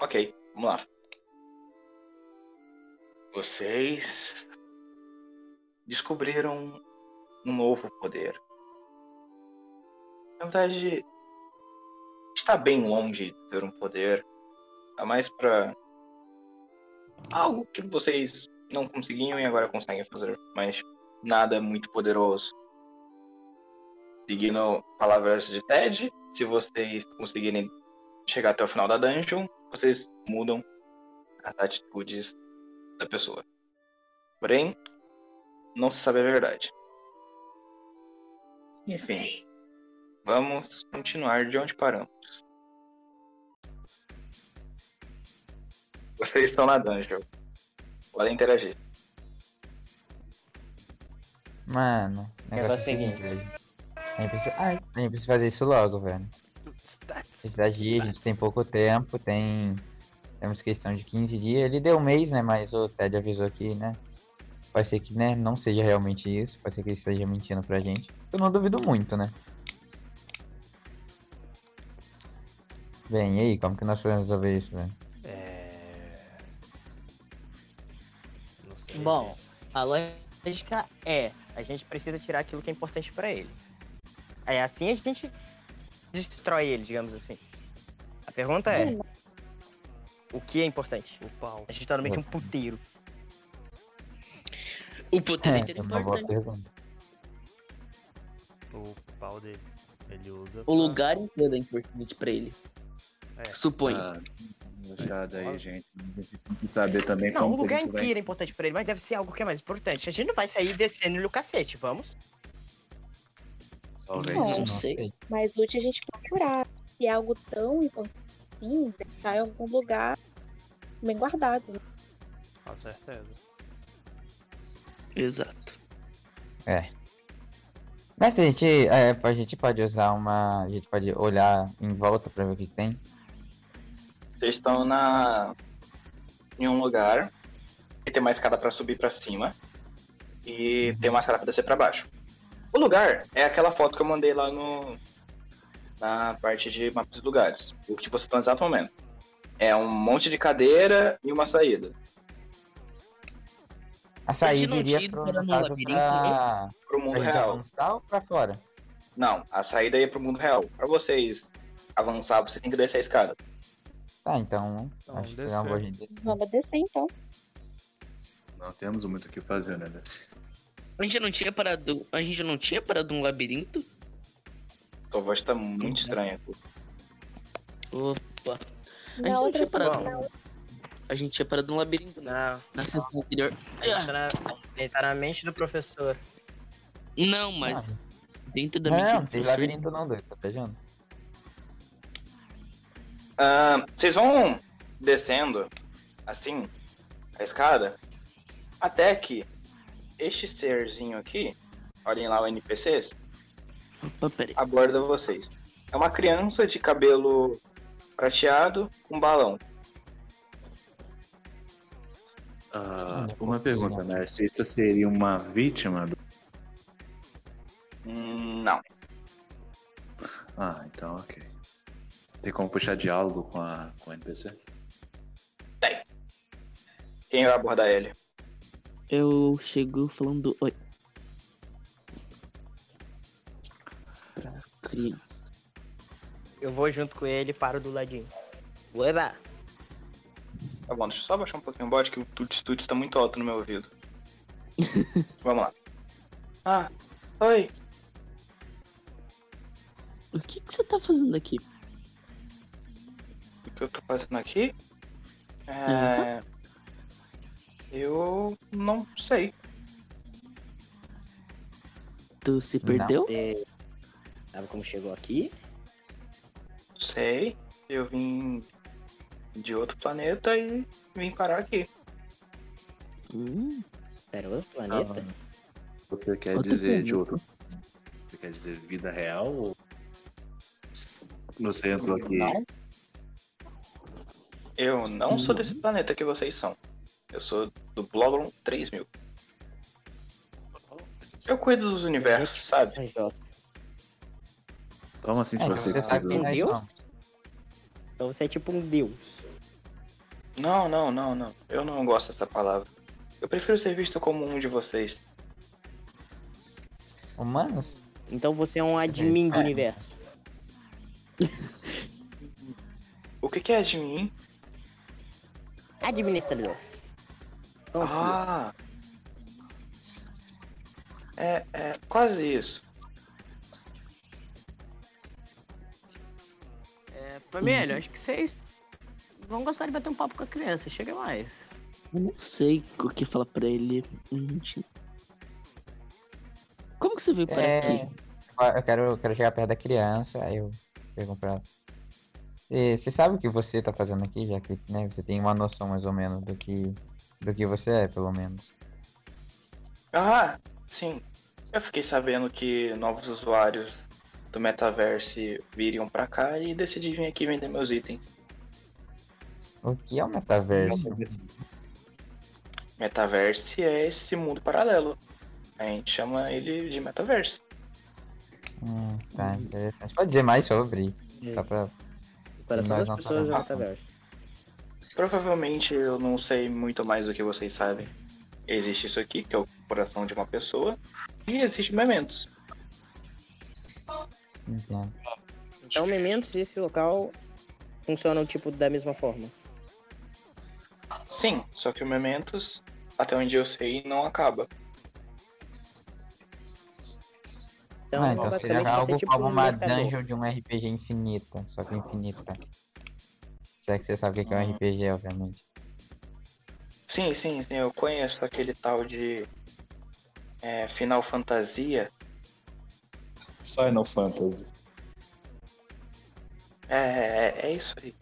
Ok, vamos lá. Vocês descobriram um novo poder. Na verdade, está bem longe de ter um poder. Está mais para algo que vocês não conseguiam e agora conseguem fazer, mas nada muito poderoso. Seguindo palavras de Ted, se vocês conseguirem chegar até o final da dungeon, vocês mudam as atitudes da pessoa. Porém, não se sabe a verdade. Enfim, vamos continuar de onde paramos. Vocês estão na dungeon. Podem interagir. Mano, o negócio é o seguinte, velho. A gente precisa, ai, a gente precisa fazer isso logo, velho. Stats. Precisa agir, a gente tem pouco tempo, tem. Temos questão de 15 dias. Ele deu um mês, né? Mas o Ted avisou aqui, né? Pode ser que, né, não seja realmente isso. Pode ser que ele esteja mentindo pra gente. Eu não duvido muito, né? Bem, e aí, como que nós podemos resolver isso, velho? Não sei. Bom, a lógica é: a gente precisa tirar aquilo que é importante pra ele. É assim a gente destrói ele, digamos assim. A pergunta é: o que é importante? O pau. A gente tá no meio que um puteiro. O poder é, é uma boa importante. pergunta. O pau dele. Ele usa. O lugar inteiro é importante pra ele. É. Suponho. Cuidado aí, gente. A gente tem que saber também Não, como o lugar que a gente vai- inteiro é importante pra ele, mas deve ser algo que é mais importante. A gente não vai sair descendo o cacete, vamos? Talvez. Não. Não sei. mais útil a gente procurar. Se é algo tão importante assim, deixar em algum lugar bem guardado. Com certeza. Exato. Mas a gente, é, a gente pode usar uma. A gente pode olhar em volta pra ver o que que tem. Vocês estão na em um lugar que tem uma escada pra subir pra cima e tem uma escada pra descer pra baixo. O lugar é aquela foto que eu mandei lá no na parte de mapas de lugares, o que você está no exato momento. É um monte de cadeira e uma saída A gente saída não iria tinha ido pro, no no caso, labirinto, né? pra... pro mundo pra gente real. avançar ou pra fora? Não, a saída é pro mundo real. Pra vocês avançar, vocês têm que descer a escada. Tá, então. Então, acho que seria uma boa gente descer. Vamos descer então. Não temos muito o que fazer, né? velho? A gente não tinha parado. A gente não tinha parado um labirinto? Tua voz tá muito estranha. Opa. gente Na não outra tinha parado. sessão, A gente tinha parado um labirinto na, Não, na sessão anterior. Ah, ele tá na, ele tá na mente do professor. Não, mas Ah, dentro da mente. Não, não do tem professor- labirinto não, doido, tá vendo? Ah, vocês vão descendo, assim, a escada, até que este serzinho aqui, olhem lá o NPCs, Opa, peraí. aborda vocês. É uma criança de cabelo prateado com balão. Ah, uma pergunta, né? Isso seria uma vítima do. Hum, não. Ah, então ok. Tem como puxar diálogo com a com o NPC? Quem vai abordar ele? Eu chego falando oi. Pra criança. Eu vou junto com ele e paro do ladinho. Ueba! Tá bom, deixa eu só baixar um pouquinho o bot que o tuts tuts tá muito alto no meu ouvido. Vamos lá. Ah, oi. O que, que você tá fazendo aqui? o que eu tô fazendo aqui? É... Eu não sei. Tu se Não. perdeu? Você sabe como chegou aqui? Sei. Eu vim de outro planeta e vim parar aqui. Hum, Era outro planeta? Você quer Outra dizer de pergunta. outro? Você quer dizer vida real ou. Você entrou aqui. Não. Eu não sou Hum. desse planeta que vocês são. Eu sou do Bloglon 3000. Eu cuido dos universos, sabe? RJ. Como assim É, se então assim, tipo, você você tá fez aqui, um né, deus? então. Então você é tipo um deus. Não, não, não, não. Eu não gosto dessa palavra. Eu prefiro ser visto como um de vocês. Humanos? Então você é um admin do É. universo. O que, que é de mim? Administrador. Então, Ah! É, é quase isso. É, Uhum. Vermelho, acho que vocês vão gostar de bater um papo com a criança. Chega mais. Eu não sei o que falar pra ele. Gente. Como que você veio para É. aqui? Eu quero, eu quero chegar perto da criança, aí eu pergunto pra ela. "Eh, Você sabe o que você tá fazendo aqui, já que né, você tem uma noção mais ou menos do que, do que você é, pelo menos. Ah, sim. Eu fiquei sabendo que novos usuários do metaverse viriam pra cá e decidi vir aqui vender meus itens. O que é o metaverso? Metaverse é esse mundo paralelo. A gente chama ele de metaverse. Hum, tá, interessante. Pode dizer mais sobre, só pra para É, nós um não todas as Tá. pessoas do sabemos. metaverso. Provavelmente eu não sei muito mais do que vocês sabem. Existe isso aqui, que é o coração de uma pessoa, e existe momentos. entender. Então, Mementos e esse local funcionam, tipo, da mesma forma. Sim, só que o Mementos, até onde eu sei, não acaba. Então, ah, então seria basicamente, vai algo ser tipo como um uma mercador. dungeon de um RPG infinita, só que infinita. Já que você sabe o que é Uhum. um RPG, obviamente. Sim, sim, sim, eu conheço aquele tal de é, Final Fantasia. Final Fantasy. É, é, é isso aí.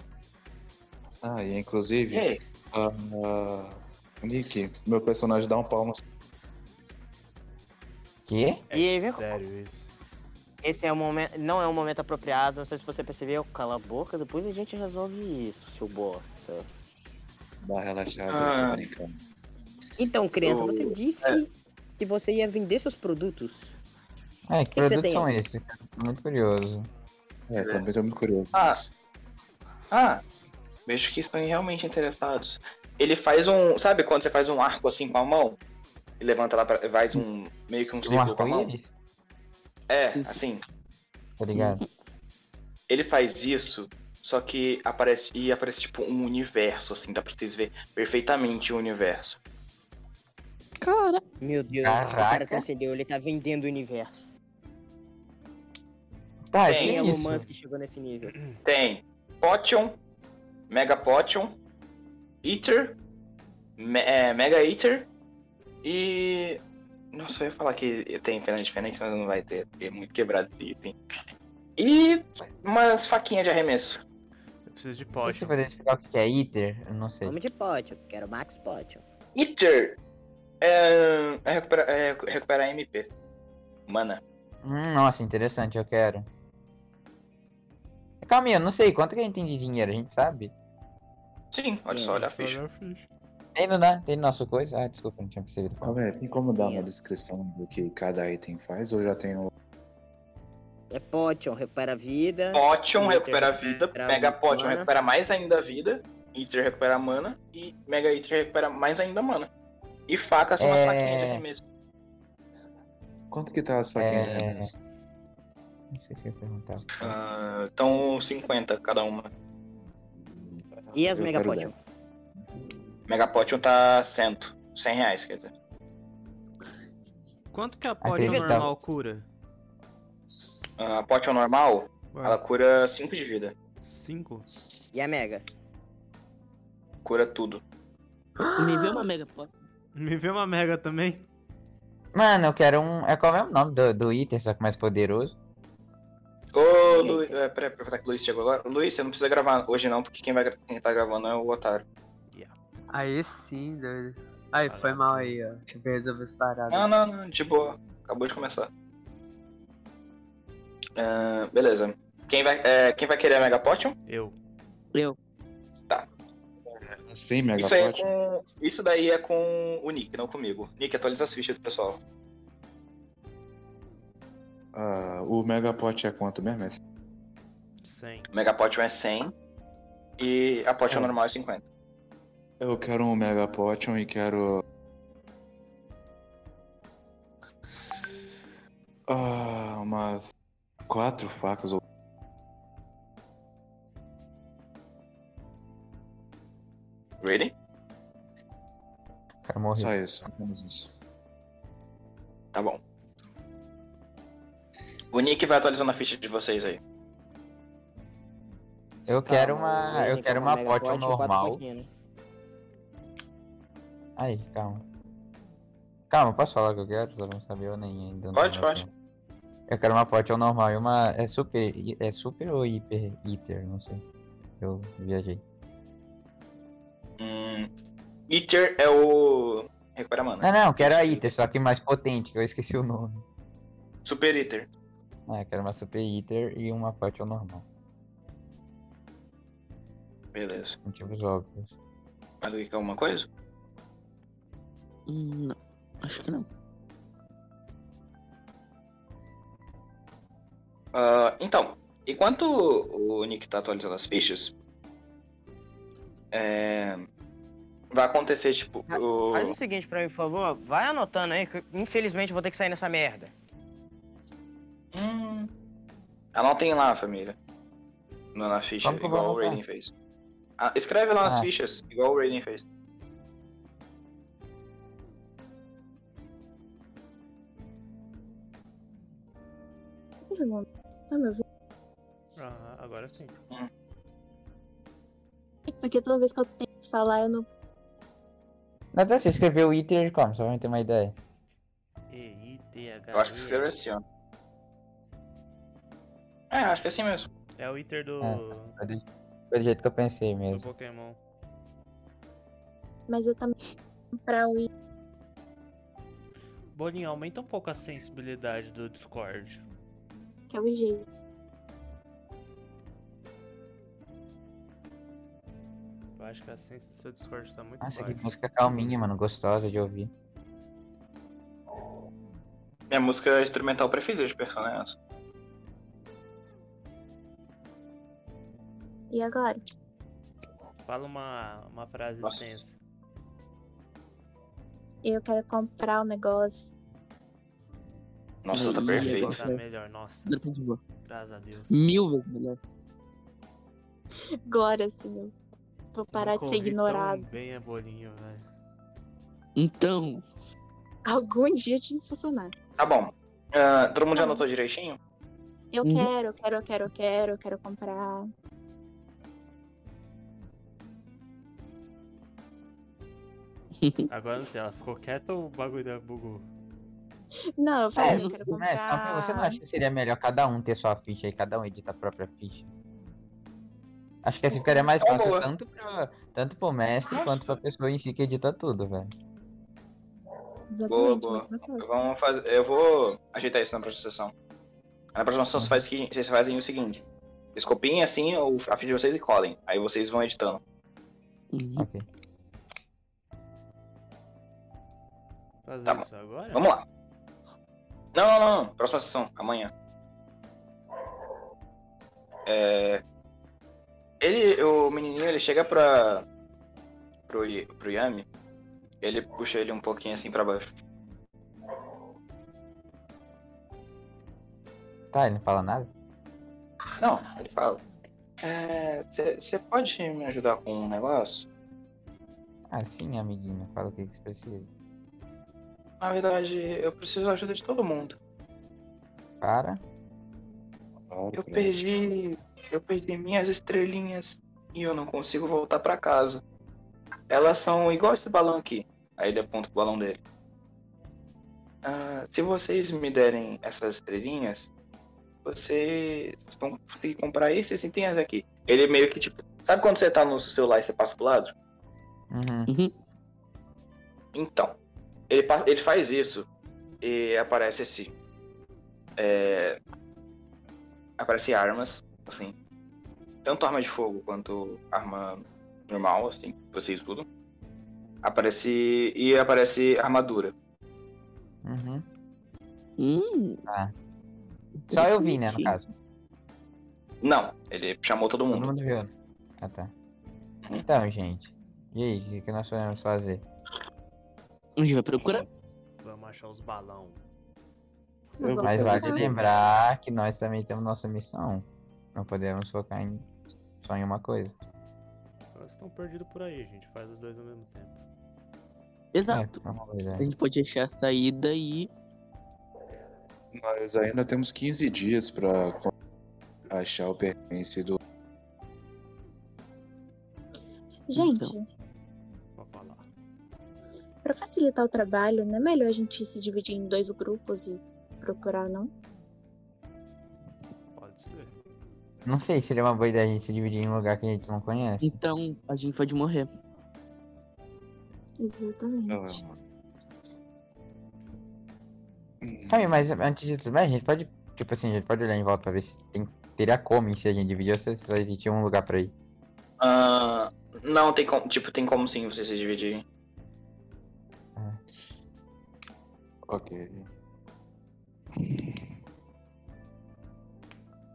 Ah, e E é inclusive, aí? a, a- Nick, meu personagem dá um palmo. Que? É E aí, viu? sério isso. Esse é o momento, não é um momento apropriado, não sei se você percebeu. Cala a boca, depois a gente resolve isso, seu bosta. Dá uma relaxada, Ah. tô brincando. Então, criança, Eu- você disse que você ia vender seus produtos. É, que que você produtos tem são esses? Tô Muito curioso. É, também tô muito curioso. Ah. nisso. Ah, vejo que estão realmente interessados. Ele faz um. Sabe quando você faz um arco assim com a mão? E levanta lá pra. faz um. meio que um Um círculo com a mão? arco-íris, É, Sim, sim. assim. tá ligado? Ele faz isso, só que aparece. E aparece tipo um universo, assim, dá pra vocês verem perfeitamente o universo. Cara, Meu Deus, Caraca. o cara concedeu, ele tá vendendo o universo. Tá, Tem, que Quem é Elon isso? Musk chegou nesse nível? Tem Potion, Mega Potion, Eater, Me- é, Mega Eater e. Nossa, eu ia falar que tem pena diferente, mas não vai ter, porque é muito quebrado de item. E umas faquinhas de arremesso. Eu preciso de Você potion. poderia explicar o que é Eater? Eu não sei. Nome de Potion, quero Max Potion. Eater é, é recuperar, é recuperar MP. Mana. Hum, nossa, interessante, eu quero. Calma aí, eu não sei. Quanto que a gente tem de dinheiro? A gente sabe? Sim, olha só, olha a ficha. Olha a ficha. Tem no, na- tem no nosso coisa? Ah, desculpa, não tinha percebido. Ah, velho, tem como dar uma Dinheiro. descrição do que cada item faz ou já tem um- o. É Potion, recupera a vida. Potion Eater recupera a vida, recupera Mega a Potion mana. recupera mais ainda a vida, Eater recupera a mana e Mega Eater recupera mais ainda a mana. E faca são as É. faquinhas de arremesso. Quanto que tá as faquinhas? É. né? Não sei se eu ia perguntar. Ah, então 50 cada uma. E as Eu Mega quero Potion? Mega Potion tá 100, 100 reais, quer dizer. Quanto que é a Potion potion Acreditava. normal normal cura? Ah, A Potion normal, ela cura 5 de vida. 5? E a Mega? Cura tudo. me vê uma mega pote. Me vê uma mega também? Mano, eu quero um. É qual é o mesmo nome do, do item, só que mais poderoso? Ô, Luiz. É, peraí, aproveitar que o Luiz chegou agora. Luiz, você não precisa gravar hoje não, porque quem, vai, gra- quem tá gravando é o Otário. Aí sim, doido. Aí, Caraca. foi mal aí, ó. Tive que resolver essa parada. Não, não, não, de boa. Acabou de começar. Ah, beleza. Quem vai, é, quem vai querer a Mega Potion? Eu. dar. Sem Mega Isso, aí é Potion? com, isso daí é com o Nick, não comigo. Nick, atualiza as fichas do pessoal. Ah, o Mega Pot é quanto mesmo? É 100. O Mega Potion é 100 e a Potion É. normal é 50. Eu quero um Mega Potion e quero. Ah, umas quatro facas ou. Ready? O cara morreu. Só isso, apenas isso. Tá bom. O Nick vai atualizando a ficha de vocês aí. Eu quero Calma, uma. ele Eu quero com uma Mega potion Potion, quatro normal. pouquinho, né? Aí, calma. Calma, posso falar o que eu quero? Só não saber eu nem ainda. não Pode, tenho pode. noção. Eu quero uma pote ao normal e uma. É super. É super ou hiper hitter? Não sei. Eu viajei. Hum, Eater é o. Recupera mana. É. Ah, Não, não, quero a hitter, só que mais potente, que eu esqueci o nome. Super Eater. Ah, eu quero uma super hitter e uma pote ao normal. Beleza. Motivos óbvios. Mais do que alguma coisa? Hum, Não, acho que não. Ah, então, enquanto o o Nick tá atualizando as fichas, é, vai acontecer, tipo, o- Faz o seguinte pra mim, por favor. Vai anotando aí, que infelizmente eu vou ter que sair nessa merda. Hum. Anotem lá, família. Na na ficha, Vamos que igual o vamos, vai. Raiden fez. Ah, escreve lá nas Ah. fichas, igual o Raiden fez. Mano, tá me ouvindo? Ah, agora sim. Porque toda vez que eu tento falar, eu não. Natan, então, você escreveu hitter como? Só pra eu ter uma ideia. E, I, T, H, Eu acho que E, escreveu assim, ó. É, acho que é assim mesmo. É o Iter do, Foi do, foi do jeito que eu pensei do mesmo. Pokémon. Mas eu também. Pra um. Bolinho, aumenta um pouco a sensibilidade do Discord. que é o jeito. Eu acho que a sensibilidade do seu Discord tá muito Nossa, que baixa. música calminha, mano. Gostosa de ouvir. Minha música é instrumental preferida de personagens. E agora? Fala uma, uma frase Nossa. extensa. Eu quero comprar um negócio. Nossa, tá Ih, perfeito. agora- Tá melhor, nossa. Agora tá de boa. Graças a Deus. Mil vezes melhor. Agora, senhor. Vou parar Nunca de ser ouvi ignorado. Tão bem é bolinho, velho. Então, Algum dia tinha que funcionar. Tá bom. Ah, todo mundo já anotou direitinho? Eu Uhum. quero, eu quero, eu quero, eu quero, eu quero comprar. Agora eu não sei, ela ficou quieta ou o bagulho da bugou? Não, eu falei, É, eu não quero sei, Né? Então, comprar. Você não acha que seria melhor cada um ter sua ficha e cada um editar a própria ficha? Acho que assim ficaria mais É uma fácil boa. tanto, pra, tanto pro mestre quanto pra pessoa em si que edita tudo, velho. Boa, Exatamente, boa. muito gostoso. Vamos fazer. Eu vou ajeitar isso na próxima sessão. Na próxima sessão você faz que vocês fazem o seguinte. Vocês copiem assim o- a ficha de vocês e colhem. Aí vocês vão editando. uhum, Ok. Fazer Tá bom. isso agora? Vamos lá. Não, não, não, não. Próxima sessão, amanhã. É... Ele, o menininho, ele chega pra... Pro, I- pro Yami. Ele puxa ele um pouquinho assim pra baixo. Tá, ele não fala nada? Não, ele fala. Você pode me ajudar com um negócio? Ah, sim, amiguinho. Fala o que que você precisa. Na verdade, eu preciso da ajuda de todo mundo. Para. Eu perdi. Eu perdi minhas estrelinhas e eu não consigo voltar pra casa. Elas são igual esse balão aqui. Aí ele aponta o balão dele. Ah, se vocês me derem essas estrelinhas, vocês vão conseguir comprar esses itens aqui. Ele meio que tipo. Sabe quando você tá no celular e você passa pro lado? Uhum. uhum. Então, ele, pa- ele faz isso e aparece esse. É, aparece armas, assim. Tanto arma de fogo quanto arma normal, assim, que vocês usam. Aparece. E aparece armadura. Uhum. Hum, Ah. Só eu vi, né, no caso. Não, ele chamou todo Todo mundo. mundo viu. Ah, tá. Então, gente. E aí, o que, que nós podemos fazer? A gente vai procurar. É. Vamos achar os balão. Eu vou Mas vale procurar. lembrar que nós também temos nossa missão. Não podemos focar em só em uma coisa. Elas estão perdidos por aí, gente. Faz os dois ao mesmo tempo. Exato. É, é uma boa ideia. A gente pode achar a saída e. Nós ainda temos 15 dias pra co- achar o pertence do. Gente, Pra falar. pra facilitar o trabalho, não é melhor a gente se dividir em dois grupos e procurar, não? Pode ser. Não sei se seria uma boa ideia a gente se dividir em um lugar que a gente não conhece. Então a gente pode morrer. é, Exatamente. Calma Tá aí, mas antes de tudo bem, a gente pode. Tipo assim, a gente pode olhar em volta pra ver se tem, teria como se a gente dividir ou se só existia um lugar pra ir. Ah, não, tem como. Tipo, tem como sim vocês se dividirem. Ok.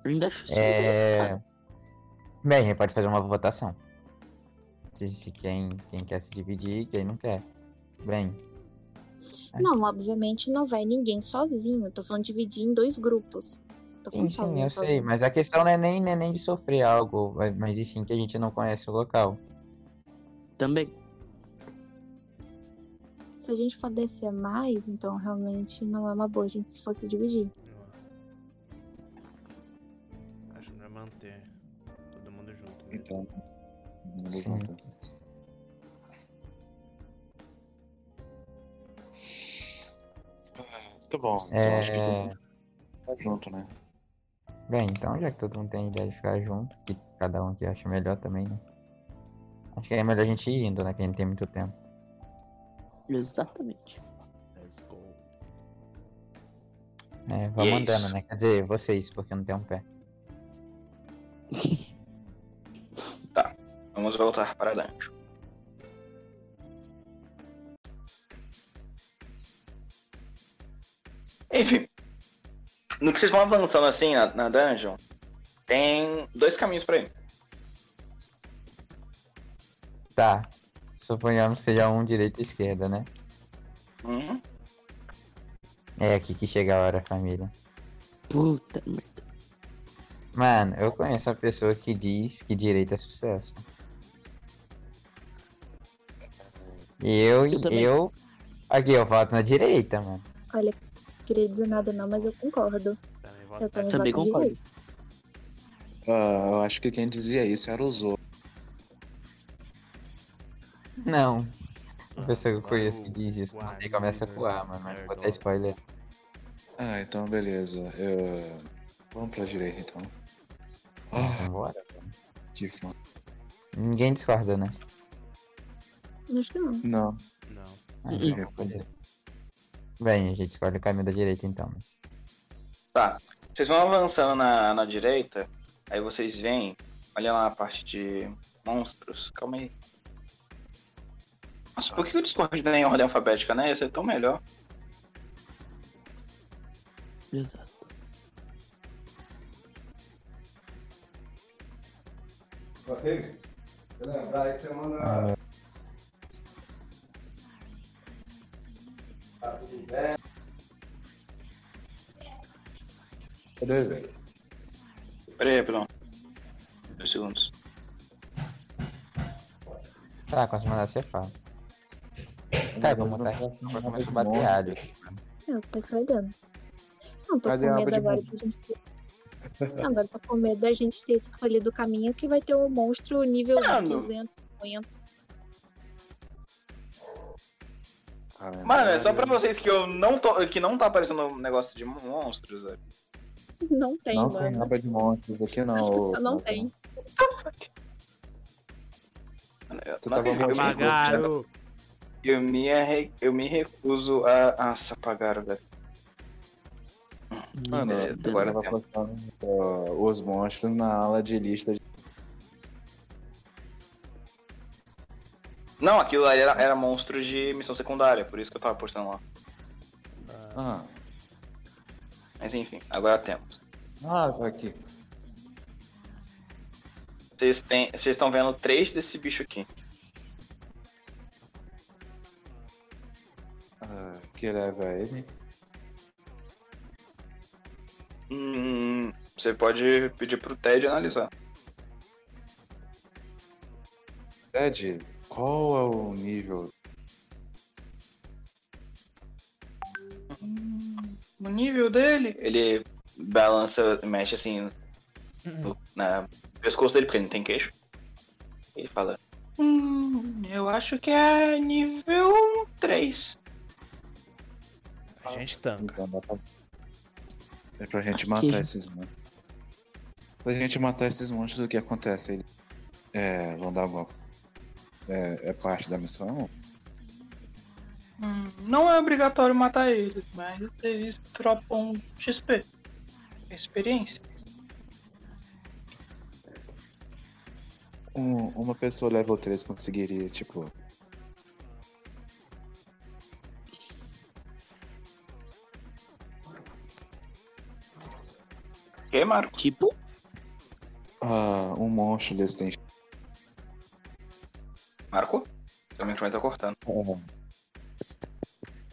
Eu ainda acho isso interessante, É. cara. Bem, a gente pode fazer uma votação. Se, se quem, quem quer se dividir e quem não quer. Bem, É. Não, obviamente não vai ninguém sozinho. Tô falando dividir em dois grupos. Tô falando então, assim, sim, sim, sozinho, eu sei, sozinho. mas a questão não é nem, não é nem de sofrer algo, mas- mas e sim que a gente não conhece o local. Também. Se a gente for descer mais, então realmente não é uma boa a gente se fosse dividir. Não. Acho melhor manter todo mundo junto. né? mesmo. Então. Não Sim. levanta. Ah, Tá bom, então acho que É. todo mundo tá junto, né? Bem, então já que todo mundo tem a ideia de ficar junto, que cada um que acha melhor também, né? Acho que é melhor a gente ir indo, né? Que a gente tem muito tempo. Exatamente. Let's go. É, vamos é andando, isso. né? Quer dizer, vocês, porque eu não tenho um pé. Vamos voltar para dentro. Enfim. No que vocês vão avançando assim na, na dungeon, tem dois caminhos pra ir. Tá. Suponhamos que seja um direita e esquerda, né? Uhum. É aqui que chega a hora, família. Puta merda. Mano, eu conheço a pessoa que diz que direita é sucesso. E eu, Eu eu, também. Aqui, eu voto na direita, mano. Olha, queria dizer nada não, mas eu concordo. Também Eu volta. também, Também voto concordo. direito. Ah, eu acho que quem dizia isso era o Zoro. Não, Ah, a pessoa que eu agora conheço o- que diz isso o quando ele começa a amigo coar, mano. Mas vou nerdão. dar spoiler. Ah, então beleza. Eu... Vamos pra direita então. Ah, Vambora. que fã. Ninguém discorda, né? Acho que não. Não. Não. Ah, Sim. então, beleza. Bem, a gente escolhe o caminho da direita então. né? Tá. Vocês vão avançando na, na direita, aí vocês veem, olha lá a parte de monstros. Calma aí. Nossa, por que eu discordei em ordem alfabética, né? Ia ser tão melhor. Exato. Pera aí, Bruno. Dois segundos. Tá, quando mandar você fala. Tá, eu vou montar aqui. Agora começa a bater alho. Eu tô perdendo. Não, tô Cadê a com aba medo de agora que a gente ter... Não, agora tô com medo da gente ter escolhido o caminho que vai ter um monstro nível Mano. 250. Ah, Mano, é só pra vocês que eu não tô. que não tá aparecendo um negócio de monstros, velho. Não tem, Não tem mano. aba de monstros aqui não. Acho que ô, só não Rafa. tem. Eu, Tu não tava acredito, eu, me, maluco. Apagaram! eu, me, arre- eu me recuso a. Nossa, apagaram, velho. Mano, É, eu agora tava tem. postando ó, os monstros na ala de lista de Não, aquilo ali era, era monstro de missão secundária, por isso que eu tava postando lá. Ah, Mas enfim, agora temos. ah tá aqui. Vocês têm- vocês estão vendo três desse bicho aqui. Ah, que leva ele? Hum, você pode pedir pro Ted analisar. Ted, qual é o nível? O nível dele? Ele balança, mexe assim no, na- no pescoço dele, porque ele não tem queixo. Ele fala. Hum, eu acho que é nível 3. Ah, A gente tanca. Então dá pra... É pra gente matar esses monstros. Pra gente matar esses monstros, o que acontece? Eles é, vão dar alguma. É, é parte da missão? Hum, não é obrigatório matar eles, mas eles dropam XP. um Experiência. Um- uma pessoa level 3 conseguiria, tipo. Que, Marco? Tipo? ah, um monstro desse tem. Marco? Seu microfone tá cortando. Um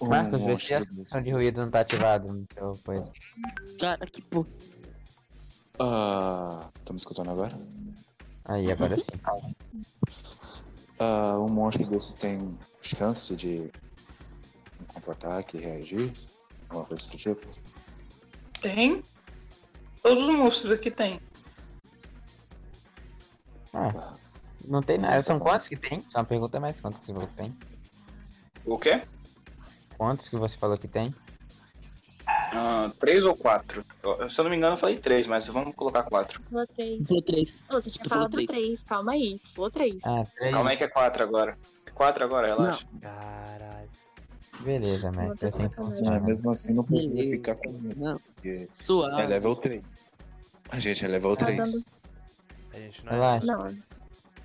Marcos, vê monstro se é a função de ruído não tá ativada no seu coisa. Cara, que tipo, porra. Ah, tá me escutando agora? Aí, agora sim. Ah, um monstro desse tem chance de um contra-ataque, reagir? Alguma coisa do tipo? Tem? Todos os monstros aqui tem. Ah, não tem nada. São quantos que tem? Só uma pergunta mais. Quantos que você falou que tem? O quê? Quantos que você falou que tem? Ah, três ou quatro? Eu- se eu não me engano, eu falei três, mas vamos colocar quatro. Falou três. Vou três. Ô, você tinha Tu falou falado três. três. calma aí. Falou três. Ah, três. Calma aí que é quatro agora. É quatro agora, relaxa. Caralho. Beleza, né? Não, Mac. tá Já tem que sacanagem. Ah, funcionar. mesmo assim não precisa Beleza. Ah. ficar com medo, Não, porque é suave. level 3. A gente é level Tá 3. dando- A gente não é. Relaxa. Não.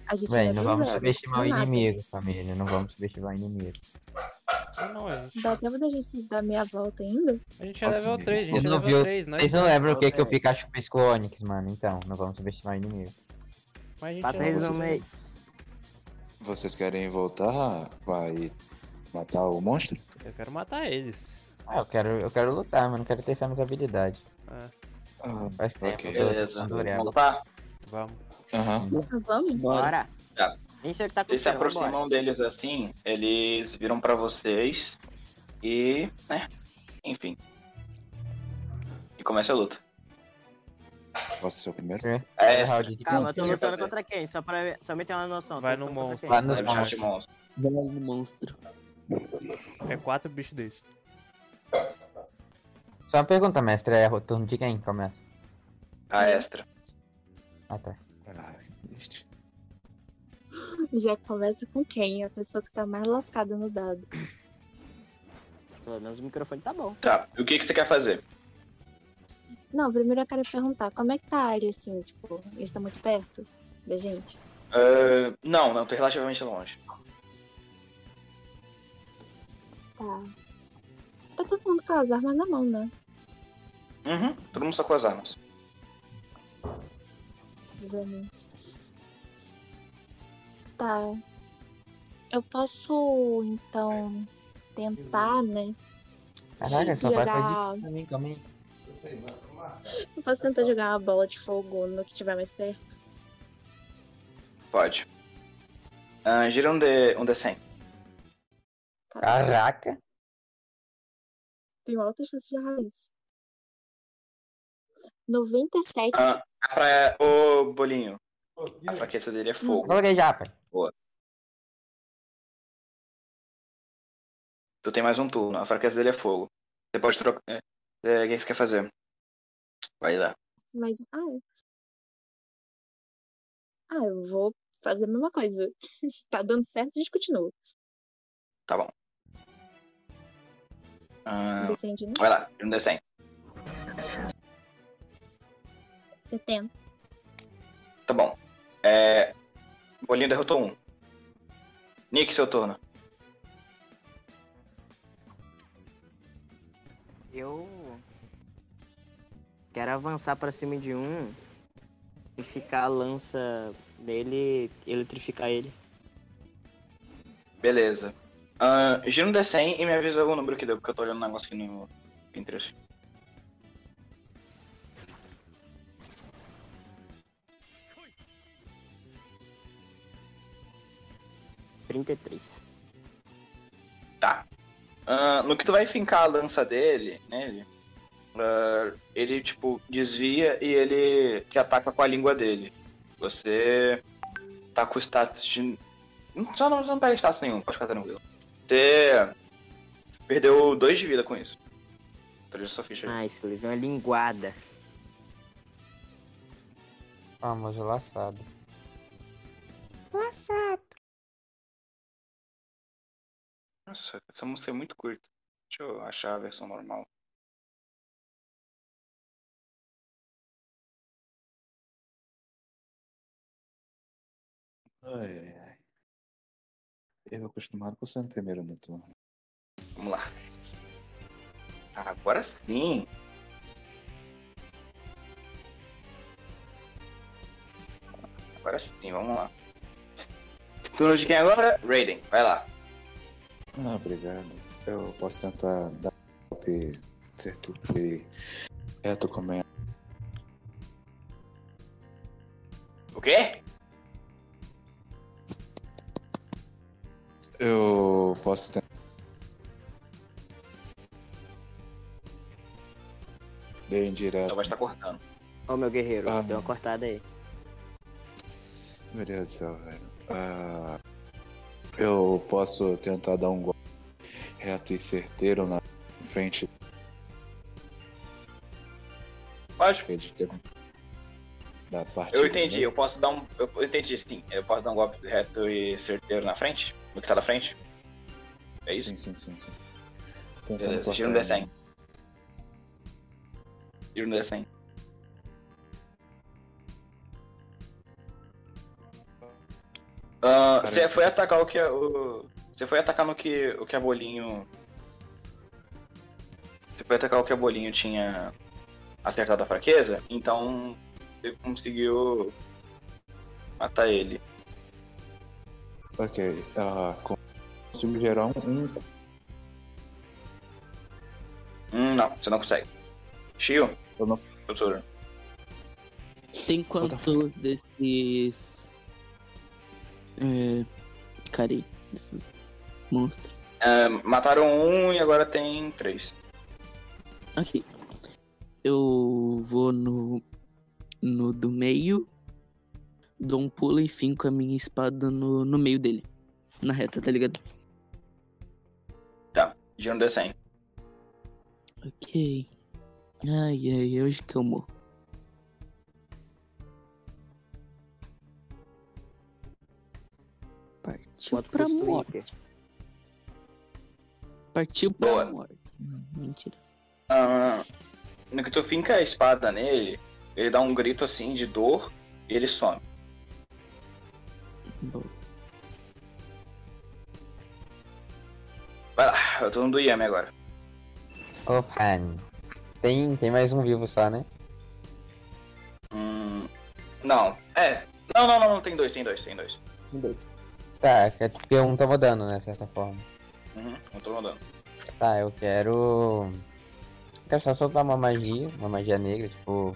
A né? Bem, gente leva é não vamos zero. subestimar o Nada. inimigo, família. Não vamos subestimar o inimigo. Ah, Não, a gente, Dá tempo da gente dar meia volta ainda? a gente é level 3, a gente Vocês é não level viu- 3. Nós Vocês não lembram o que, que o É, Pikachu fez com o Onix, mano? Então, não vamos subestimar o inimigo. mas a gente Passa é level resumo aí. 3. Vocês querem voltar? Vai matar o monstro? Eu quero matar eles. Ah, eu quero, eu quero lutar, mano. Eu quero ter fé nas habilidades. Ah, Ah, Faz tempo. Ok. que eu tô Beleza. Então tentando olhar. Vamos lá. vamos. Aham. Então Vamos? Bora. Tá. Gente, ele tá com Vocês se ferro, aproximam bora. deles assim, eles viram pra vocês e, né, enfim. E começa a luta. Posso ser o primeiro? É, Round de Calma, eu tô Não, lutando fazer. contra quem? Só pra só me ter uma noção. Vai tô no lutando monstro. contra Vai então quem? nos é um chat de monstro. Vai no monstro. É quatro bichos desses. Só uma pergunta, mestre. É o turno de quem começa? A extra. Ah, tá. Caralho, que triste. Já começa com quem? A pessoa que tá mais lascada no dado. Pelo menos o microfone tá bom. Tá, e o que, que você quer fazer? Não, primeiro eu quero perguntar, como é que tá a área assim? Tipo, eles estão muito perto da gente? Ah, não, não, tô relativamente longe. Tá. Tá todo mundo com as armas na mão, né? Uhum, todo mundo só com as armas. Obviamente. Tá. Eu posso, então, tentar, né? Caraca, só vai fazer isso Jogar. pra mim, calma aí. Eu posso tentar jogar uma bola de fogo no que tiver mais perto. Pode. Ah, gira um, D, um D100. Tá. Caraca. Tenho alta chance de errar isso. 97. Ah, pra, ô, Bolinho. A fraqueza dele é fogo. Coloquei já, pai. Tu tem mais um turno. A fraqueza dele é fogo. Você pode trocar. é, é, O que você quer fazer? Vai lá. Mas. Ah, é. ah, eu vou fazer a mesma coisa. Se tá dando certo, a gente continua. Tá bom. Ah, Descende, né? vai lá, gira um D100. 70. Tá bom. É, Bolinho derrotou um. Nick, seu turno. Eu quero avançar pra cima de um e ficar a lança dele, eletrificar ele. Beleza. Ah, gira um D100 e me avisa o número que deu, porque eu tô olhando um negócio aqui no Pinterest. Trinta e três. Tá. Ah, no que tu vai fincar a lança dele, nele, ah, ele, tipo, desvia e ele te ataca com a língua dele. Você tá com status de... Não- Só não, só não pega status nenhum, pode ficar tranquilo. Você perdeu dois de vida com isso. Tô olhando sua ficha aí. Nice, levei é uma linguada. Famoso laçado. Laçado. Nossa, essa música é muito curta. Deixa eu achar a versão normal. Ai, ai, ai. Eu acostumado com o né, sendo primeiro no turno. Vamos lá. Agora sim. Agora sim, vamos lá. Turno de quem é agora? Raiden, vai lá. Ah, obrigado. Eu posso tentar dar um golpe certo e reto como é. O quê? Eu posso tentar. Bem direto. Só Então vai estar tá cortando. Ó, meu guerreiro, deu uma cortada aí. Meu Deus do céu, velho. Ah, eu posso tentar dar um golpe reto e certeiro na frente. Pode. Da parte. Eu entendi, né? eu posso dar um. Eu entendi sim. Eu posso dar um golpe reto e certeiro na frente? No que tá na frente? É isso? Sim, sim, sim, Então tá sim. Beleza, tira um né? D100. Tira um D100. Ah, Você foi atacar o que a- o. Você foi atacar no que o que a bolinho. Você foi atacar o que a bolinho tinha acertado a fraqueza, então você conseguiu matar ele. Ok, ah, com- consigo gerar um, um. Hum, não, você não consegue. Shio? Eu não. Professor. Tem quantos desses. É. Cara, aí, desses monstros. Ah, mataram um e agora tem três. Aqui. Eu vou no. No do meio. Dou um pulo e finco a minha espada no, no meio dele. Na reta, tá ligado? Tá, gira um D100. Ok. Ai, ai, hoje que eu morro. Partiu Bota o pra custo do morte. hiper. Partiu pra Boa. morte. Hum, Mentira. Ah, no que tu finca a espada nele, ele dá um grito assim de dor e ele some. Boa. Vai lá, Ah, eu tô no do Yami agora. Ô, Prime. Tem, tem mais um vivo só, né? Hum, não, é. Não, não, não, não, tem dois, tem dois, tem dois. Tá, que é porque um tá mudando, né, de certa forma. Uhum, não tô mandando. Tá, eu quero. Quero só soltar uma magia, uma magia negra, tipo.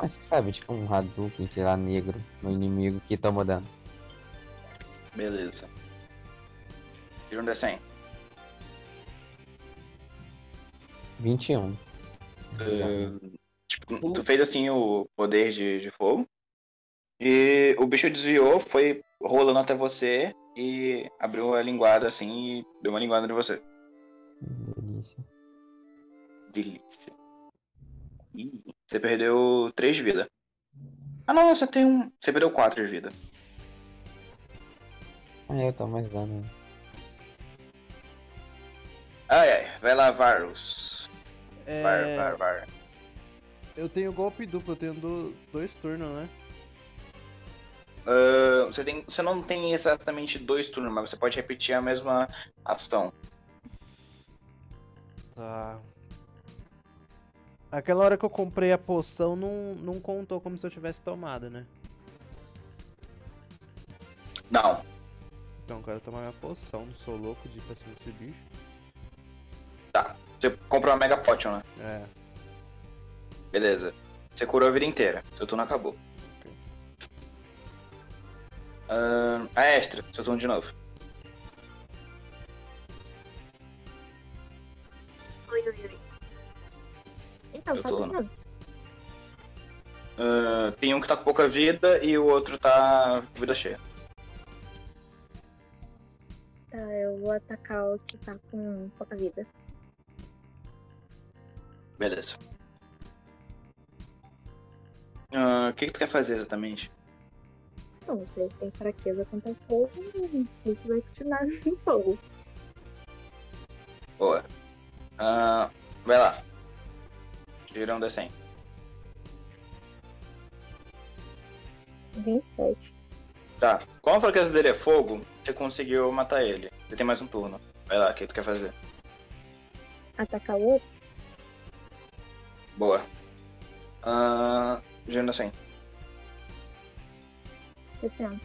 Ah, você sabe, tipo um Hadouken, sei lá, negro, no inimigo que toma dano. Beleza. Tira um D100. 21. É. Ah, tipo, tu fez assim o poder de, de fogo. E o bicho desviou, foi rolando até você e abriu a linguada assim e deu uma linguada em você. Delícia. Delícia. Ih, você perdeu 3 de vida. Ah não, você tem um. Você perdeu 4 de vida. Ah, eu tomo mais dano. né? Ai ai, vai lá, Varus. É, Var, var, var. Eu tenho golpe duplo, eu tenho do- dois turnos, né? Ah, você, tem, você não tem exatamente dois turnos, mas você pode repetir a mesma ação. Tá. Aquela hora que eu comprei a poção não, não contou como se eu tivesse tomado, né? Não. Não, quero tomar minha poção, não sou louco de ir pra cima desse bicho. Tá. Você comprou uma Mega Potion, né? É. Beleza. Você curou a vida inteira. Seu turno acabou. Ahn, a Ah, é extra, seu turno de novo. Oi, oi, oi. Então, Eu só tô tem lá. quantos? Ahn, tem um que tá com pouca vida e o outro tá com vida cheia. Tá, eu vou atacar o que tá com pouca vida. Beleza. Ahn, Ah, O que, que tu quer fazer exatamente? Não, Então, você tem fraqueza contra fogo, a gente vai continuar no fogo. Boa. Ahn, vai lá. Tira um D100. 27. Tá. Como a fraqueza dele é fogo, você conseguiu matar ele. Você tem mais um turno. Vai lá, o que tu quer fazer? Atacar o outro? Boa. Ahn, Tira um D100. 60.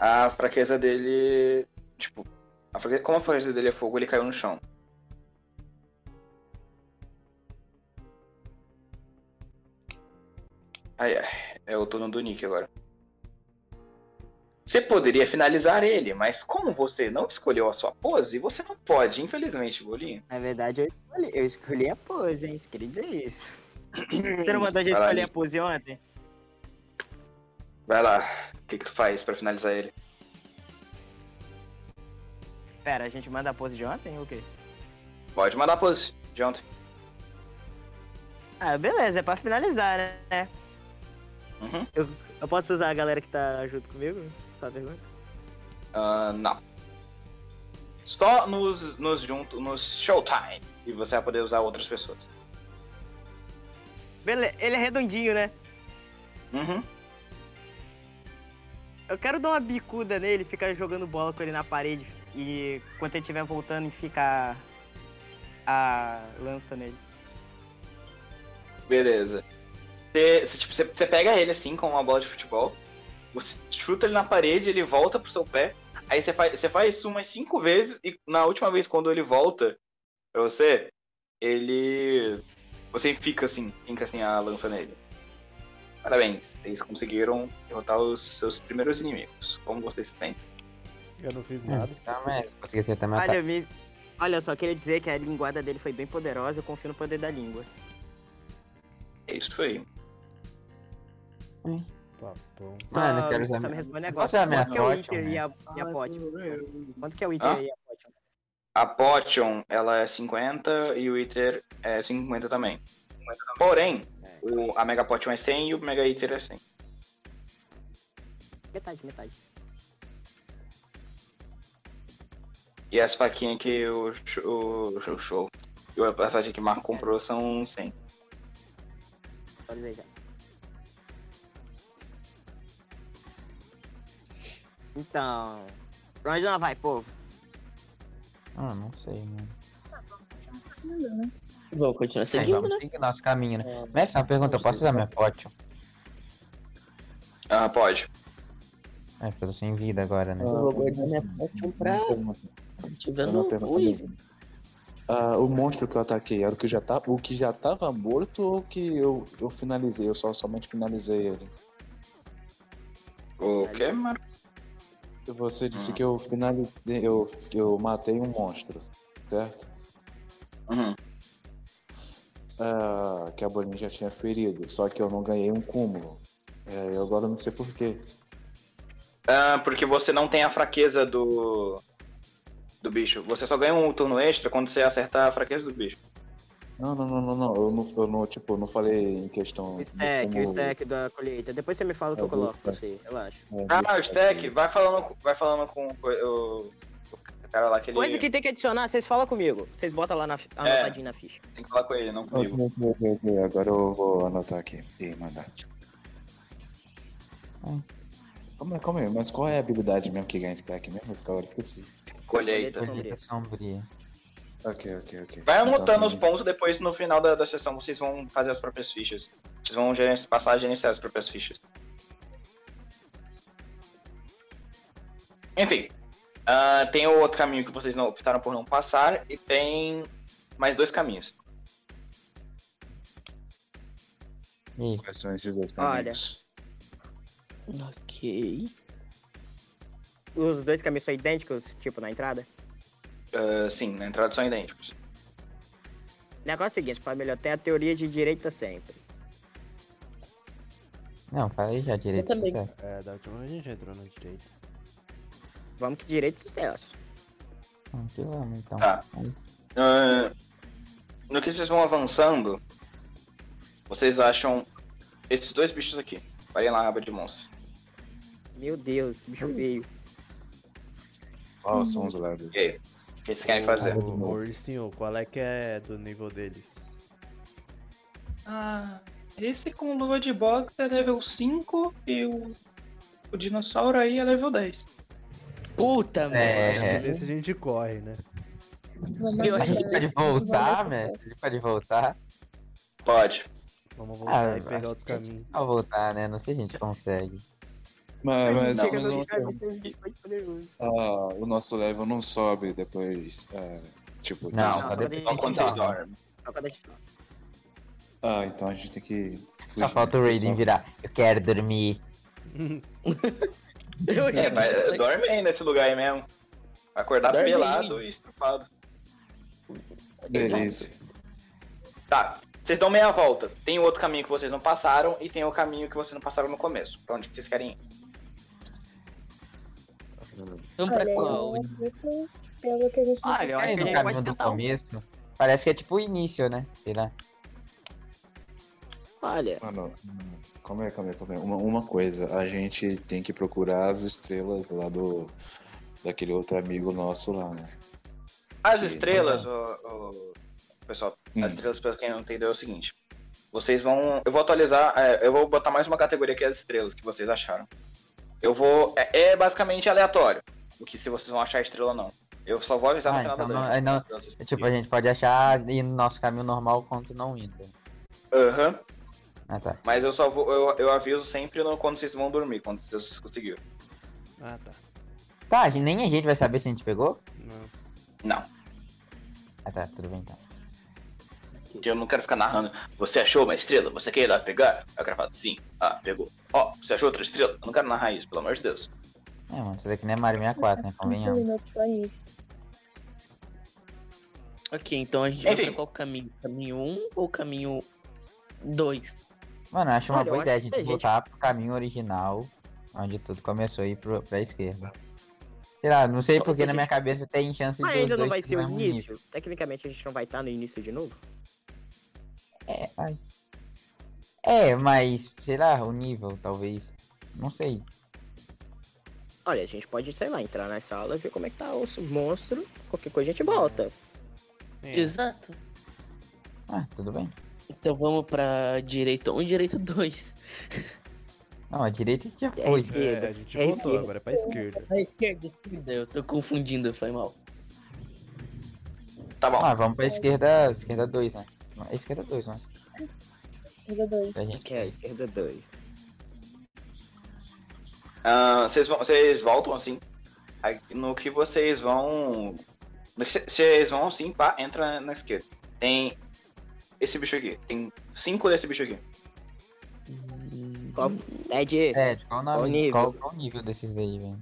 A fraqueza dele. Tipo, a fraqueza- como a fraqueza dele é fogo, ele caiu no chão. Ai ai, é o turno do Nick agora. Você poderia finalizar ele, mas como você não escolheu a sua pose, você não pode, infelizmente, Bolinho. Na verdade, eu escolhi, eu escolhi a pose, hein? Isso queria dizer isso. Você não mandou a gente Vai lá, escolher a Nick. pose ontem? Vai lá, o que, que tu faz pra finalizar ele? Pera, a gente manda a pose de ontem ou o quê? Pode mandar a pose de ontem. Ah, beleza, é pra finalizar, né? Uhum. Eu, eu posso usar a galera que tá junto comigo? Só uma pergunta. Ah, não. Só nos, nos junto, nos showtime. E você vai poder usar outras pessoas. Beleza, ele é redondinho, né? Uhum. Eu quero dar uma bicuda nele, ficar jogando bola com ele na parede e quando ele estiver voltando, fica a, a lança nele. Beleza. Você, você, tipo, você, você pega ele assim com uma bola de futebol, você chuta ele na parede, ele volta pro seu pé, aí você faz, você faz isso umas cinco vezes e na última vez quando ele volta pra você, ele. Você fica assim, fica assim a lança nele. Parabéns, vocês conseguiram derrotar os seus primeiros inimigos. Como vocês têm? Eu não fiz nada. Tá, mas tá- consegui acertar meu Olha, ataque. me... Olha, eu só queria dizer que a linguada dele foi bem poderosa, eu confio no poder da língua. É isso aí. Papão. Mano, eu Ah, quero usar minha- só me responde Posso agora. usar minha Quanto que é o Potion, Iter né? e a, e a Potion? Quanto que é o Iter Hã? e a Potion? A Potion, ela é 50 e o Iter é 50 também. Porém, o, a Mega Potion é 100 e o Mega Iter é 100. Metade, metade. E as faquinhas que o, sh- o, o show, e a passagem que o Marco comprou são 100. Olha aí, cara. Então. Pra onde ela vai, povo? Ah, não sei, mano. Continuar saindo, né? Vamos continuar Aí, seguindo, vamos né? seguir nosso caminho, né? É. Mestre, só uma pergunta, eu posso usar minha potion? Ah, pode. É, porque eu tô sem vida agora, né? Eu vou guardar minha potion pra um, assim, quando tiver no no nível. Ah, o monstro que eu ataquei era o que já tá, o que já tava morto ou o que eu, eu finalizei? Eu só somente finalizei ele. O que, Marco? Você Hum. disse que eu finalizei, eu, eu matei um monstro, certo? Uhum. Ah, que a bolinha já tinha ferido, só que eu não ganhei um cúmulo. É, eu agora não sei porquê. Ah, porque você não tem a fraqueza do. do bicho. Você só ganha um turno extra quando você acertar a fraqueza do bicho. Não, não, não, não, não. Eu não, eu não tipo, eu não falei em questão. O stack, como- o stack da colheita. Depois você me fala o que eu coloco pra você, relaxa. né, Ah, não, o Stack, vai falando, com- vai falando com o, o, o cara lá que ele. Coisa que tem que adicionar, vocês falam comigo. Vocês botam lá na É. fi- anotadinho na ficha. Tem que falar com ele, não Ok, comigo. ok, ok, Agora eu vou anotar aqui e mandar. Calma aí, calma aí, mas qual é a habilidade mesmo que ganha stack mesmo? Esse cara eu esqueci. Colheita. Colheita sombria. Ok, ok, ok. Vai Então, anotando tá os pontos, depois no final da, da sessão vocês vão fazer as próprias fichas. Vocês vão gerenci- passar a gerenciar as próprias fichas. Enfim, ah, tem o outro caminho que vocês não optaram por não passar e tem mais dois caminhos. Quais são esses dois Olha. caminhos? Ok. Os dois caminhos são idênticos, tipo, na entrada? Ah, sim, na entrada são idênticos. O negócio é o seguinte, família, eu tenho a teoria de direita sempre. Não, falei já direito. também. sucesso. É, da última vez a gente entrou na direita. Vamos que direito é sucesso. Não, que vamos, então. Tá. Ah, no que vocês vão avançando, vocês acham esses dois bichos aqui. Vai lá na aba de monstros. Meu Deus, que bicho veio. Qual são os levels? E aí? O que vocês querem É, fazer? tá Ô, ô, ursinho, qual é que é do nível deles? Ah, esse com luva de boxe é level 5 e o, o dinossauro aí é level 10. Puta, Acho é. que nesse a gente corre, né? Eu acho que ele pode voltar, né? velho. Ele pode voltar. Pode. Vamos Ah, voltar e pegar outro caminho. Ao voltar, né? Não sei se a gente consegue. Mas, mas, Chega mas no eu- Não, ah, o nosso level não sobe depois. ah, é, tipo, Não, disso. só depois. Só quando Só, ele dorme. Só quando a gente dorme. Ah, então a gente tem que. só falta o Raiden virar. Eu quero dormir. Eu É, mas dorme aí nesse lugar aí mesmo. Vai Acordar Dorme aí. pelado e estrupado. Beleza. Tá, vocês dão meia volta. Tem o outro caminho que vocês não passaram e tem o caminho que vocês não passaram no começo. Pra onde que vocês querem ir? Vamos um pra Olha, qual? eu acredito Pelo que a gente não Olha, eu acho Aí que a no gente pode caminho do tentar um. começo. Parece que é tipo o início, né? Sei lá. Olha, Mano, calma aí, calma aí, calma aí. Uma, uma coisa, a gente tem que procurar as estrelas lá do. Daquele outro amigo nosso lá, né? As Sim, estrelas, o, pessoal, Hum. as estrelas, pra quem não entendeu, é o seguinte. Vocês vão. Eu vou atualizar, é, eu vou botar mais uma categoria aqui as estrelas que vocês acharam. Eu vou. É, é basicamente aleatório. O que se vocês vão achar estrela ou não. Eu só vou avisar Ah, no final então da não, noite. é, não, é tipo, a gente pode achar ir no nosso caminho normal quanto não indo. Aham. Ah, tá. Mas eu só vou. Eu, eu aviso sempre no- quando vocês vão dormir, quando vocês conseguiram. Ah, tá. Tá, a gente- nem a gente vai saber se a gente pegou? Não. Não. Ah, tá, tudo bem então. Porque eu não quero ficar narrando. Você achou uma estrela? Você quer ir lá pegar? Aí o cara fala, sim. Ah, pegou. Ó, você achou outra estrela? Eu não quero narrar isso, pelo amor de Deus. É, mano, isso daqui não é Mario 64, né? Cinco Convenhamos. minutos só nisso. ok, então a gente vai Enfim. pra qual caminho? Caminho 1 ou caminho 2? Mano, acho uma Olha, eu boa acho ideia a que gente a gente- voltar pro caminho original, onde tudo começou a ir pro, pra esquerda. Sei lá, não sei Só se porque a na gente- minha cabeça tem chance Mas de. ainda não vai ser o início. Tecnicamente a gente não vai estar no início de novo. É, ai. é, mas, sei lá, o nível, talvez. Não sei. Olha, a gente pode, sei lá, entrar na sala, ver como é que tá o monstro. Qualquer coisa a gente volta. É. Exato. Ah, tudo bem. Então vamos pra direita 1 e direita 2. Não, a direita já É foi. esquerda. É, a gente É voltou esquerda. agora é pra esquerda. A esquerda, esquerda, eu tô confundindo, foi mal. Tá bom. Ah, vamos pra esquerda. Esquerda 2, né? É esquerda 2, né? Esquerda dois. Pra gente. Que é a esquerda 2. Ah, vocês, vão- vocês voltam assim. Aí, no que vocês vão. no que cê- Vocês vão assim, pá, entra na esquerda. Tem esse bicho aqui. Tem cinco desse bicho aqui. Hum, Qual? É de. É, de qual, nome, Qual nível? Qual, qual nível desses daí, velho?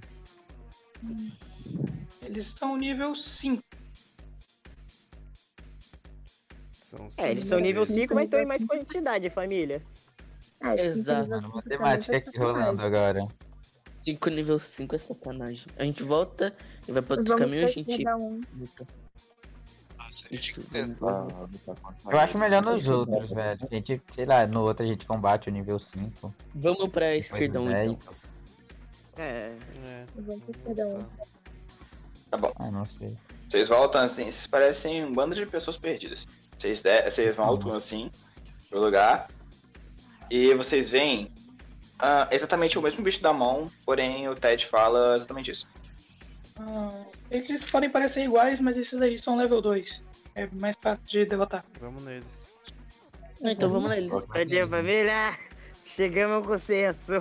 Eles são nível 5. São É, eles são nível 5, mas estão em mais quantidade, família. Ah, cinco Exato. minutos Mano, pra mim foi matemática aqui tá sacanagem. rolando agora. 5 nível 5 é sacanagem. A gente volta e vai pra outro Vamos caminho e a pra gente esquerda um. luta. Nossa, Isso, tentar lutar contra Eu acho ele. melhor nos outros, velho. A gente, sei lá, no outro a gente combate o nível 5. Vamos pra esquerda 1 então. É. É. Vamos pra esquerda um. Tá bom. Ah, não sei. Vocês voltam assim, vocês parecem um bando de pessoas perdidas. Vocês, de- vocês voltam assim pro lugar. E vocês veem ah, exatamente o mesmo bicho da mão, porém o Ted fala exatamente isso. eles podem parecer iguais, mas esses aí são level 2. É mais fácil de derrotar. Vamos neles. Não, então vamos neles. Cadê, família? Chegamos ao consenso.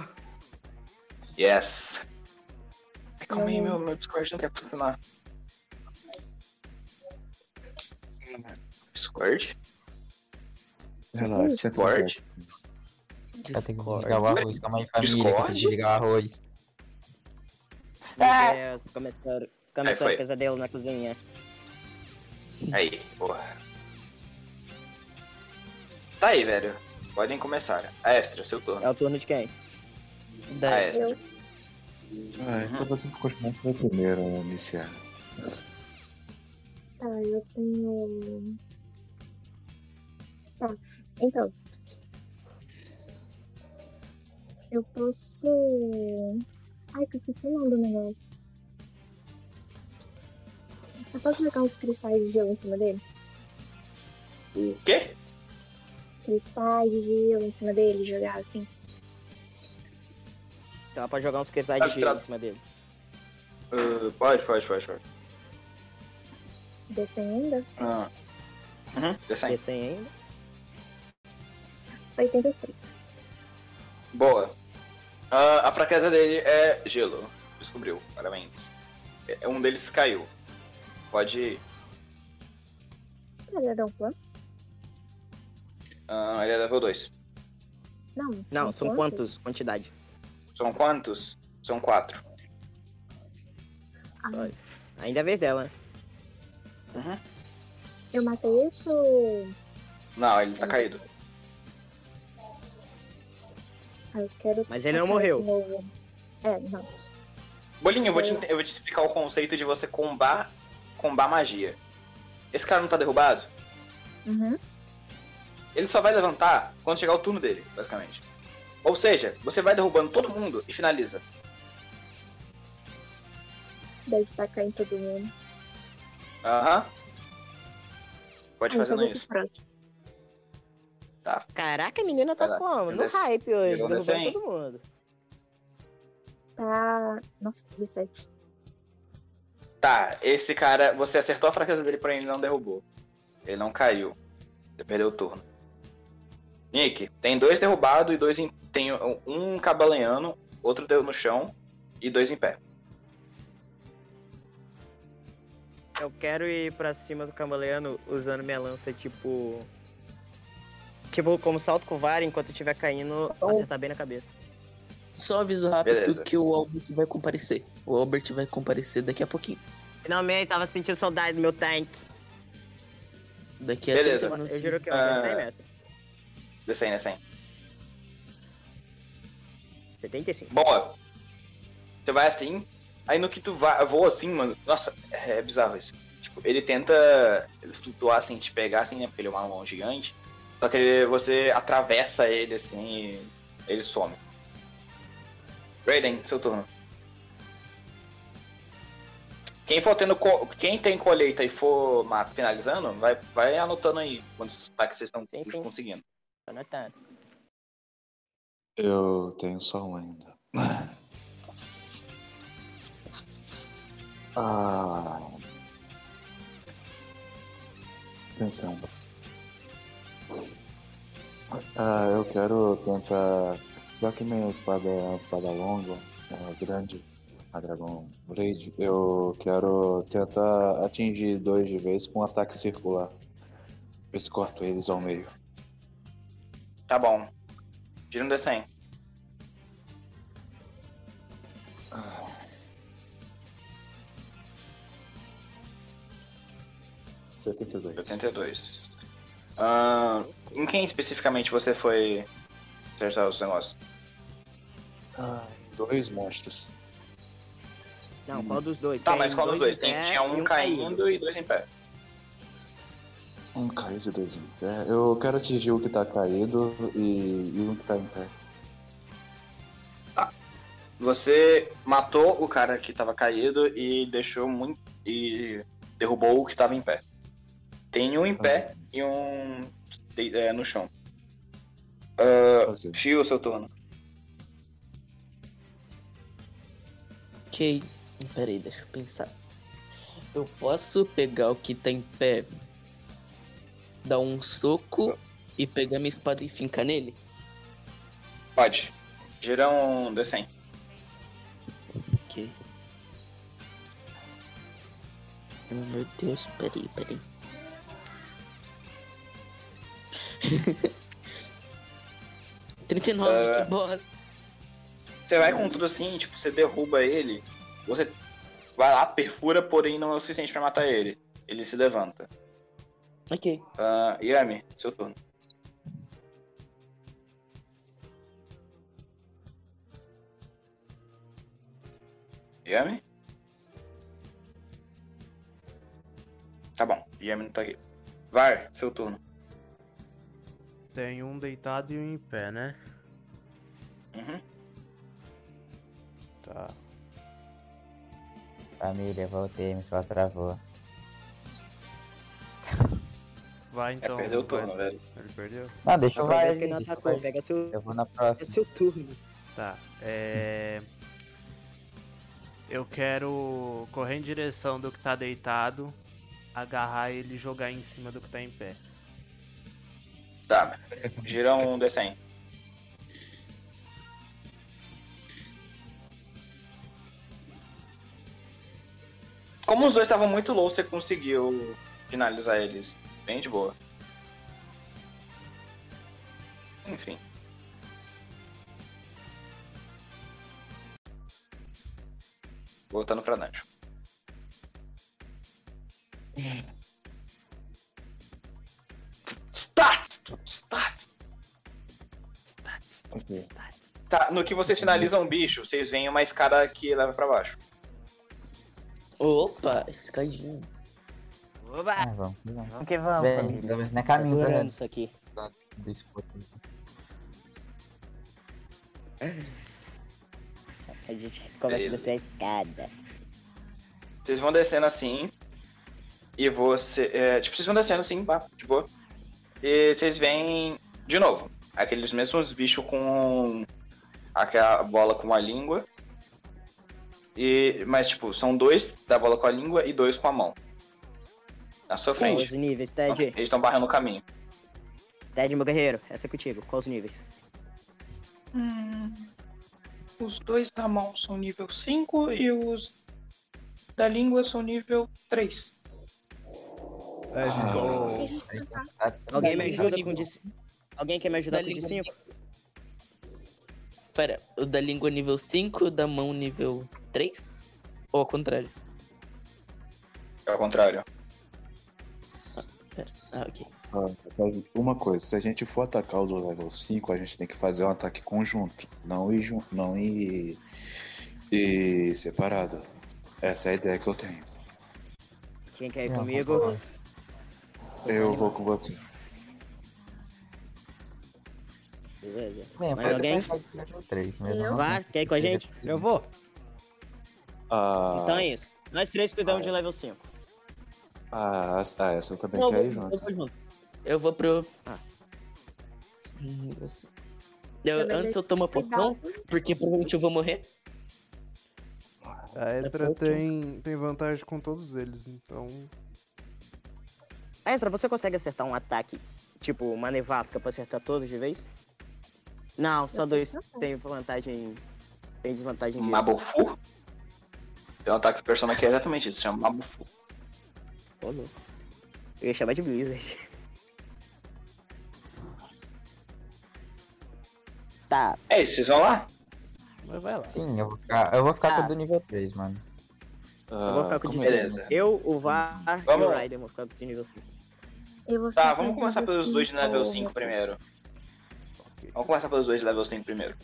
Yes. É Calma aí, meu, meu Discord não quer funcionar. Discord? Relaxa, Discord? Vai ter que desligar o arroz, calma aí, família. Vai ter que desligar o arroz. Meu Deus, começou, Aí começou foi. o pesadelo na cozinha. Aí, porra. Tá aí, velho. Podem começar. Extra, seu turno. É o turno de quem? Ah, Dez. extra. Ah, então você ficou com você é o primeiro né, a iniciar. Tá, eu tenho. Tá, então. Eu posso. Ai, que eu esqueci o nome do negócio. Eu posso jogar uns cristais de gelo em cima dele? O quê? Cristais de gelo em cima dele, jogar assim. Então ela pode jogar uns cristais de Pode gelo em tirar. cima dele. Ah, pode, pode, pode, pode. Descem ainda? Ah. Uhum, descendo. Descem ainda. 86. Boa. Ah, a fraqueza dele é gelo. Descobriu. Parabéns. É, Um deles caiu. Pode. Cara, eram quantos? ah, ele é level 2. Não, Não, são quantos? Quantidade. São quantos? São quatro. Ah, Vai. Ainda é a vez dela. né? Uhum. eu matei isso ou. Não, ele tá caído. Ah, eu quero. Mas ele não matar morreu. de novo. É, não. Bolinho, eu vou, te, eu vou te explicar o conceito de você combar, combar magia. Esse cara não tá derrubado? Uhum. Ele só vai levantar quando chegar o turno dele, basicamente. Ou seja, você vai derrubando todo mundo e finaliza. Deve tacar em todo mundo. Aham. Pode Ah, então fazendo vou pro isso. próximo. Caraca, a menina tá Vai lá. como? No Desce. hype hoje, Jogou derrubando descem. todo mundo. Tá. Nossa, 17. Tá, esse cara, você acertou a fraqueza dele, porém ele não derrubou. Ele não caiu. Você perdeu o turno. Nick, tem dois derrubados e dois em, tem um cabalanhando, outro deu no chão e dois em pé. Eu quero ir pra cima do cambaleano usando minha lança, tipo. Tipo, como salto com vara, enquanto eu estiver caindo, acertar bem na cabeça. Só aviso rápido Beleza. que o Albert vai comparecer. O Albert vai comparecer daqui a pouquinho. Finalmente, tava sentindo saudade do meu tanque. Daqui a Beleza. 30 minutos. Eu juro que eu Ah. pensei nessa. Descendo, descendo. 75. Boa. assim, Você vai assim, aí no que tu va- voa assim, mano. Nossa, é bizarro isso. Tipo, ele tenta flutuar assim, te pegar assim, né? Porque ele é uma mão gigante. Só que ele- você atravessa ele assim e ele some. Raiden, seu turno. Quem for tendo co- quem tem colheita e for ma- finalizando, vai, vai anotando aí quantos destaques vocês estão Sim, sim. conseguindo. Tá anotado. Eu tenho só um ainda. Ah. Atenção. Ah, eu quero tentar. Já que minha espada é uma espada longa, é uma grande, a Dragon Blade, eu quero tentar atingir dois de vez com um ataque circular. Ver se corto eles ao meio. Tá bom. Tira um D100. dois. 82. Ah, em quem especificamente você foi acertar os negócios? Ah, dois monstros. Não, qual dos dois? Tá, Tem mas qual dos dois? em Tem, pé tinha um, e caindo, e dois em pé. Um caído e dois em pé. Eu quero atingir o que tá caído e, e um que tá em pé. Você matou o cara que tava caído e deixou muito. e derrubou o que tava em pé. Tem um em pé e um de- é, no chão. Ah, Ok. Fio, seu turno. Ok. Peraí, deixa eu pensar. Eu posso pegar o que tá em pé, dar um soco e pegar minha espada e fincar nele? Pode. Gira um D100. Ok. Oh, meu Deus, peraí, peraí. Trinta e nove, Ah. que bosta. Você vai com tudo assim, tipo, você derruba ele, você vai lá, perfura, porém não é o suficiente pra matar ele. Ele se levanta. Ok. Ah, Yami, seu turno. Yami? Tá bom, Yami não tá aqui. Var, seu turno. Tem um deitado e um em pé, né? Uhum. Tá. Família, voltei, me só travou. Vai então. É, perdeu o vai. turno, né? velho. Ele perdeu? Não, deixa eu vai. Aproveita Então que não tá deixa eu atacou, vai. pega seu- Eu vou na próxima. É seu turno. Tá. É. Eu quero correr em direção do que tá deitado, agarrar ele e jogar em cima do que tá em pé. Tá, gira um D100. Como os dois estavam muito low, você conseguiu finalizar eles bem de boa. Enfim. Voltando pra Nacho. Stats! Stats! Ok. Tá, no que vocês finalizam o bicho, vocês veem uma escada que leva pra baixo. Opa, escadinho. Ah, vamos, Vamos vamos. que vamos, Bem, família. pelo menos não é caminho pra Adorando isso aqui. do escudo. A gente começa a Beleza. descer a escada. Vocês vão descendo assim. E você. é, tipo, vocês vão descendo assim, pá, de boa. E vocês veem de novo. Aqueles mesmos bichos com aquela bola com a língua. E, mas, tipo, são dois da bola com a língua e dois com a mão. Na sua Qual os frente. níveis, Ted? Eles estão barrando o caminho. Ted, meu guerreiro, essa é contigo. Qual os níveis? Hum. os dois da mão são nível 5 e os da língua são nível 3. É, Ah. gente. tá Alguém me ajuda com língua. dis- Alguém quer me Da ajudar com língua. 5? Pera, o da língua nível 5, o da mão nível 3? Ou ao contrário? É o contrário. Pera, ah, ok. Ah, mas Uma coisa, se a gente for atacar os do level 5, a gente tem que fazer um ataque conjunto, não ir, jun- não ir, ir separado. Essa é a ideia que eu tenho. Quem quer ir Não, comigo? Eu vou com você. Beleza. Bem, Mais alguém? Três, mas Eu? não- Var, quer ir com a gente? Eu vou. Ah, Então é isso. Nós três cuidamos de level 5. ah, as- ah, essa eu também Não, quer ir eu, vou, eu junto. vou junto. Eu vou pro. Ah. Hum, Deus. Eu- Também antes dei eu tomo a poção, porque provavelmente eu vou morrer. A Ezra né? tem, tem vantagem com todos eles, então. Ezra, você consegue acertar um ataque, tipo uma nevasca, pra acertar todos de vez? Não, só dois. Tem vantagem. Tem desvantagem de. Mabofu? Tem um ataque de persona que é exatamente isso, chama Mabofu. Ô, louco. Eu ia chamar de Blizzard. Tá, É isso, vocês vão lá? Mas vai lá. Sim, eu vou ficar, eu vou ficar Ah. com o do nível 3, mano. Ah, eu vou ficar com o de como é? cima. Beleza. Eu, o VAR Vamos. e o Raiden vão ficar com o de nível 5. Eu vou Tá, ficar vamos com começar nível pelos dois de level cinco. 5 primeiro. Vamos começar pelos dois de level 5 primeiro.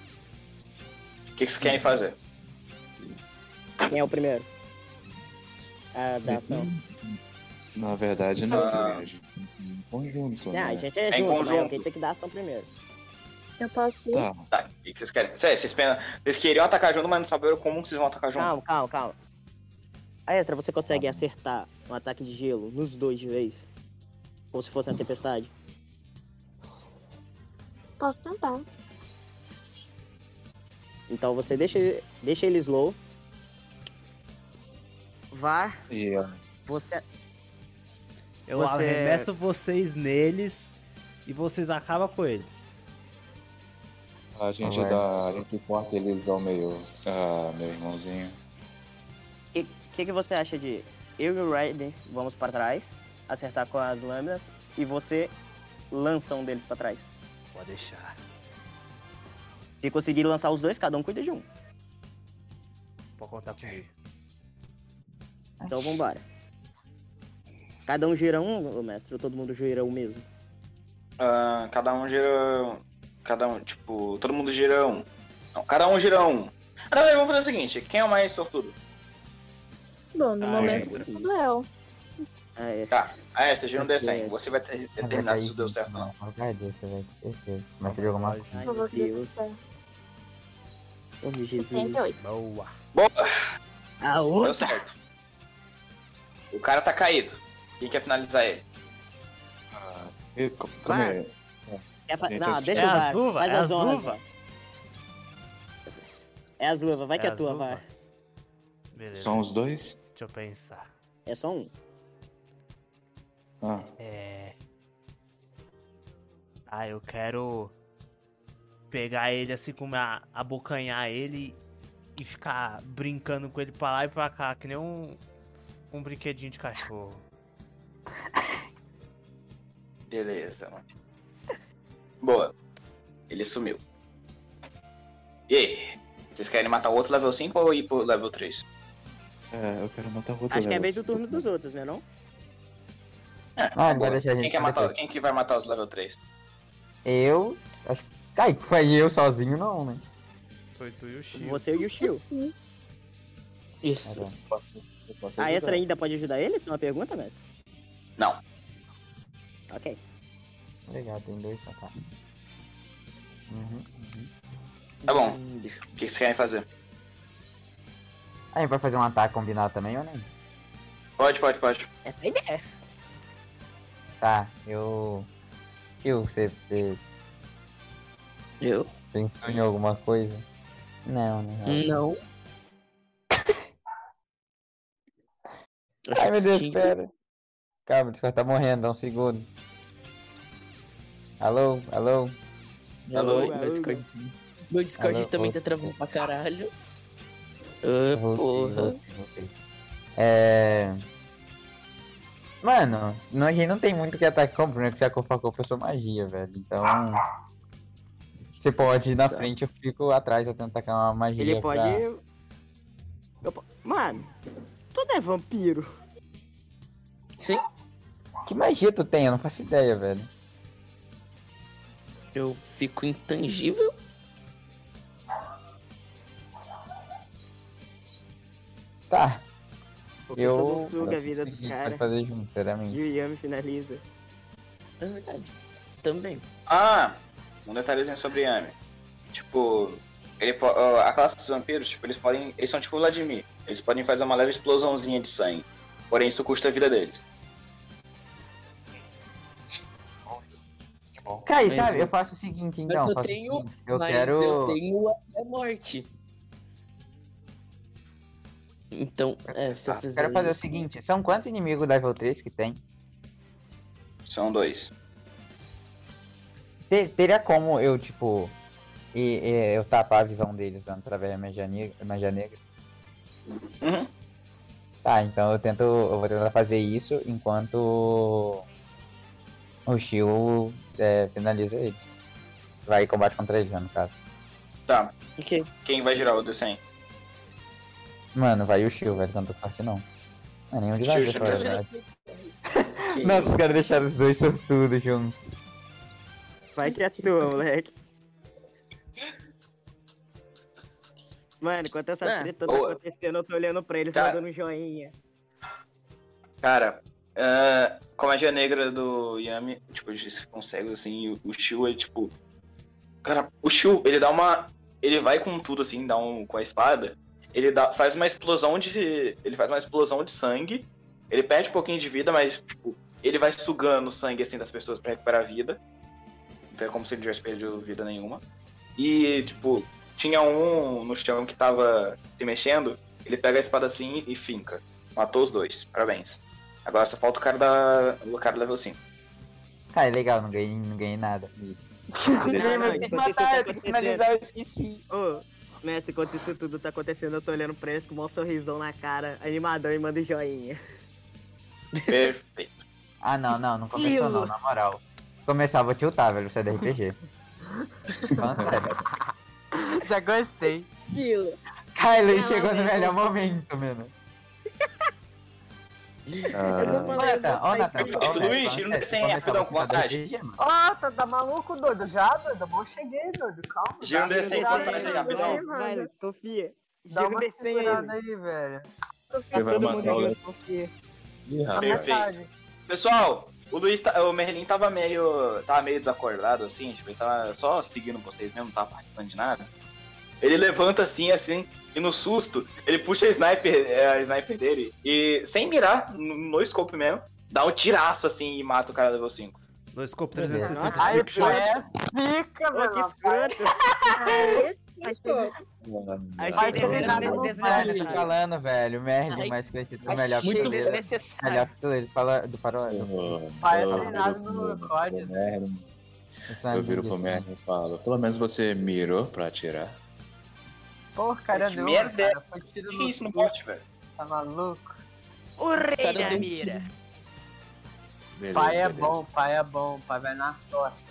O que que vocês querem fazer? Quem é o primeiro? um A é da ação. Na verdade, não. Ah. a gente tem que ir um em Conjunto, Ah, né? a gente é em junto, mas conjunto. alguém tem que dar ação primeiro. Eu posso ir? Tá, Tá, o que que vocês querem? Sério, vocês, pena- vocês queriam atacar junto, mas não saberam como vocês vão atacar junto. Calma, calma, calma. A Extra, você consegue acertar um ataque de gelo nos dois de vez? Como se fosse uma tempestade? Posso tentar. Então você deixa, deixa ele slow. Var, e ah, você. Eu Você- arremesso vocês neles e vocês acabam com eles. a gente Vai. dá. A gente corta eles ao meio. Ah, meu irmãozinho. O que, que você acha de eu e o Raiden vamos para trás, acertar com as lâminas e você lança um deles para trás? Pode deixar. Se conseguir lançar os dois, cada um cuida de um. Pode contar comigo. Então vambora. Cada um gira um, ô, mestre, ou todo mundo gira o mesmo? Ah, cada um gira. Cada um, tipo, todo mundo gira um. Não, cada um gira um. Ah, não, vamos fazer o seguinte: quem é o mais sortudo? Bom, no Ah, momento entra. tudo é eu. Ah, é. Tá. Ah, é, você gira um D100. Você vai ter- determinar se isso deu certo ou não. Não vai dar, você vai, com certeza. Mas você jogou mal. Ai, Por favor, meu que dê tudo Deus. certo. Ô, Jesus. 78. Boa. Boa, Aô? deu certo. O cara tá caído. Quem quer finalizar ele? E co- como é? É fa- Gente, Não, as- deixa é o as VAR. luvas, faz é a as zona. luvas. É as luvas, vai que É é a as tua, luvas. vai. Beleza. São os dois? Deixa eu pensar. É só um. Ah, É. Ah, eu quero pegar ele assim como a abocanhar ele e ficar brincando com ele pra lá e pra cá, que nem um, um brinquedinho de cachorro. Beleza, mano. Boa. Ele sumiu. E aí? Vocês querem matar o outro level 5 ou ir pro level 3? é, eu quero matar o outro. Acho que é velho. bem do turno dos outros, né não? Ah, ele vai deixar a gente Quem, quer pra matar, depois. quem que vai matar os level 3? Eu. Acho que. Ai, foi eu sozinho, não, né? Foi tu e o Chico. Você e o Shio. Sim. Isso. Caramba. Eu posso Ah, ajudar. essa ainda pode ajudar ele? Isso é uma pergunta, mestre? Não. Ok. Legal, tem dois pra cá. Uhum. Tá bom. Hum, deixa eu- O que vocês querem fazer? Aí vai fazer um ataque combinado também ou nem? Pode, pode, pode. Essa é a ideia. Tá, eu. Eu, você, você Eu? pensou em alguma coisa? Não, né? não. Não. Ai meu Deus, Tinha- pera. Calma, o Discord tá morrendo, dá um segundo. Alô, alô. Alô, Alô, meu Discord. Meu Discord Alô, também alô. tá travando pra caralho. Ah, Voltei, porra. voltei, voltei. É. Mano, não, a gente não tem muito o que atacar com, né? Que se é corpo a corpo, eu sou magia, velho. Então. Você pode ir na Tá. frente, eu fico atrás, eu tento atacar uma magia. é Ele pode. pra- Eu po- Mano, tudo é vampiro. Sim, Que magia tu tem? Eu não faço ideia, velho. eu fico intangível. Tá, Porque eu. todo suga a eu vida dos consegui, Pode caras. fazer junto, E seriamente. o Yami finaliza. É verdade. Também. Ah, um detalhezinho sobre Yami. Tipo, ele, po- ó, a classe dos vampiros, tipo, eles podem. Eles são tipo Vladimir. Eles podem fazer uma leve explosãozinha de sangue. Porém, isso custa a vida deles. Cara, e Mas sabe, eu- eu faço o seguinte, Mas então. eu faço o tenho- seguinte, eu mas quero. eu tenho até morte. Então, é, se eu Ah, fizer. quero fazer o isso- seguinte, são quantos inimigos da level 3 que tem? São dois. Te- teria como eu, tipo, e, e- eu tapar a visão deles através da magia negra, magia negra? Uhum. Tá, então eu tento. Eu vou tentar fazer isso enquanto o Shio é, finaliza eles. Vai em combate contra eles, né, no caso. Tá. Ok. Quem vai girar o D100? Mano, vai o Shio, velho, que eu não tô forte não. Não é nenhum de Shio, nós, Shio, pra falar a Shio. verdade. Ok. Nossa, os caras deixaram os dois sortudos juntos. Vai que é tua, moleque. Mano, enquanto essa Ah. treta tá Boa. acontecendo, eu tô olhando pra eles, Cara. mandando um joinha. Cara, ah, com a magia negra do Yami, tipo, eles ficam cegos assim, e o- o Shio é tipo. Cara, o Shio, ele dá uma. Ele vai com tudo assim, dá um. com a espada. Ele dá, faz uma explosão de. Ele faz uma explosão de sangue. Ele perde um pouquinho de vida, mas, tipo, ele vai sugando o sangue assim das pessoas pra recuperar a vida. Então é como se ele tivesse perdido vida nenhuma. E, tipo, tinha um no chão que tava se mexendo. Ele pega a espada assim e finca. Matou os dois. Parabéns. Agora só falta o cara da. O cara do level 5. Cara, é legal, não ganhei, não ganhei nada. Não, não, enquanto isso tá acontecendo. eu esqueci. Ô, Mestre, enquanto isso tudo tá acontecendo, eu tô olhando pra eles com um maior sorrisão na cara, animadão e manda um joinha. Perfeito. Ah, não, não, não começou não, na moral. Se Começar, vou tiltar, velho, você é da RPG. Falando sério. Já gostei. Estilo. Kylo chegou no melhor momento, mano. Ah, Ô, Nathan, ó, Nathan, Tudo ó, Nathan, isso, falando não sério, tem começar, erro, não, com vou tiltar da vantagem. RPG, mano. Ó, tá, tá maluco, doido? Já, doido? Eu cheguei, doido. Calma. Tá, Giro dá uma D100, segurada vantagem, aí, rapidão. mano. Vai, Luiz, confia. Dá Giro uma D100 segurada aí. aí, velho. Você vai Tá Todo matar mundo o junto, Leandro. confia. Ih, Dá rapaz. metade. Pessoal, o Luiz, tá- o Merlin tava meio, tava meio desacordado, assim, tipo, ele tava só seguindo vocês mesmo, não tava participando de nada. Ele levanta assim, assim, e no susto, ele puxa a sniper, é, a sniper dele, e sem mirar, no, no scope mesmo, dá um tiraço assim e mata o cara do level 5. No scope 360 Ah, de Aí, trick pô, shot. é pica, Ô, que velho. escroto. Ah, Pô, Ah, Achei Vai ter desnecessário. nada Mano, desnecessário. tô falando, velho, merda, Ai, mas que esse Achei melhor muito pistoleiro. desnecessário. Melhor pistoleiro do Faro- do Ah, Faroeste. Vai treinado no código. Eu viro pro Merlin e falo, pelo menos você mirou pra atirar. Porra, cara, Que deu. merda é- Cara. Foi tiro Que no isso no pote, velho? Tá maluco? O rei cara da deu um mira. Beleza, Pai é beleza. bom, pai é bom, pai vai na sorte.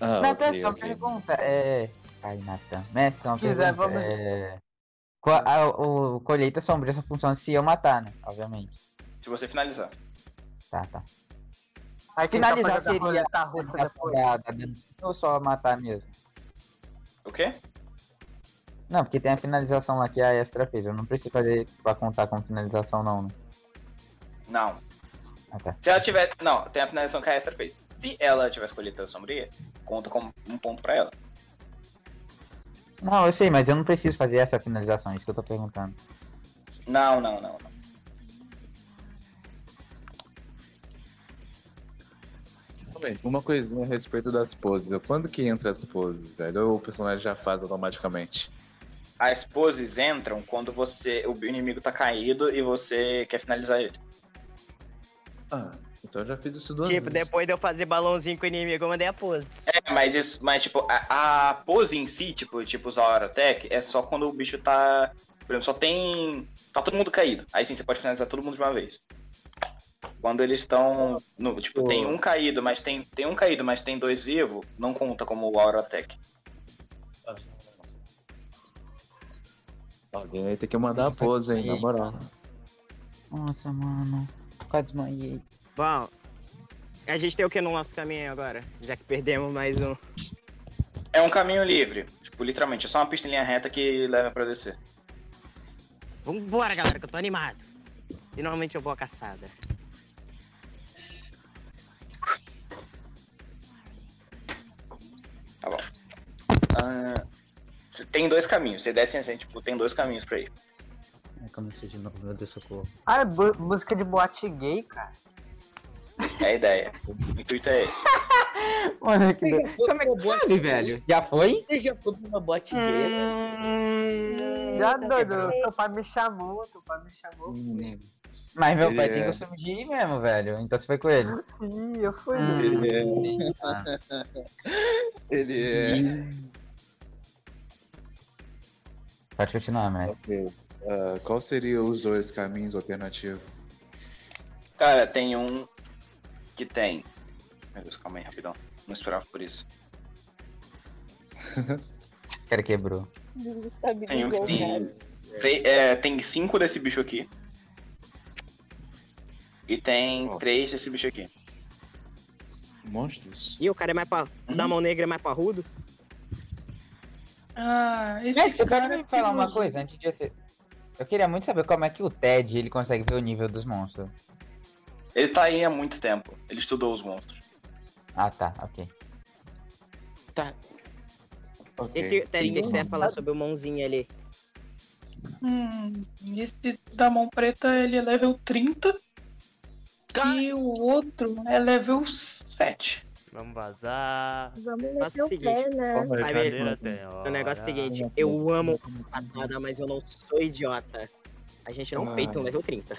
Ah, Mas ok, essa é uma ok. pergunta. É. Ai, Nathan. Mas essa é uma Se quiser, pergunta. vamos- É... Qual- a- o colheita sombria só funciona se eu matar, né? Obviamente. Se você finalizar. Tá, tá. Aí quem tá Finalizar fazendo a seria- roleta russa depois. Da- da dança, Ou só matar mesmo? O quê? Não, porque tem a finalização lá que é a extra fez. Eu não preciso fazer pra contar com finalização, não, né? Não. Ah, tá. Se ela tiver. Não, tem a finalização que a Esther fez. Se ela tiver escolhido a sombria, conta como um ponto pra ela. Não, eu sei, mas eu não preciso fazer essa finalização, é isso que eu tô perguntando. Não, não, não, não. Também, Uma coisinha a respeito das poses. Quando que entra as poses, velho? Ou o personagem já faz automaticamente? As poses entram quando você. O inimigo tá caído e você quer finalizar ele. Ah, então eu já fiz isso duas Tipo, vezes. depois de eu fazer balãozinho com o inimigo, eu mandei a pose. É, mas isso. Mas, tipo, a, a pose em si, tipo, tipo, usar o Aerotech, é só quando o bicho tá. Por exemplo, só tem. Tá todo mundo caído. Aí sim você pode finalizar todo mundo de uma vez. Quando eles estão. no- Tipo, tem um caído, mas tem. Tem um caído, mas tem dois vivos, não conta como o Aura Attack. Ah. Alguém aí tem que mandar a pose aí, na moral. Nossa, mano. Quase desmaiei. Bom, a gente tem o que no nosso caminho agora? Já que perdemos mais um. É um caminho livre. Tipo, literalmente, é só uma pista em linha reta que leva pra descer. Vambora, galera, que eu tô animado. Finalmente eu vou a caçada. Tá bom. Ah, cê- tem dois caminhos. Você desce assim, tipo, tem dois caminhos pra ir. Ai, Comecei de novo, meu Deus, socorro. Ah, é bu- música de boate gay, cara. É a ideia. O intuito é esse. Mano, que doido. Como é que Sabe, velho? Já foi? Você já foi pra uma bote gay? Hum. velho? né? Já doido, teu pai me chamou, teu pai me chamou. Hum, Mas meu Ele pai é. tem costume de ir mesmo, velho. Então você foi com ele. Hum. Ih, eu fui. Ele é. Ah. Ele é. Pode continuar, merda. Ok. Ah, qual seria os dois caminhos alternativos? Cara, tem um que tem. Meu Deus, calma aí, rapidão. Não esperava por isso. O cara quebrou. Tem um desestabilizou, que cara. tem. tre- é, tem cinco desse bicho aqui. E tem Ó. três desse bicho aqui. Monstros? Ih, o cara é mais pra. Da mão negra é mais parrudo? Ah, Gente, você pode me falar uma coisa antes de você. Eu queria muito saber como é que o Ted ele consegue ver o nível dos monstros. Ele tá aí há muito tempo. Ele estudou os monstros. Ah, tá, ok. Tá, Ok. Esse é Ted Tem que você ia um- falar sobre o mãozinho ali. Hum, esse da mão preta ele é level 30 Tá. e o outro é level 7. Vamos vazar. Vamos Faça meter o o pé, seguinte. né? Calma aí, Vai calma aí. Cadeira até, ó. O negócio é o seguinte, eu amo caçada, mas eu não sou idiota. A gente não Ah. peita um level 30.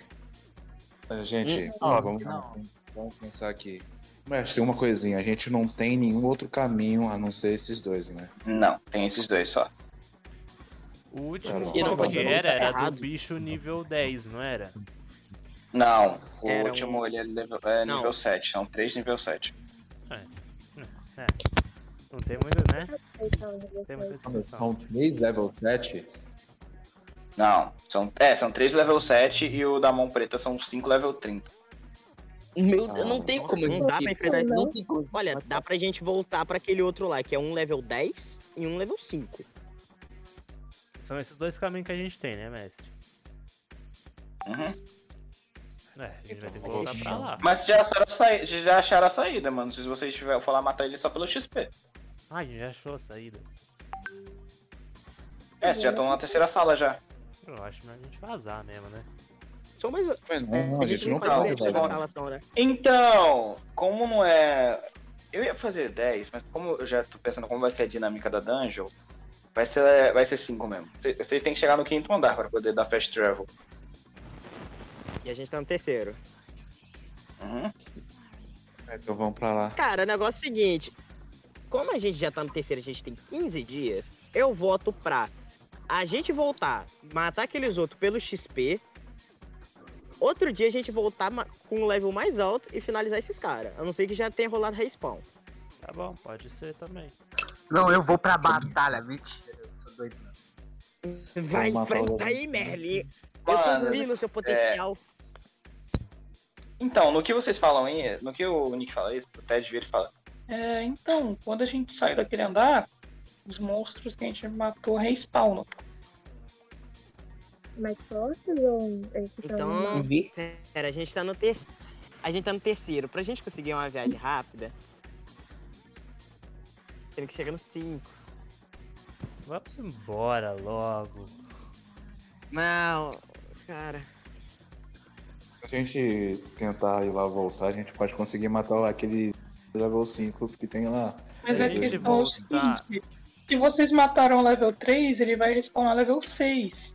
Ah, Gente, Hum. Nossa, vamos, não. vamos pensar aqui. Mestre, uma coisinha, a gente não tem nenhum outro caminho a não ser esses dois, né? Não, tem esses dois só. O último E não qual que pode- era? tá Era errado. do bicho nível 10, não era? Não, o Era um- último ele é, level- é Não. nível 7, são 3 nível 7. É. Não tem muito, né? um Tem muita discussão. São 3 level 7? Não, são, é, são 3 level 7 e o da mão preta são 5 level 30. Meu Deus, não tem como Não dá pra enfrentar isso. Não Olha, tá. dá pra gente voltar pra aquele outro lá, que é um level 10 e um level 5. São esses dois caminhos que a gente tem, né, mestre? Uhum. É, a gente Então, vai ter que voltar pra lá. Mas vocês já, acharam a saí- vocês já acharam a saída, mano. Se vocês tiver, eu falar matar ele só pelo XP. Ah, a gente já achou a saída. É, vocês já estão na terceira sala já. Eu acho melhor a gente vazar mesmo, né? São mais. é, Mas não, a gente não tá pode pode fazer vazar. instalação, né? Então, como não é. Eu ia fazer 10, mas como eu já tô pensando como vai ser a dinâmica da dungeon, vai ser, vai ser 5 mesmo. Vocês- Vocês têm que chegar no quinto andar pra poder dar fast travel. E a gente tá no terceiro. Uhum. É, Então vamos pra lá. Cara, o negócio é o seguinte. Como a gente já tá no terceiro, a gente tem 15 dias, eu voto pra a gente voltar, matar aqueles outros pelo XP. Outro dia a gente voltar ma- com um level mais alto e finalizar esses caras. A não ser que já tenha rolado respawn. Tá bom, pode ser também. Não, eu vou pra batalha, mentira, eu sou doido. Vai Vou matar o enfrentar aí, Lorenzo. Merlin. Eu confio no seu potencial. Então, no que vocês falam aí, no que o Nick fala isso, o Ted vira e fala. É, então, quando a gente sai daquele andar, os monstros que a gente matou respawnam. Mais fortes ou eles que Então, estão pera, a gente tá no terceiro. A gente tá no terceiro. Pra gente conseguir uma viagem rápida, tem que chegar no 5. Vamos embora logo. Não, cara. Se a gente tentar ir lá voltar, a gente pode conseguir matar aquele level 5 que tem lá. Mas É, a dois questão é o level seguinte: tá. se vocês mataram o level 3, ele vai respawnar level 6.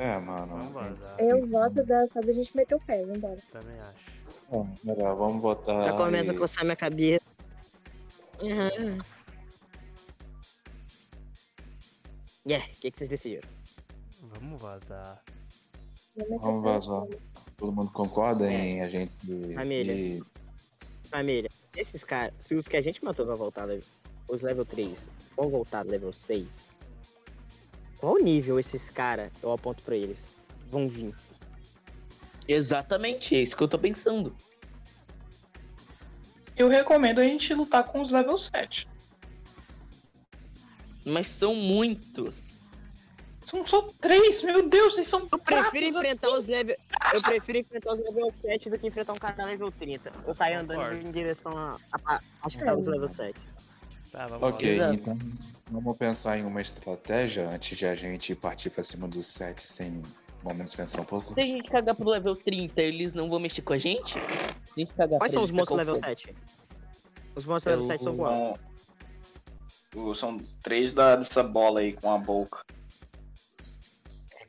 É, Tá mano. Eu voto da só da gente meter o pé, vambora. Também acho. Bom, melhor, vamos votar. Já começa a e- coçar minha cabeça. Uhum. Yeah, É, o que, que vocês decidiram? Vamos vazar. Vamos vazar. Todo mundo concorda em a gente. Família. e- Família, esses caras, se os que a gente matou vão voltar, level- os level 3 vão voltar level 6, qual nível esses caras, eu aponto pra eles, vão vir? Exatamente, é isso que eu tô pensando. Eu recomendo a gente lutar com os level 7. Mas são muitos. São só três, meu Deus, vocês são Eu prefiro enfrentar os level. Eu prefiro enfrentar os level 7 do que enfrentar um cara level 30. Eu saio andando em direção a. a, a acho que tá os level 7. Tá, vamos Ok, lá. então vamos pensar em uma estratégia antes de a gente partir pra cima dos 7 sem ao menos pensar um pouco. Se a gente cagar pro level 30, eles não vão mexer com a gente? Se a gente cagar Quais pra são eles, os tá monstros qual level foi? 7? Os monstros level 7 são qual? O- São três da, dessa bola aí com a boca.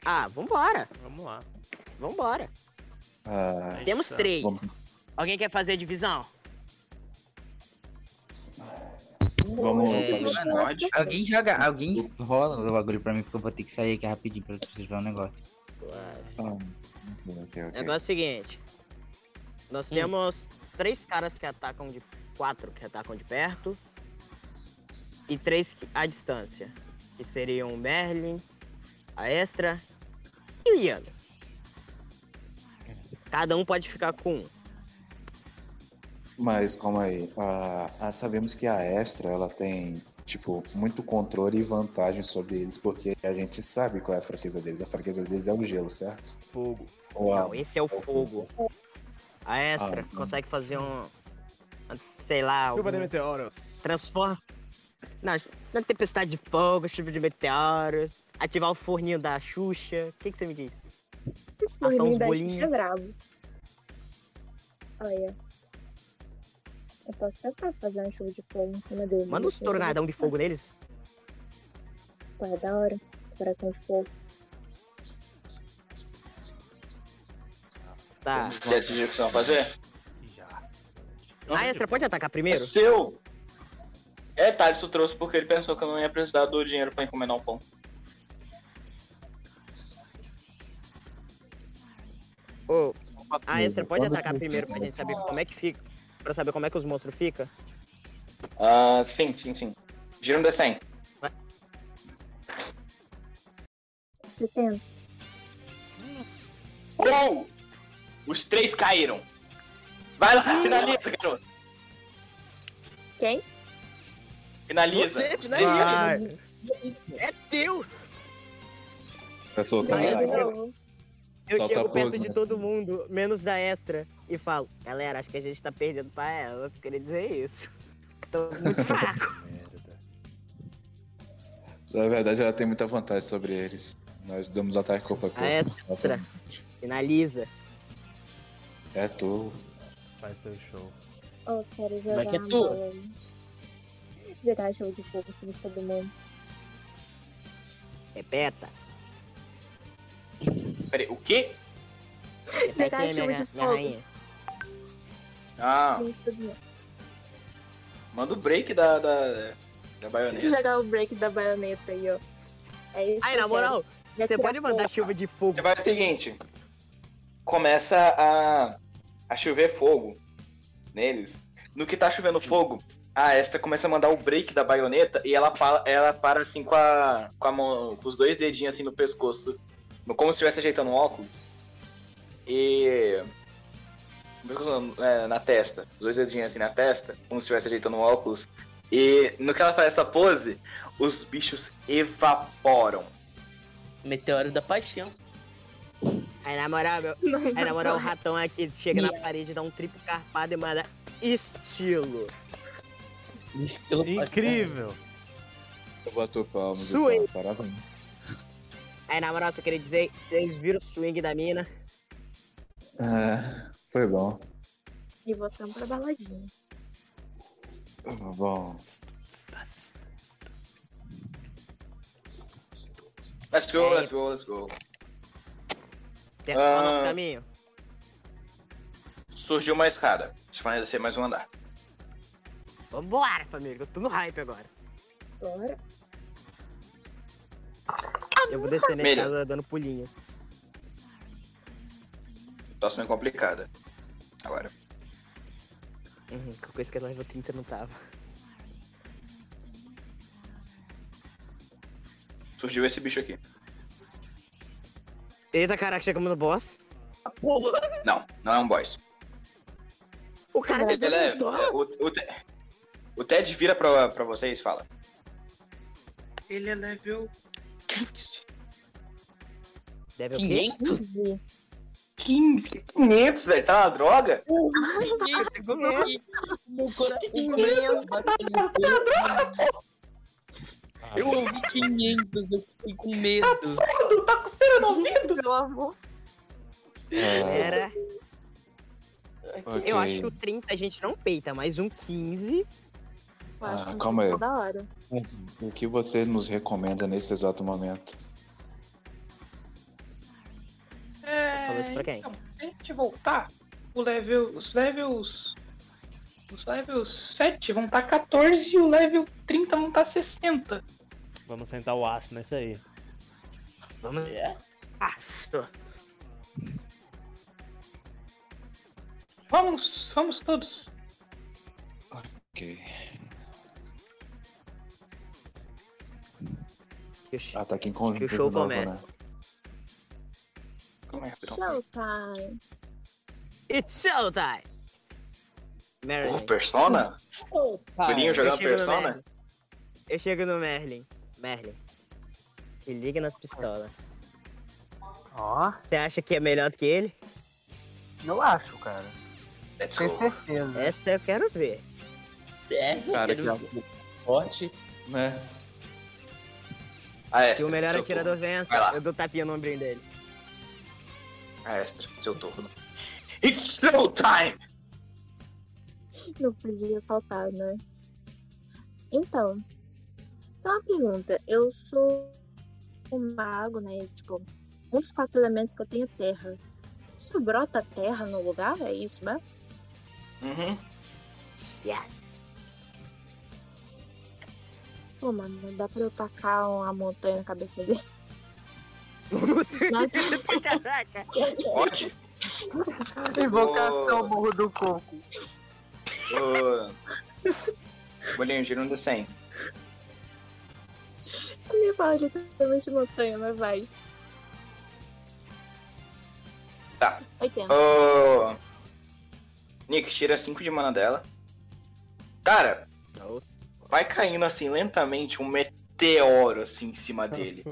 Ah, vambora! Vamos lá. Vambora! Ah, Temos três. Vamos, Alguém quer fazer a divisão? vamos É, vamos- alguém joga, alguém rola o bagulho pra mim, porque eu vou ter que sair aqui rapidinho pra vocês verem o negócio. Ah, ok, O ok. negócio é o seguinte. Nós temos três caras que atacam de. quatro que atacam de perto. E três que- à distância. Que seriam o Merlin, a Extra e o Ian. Cada um pode ficar com um. Mas calma aí. Ah, ah, sabemos que a Extra ela tem tipo muito controle e vantagem sobre eles porque a gente sabe qual é a fraqueza deles. A fraqueza deles é o gelo, certo? Fogo. Ou a- Não, esse é o fogo. A Extra Ah, consegue fazer um. Sei lá. Chuva de meteoros. Transforma. Não, na tempestade de fogo, chuva de meteoros. Ativar o forninho da Xuxa. O que, que você me diz? O Passar uns menino da bolinhos. Xuxa é bravo. Olha. Eu posso tentar fazer um show de fogo em cima deles. Manda uns assim, tornadão de fogo neles. Pô, é da hora. Furacão de fogo. Tá. Já decidiu o que vocês vão fazer? Ah, Extra, pode atacar primeiro? É tá, seu! É, Thales o trouxe porque ele pensou que eu não ia precisar do dinheiro pra encomendar um pão. Ô, ah, é, você Quando pode que atacar eu primeiro pra tenho? gente saber como é que fica. Pra saber como é que os monstros ficam. Ah, sim, sim, sim. Gira um D100. 70. Nossa. Uou! Um. Os três caíram. Vai lá, finaliza, garoto. Quem? Finaliza. Você, Os três finaliza. caíram. É teu! Tá soltando. Aí eu, eu Solta a chego perto pose, de né? todo mundo, menos da extra, e falo, galera, acho que a gente tá perdendo pra ela, eu queria dizer isso. Tô muito fraco. tá. Na verdade, ela tem muita vantagem sobre eles. Nós damos ataque corpo a corpo. A extra. Finaliza. É tu. Faz teu show. Eu quero jogar. que é tua. mano. Jogar jogo de fogo assim de todo mundo. Repeta. Peraí, o quê? Repete Jogar aí, minha, jogo de minha rainha. fogo. Ah, Gente, todo mundo. manda o break da, da, da Deixa eu baioneta. jogar o break da baioneta aí, ó. É isso. Aí, que na eu moral, quero. Vai você tirar pode mandar fogo. chuva de fogo. Você vai o seguinte. Começa a, a chover fogo neles. No que tá chovendo fogo, a Esta começa a mandar o break da baioneta e ela, fala, ela para assim com a. com a mão. com os dois dedinhos assim no pescoço. Como se estivesse ajeitando um óculos. E. é, na testa. Os dois dedinhos assim na testa. Como se estivesse ajeitando um óculos. E no que ela faz essa pose, os bichos evaporam. Meteoro da paixão. Aí na moral, meu, aí, na moral o ratão aqui chega na parede, dá um triplo carpado e manda estilo. Incrível. Eu bato palmas e Sui. falo, parabéns. Aí na moral, só queria dizer, vocês viram o swing da mina? É, foi bom. E voltamos pra baladinha. Foi bom. Let's go, let's go, let's go. Tem qual o nosso Ah. caminho? Surgiu uma escada. Isso vai descer mais um andar. Vambora, família, que eu tô no hype agora. Bora. Eu vou descer na Melhor. escada dando pulinho. Situação é complicada. Agora. Uhum, qualquer coisa que ela leva 30 não tava. Surgiu esse bicho aqui. Eita, caraca, chegamos no boss. Não, não é um boss. O cara tá Ele desenhou é- um é, o, o, Te- o Ted vira pra, pra vocês e fala. Ele é level Deve 500? 15, 500, velho. Tá na droga? Meu coração Meu começou a bater no peito. Ah, Eu ouvi 500, eu fiquei com medo. Eu não vi, meu amor. Era. Ok. Eu acho que o 30 a gente não peita, mas um 15. Ah, calma aí. Da hora. O que você nos recomenda nesse exato momento? É, Falou isso pra quem? Então, se a gente voltar, o level, os levels. Os levels 7 vão estar 14 e o level 30 vão tá estar 60. Vamos sentar o aço nesse aí. Vamos. Aço. Vamos, vamos todos. Ok. Ah, tá aqui em conjunto. Que o show de novo, começa. né? Começa, então. Showtime. It's showtime! Merlin. Pô, Persona? Pulinho jogar jogando Persona? Eu chego no Merlin. Merlin. Se liga nas pistolas. Ó, Você acha que é melhor do que ele? eu acho, cara. Let's Tenho certeza. Essa eu quero ver. Essa Cara, que forte. Né? A Estra, Que o melhor Ah, é, seu atirador turno. vença, Vai lá. eu dou tapinha no ombrinho dele. A Estra, Ah, é, seu turno. It's show time! Não podia faltar, né? Então, só uma pergunta. Eu sou um mago, né? Tipo, um dos quatro elementos que eu tenho é terra. Isso brota terra no lugar? É isso, né? Uhum. Yes. Pô, mano, não dá pra eu tacar uma montanha na cabeça dele. Nossa. Caraca. Pode? Invocação Morro do Coco. Ô. Bolinho, gira um de 100. A minha bala é literalmente montanha, mas vai. Tá. 80. Ô. Nick, tira 5 de mana dela. Cara, vai caindo assim lentamente um meteoro assim em cima dele.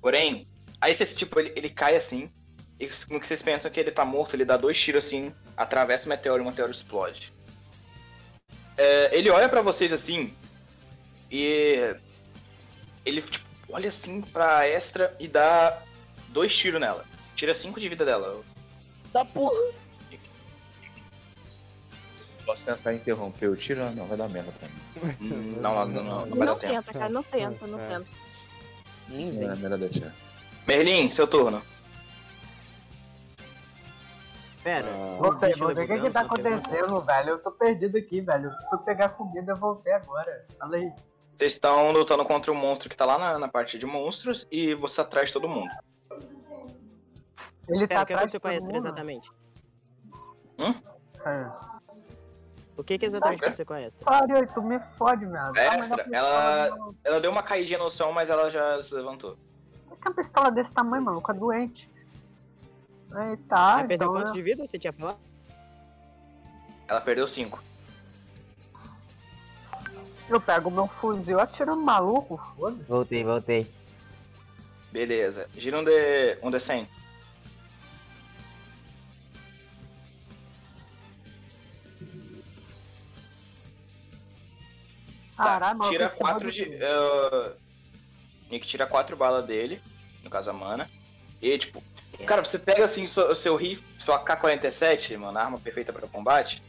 Porém, aí você, tipo, ele, ele cai assim. E no que vocês pensam que ele tá morto, ele dá dois tiros assim, atravessa o meteoro e o meteoro explode. É, ele olha pra vocês assim. E. Ele, tipo, olha assim pra Extra e dá dois tiros nela. Tira cinco de vida dela. Da porra! Posso tentar interromper o tiro? Ah, Não, vai dar merda pra mim. Não, não, não, não vai Não dar tempo. tenta, cara, não tenta, não tenta. É melhor deixar. Merlin, seu turno. Pera, Ah. Voltei, voltei. O que que tá acontecendo, velho? Eu tô perdido aqui, velho. Se eu pegar comida, eu voltei agora. Fala aí. Vocês estão lutando contra um monstro que tá lá na, na parte de monstros e você atrás todo mundo. Ele um. Pera, tá o que atrás de aconteceu com a todo Estra mundo. exatamente? Hum? O que, que exatamente Tá Ok. aconteceu com a Estra? Pariu, tu me fode, velho. A Ah, mas Extra, a ela, ela deu uma caidinha no som, mas ela já se levantou. Tem uma pistola desse tamanho, mano. Fica doente. Aí tá, Vai perder então, quanto né? de vida você tinha falado? Ela perdeu 5. eu pego meu fuzil, atiro no maluco, foda-se. Voltei, voltei. Beleza. Gira um D, um D 100. Caralho, maluco. Tira esse 4 modo- de. eh, Nick tira 4 balas dele, no caso a mana. E tipo, cara, você pega assim sua- o seu rifle, sua K-47, mano, a arma perfeita pra combate.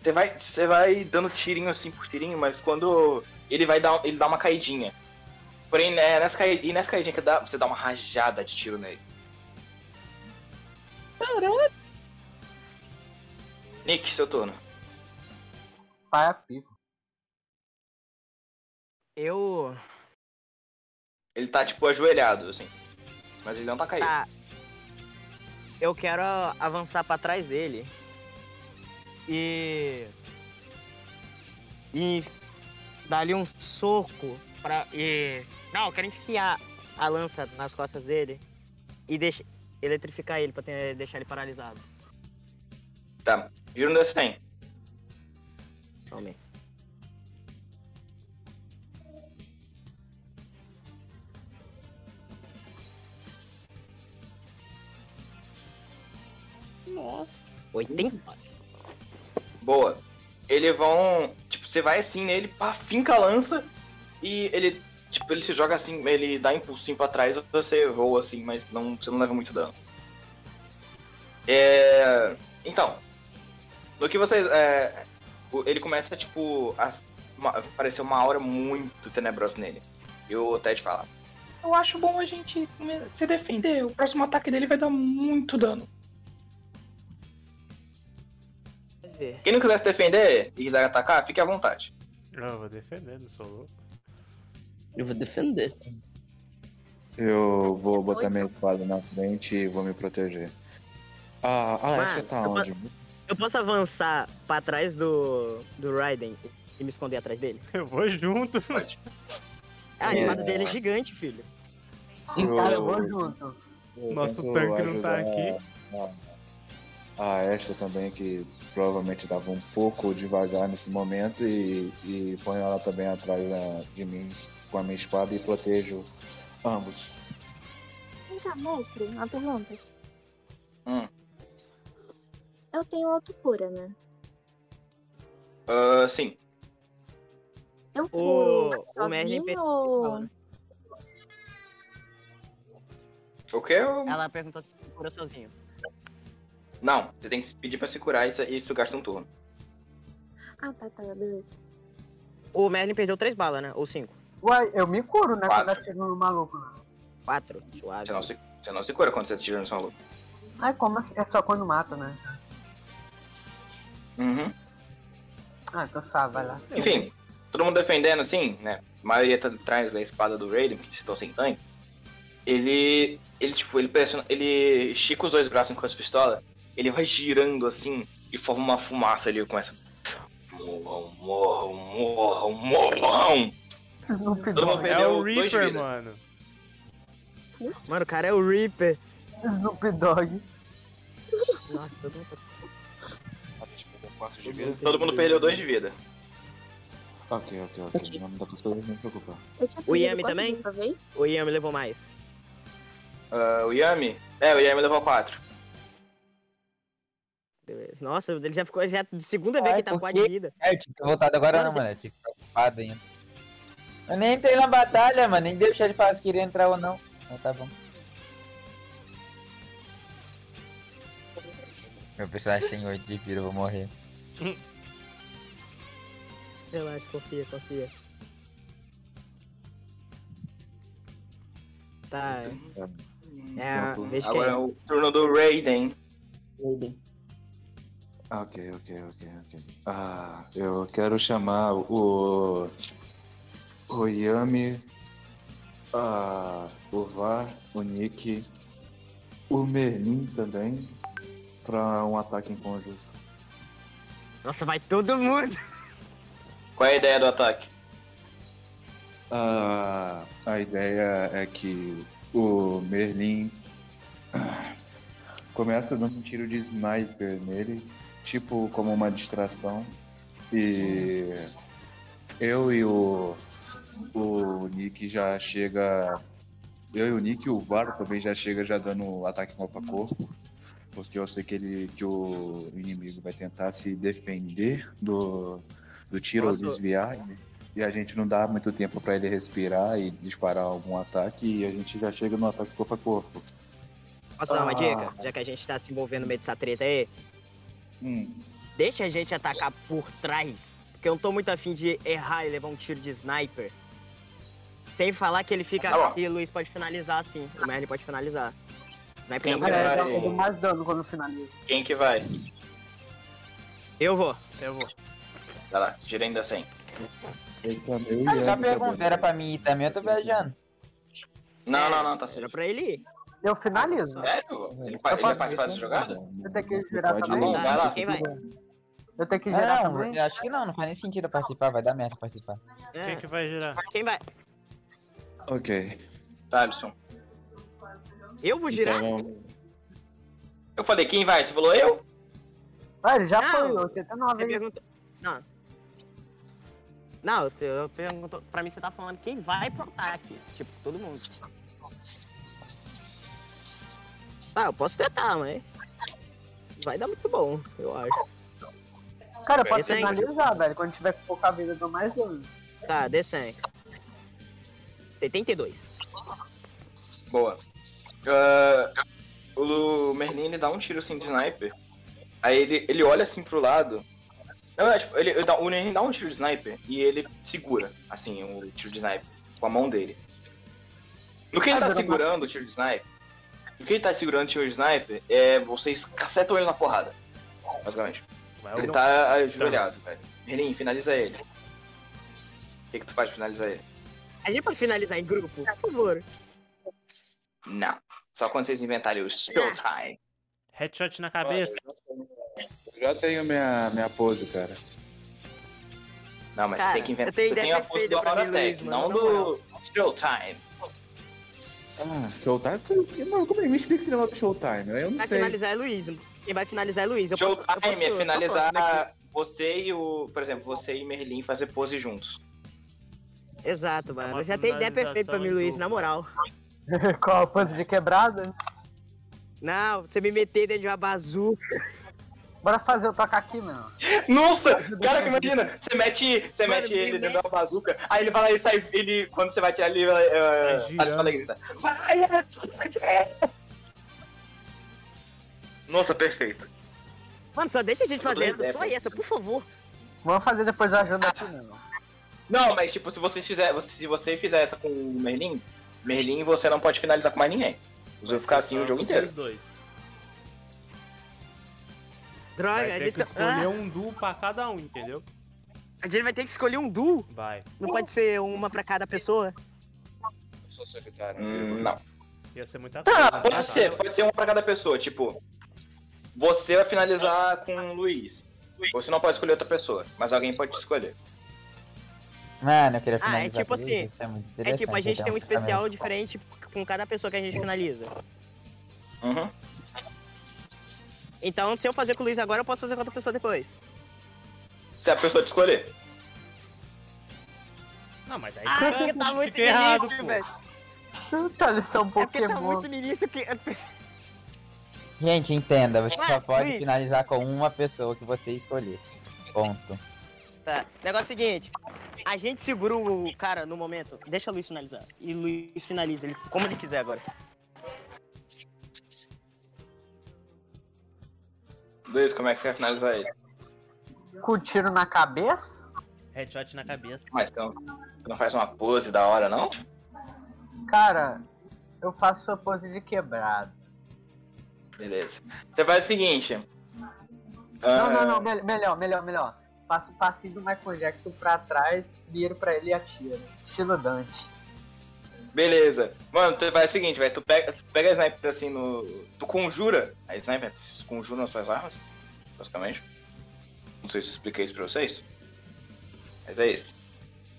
Você vai, você vai dando tirinho assim por tirinho, mas quando ele vai dar, ele dá uma caidinha. Porém, né, nessa, cai- e nessa caidinha que dá, você dá uma rajada de tiro nele. Caralho. Nick, seu turno. Pai a pipa. Eu. Ele tá tipo ajoelhado, assim. Mas ele não tá caído. Tá. Eu quero avançar pra trás dele. E. E. Dar-lhe um soco pra. E. Não, eu quero enfiar a lança nas costas dele e deixa... eletrificar ele pra ter- deixar ele paralisado. Tá. Gira um desse 100. Tome. Nossa. 80? Boa. Ele vão. Tipo, você vai assim nele, pá, finca a lança e ele. Tipo, ele se joga assim, ele dá impulsinho pra trás, você voa assim, mas não, você não leva muito dano. É. Então. No que vocês. é, o- ele começa, tipo, a uma, aparecer uma aura muito tenebrosa nele. E o Ted fala. Eu acho bom a gente come- se defender. O próximo ataque dele vai dar muito dano. Quem não quiser se defender e quiser atacar, fique à vontade. Eu vou defender, não sou louco. Eu vou defender. Eu vou botar minha espada na frente e vou me proteger. Ah, a Asha Mano, tá eu vou- onde? Eu posso avançar pra trás do. do Raiden e me esconder atrás dele? Eu vou junto. Ah, a É. espada dele é gigante, filho. Cara, eu vou junto. Nosso tento tanque não tá ajudar aqui. A a Asha também, que provavelmente tava um pouco devagar nesse momento, e, e ponho ela também atrás da- de mim com a minha espada e protejo ambos. Vem cá, mestre, uma pergunta. Hum. Eu tenho autocura, né? Ah, sim. Eu O- curo o Merlin É um sozinho percebeu ou... O que? Eu... Ela perguntou se cura sozinho. Não, você tem que pedir pra se curar e isso- isso gasta um turno. Ah, tá, tá, beleza. O Merlin perdeu três balas, né? Ou cinco. Uai, eu me curo, né? Quatro. Quando atiro no maluco, né? Quatro. Suave. Você não se, você não se cura quando você tira no seu aluno. Ai, como assim? É só quando mata, né? Uhum. Ah, então sabe, vai lá. Enfim, todo mundo defendendo assim, né? A maioria tá atrás da espada do Raiden, que estão sem tanque. Ele. Ele, tipo, ele pressiona. Ele estica os dois braços com as pistolas ele vai girando assim e forma uma fumaça ali, começa. Morram, morram, morram, morram! Todo mundo É o perdeu dois de Reaper, vida. mano. Mano, o cara é o Reaper. Snoop Dogg. Nossa, eu não tô... tipo um Todo mundo perdeu dois de vida. Ok, ok, ok. Não dá pra se não se preocupar. O Yami também? O Yami levou mais. Ah, o Yami? É, o Yami levou quatro. Beleza. Nossa, ele já ficou. Já é a segunda vez que tá com a de vida. É, eu tinha que ter voltado agora não, mano. Eu tinha que ficar ocupado ainda. Eu nem entrei na batalha, mano. Nem deixa de falar se queria entrar ou não. Mas tá bom. Meu personagem tem 8 de vida, eu vou morrer. Relaxa, confia, confia. Tá. É, deixa que Agora é o turno do Raiden. Ok, ok, ok, ok. Ah, eu quero chamar o. O Yami. Ah, o VAR, o Nick. O Merlin também. Pra um ataque em conjunto. Nossa, vai todo mundo! Qual é a ideia do ataque? Ah, a ideia é que o Merlin começa dando um tiro de sniper nele, tipo como uma distração. E eu e o, o Nick já chega. Eu e o Nick e o Varo também já chega já dando um ataque corpo a corpo. Porque eu sei que ele que o inimigo vai tentar se defender do, do tiro ou Nossa. desviar. E a gente não dá muito tempo pra ele respirar e disparar algum ataque e a gente já chega no ataque corpo a corpo. Posso dar uma Ah. dica? Já que a gente tá se envolvendo no meio dessa treta aí. Deixa a gente atacar por trás. Porque eu não tô muito afim de errar e levar um tiro de sniper. Sem falar que ele fica. Tá bom. e o Luiz pode finalizar assim. O Merlin pode finalizar. Sniper Quem não vai- pode. Ele dá mais dano quando finaliza. Quem que vai? Eu vou. Eu vou. Vai lá, gira ainda 100. Ah, só pergunta, era pra mim ir também, eu tô viajando. Não, não, não, tá certo. pra ele ir. É. Eu finalizo. Sério? Ele, vai- ele vai participar dessa jogada? Eu tenho que virar Tá também. bom, vai lá. Eu tenho que virar Ah, também. não, eu acho que não, não faz nem sentido eu participar, vai dar merda participar. Quem que vai girar? É. Quem vai? Ok. Thaleson. Eu vou girar? Então. Então, Eu falei, quem vai? Você falou eu? Ah, ele já Não, é foi, 89. Você perguntou. Não. Não, eu- eu pergunto. Pra mim você tá falando quem vai pro ataque. Tipo, todo mundo. Ah, eu posso tentar, mas. Vai dar muito bom, eu acho. Cara, pode Decente. finalizar, velho. Quando tiver com pouca vida, eu dou mais dano. Tá, descendo. 72. Boa. Ah, o Lu- Merlin ele dá um tiro assim de sniper. Aí ele, ele olha assim pro lado. Na verdade, tipo, ele, ele dá, o Merlin dá um tiro de sniper e ele segura, assim, o tiro de sniper com a mão dele. No que ele tá segurando o tiro de sniper, no que ele tá segurando o tiro de sniper, é, vocês cacetam ele na porrada. Basicamente. Ele tá ajoelhado, velho. Merlin, finaliza ele. O que, que tu faz pra finalizar ele? A gente pode finalizar em grupo, por favor. Não. Só quando vocês inventarem o Showtime. Headshot na cabeça. Já tenho minha, minha pose, cara. Não, mas Cara, tem que inventar. eu tenho Você tem ideia a força do perfeita pra mim, Luiz, Auratec, mano, não na do Showtime. Ah, Showtime foi o quê? Mano, como é que me explica esse negócio do Showtime? Eu não Vai sei. finalizar é Luiz. Quem vai finalizar é Luiz. Eu posso, eu Showtime é posso- né, finalizar você e o. Por exemplo, você e Merlin fazer pose juntos. Exato, mano. Eu já tenho ideia perfeita pra mim, Luiz, na moral. com a pose de quebrada. Não, você me meter dentro de uma bazuca. Bora fazer o tocar aqui, mano. Nossa! Cara, imagina! Você mete, você mete ele dentro é- da bazuca, aí ele vai lá e sai. Ele, quando você vai tirar ele, vai. eh, Thales fala e grita. Vai, é, Nossa, perfeito. Mano, só deixa a gente fazer Beleza, essa, só é, essa, por favor. Vamos fazer depois a ajuda aqui, mano. Não, mas tipo, se você fizer, se você fizer essa com o Merlin, Merlin você não pode finalizar com mais ninguém. Você vai ficar assim o jogo inteiro. Os dois. Droga, vai a ter gente que só- escolher Ah! um duo pra cada um, entendeu? A gente vai ter que escolher um duo. Vai. Não pode ser uma pra cada pessoa. É Eu sou solitário. Hum, não. Ia ser muita coisa. né? tá. Tá, pode ser, pode ser um pra cada pessoa, tipo. Você vai finalizar com o Luiz. Você não pode escolher outra pessoa, mas alguém pode te escolher. Mano, eu queria Ah, finalizar. é tipo por isso, assim. isso é muito É tipo, a interessante, então, gente tem um tá vendo? especial diferente com cada pessoa que a gente finaliza. Uhum. Então, se eu fazer com o Luiz agora, eu posso fazer com outra pessoa depois. Se a pessoa te escolher. Não, mas aí Ah, fica- porque tá muito fica errado, difícil, pô. velho. Então, Puta, eles são É porque tá Pokémon. muito no início que. Gente, entenda, você Ué, só pode Luiz. finalizar com uma pessoa que você escolher. Ponto. Tá. Negócio seguinte, a gente segura o cara no momento. Deixa o Luiz finalizar. E o Luiz finaliza ele como ele quiser agora. Luiz, como é que você vai finalizar ele? Com tiro na cabeça? Headshot na cabeça. Mas não, não faz uma pose da hora, não? Cara, eu faço a pose de quebrado. Beleza. Você faz o seguinte. Não, ah, não, não, mel- melhor, melhor, melhor. Faço o passinho do Michael Jackson pra trás, viro pra ele e atiro. Estilo Dante. Beleza. Mano, tu faz o seguinte, velho. Tu pega, tu pega a sniper assim no. Tu conjura. A sniper né, conjura as suas armas, basicamente. Não sei se eu expliquei isso pra vocês. Mas é isso.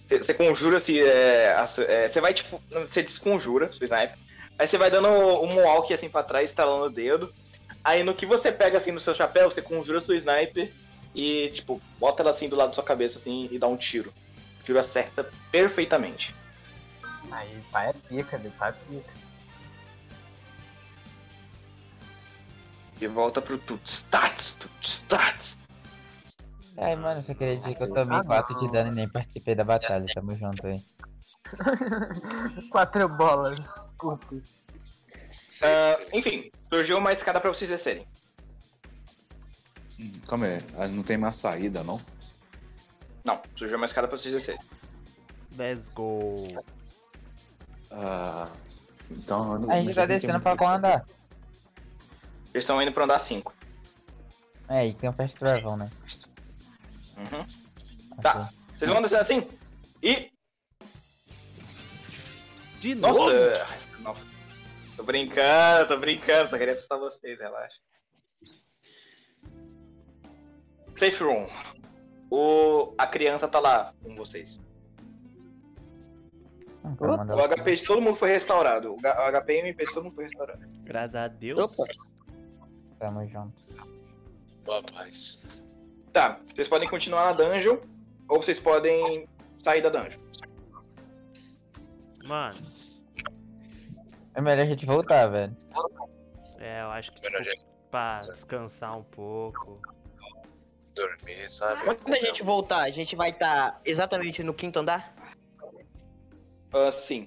Você conjura assim. É, a su- é, você vai tipo. Você desconjura sua sniper. Aí você vai dando o um walk assim pra trás, estalando o dedo. Aí no que você pega assim no seu chapéu, você conjura sua sniper e, tipo, bota ela assim do lado da sua cabeça assim e dá um tiro. O tiro acerta perfeitamente. Aí, pai é pica, meu pai é pica. E volta pro Tuts. Tats, Tuts, Tats. Ai, mano, eu só queria dizer que eu Nossa, tomei ah, 4 de não. dano e nem participei da batalha. Tamo junto aí. Quatro bolas, desculpe. Ah, enfim, surgiu uma escada pra vocês descerem. Calma aí, ah, não tem mais saída, não? Não, surgiu uma escada pra vocês descerem. Let's go. Ah, então... eu não- A gente mas tá eu não descendo tenho- pra qual andar? Eles estão indo pra andar 5. É, e tem um peste travão, né? Tá, vocês vão descendo assim? E. De Nossa! novo? Nossa. Tô brincando, tô brincando, só queria assustar vocês, relaxa. Safe room. O... A criança tá lá com vocês. O HP de todo mundo foi restaurado. O HP e MP de todo mundo foi restaurado. Graças a Deus. Tamo junto. Rapaz. Tá, vocês podem continuar na dungeon ou vocês podem sair da dungeon. Mano, É melhor a gente voltar, velho. é, eu acho que tipo, pra descansar um pouco. Dormir, sabe? Quando a gente voltar, a gente vai estar exatamente no quinto andar? Ah, sim.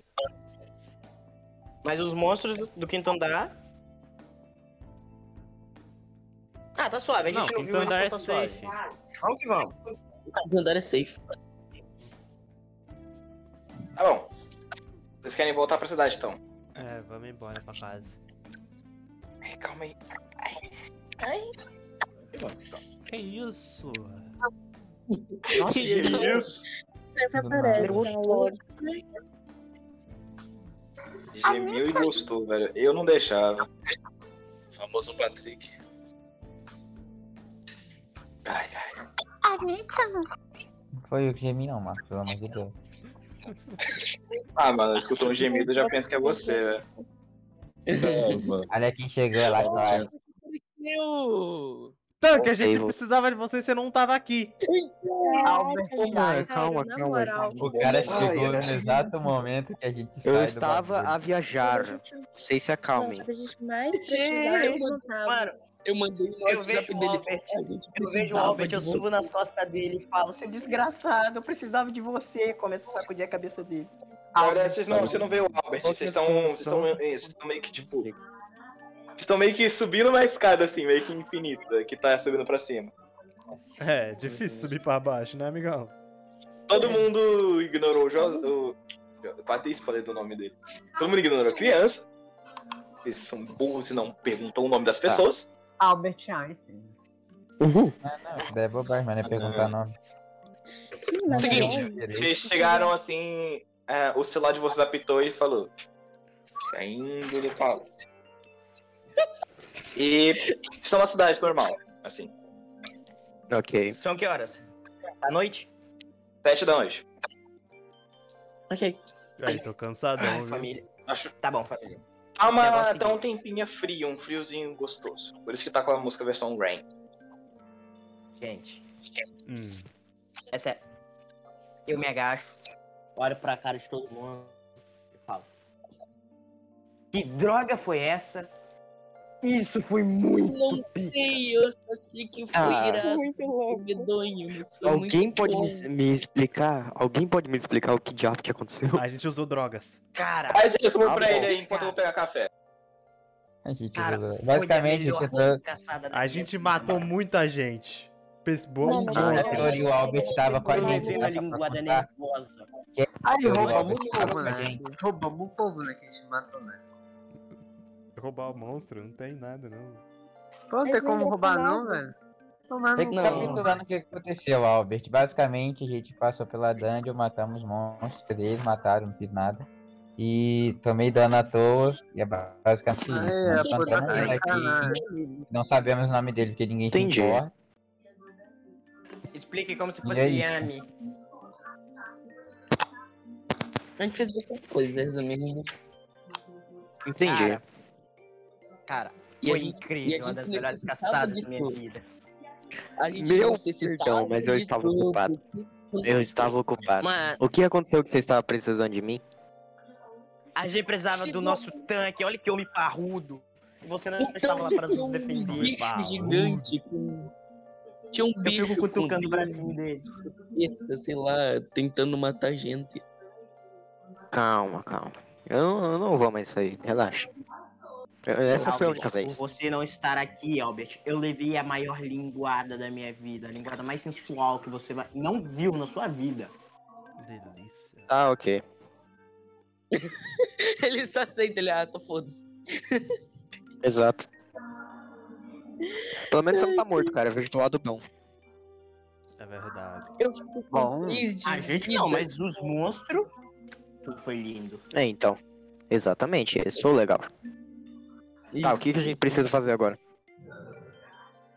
Mas os monstros do quinto andar. Ah, tá suave, a gente não, Não, viu quinto eles, andar então é tá safe. suave. Vamos que vamos. O andar é safe. Tá bom. Vocês querem voltar pra cidade então? É, vamos embora pra casa. Ai, É, calma aí. Que isso? Nossa, que isso? Sempre Do aparece. nada. Então, logo. Gemeu e gostou, velho. Eu não deixava. Famoso Patrick. Ai, ai. Não foi o que gemi não, Marcos, pelo amor de Deus. Ah, mano, escutou um gemido eu já penso que é você, velho. Olha quem chegou lá, cara. Meu! Tanque, a gente precisava de você e você não tava aqui. Calma, calma, na calma. moral. gente. O cara chegou né? no exato momento que a gente saiu Eu estava a viajar. Vocês se acalmem. Quando a gente mais precisar, eu não tava. Eu mandei um no Eu vejo o Albert, eu vejo o Albert, eu subo nas costas dele e falo, você é desgraçado, eu precisava de você. Começa a sacudir a cabeça dele. Agora, vocês não, você não vê o Albert, vocês são, vocês são, vocês são meio que tipo. Vocês estão meio que subindo uma escada assim, meio que infinita, que tá subindo pra cima. É, difícil subir pra baixo, né, amigão? Todo mundo ignorou o José. O... Eu quase falei do nome dele. Todo mundo ignorou a criança. Vocês são burros e não perguntam o nome das pessoas. Albert Einstein. É bobagem, mas não é perguntar nome. Seguinte, vocês chegaram assim. é, o celular é de vocês apitou e falou: Saindo do palácio. E estão na cidade normal, assim. Ok. São que horas? À noite? Sete da noite. Ok. Ai, É, tô cansadão, viu? Família. Tá bom, família. Tá, uma, tá um tempinho frio, um friozinho gostoso. Por isso que tá com a música versão Rain. Gente. Hum. É sério. Eu me agacho, olho pra cara de todo mundo e falo. Que droga foi essa? Isso foi muito. Não sei, eu só sei que foi Ah. é um irado, foi medonho, mas foi Alguém Tá pode muito me, bom. me explicar? Alguém pode me explicar o que diabo que aconteceu? A gente usou drogas. Cara. Faz isso Tá pra bom. ele aí enquanto eu vou pegar café. A gente Cara, usou- foi a Basicamente, tipo, melhor tentou- A gente matou muita gente. Pes- Bom, Não, não, bom. não, não, não. Teoria, o Albert tava com a Eu gente, levei dá a pra linguada contar. Aí Eu rouba vou muito deixar povo, pra né? gente. Rouba muito povo, né? Que a gente matou, né? Roubar o monstro, não tem nada, não. Pô, não tem Mas como não roubar tem não, nada. velho. Tomar Tem no que cu. capitular no que aconteceu, Albert. Basicamente, a gente passou pela dungeon, matamos monstros, eles mataram, não fiz nada. E tomei dano à toa, e é ba- basicamente Ah, isso. Ai, Nós é, pô, tá passamos de aqui, sacanagem. não sabemos o nome dele, porque ninguém Entendi. se importa. Explique como E se é fosse isso. Yami. A gente fez bastante coisa, resumindo. Entendi. Cara, Cara, E foi a gente- e a incrível, uma gente das melhores necessitava caçadas de da minha tudo. vida. A gente Meu necessitava perdão, mas eu de estava tudo. ocupado. Eu estava ocupado. Mas- O que aconteceu que você estava precisando de mim? A gente precisava do nosso tanque, olha que homem parrudo. E você não estava lá para nos defender. Um Então, bicho gigante com... Tinha um bicho fico cutucando com o bracinho dele. Eita, sei lá, tentando matar gente. Calma, calma. Eu não, eu não vou mais sair, relaxa. Eu- É, Essa Tá foi a única Albert, vez. Por você não estar aqui, Albert, eu levei a maior linguada da minha vida. A linguada mais sensual que você vai- não viu na sua vida. Delícia. Ah, ok. ele só aceita, ele, ah, tô foda-se. Exato. Pelo menos você não tá morto, cara. Eu vejo do lado bom. É verdade. Eu fico com três de a gente vida. não, mas os monstros. Tudo foi lindo. É, então. Exatamente, esse foi o legal. Tá, o que, que a gente precisa fazer agora?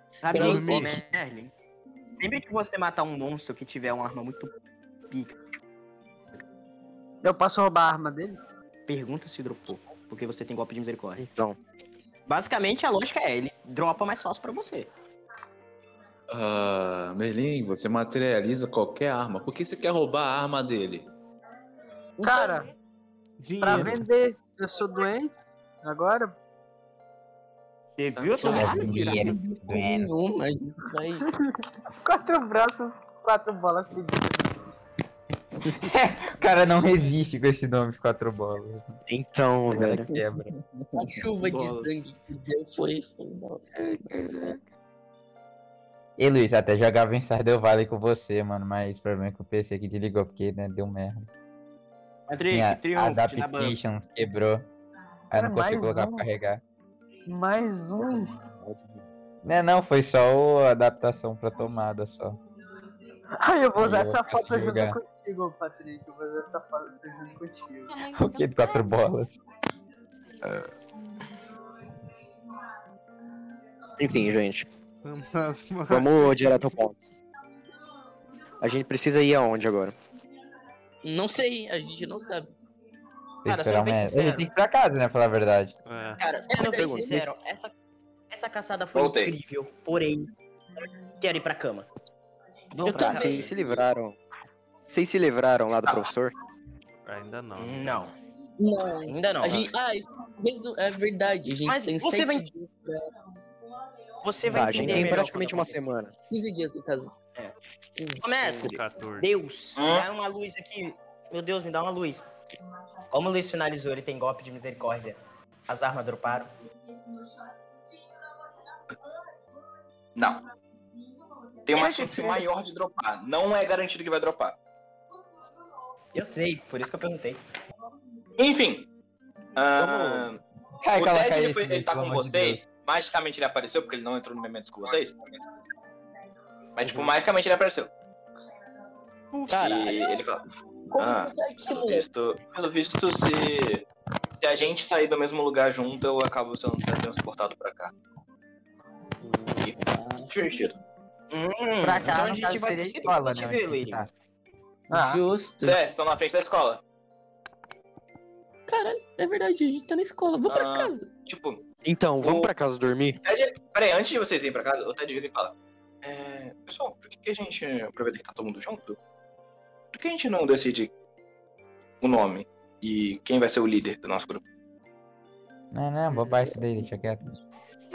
Sabe Pelo isso, né, menos. Merlin? Sempre que você matar um monstro que tiver uma arma muito pica, Eu posso roubar a arma dele? pergunta se dropou. Porque você tem golpe de misericórdia. Então. Basicamente, a lógica é, ele dropa mais fácil pra você. Ah, Merlin, você materializa qualquer arma. Por que você quer roubar a arma dele? Então, Cara, pra vender, eu sou doente agora. Você viu? Tá é vendo? Nenhuma, a gente vai... Quatro braços, quatro bolas pedidas. O cara não resiste com esse nome de quatro bolas. Então, velho. Quebra. A chuva de sangue que deu foi... foi mal. E Luiz, até jogava em Stardew Valley com você, mano, mas o problema é que o PC aqui desligou, porque né, deu merda. Patrick, Minha triunfo, te dá ban. Adaptations quebrou. Aí eu não É, consigo mais colocar um. pra carregar. Mais um. Né, não, foi só o- a adaptação pra tomada só. Ai, eu vou Aí usar eu essa posso foto junto jogar. contigo, Patrick. Eu vou usar essa foto junto contigo. O que de quatro bolas? Enfim, gente. Mas, mano, Vamos direto ao ponto. A gente precisa ir aonde agora? Não sei, a gente não sabe. Tem que Cara, esperar sendo bem uma... sincero. Ele tem que ir pra casa, né, falar a verdade. É, Cara, sendo bem pergunta. sincero, essa, essa caçada foi Voltei. incrível, porém, quero ir pra cama. Vamos pra Tá, cama. vocês se livraram. Vocês se livraram lá do professor? Ainda não. Não. Não. Ainda não. A gente... Ah, isso mesmo, é verdade, a gente Mas tem você sete vai- dias pra... Você Tá, vai a gente entender tem melhor praticamente uma semana. 15 dias, no caso. É. Isso. Ô, mestre, 14. Deus, Hã? dá uma luz aqui. Meu Deus, me dá uma luz. Como o Luiz finalizou, ele tem golpe de misericórdia. As armas droparam. Não. Tem uma chance maior de dropar. Não é garantido que vai dropar. Eu sei, por isso que eu perguntei. Enfim. Ah, Cai, o cala, Ted cai ele, isso, foi- ele gente, tá pelo com amor de vocês. magicamente ele apareceu, porque ele não entrou no momento com vocês. Mas, Uhum. tipo, magicamente ele apareceu. Caralho. E ele fala. Como Ah, que tá aqui, pelo visto, pelo visto, se Se a gente sair do mesmo lugar junto, eu acabo sendo transportado pra cá. E... Divertido. Hum, Pra cá, no caso, seria escola, né, onde a gente tá. Ah. Justo. É, estão na frente da escola. Caralho, é verdade, a gente tá na escola. Vou pra Ah, casa. Tipo, Então, vamos O- pra casa dormir? Ted, peraí, antes de vocês irem pra casa, o Ted vira e fala: é, Pessoal, por que, que a gente aproveita que tá todo mundo junto? Por que a gente não decide o nome e quem vai ser o líder do nosso grupo? Não, não, bobar isso daí, deixa quieto.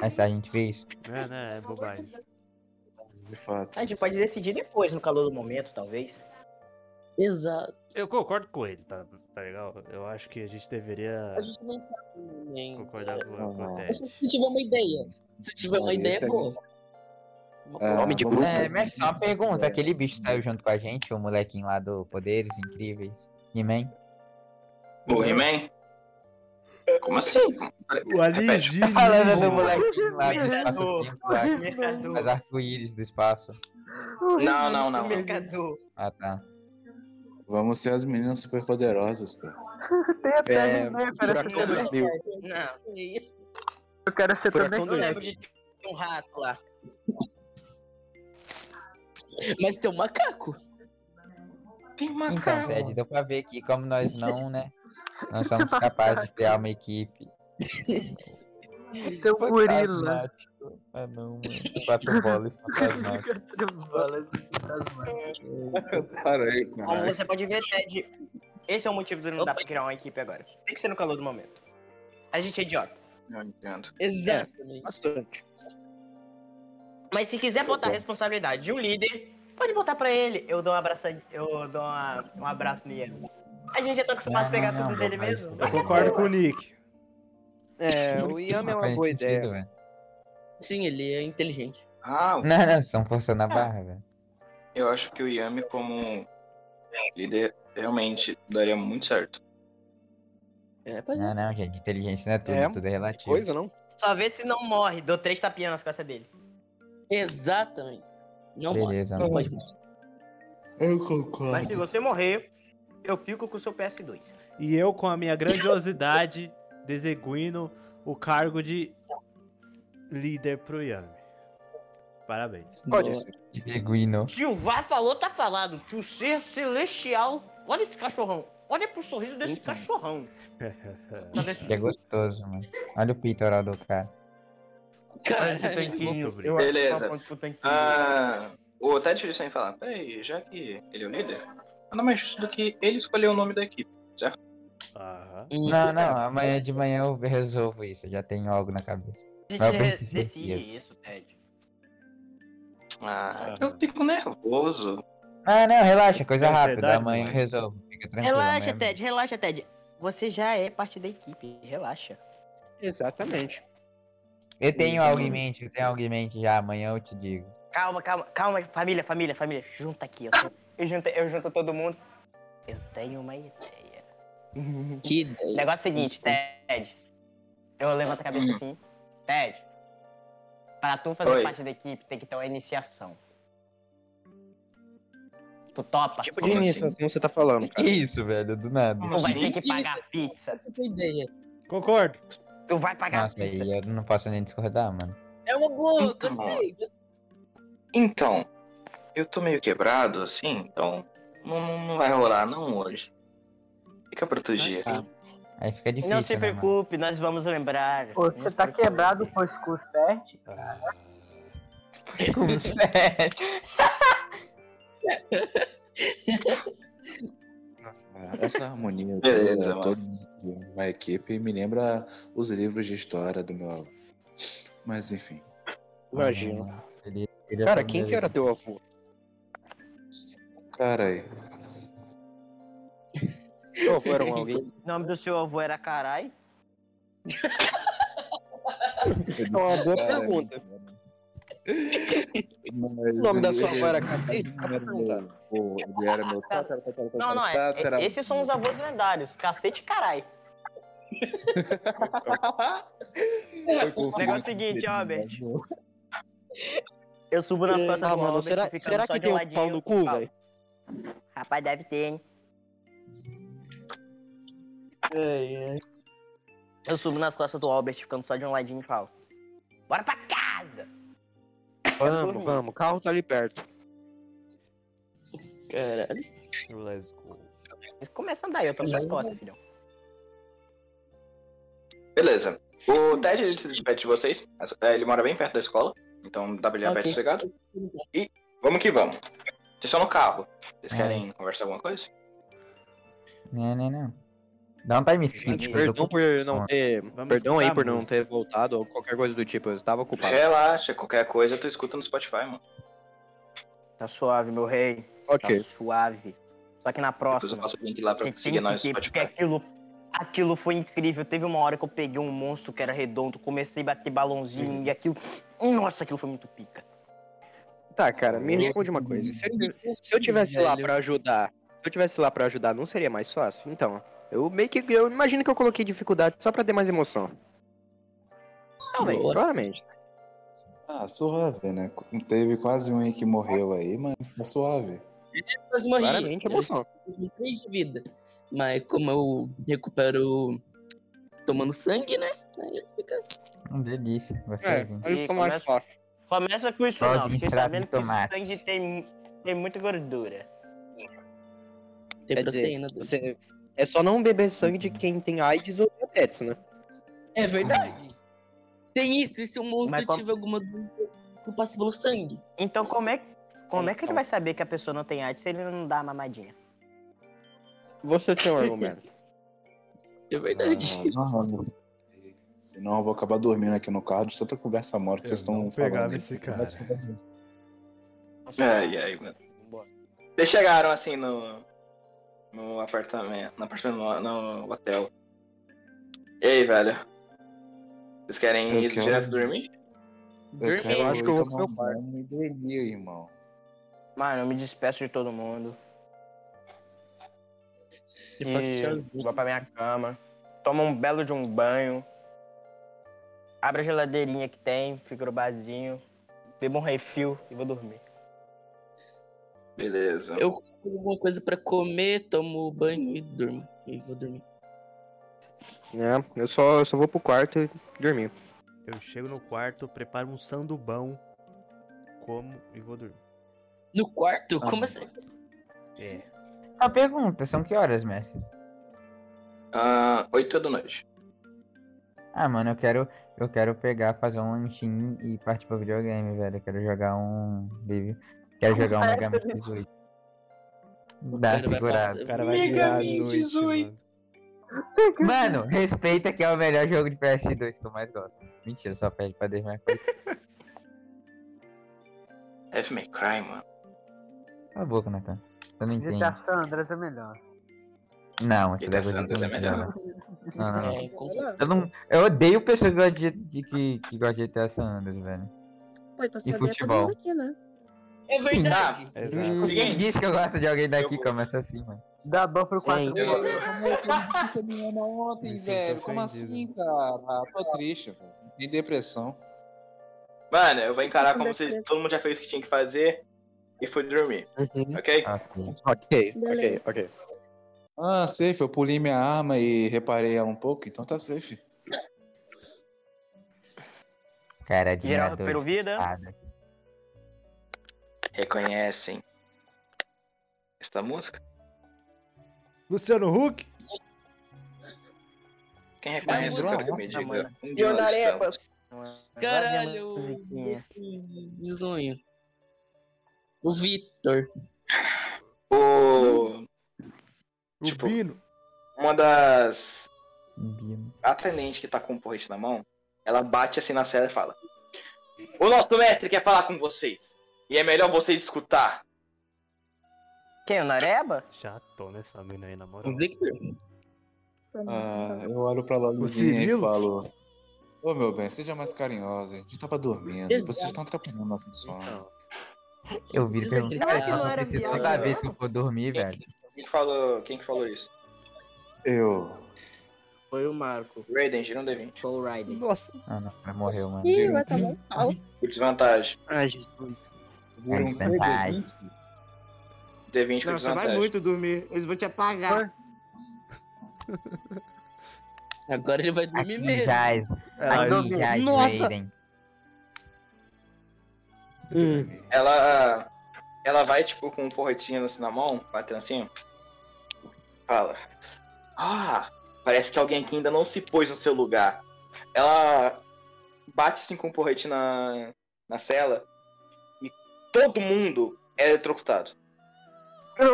Aí tá, a gente vê isso. É, né? É bobagem. De fato. A gente pode decidir depois, no calor do momento, talvez. Exato. Eu concordo com ele, tá, tá legal? Eu acho que a gente deveria A gente não sabe ninguém. concordar É. com, com o Mas Ted. Se tiver uma ideia. Se tiver uma Olha, ideia, é é esse aí. boa. Homem de Uhum. bruxa. bruxa. É, né? mas só uma pergunta, aquele bicho saiu junto com a gente, o molequinho lá do Poderes Incríveis. He-Man? O He-Man? Como assim? O Aligi. Tá falando do molequinho lá do Mercador. espaço-tempo lá, que Mercador. faz arco-íris do espaço. Não, não, não. Mercador. Ah, tá. Vamos ser as meninas superpoderosas, pô. Tem até É, né? anime Furacão aparecendo. 2000. Não. Eu quero ser também. Eu lembro de ter um rato lá. Mas tem um macaco. Tem um Então, Ted, deu pra ver que como nós não, né? Nós somos capazes de criar uma equipe. Tem É um gorila. Fantasmático. Ah não, mano. Quatro bolas e fantasmático. Para aí, Como cara. você pode ver, Ted, esse é o motivo de não dar pra criar uma equipe agora. Tem que ser no calor do momento. A gente é idiota. Eu entendo. Exatamente. Bastante. É. Mas se quiser botar a responsabilidade de um líder, pode botar pra ele. Eu dou um abraço, eu dou uma- um abraço nele. A gente já tá acostumado a pegar tudo dele mesmo. Eu concordo com o Nick. É, o Yami é uma boa ideia. Sim, ele é inteligente. Ah, Não, não, estão forçando a barra, velho. eu acho que o Yami como líder realmente daria muito certo. É, né? Não, não, gente, inteligência não é tudo, É, tudo é relativo. não? Só vê se não morre. Dou três tapinhas nas costas dele. Exatamente. Não Beleza, morre. Não mano. pode morrer. Eu Mas concordo. se você morrer, eu fico com o seu PS2. E eu, com a minha grandiosidade, deseguino o cargo de líder pro Yami. Parabéns. Pode ser. Eguino. Se o Vá falou, tá falado. Que o ser celestial. Olha esse cachorrão. Olha pro sorriso desse cachorrão. Que é gostoso, mano. Olha o peitoral do cara. Cara, esse tanquinho. Eu acho que Beleza. eu aponto pro tanquinho. Ah, o Ted fez isso sem falar. Peraí, já que ele é o líder, nada mais justo do que ele escolher o nome da equipe, certo? Hum, Não, não, amanhã de manhã eu resolvo isso, eu já tenho algo na cabeça. A gente Mas eu re- preciso disso. decide isso, Ted. Ah, eu fico nervoso. Ah, não, relaxa, coisa Tem rápida, ansiedade, amanhã eu mano? resolvo. Fica tranquilo. né, Relaxa, amanhã Ted, relaxa, Ted. Você já é parte da equipe, relaxa. Exatamente. Eu tenho Isso, algo em mano. mente, eu tenho algo em mente já, amanhã eu te digo. Calma, calma, calma, família, família, família. Junta aqui, ó. Eu junto, eu junto todo mundo. Eu tenho uma ideia. Que ideia. Negócio é o seguinte, Ted. Eu levanto a cabeça assim. Ted, pra tu fazer Oi. parte da equipe, tem que ter uma iniciação. Tu topa? Tipo de início, assim, você tá falando, cara. Isso, velho, do nada. Tu vai ter que pagar pizza. ideia. Concordo. Tu vai pagar Nossa, aí eu não posso nem discordar, mano. É uma boa, Então, gostei. gostei. Então, eu tô meio quebrado assim, então não, não- não vai rolar não hoje. Fica pra outro dia. Aí fica difícil, Não se né, mano? preocupe, nós vamos lembrar. Pô, você tá quebrado com o Scursert, cara. É, Essa harmonia Beleza, toda, toda uma equipe me lembra os livros de história do meu avô. Mas enfim. Imagina. Ele- ele Cara, é quem que brasileiro. era teu avô? Cara aí. É Teu avô era um alguém? O nome do seu avô era Carai. É uma boa pergunta. O nome da sua avó era Cacete? Tá perguntando. Ele era meu tatara, tatara, Não, não, é, tá, tatara, tatara. é- esses são os avôs lendários. Cacete e carai. o negócio é o seguinte, né? Albert. Eu subo nas costas Ah, do mano, Albert. será, ficando será só que de tem um ladinho pau no e cu, falo, velho? Rapaz, deve ter, hein? É, é. Eu subo nas costas do Albert, ficando só de um ladinho e falo. Bora pra casa! Vamos, vamos, o carro tá ali perto. Caralho. Let's go. Começa a andar, eu tô nas costas, filhão. Beleza. O Ted, ele se despede de vocês. É, Ele mora bem perto da escola. Então dá pra ele ir a pé Ok. sossegado. E vamos que vamos. Vocês estão no carro. Vocês querem conversar alguma coisa? Não, não, não. Dá um time skip. Perdão por não ter. perdão aí por não ter voltado ou qualquer coisa do tipo. Eu tava culpado. É, Relaxa, qualquer coisa tu escuta no Spotify, mano. Tá suave, meu rei. Ok. Tá suave. Só que na Depois eu próxima. passo o link lá pra Você seguir tem nós que no ir, porque Spotify. aquilo, aquilo foi incrível. Teve uma hora que eu peguei um monstro que era redondo, comecei a bater balãozinho e aquilo. Nossa, aquilo foi muito pica. Tá, cara, me responde uma coisa. Se eu, se eu tivesse lá pra ajudar, se eu tivesse lá pra ajudar, não seria mais fácil? Então, eu meio que. Eu imagino que eu coloquei dificuldade só pra ter mais emoção. Talvez, Boa. claramente. Ah, suave, né? Teve quase um aí que morreu aí, mas tá suave. Mas morri. Claramente, emoção. Eu tenho Três de vida. Mas como eu recupero tomando sangue, né? Aí fica. Um É. delícia. Gostosinho. aí fica mais fácil. Começa com isso Só não, fiquei administrar sabendo que esse tomate. sangue tem, tem muita gordura. Tem Quer proteína Dizer, você- é só não beber sangue de quem tem AIDS ou diabetes, né? É verdade. Tem isso, e se o monstro Mas qual- tiver alguma dúvida, eu passo pelo sangue. Então como é, como é que ele Então. vai saber que a pessoa não tem AIDS se ele não dá a mamadinha? Você tem um argumento. É verdade. Ah, não, não. Senão eu vou acabar dormindo aqui no carro de tanta conversa mora que vocês estão falando. pegava aí. esse cara. Ai, ai, É, mano. Vocês chegaram assim no. No apartamento. No apartamento, não, no hotel. E aí, velho? Vocês querem Eu ir quero- direto dormir? Eu, quero Eu acho que eu vou pro meu tomar banho e dormir, irmão. Mano, eu me despeço de todo mundo. E faço E tchauzinho. vou pra minha cama. Tomo um belo de um banho. Abro a geladeirinha que tem, fico no barzinho. Bebo um refil e vou dormir. Beleza. Eu compro alguma coisa pra comer, tomo banho e durmo. E vou dormir. É, eu só, eu só vou pro quarto e dormir. Eu chego no quarto, preparo um sandubão, como e vou dormir. No quarto? Ah, Como assim? É. Uma pergunta, são que horas, mestre? Ah, oito da noite. Ah, mano, eu quero, eu quero pegar, fazer um lanchinho e partir pro videogame, velho. Eu quero jogar um. baby- Quero jogar um Mega Man 18. Dá cara vai segurado. passar- O cara vai Mega virar a Man noite, 18. Mano, respeita que é o melhor jogo de PS2 que eu mais gosto. Mentira, só perde pra Devil May Cry. Have May Cry, mano. Cala a boca, Nathan. Eu não entendo. GTA San Andreas é melhor. Não, esse GTA bagulho San Andreas é de- melhor. Não, não, não. É, concordo. Eu, não, eu odeio pessoas que gostam de, de- que, que gostam de GTA San Andreas, velho. Pô, então E você odeia todo futebol. mundo aqui, né? É verdade. Hum. Ninguém disse que eu gosto de alguém daqui, começa assim, mano. Dá ban pro 4 Eu, eu, eu, me ama ontem, velho. Como assim, cara? Ah, tô triste, velho. Tem depressão. Mano, eu vou encarar como se todo mundo já fez o que tinha que fazer e foi dormir. Uhum. Ok? Ok, Beleza. ok, ok. Ah, safe, eu pulei minha arma e reparei ela um pouco, então tá safe. Cara, de Geral, pelo vida. Reconhecem esta música? Luciano Huck? Quem reconhece, eu música quero que me diga. é outra, um mano. onde nós Leonarepas. estamos. Ah. Caralho, bizonho. O Vitor. O. O Bino. Uma das. Bino. A tenente que tá com o porrete na mão, ela bate assim na cela e fala: O nosso mestre quer falar com vocês. E é melhor vocês escutar. Quem? O Nareba? Já tô nessa mina aí, na moral. O Victor. Ah, então. eu olho pra Laluzinha e falo: Ô meu bem, seja mais carinhosa. A gente tava dormindo, Exato. vocês estão atrapalhando nosso sono. Eu vi é Vocês perguntar acreditam que não era cara, isso toda viado? vez que eu for dormir, velho. Quem que falou, quem que falou isso? Eu. Foi o Marco. Raiden, gira um D20. Foi o Raiden. Nossa. Ah, não, ele morreu, mano. Ih, vai tomar um pau. Por desvantagem. Ai, Jesus. Vira um Desvantagem. D20 por Não, você vai desvantagem. muito dormir. Eles vão te apagar. Agora ele vai dormir Aqui mesmo. jaz. Vai Aqui dormir. jaz Nossa! Raiden. Ela. Ela vai, tipo, com um porretinho assim na mão, batendo assim. Fala. Ah! Parece que alguém aqui ainda não se pôs no seu lugar. Ela bate assim com o porrete na, na cela e todo mundo é eletrocutado. é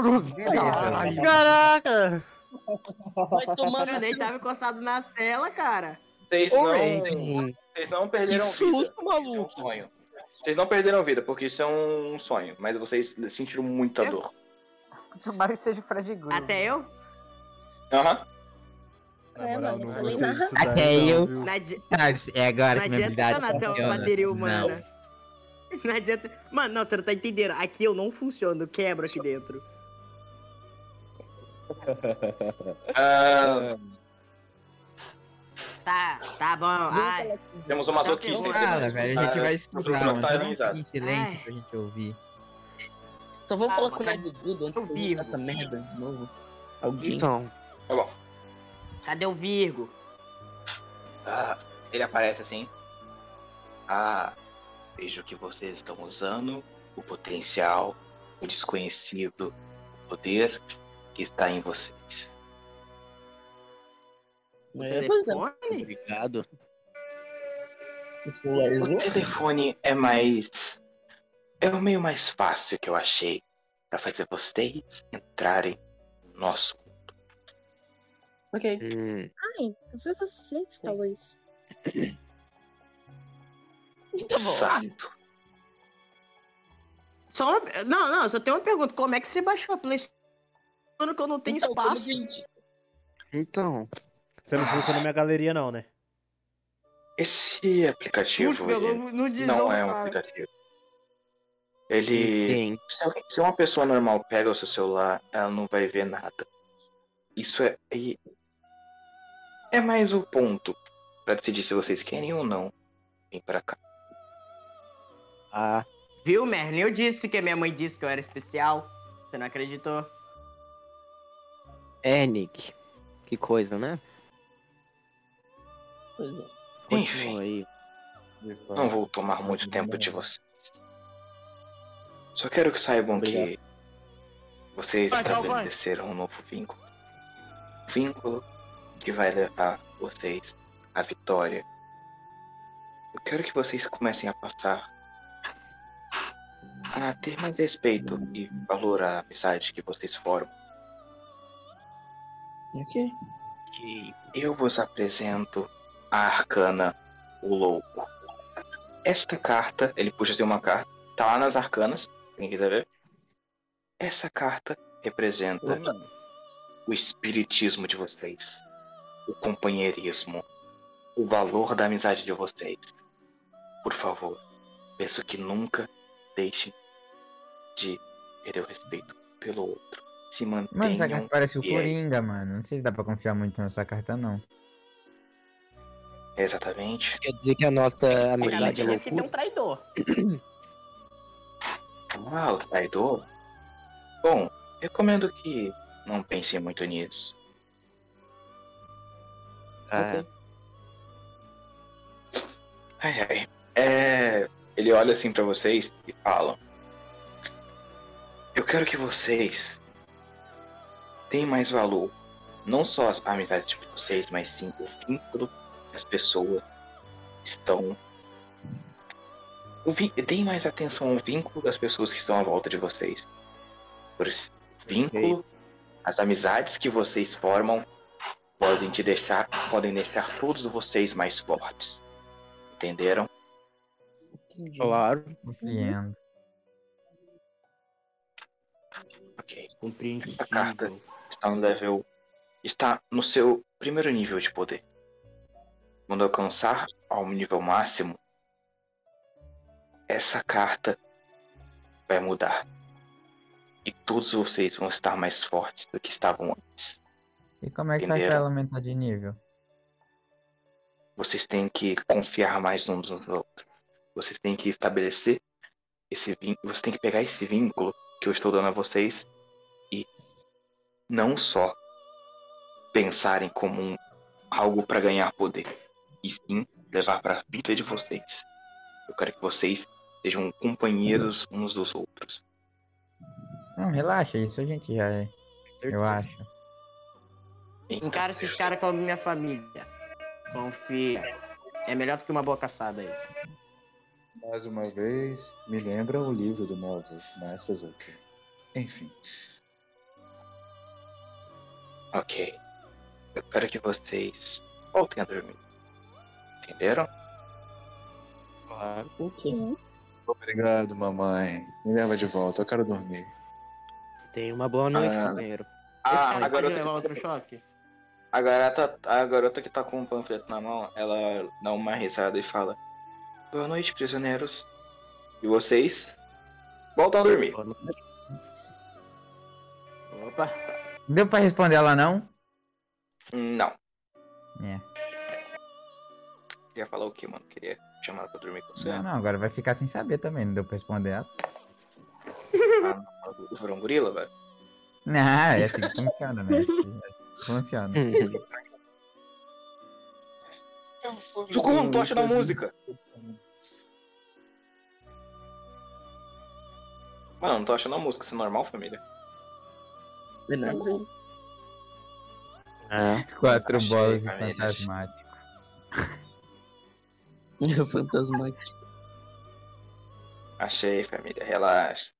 Ah, Caraca! Vai tomar no Tá, Eu deitava encostado na cela, cara. Vocês Ô, não, Raiden. vocês não perderam Que susto, vida. Maluco. um sonho. Vocês não perderam vida, porque isso é um sonho, mas vocês sentiram muita É. dor. Tomara que seja o Fred Gru. Até eu? Aham. É, mano, não falei gostei nada. disso daí, Até eu. Não adi- Sabe, é agora não que minha adianta habilidade nada ter uma funciona. bateria Não. humana. Não adianta. Mano, não, você não tá entendendo. Aqui eu não funciono, eu quebro aqui dentro. Ah, Tá, tá bom. Ai. temos uma masoquista. Fala, um velho. A gente vai um, né? escutar. mano. Tá Vamos ficar ironizado. em silêncio pra gente ouvir. Só vamos falar Ah, com o Nerd Dudo antes de começar essa merda de novo. Alguém. Então. Tá bom. Cadê o Virgo? Ah, ele aparece assim. Ah, vejo que vocês estão usando o potencial, o desconhecido, o poder que está em vocês. É, pois é. Telefone? Obrigado. O telefone é mais. É o meio mais fácil que eu achei para fazer vocês entrarem no nosso. Ok. Ai, foi você que instalou isso. Então, Tá bom. Só uma... Não, não, só tem uma pergunta. Como é que você baixou a PlayStation que eu não tenho Então, espaço? Então. Você não funciona na minha galeria, não, né? Esse Puxa, aplicativo ele pegou no não desão, é um cara. aplicativo. Ele. Entendi. Se, alguém- se uma pessoa normal pega o seu celular, ela não vai ver nada. Isso é. e- É mais o ponto para decidir se vocês querem ou não vir para cá. Ah. Viu, Merlin? Eu disse que a minha mãe disse que eu era especial. Você não acreditou? É, Nick. Que coisa, né? Pois é. Continua aí. Não vou tá tomar muito tempo de vocês. Só quero que saibam que vocês Vai, Calvão. estabeleceram um novo vínculo. Um vínculo que vai levar vocês à vitória. Eu quero que vocês comecem a passar a ter mais respeito e valor à amizade que vocês formam. Ok. E eu vos apresento a Arcana, o Louco. Esta carta, ele puxa assim uma carta, tá lá nas arcanas, quem quiser ver. Essa carta representa Uhum. o espiritismo de vocês, o companheirismo, o valor da amizade de vocês. Por favor, peço que nunca deixem de perder o respeito pelo outro. Se Mano, tá essa mantenham carta parece o fiéis. Coringa, mano. Não sei se dá pra confiar muito nessa carta, não. Exatamente. Quer dizer que a nossa Ela amizade é disse que tem loucura? um traidor. Ah, o traidor? Bom, recomendo que não pensem muito nisso. É. Ah, Ai, ai. É, Ele olha assim pra vocês e fala: Eu quero que vocês tenham mais valor. Não só a amizade de vocês, mas sim o vínculo que as pessoas estão. O vin... Deem mais atenção ao vínculo das pessoas que estão à volta de vocês. Por esse vínculo, as amizades que vocês formam podem te deixar, podem deixar todos vocês mais fortes. Entenderam? Claro. Compreendo. Ok. Essa carta está no level. Está no seu primeiro nível de poder. Quando alcançar ao nível máximo, essa carta vai mudar. E todos vocês vão estar mais fortes do que estavam antes. E como é que faz pra Entenderam. ela aumentar de nível? Vocês têm que confiar mais uns nos outros. Vocês têm que estabelecer esse vínculo. Você tem que pegar esse vínculo que eu estou dando a vocês e não só pensar em como um algo para ganhar poder. E sim levar para a vida de vocês. Eu quero que vocês sejam companheiros uns dos outros. Não, relaxa, isso a gente já é. Eu acho. Então, Encara esses caras como minha família. Confia. É melhor do que uma boa caçada aí. Mais uma vez, me lembra o livro do meu avô, mas fez outro. Enfim. Ok. Eu quero que vocês voltem a dormir. Entenderam? Claro que sim. Obrigado, mamãe. Me leva de volta, eu quero dormir. Tenha uma boa noite, Ah. companheiro. Ah, Cara, a pode garota, levar que, outro choque? a, garota, a garota que tá com o panfleto na mão, ela dá uma risada e fala: Boa noite, prisioneiros. E vocês? Voltam a dormir. Opa. Deu pra responder ela não? Não. É. Queria falar o que, mano? Queria chamar ela pra dormir com você? Não, não, agora vai ficar sem saber também, não deu pra responder ela. Ah, não, Virou um gorila, velho? Ah, é assim que funciona, né? Funciona. Socorro, tocha da música! Mano, não tô achando a música, isso é normal, família? É Tá nada. É. Quatro bolas de família. fantasmático. É o fantasmático. Achei, família, relaxa.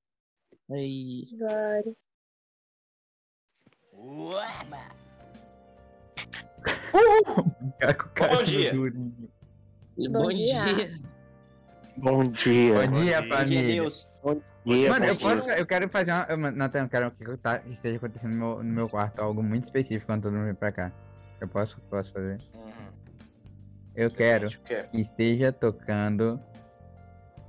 Aí. Agora. Bom dia! Bom dia. Bom dia. Bom dia, família. Bom dia, Mano, eu, bom dia. posso, eu quero fazer uma. eu- Nathan, eu quero que eu tá- que esteja acontecendo no meu, no meu quarto algo muito específico quando todo mundo vem pra cá. Eu posso, posso fazer? Uhum. Eu quero o quê? que esteja tocando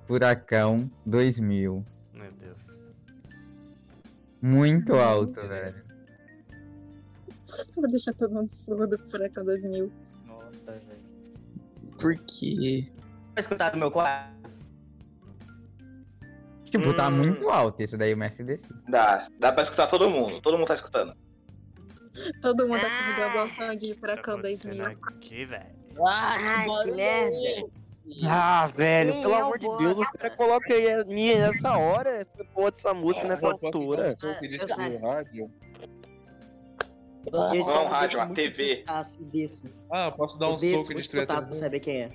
Furacão 2000. Meu Deus. Muito Uhum. alto, velho. Vou deixar todo mundo surdo por Furacão 2000. Nossa, velho. Por quê? Vai escutar do meu quarto? Tipo, tá Hum. muito alto isso daí, o MSDC. Dá, dá pra escutar todo mundo, todo mundo tá escutando. Todo mundo aqui do Abelfang de Furacão 2000. Que, Tá velho? Ah, que merda. Ah, velho, Quem pelo é o amor de bosta? Deus, o cara coloca aí a minha nessa hora, essa porra dessa música Ah, nessa eu posso altura. falar só o que disse Ah, eu no rádio? Eu Não é um espero rádio, que uma TV. escutasse desse. Ah, posso dar um Eu desse, soco vou de estrela escutar pra saber quem é.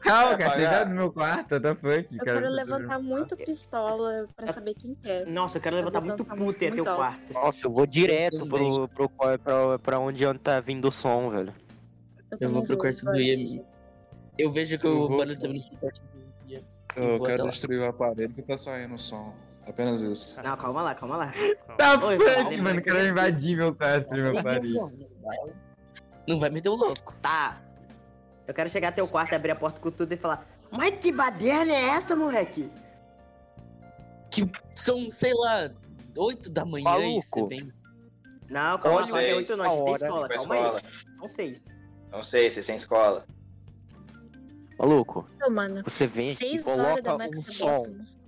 Calma, Vai cara, você apagar? tá no meu quarto, what the fuck, Eu cara. quero um levantar muito pistola pra saber quem é. Nossa, eu quero levantar muito puta e até o quarto. Nossa, eu vou direto pro, pro, qual- pra, pra onde tá vindo o som, velho. Eu, vou pro quarto do Yemi. Eu vejo que Eu o vou- barulho tá vindo pro quarto do Yemi. Eu Vou quero até lá. destruir o aparelho que tá saindo o som. Apenas Tá isso. Não, calma lá, calma lá. Tá Oi, fuck, Fábio. mano, o cara invadiu meu quarto, meu Não, pariu. não vai- Não vai meter o louco. Tá. Eu quero chegar até o quarto, abrir a porta com tudo e falar: Mas que baderna é essa, moleque? Que são, sei lá, 8 da manhã e você Maluco. vem. Não, calma Olha lá, é aí, oito não, a a gente tem hora, escola, vai calma escola. aí. São seis. Não sei, vocês têm escola. Maluco, Ô, mano. você vem aqui e Seis horas da é coloca manhã que um você som. busca.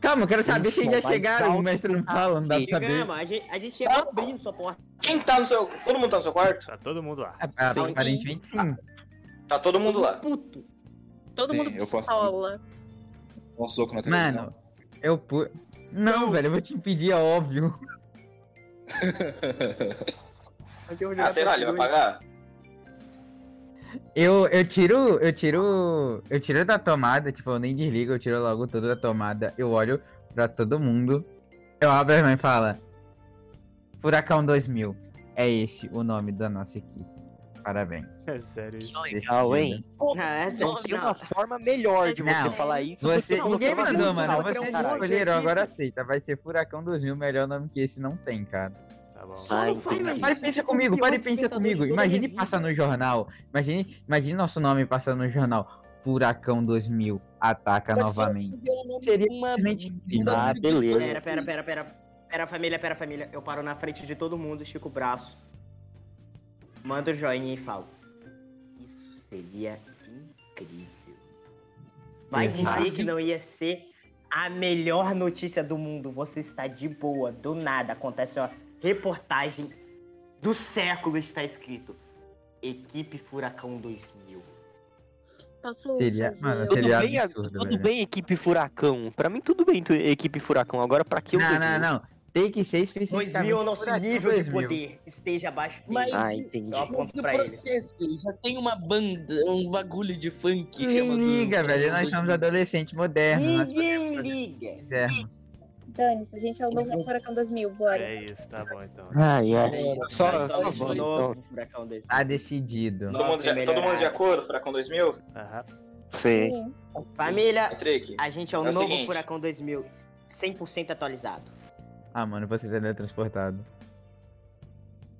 Calma, eu quero saber se Som já mais chegaram, alto o mestre não que fala, não dá pra cacete. saber. Chegamos, a gente, a gente chegou abrindo sua porta. Quem tá no seu. Todo mundo tá no seu quarto? Tá todo mundo lá. Ah, Aparentemente sim. Tá todo mundo lá. Puto. Todo Sim, mundo eu posso- pistola. Um soco na televisão. Mano, eu pu... Não, velho, eu vou te impedir, é óbvio. um Ah, sei lá, ele vai pagar? Eu, eu tiro, eu tiro, eu tiro da tomada, tipo, eu nem desligo, eu tiro logo tudo da tomada, eu olho pra todo mundo, eu abro a mãe e fala, Furacão 2000, é esse o nome da nossa equipe, parabéns. É sério. isso. Legal, hein? Ah, essa Não tem uma forma melhor né? é de você Não, é falar isso. do que Você, você ninguém vai mandou, perguntar mano, pra vocês caralho. escolheram, agora aceita, vai ser Furacão 2000, melhor nome que esse não tem, cara. Tá bom. Ai, Para e pensa comigo, para e pensa comigo. Imagine passar no jornal. Imagine, imagine nosso nome passando no jornal. Furacão 2000 ataca É novamente. assim, Seria simplesmente incrível. Ah, beleza. Pera, pera, pera, pera. Pera, família, pera, família. Eu paro na frente de todo mundo, estico o braço. Mando o joinha e falo. Isso seria incrível. Vai dizer que não ia ser a melhor notícia do mundo. Você está de boa, do nada. Acontece uma reportagem do século está escrito. Equipe Furacão 2000. Posso Ah, Seria- fazer... mano, eu seria também absurdo. Tudo velho. bem, equipe Furacão. Pra mim, tudo bem, tu- equipe Furacão. Agora, pra que eu. Não, não, não. Tem que ser especificamente... 2000 é o nosso Furacão nível de 2000. poder. Esteja abaixo dele. Mas, assim, Ah, entendi. Eu mas aponto o pra ele. processo, já tem uma banda, um bagulho de funk Ninguém chamado... liga, velho. Nós somos adolescentes modernos. Nós Ninguém liga. modernos. Dane-se, a gente é o novo Furacão 2000, bora. É isso, tá bom então. Ai, ai. Só- então. Nós somos só- o novo um Furacão 2000. Tá decidido. Todo mundo, já- todo mundo de acordo, Furacão 2000? Aham. É. Sei. Família, Patrick, a gente é o é o novo seguinte. Furacão 2000. 100% atualizado. Ah, mano, você teletransportado.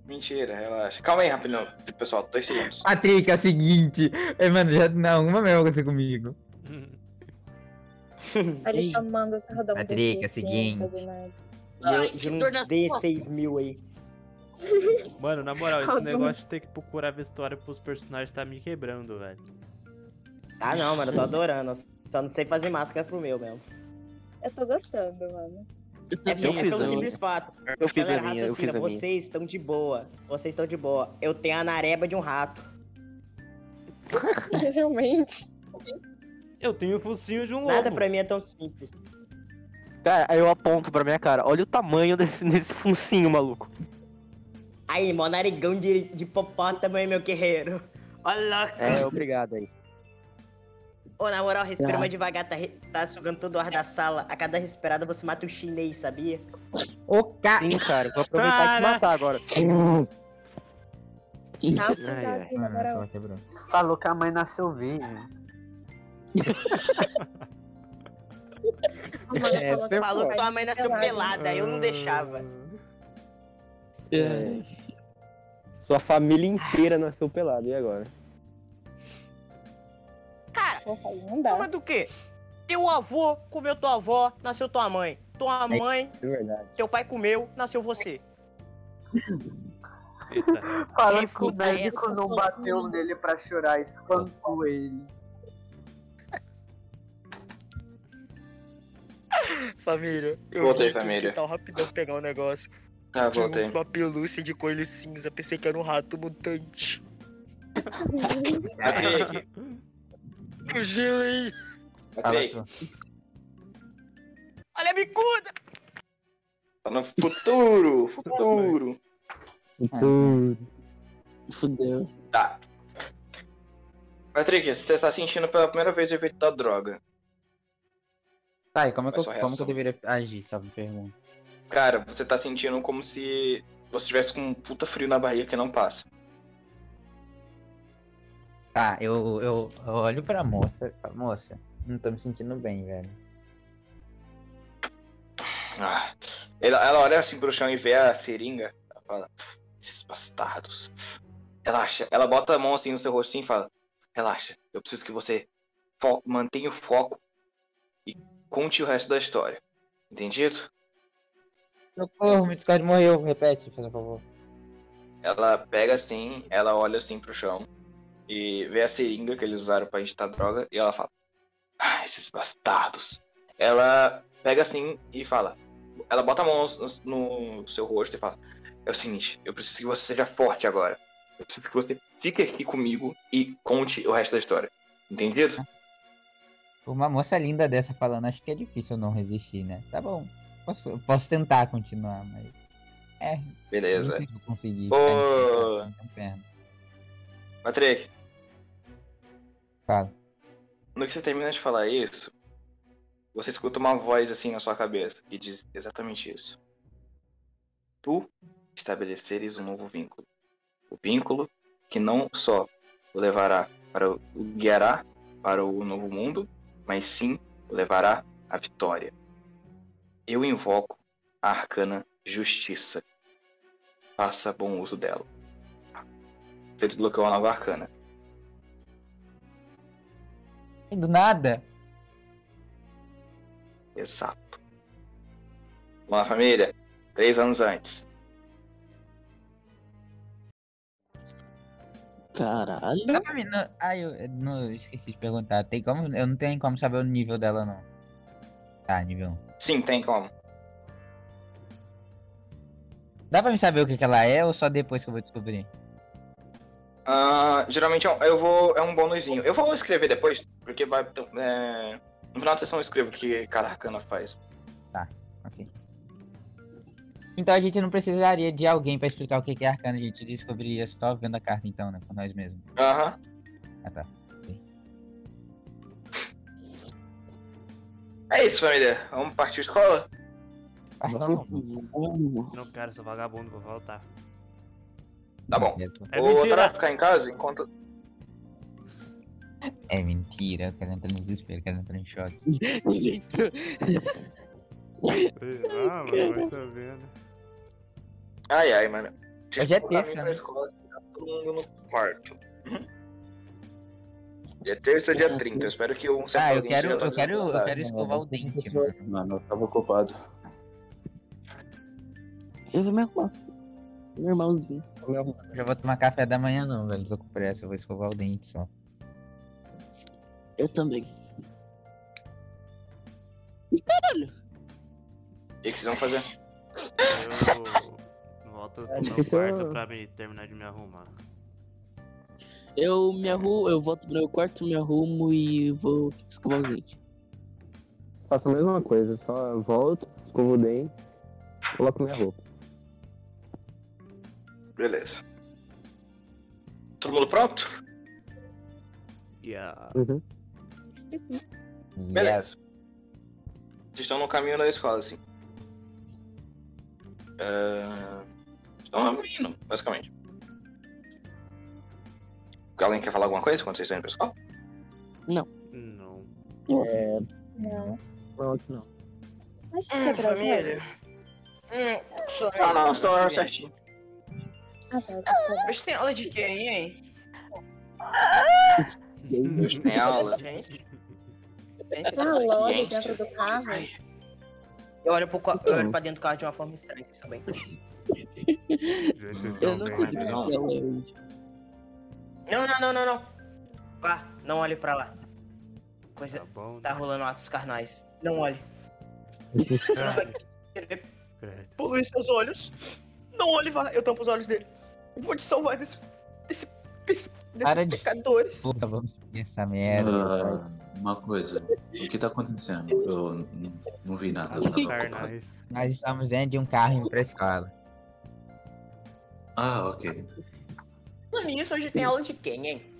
Mentira, relaxa. Calma aí, rapidão, pessoal, dois segundos. Patrick, é o seguinte. É, mano, já não, uma mesmo aconteceu comigo. Olha ele chamando essa rodada. assim, Patrick, é o seguinte. Eu juntei 6 mil aí. Mano, na moral, esse Rodou. negócio de ter que procurar vestuário pros personagens tá me quebrando, velho. Ah, não, mano, eu tô adorando. Só não sei fazer máscara pro meu mesmo. Eu tô gostando, mano. É, pelo- é também. Eu fiz pelo a simples fato. Eu fiz a Galera, minha, eu raciocina, fiz a minha. vocês estão de boa. Vocês estão de boa. Eu tenho a nareba de um rato. Realmente. Eu tenho o focinho de um lobo. Nada pra mim é tão simples. Cara, Tá, aí eu aponto pra minha cara. Olha o tamanho desse, desse funcinho, maluco. Aí, mó narigão de, de hipopótamo, hein, meu guerreiro. Olha louco. É, obrigado aí. Ô, na moral, respira Ah. mais devagar, tá, re- tá sugando todo o ar da sala. A cada respirada você mata um chinês, sabia? Ô, cara. Sim, cara, vou aproveitar e te matar agora. Ai, ai. tá na Mano, moral. só quebrou. Falou que a mãe nasceu virgem. É, né, falou que tua mãe nasceu pelada, eu não deixava. É. Sua família inteira nasceu pelada, e agora? Cara, um não dá. Mas do quê? Teu avô comeu tua avó, nasceu tua mãe. Tua mãe, É verdade. teu pai comeu, nasceu você. Falando que o Refuta médico essa não sua- bateu nele pra chorar, espancou ele. Família, eu Voltei, vim aqui família. Tal rapidão pegar um negócio. Ah, Tinha um voltei. Uma pelúcia de coelho cinza, pensei que era um rato mutante. Patrick, O gelo aí. Patrick, Olha a bicuda! tá no futuro, futuro. Fudeu. Tá. Patrick, você está sentindo pela primeira vez o efeito da droga. Tá, e como é que eu, Qual é a sua como que eu reação? deveria agir, só me pergunta? Cara, você tá sentindo como se você tivesse com um puta frio na barriga que não passa. Tá, eu, eu, eu olho pra moça. e falo, Moça, não tô me sentindo bem, velho. Ah. Ela, ela olha assim pro chão e vê a seringa. Ela fala, esses bastardos. Relaxa. Ela bota a mão assim no seu rostinho e fala, relaxa. Eu preciso que você fo- mantenha o foco e conte o resto da história. Entendido? Socorro, meu Discord morreu. Repete, faz um favor. Ela pega assim, ela olha assim pro chão e vê a seringa que eles usaram pra injetar droga e ela fala: Ah, esses bastardos. Ela pega assim e fala: Ela bota a mão no, no seu rosto e fala: É o seguinte, eu preciso que você seja forte agora. Eu preciso que você fique aqui comigo e conte o resto da história. Entendido? Uma moça linda dessa falando, acho que é difícil eu não resistir, né? Tá bom. Posso, posso tentar continuar, mas. É, não Beleza. sei se eu consegui. Tá, então, Ô, Perna. Patrick, Fala. No que você termina de falar isso, você escuta uma voz assim na sua cabeça que diz exatamente isso. Tu estabeleceres um novo vínculo. O vínculo que não só o levará para o o guiará para o novo mundo, mas sim o levará à vitória. Eu invoco a arcana justiça. Faça bom uso dela. Você desbloqueou a nova arcana. Do nada? Exato. Vamos lá, família. Três anos antes. Caralho. Ah, eu, eu não, eu esqueci de perguntar. Tem como, eu não tenho como saber o nível dela, não. Tá, nível 1. Sim, tem como. Dá pra me saber o que, que ela é ou só depois que eu vou descobrir? Ah, geralmente é um- eu vou. É um bônusinho. Eu vou escrever depois, porque vai. é, no final da sessão eu escrevo o que cada arcana faz. Tá, ok. Então a gente não precisaria de alguém pra explicar o que que é arcano, a gente descobriria só vendo a carta então, né? Por nós mesmos. Aham. Ah tá. É isso, família. Vamos partir escola? Não quero, sou vagabundo, vou voltar. Tá bom. É Vou mentira. adorar ficar em casa enquanto. É mentira, eu quero entrar no desespero, eu quero entrar em choque. Ah, mano, vai saber, né? Ai, ai, mano. Tipo, Hoje é Pra mim, terça, na né? escola, ficar todo mundo no quarto. Uhum. Dia terça, dia 30. Eu espero que um certo Uhum. Ah, eu alguém quero, seja eu quero, eu atualizado. quero escovar né? o dente, mano. Mano, eu tava ocupado. Eu vou me arrumar. Normalzinho. Eu já vou tomar café da manhã não, velho. Tô com pressa, eu vou escovar o dente só. Eu também. Ih, caralho! O que que vocês vão fazer? Eu volto pro meu quarto pra me terminar de me arrumar. Eu me arrumo, eu volto pro meu quarto, me arrumo e vou escovar os dentes. Faço a mesma coisa, só volto, escovo o dente, coloco minha roupa. Beleza. Todo mundo pronto? Yeah. Uhum. Beleza. Vocês estão no caminho da escola, assim. É... Estão indo, basicamente. Alguém quer falar alguma coisa quando vocês estão indo pra escola? Não. Não. É. Não. Pronto, não. Mas isso é brasileiro. Hum, Não, não, estou na hora certinho. Ah, tá, tá. Hoje tem aula de quem, hein? Hum, Hoje tem aula. Gente. Tá aula de lore gente. dentro do carro. Eu olho, pro, qua- eu Então. olho pra dentro do carro de uma forma estranha, vocês também. Gente, vocês estão bem, né? Não, não, não, não, não. Vá, não olhe pra lá. Coisa. Tá, né? rolando atos carnais. Não olhe. Pulei seus olhos. Não olhe, vá. Eu tampo os olhos dele. Eu vou te salvar desse. desse. desse Para desses de- pecadores. Puta, vamos seguir essa merda. Ah, uma coisa. O que tá acontecendo? Eu não, não vi nada. Eu tava né? ocupado. Nós estamos dentro de um carro indo pra escola. Ah, ok. Falando nisso, hoje tem aula de quem, hein?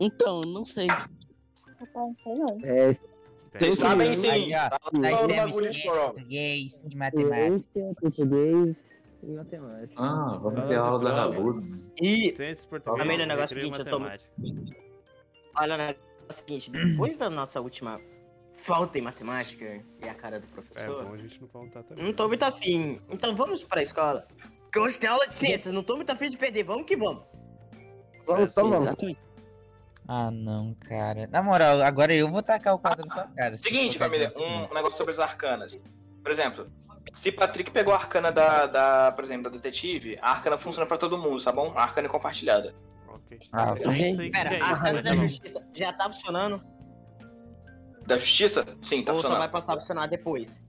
Então, não sei. Rapaz, não sei não. É. Vocês sabem sim. Aí, ó, Tá nós falando temos bagulho de ciência, prova. português e matemática. Ciência, português e matemática. Ah, vamos ter aula da Rabuda. E. Ciências Ah, português. mas o negócio é o recreio seguinte, eu tomo- matemática. Olha, o negócio é o seguinte: depois da nossa última falta em matemática e a cara do É professor. bom é a gente não faltar também. Não tô muito afim. Então vamos pra escola. Que hoje tem aula de ciências. Não tô muito afim de perder. Vamos que vamos. É, Vamos, então vamos. Ah, não, cara. Na moral, agora eu vou tacar o quadro na sua cara. Seguinte, família, um negócio sobre as arcanas. Por exemplo, se Patrick pegou a arcana da, da por exemplo, da detetive, a arcana funciona pra todo mundo, tá bom? A arcana é compartilhada. Ok. Ah, tá. Pera, a é né, arcana da justiça já tá funcionando? Da justiça? Sim, tá ou só vai funcionando. passar a funcionar depois?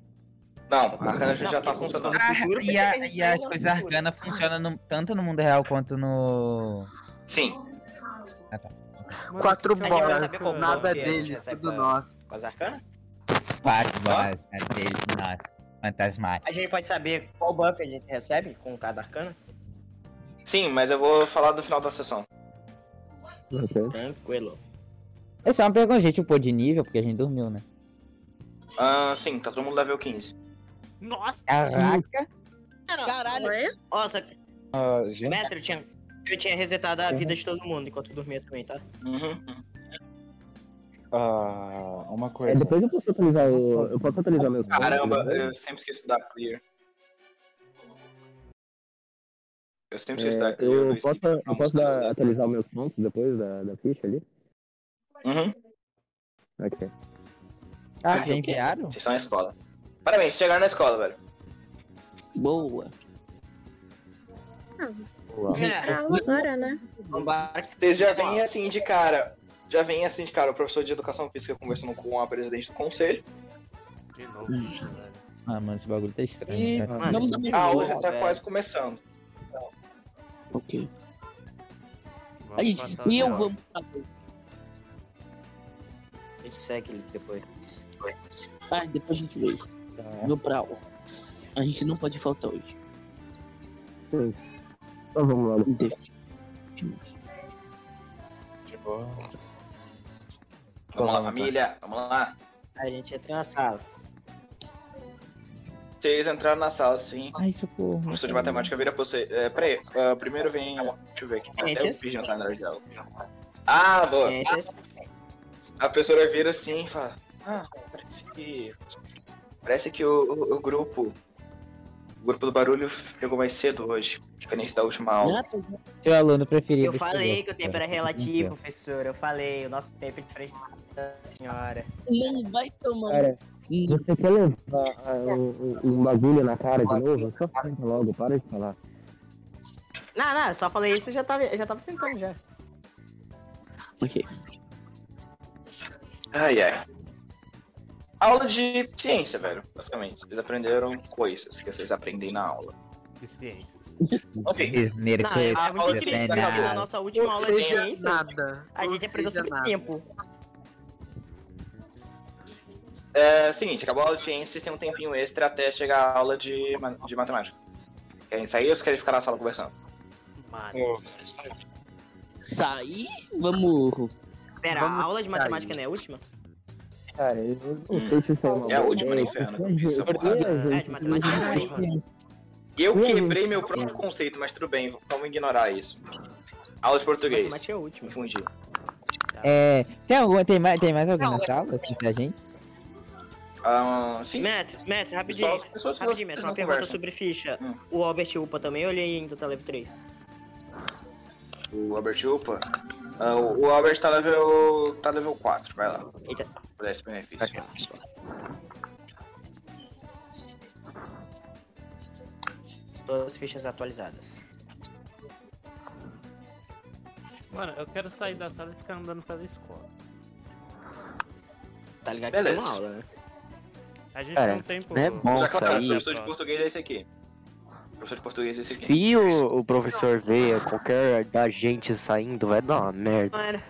Não, a arcana já tá funcionando. Ah, e, a- e as não coisas arcanas funcionam no- tanto no mundo real quanto no. Sim. Ah, tá. Quatro A gente vai bolas, saber como nada é que a gente deles, recebe tudo a- nosso. Com as arcanas? Quatro bolas, nada deles, nada. Fantasmático. A gente pode saber qual buff a gente recebe com cada arcana? Sim, mas eu vou falar do final da sessão. Tranquilo. É só uma pergunta, a gente upou de nível, porque a gente dormiu, né? Ah, sim, tá todo mundo level 15. Nossa! Caraca! Caralho! é? Nossa, Ah, gente. Metro, eu tinha, eu tinha resetado a vida de todo mundo enquanto eu dormia também, tá? Uhum. Ah, uma É, coisa. depois eu posso atualizar o. Eu posso atualizar meus Caramba, pontos, né? eu sempre esqueço de dar clear. tá Eu sempre esqueço de É, dar clear. eu posso, eu posso dar, atualizar os meus pontos depois da, da ficha ali? Uhum. Ok. é Ah, já enviaram? Vocês são na escola. Parabéns, chegaram na escola, velho. Boa. É. Ah, aula agora, né? Vocês já vêm assim de cara. Já vem assim de cara, o professor de educação física conversando com a presidente do conselho. De novo, velho. Ah, mano, esse bagulho tá estranho. E cara. é. a aula já tá quase começando. Ok. A gente espiam, vamos. A gente segue eles depois. Ah, depois a gente vê isso. Vou pra aula. A gente não pode faltar hoje. Sim. Então vamos lá. De boa. Vamos lá, família. Vamos lá. A gente entra na sala. Vocês entraram na sala, assim. Ai, socorro. O professor de matemática vira pra você. É, peraí, ah, primeiro vem. Deixa eu ver aqui. Até o Pigeon tá atrás dela. Ah, boa. A professora vira assim e fala. Ah, parece que. Parece que o, o- o grupo. O grupo do barulho chegou mais cedo hoje. Diferente da última aula. Seu aluno preferido. Eu chegou, falei que o professor. tempo era relativo, Entendeu? professor. Eu falei, o nosso tempo é diferente da senhora. Não vai tomar. Cara, você quer levar ah, um, um- um bagulho na cara de novo? Só senta logo, para de falar. Não, não, eu só falei isso e já tava, já tava sentando já. Ok. Ai, ai. Aula de ciência, velho. Basicamente. Vocês aprenderam coisas que vocês aprendem na aula. De ciências. Ok. Merda, Não, é, eu que tava de Cristo, aprende acabou nada. na nossa última Ou aula de seja, ciências. nada. A gente Ou aprendeu seja, sobre nada. tempo. É seguinte, acabou a aula de ciências, tem um tempinho extra até chegar a aula de, ma- de matemática. Querem sair ou vocês querem ficar na sala conversando? Sair? Vamos. Pera, a aula de matemática não é a última? Cara, eu não sei se isso é uma É a boa última no ideia, inferno, porque a gente- essa porrada. porque a É, gente- de matemática não é a última. Eu quebrei meu próprio conceito, mas tudo bem, vamos ignorar isso. Aula de português. Matemática é a última. Confundi. É, tem, alguma, tem, mais, tem mais é alguém na sala? Tem mais gente? Ah, sim. Mestre, mestre, Né, rapidinho. Só Hum. as pessoas que vocês rapidinho, mestre, não uma pergunta conversam. sobre ficha. O Albert Upa também, eu olhei ainda tá level 3. O Albert Upa. Ah, o o Albert tá level, tá level 4, vai lá. Eita. Por esse benefício. Todas as fichas atualizadas. Mano, eu quero sair da sala e ficar andando pela escola. Tá ligado Beleza. que tem uma aula, né? A gente tem Cara, um tempo. não é bom Já claro, o sair. professor de português é esse aqui. O professor de português é esse aqui. Se o, o professor vê qualquer da gente saindo, vai dar uma merda. Mano,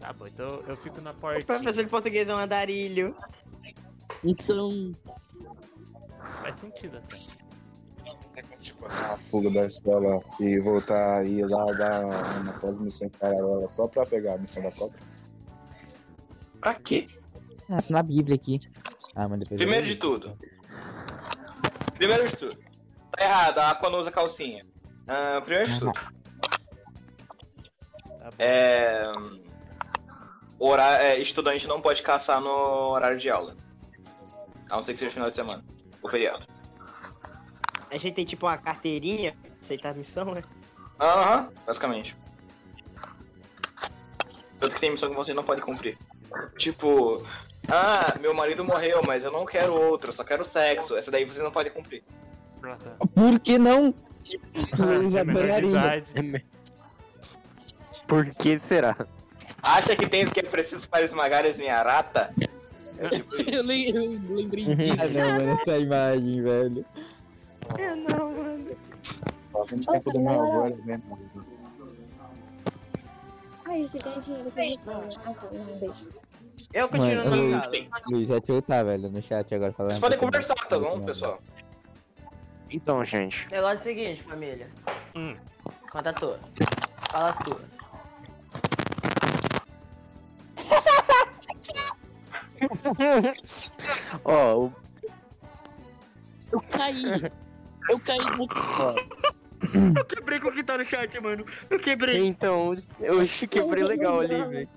Tá bom, então eu fico na o porta. professor de português é um andarilho. Então. Faz sentido até. a fuga da escola e voltar e ir lá dar uma transmissão paralela só pra pegar a missão da Copa? Pra quê? Ah, assinar a Bíblia aqui. Ah, mas depois. eu- Primeiro de tudo. Primeiro de tudo. Tá errado, a Aqua não usa calcinha. Ah, primeiro de tudo. É. hora- é, Estudante não pode caçar no horário de aula. A não ser que seja final de semana. Ou feriado. A gente tem tipo uma carteirinha, aceitar a missão, né? Aham, basicamente. Tanto que tem missão que você não pode cumprir. Tipo, ah, meu marido morreu, mas eu não quero outro, eu só quero sexo. Essa daí você não pode cumprir. Por que não? Eu já adoraria. Por que será? Acha que tem o que é preciso para esmagar as minha rata? eu, lem- eu lembrei Ah, disso. não, mano, essa imagem, velho. É, não, mano. Só tem tempo do meu né? avô, ele vem. Ai, gente, ganha dinheiro pra isso. né? Ah, tá, não, beijo. Eu continuo Mano, na eu- sala. Luiz, já te voltar, velho, no chat agora falando. Vocês podem conversar, tá bom, pessoal? Então, gente. O negócio é o seguinte, família. Hum. Conta a tua. Fala a tua. Ó, o- Eu caí. Eu caí ó, Eu quebrei com o que tá no chat, mano. Eu quebrei. então, eu acho que quebrei legal ali, velho.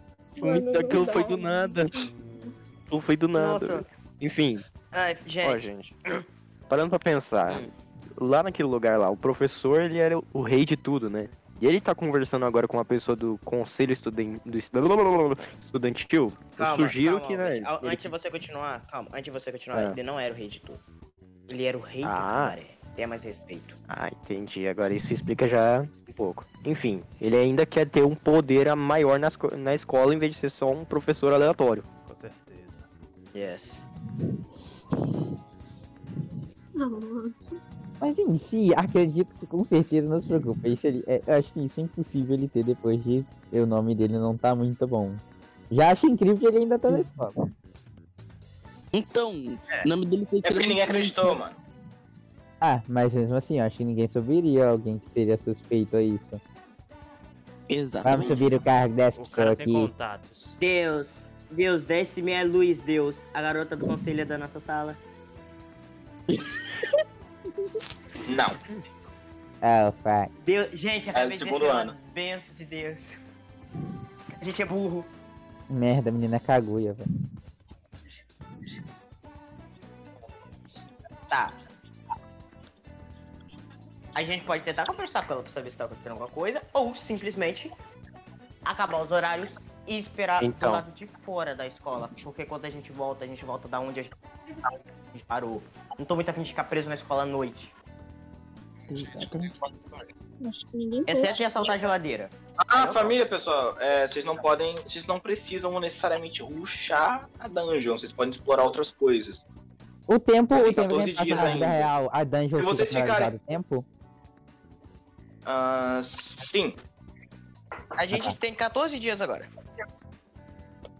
Muito daquilo então. foi do nada. Aquilo foi do nada. Nossa. velho. Enfim, Ai, ó, gente. gente. Parando pra pensar, lá naquele lugar lá, o professor, ele era o- o rei de tudo, né? E ele tá conversando agora com uma pessoa do conselho estuden... do estu- estudantil. eu sugiro calma, que, né? Albert. Al- ele- Antes de você continuar, calma, antes de você continuar, Ah. ele não era o rei de tudo. Ele era o rei do Ah. cabaré. Tenha mais respeito. Ah, entendi. Agora isso explica já um pouco. Enfim, ele ainda quer ter um poder a maior nas co- na escola em vez de ser só um professor aleatório. Com certeza. Yes. Não. Mas em si, acredito que com certeza não se preocupa. Isso ele, é, eu acho que isso é impossível ele ter depois de o nome dele não tá muito bom. Já acho incrível que ele ainda tá na escola. Então, o nome dele foi É porque ninguém acreditou, mano. Ah, mas mesmo assim, eu acho que ninguém subiria alguém que seria suspeito a isso. Exatamente. Vamos subir o cargo dessa pessoa tem aqui. contatos. Deus, Deus, desce-me é luz, Deus, a garota do conselho é da nossa sala. Não. Oh, fuck. Deus, gente, É, acabei de segundo descer lá. ano. Benção de Deus. A gente é burro. Merda, a menina é caguia, velho. Tá. A gente pode tentar conversar com ela pra saber se tá acontecendo alguma coisa, ou simplesmente acabar os horários e esperar Então. do lado de fora da escola. Porque quando a gente volta, a gente volta da onde a gente, a gente parou. Não tô muito afim de ficar preso na escola à noite. Acho que ninguém é Exceto pensa. de assaltar a geladeira. Ah, família, pessoal, é, vocês não podem. Vocês não precisam necessariamente ruxar a dungeon, vocês podem explorar outras coisas. O tempo, o Tem 14 tempo dentro da dias vida ainda. real, a dungeon Se vocês fica ficarem- finalizada o tempo? Ah, sim. A gente tem 14 dias agora.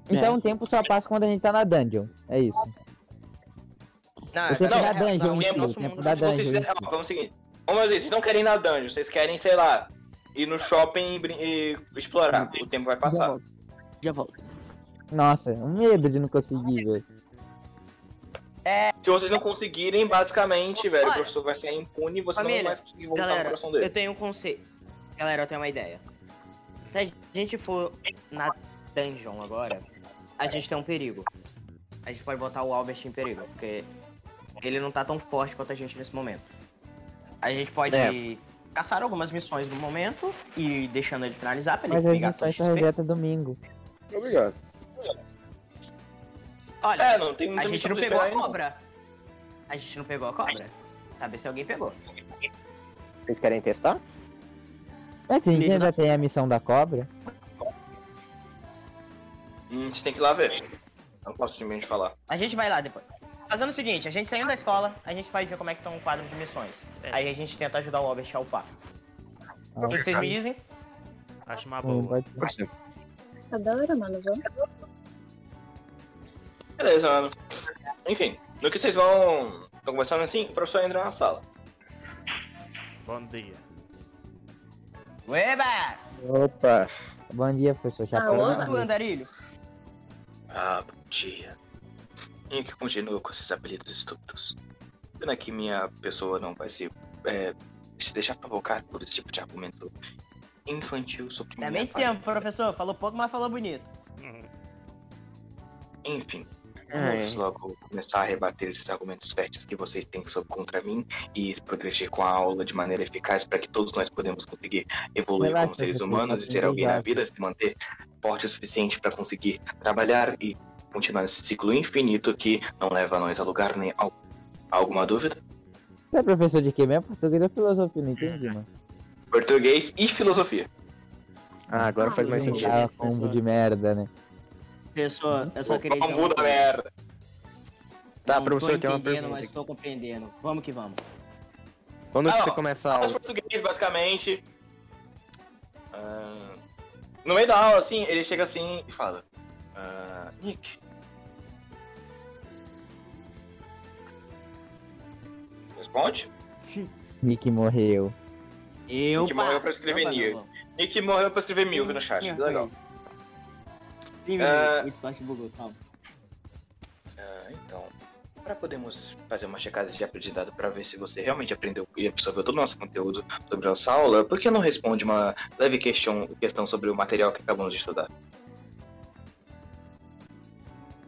Então o tempo só passa quando a gente tá na dungeon. É isso. Não, o tempo não, da é- dungeon, não, em si, é o nosso tempo mundo. da Se vocês dungeon. em quiserem- ó, vamos seguir. Vamos dizer, vocês não querem ir na dungeon, vocês querem, sei lá, ir no shopping e, brin- e explorar. O tempo vai passar. Já volto. si. Nossa, um medo de não conseguir, velho. Se vocês não conseguirem, basicamente, velho, o professor vai sair impune e você não vai Família, mais conseguir voltar no galera, coração dele. eu tenho um conselho. Galera, eu tenho uma ideia. Se a gente for na dungeon agora, a gente tem um perigo. A gente pode botar o Albert em perigo, porque ele não tá tão forte quanto a gente nesse momento. A gente pode É. caçar algumas missões no momento e ir deixando ele finalizar pra ele Mas a pegar gente só todo o essa XP. rejeta domingo. Obrigado. Olha, É, não tem muita a gente missão não pra pegou esperar a aí, não. cobra. A gente não pegou a cobra. Saber se alguém pegou. Vocês querem testar? Mas a gente ainda tem a missão da cobra. Hum, vocês têm que ir lá ver. Não posso simplesmente falar. A gente vai lá depois. Fazendo o seguinte, a gente saindo da escola, a gente vai ver como é que estão o quadro de missões. Aí a gente tenta ajudar o Albert a upar. O que vocês me dizem? Acho uma Hum, boa. pode ser. Tá da hora, mano. Vamos. Beleza, mano. Enfim, no que vocês vão. Estão conversando assim, o professor entra na sala. Bom dia. Ueba! Opa! Bom dia, professor Chapéu. andarilho? Ah, bom dia. E que continua com esses apelidos estúpidos. Pena que minha pessoa não vai se, é, se deixar provocar por esse tipo de argumento infantil sobre minha Também aparência. tempo, professor. Falou pouco, mas falou bonito. Enfim, Ah, vamos é. logo começar a rebater esses argumentos férteis que vocês têm sobre- contra mim e progredir com a aula de maneira eficaz para que todos nós podemos conseguir evoluir Relaxa, como seres professor, humanos e tá ser tudo alguém na bem. vida, se manter forte o suficiente para conseguir trabalhar e continuar nesse ciclo infinito que não leva nós a lugar nem a alguma dúvida? Você é professor de quê mesmo? Português ou filosofia? Não entendi, mano. Português e filosofia. Ah, agora faz mais sentido. Ah, combo de merda, né? Professor, eu só queria dizer. Vamos da merda. Tá, Não professor, tô tem uma entendendo, pergunta mas aqui. tô compreendendo. Vamos que vamos. Quando que Ah, você não. começa a Aulas aula? de português, basicamente. Ah, no meio da aula, assim, ele chega assim e fala: ah, Nick. Responde? Nick morreu. Eu. Nick morreu pra escrever Não, não, Nick. Nick morreu pra escrever Milk no chat. Milk, Legal. Sim, Ah. meu. O Slash bugou, calma. Ah, então, para podermos fazer uma checagem de aprendizado para ver se você realmente aprendeu e absorveu todo o nosso conteúdo sobre a nossa aula, por que não responde uma leve questão, questão sobre o material que acabamos de estudar?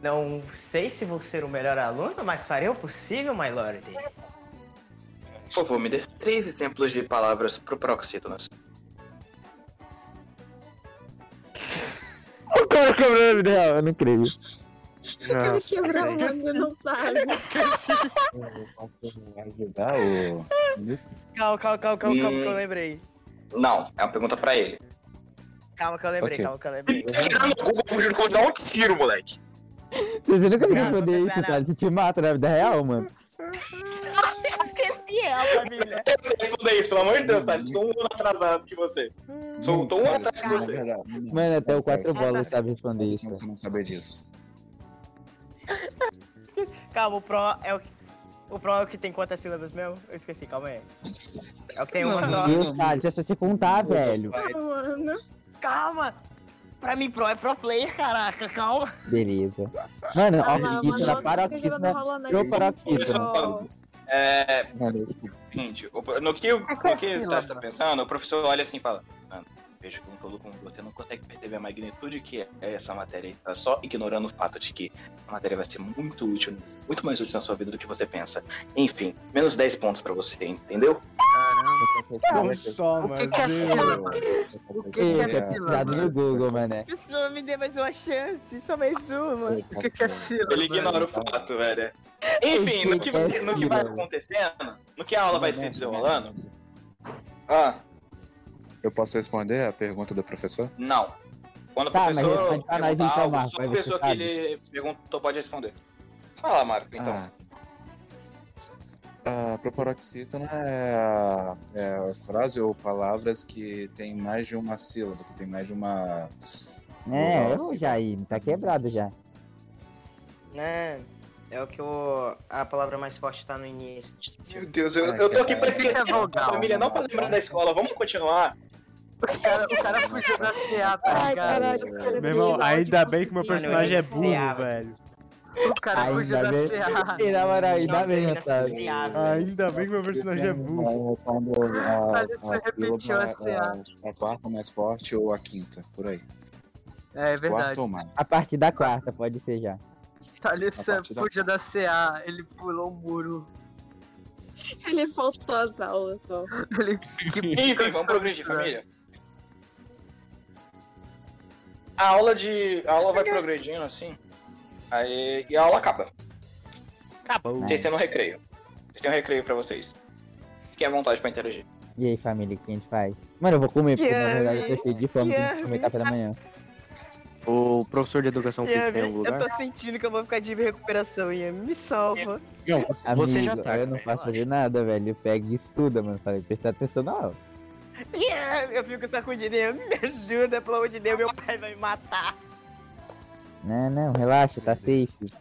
Não sei se vou ser o melhor aluno, mas farei o possível, my lord. Por favor, me dê três exemplos de palavras pro proxítonas. O cara quebrou a vida real, eu não creio. Ele quebrou o mundo, não sabe. Ajudar o. Calma, calma, calma, calma, calma, que eu lembrei. Não, é uma pergunta para ele. Calma que eu lembrei, Ok. calma que eu lembrei. Tá Google juro que eu vou te dar um tiro, moleque. Vocês nunca Não, responder não isso, cara. A gente mata na vida real, mano. Eu esqueci ela, família. Responda isso, pelo amor de Deus, Tati. Sou um ano atrasado que você. Sou tão um ano atrasado que você. Mano, até o quatro Consegue. bolas sabe responder isso. Você não saber disso. Calma, o Pro é o que. O Pro é o que tem quantas sílabas mesmo? Eu esqueci, calma aí. É o que tem uma só. Meu Deus, cara, deixa eu te contar, velho. Mano. Calma! Pra mim, Pro é pro player, caraca, calma. Beleza. Mano, é Ah, mano, oxítona, você fica jogando Hollow paroxítona. Knight. Eu paroxítona. É. Seguinte, o pro- no que, o- no que o Tati tá pensando, o professor olha assim e fala: Mano, vejo que um tolo como você não consegue perceber a magnitude que é essa matéria. e Tá só ignorando o fato de que a matéria vai ser muito útil, muito mais útil na sua vida do que você pensa. Enfim, menos 10 pontos pra você, entendeu? Não só, mas eu... O tá Eita, pesquisado Tá no Google, mané. Isso, me dê mais uma chance, só mais uma. O que, é fila? Ele ignora o fato, velho. Enfim, no que, no que vai acontecendo, no que a aula vai se desenrolando, Ah. Eu posso responder a pergunta do professor? não. Quando o Tá, mas professor responde pra nós perguntar então, algo, Marco, só vai a ver se pessoa que sabe. ele perguntou pode responder. Fala, Marco, então. Ah. A Ah, proparoxítona é, a- é a frase ou palavras que tem mais de uma sílaba, que tem mais de uma. É, vogal, eu já aí, tá quebrado já. Né? É o que o... a palavra mais forte tá no início. Meu Deus, Eu, é eu tô aqui pra esquecer a família, não pra lembrar da escola, vamos continuar. O cara, o cara fugiu da CA, tá caralho, o cara é Meu irmão, ainda bem que meu personagem é burro, Mano, velho. O cara fugiu Ainda da bem. CA. E na moral, ainda bem, é tá. rapaz. Ainda bem que meu personagem é burro. A, Mas a você repetiu sílaba, é a a, a quarta mais forte ou a quinta, por aí. É verdade. Quarta ou mais. A partir da quarta, pode ser já. é Thalissa partir da- fugiu da CA, ele pulou o muro. Ele faltou as aulas, só. Ele... Enfim, vamos progredir, família. A aula de. A aula vai progredindo assim. Aí. E a aula acaba. Acabou. É. Vocês têm um recreio. Vocês têm um recreio pra vocês. Fiquem à vontade pra interagir. E aí, família, o que a gente faz? Mano, eu vou comer, porque na verdade eu tô cheio de fome, tenho que comer café da manhã. O professor de educação física tem algum eu lugar? tô sentindo que eu vou ficar de recuperação, Ian. Me salva. Não, você já Amigo, tá. Eu não faço de nada, velho. Eu pego e estuda, mano. Falei, presta atenção na aula. Ian, eu fico sacudindo. Ian, me ajuda, pelo amor de Deus, meu pai vai me matar. Não, não, relaxa, tá safe.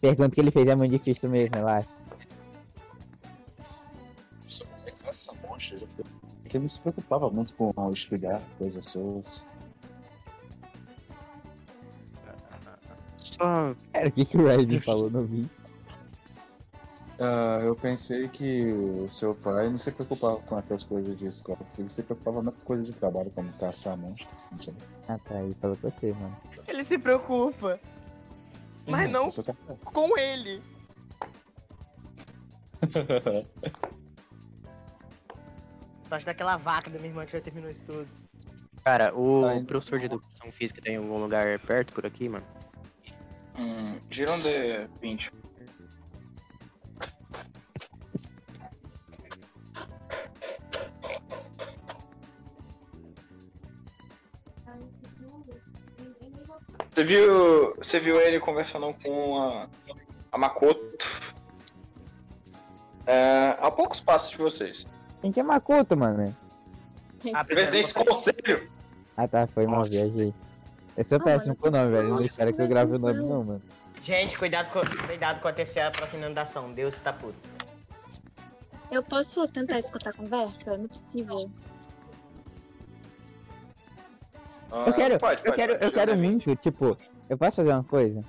Pergunta que ele fez é muito difícil mesmo, relaxa. Essa monstro, é que ele se preocupava muito com estudar coisas suas. Só. Cara, o que, que o Raiden falou? Não vi. Ah, eu pensei que o seu pai não se preocupava com essas coisas de escola, ele se preocupava mais com coisas de trabalho, como caçar monstros, não sei. Ah, tá aí, falou com você, mano. Ele se preocupa. Uhum. Mas não tá- com ele. Só acho daquela vaca da minha irmã que já terminou isso tudo. Cara, o tá professor de educação física tem algum lugar perto por aqui, mano? Hum, girando de 20. Você viu. Você viu ele conversando com a, a Makoto. É, a poucos passos de vocês. Quem que é Makoto, mano? Ah, A presidente um do conselho! Ah, tá, foi mal, viajei. Ah, Eu sou péssimo com o nome, velho. Não nossa, espero que eu mas grave o nome, então. não, mano. Gente, cuidado com, cuidado com a terceira próxima inundação. Deus tá está puto. Eu posso tentar escutar a conversa? Não é possível. Ah, Eu quero, pode, eu pode, quero, pode, eu quero muito, tipo, eu posso fazer uma coisa?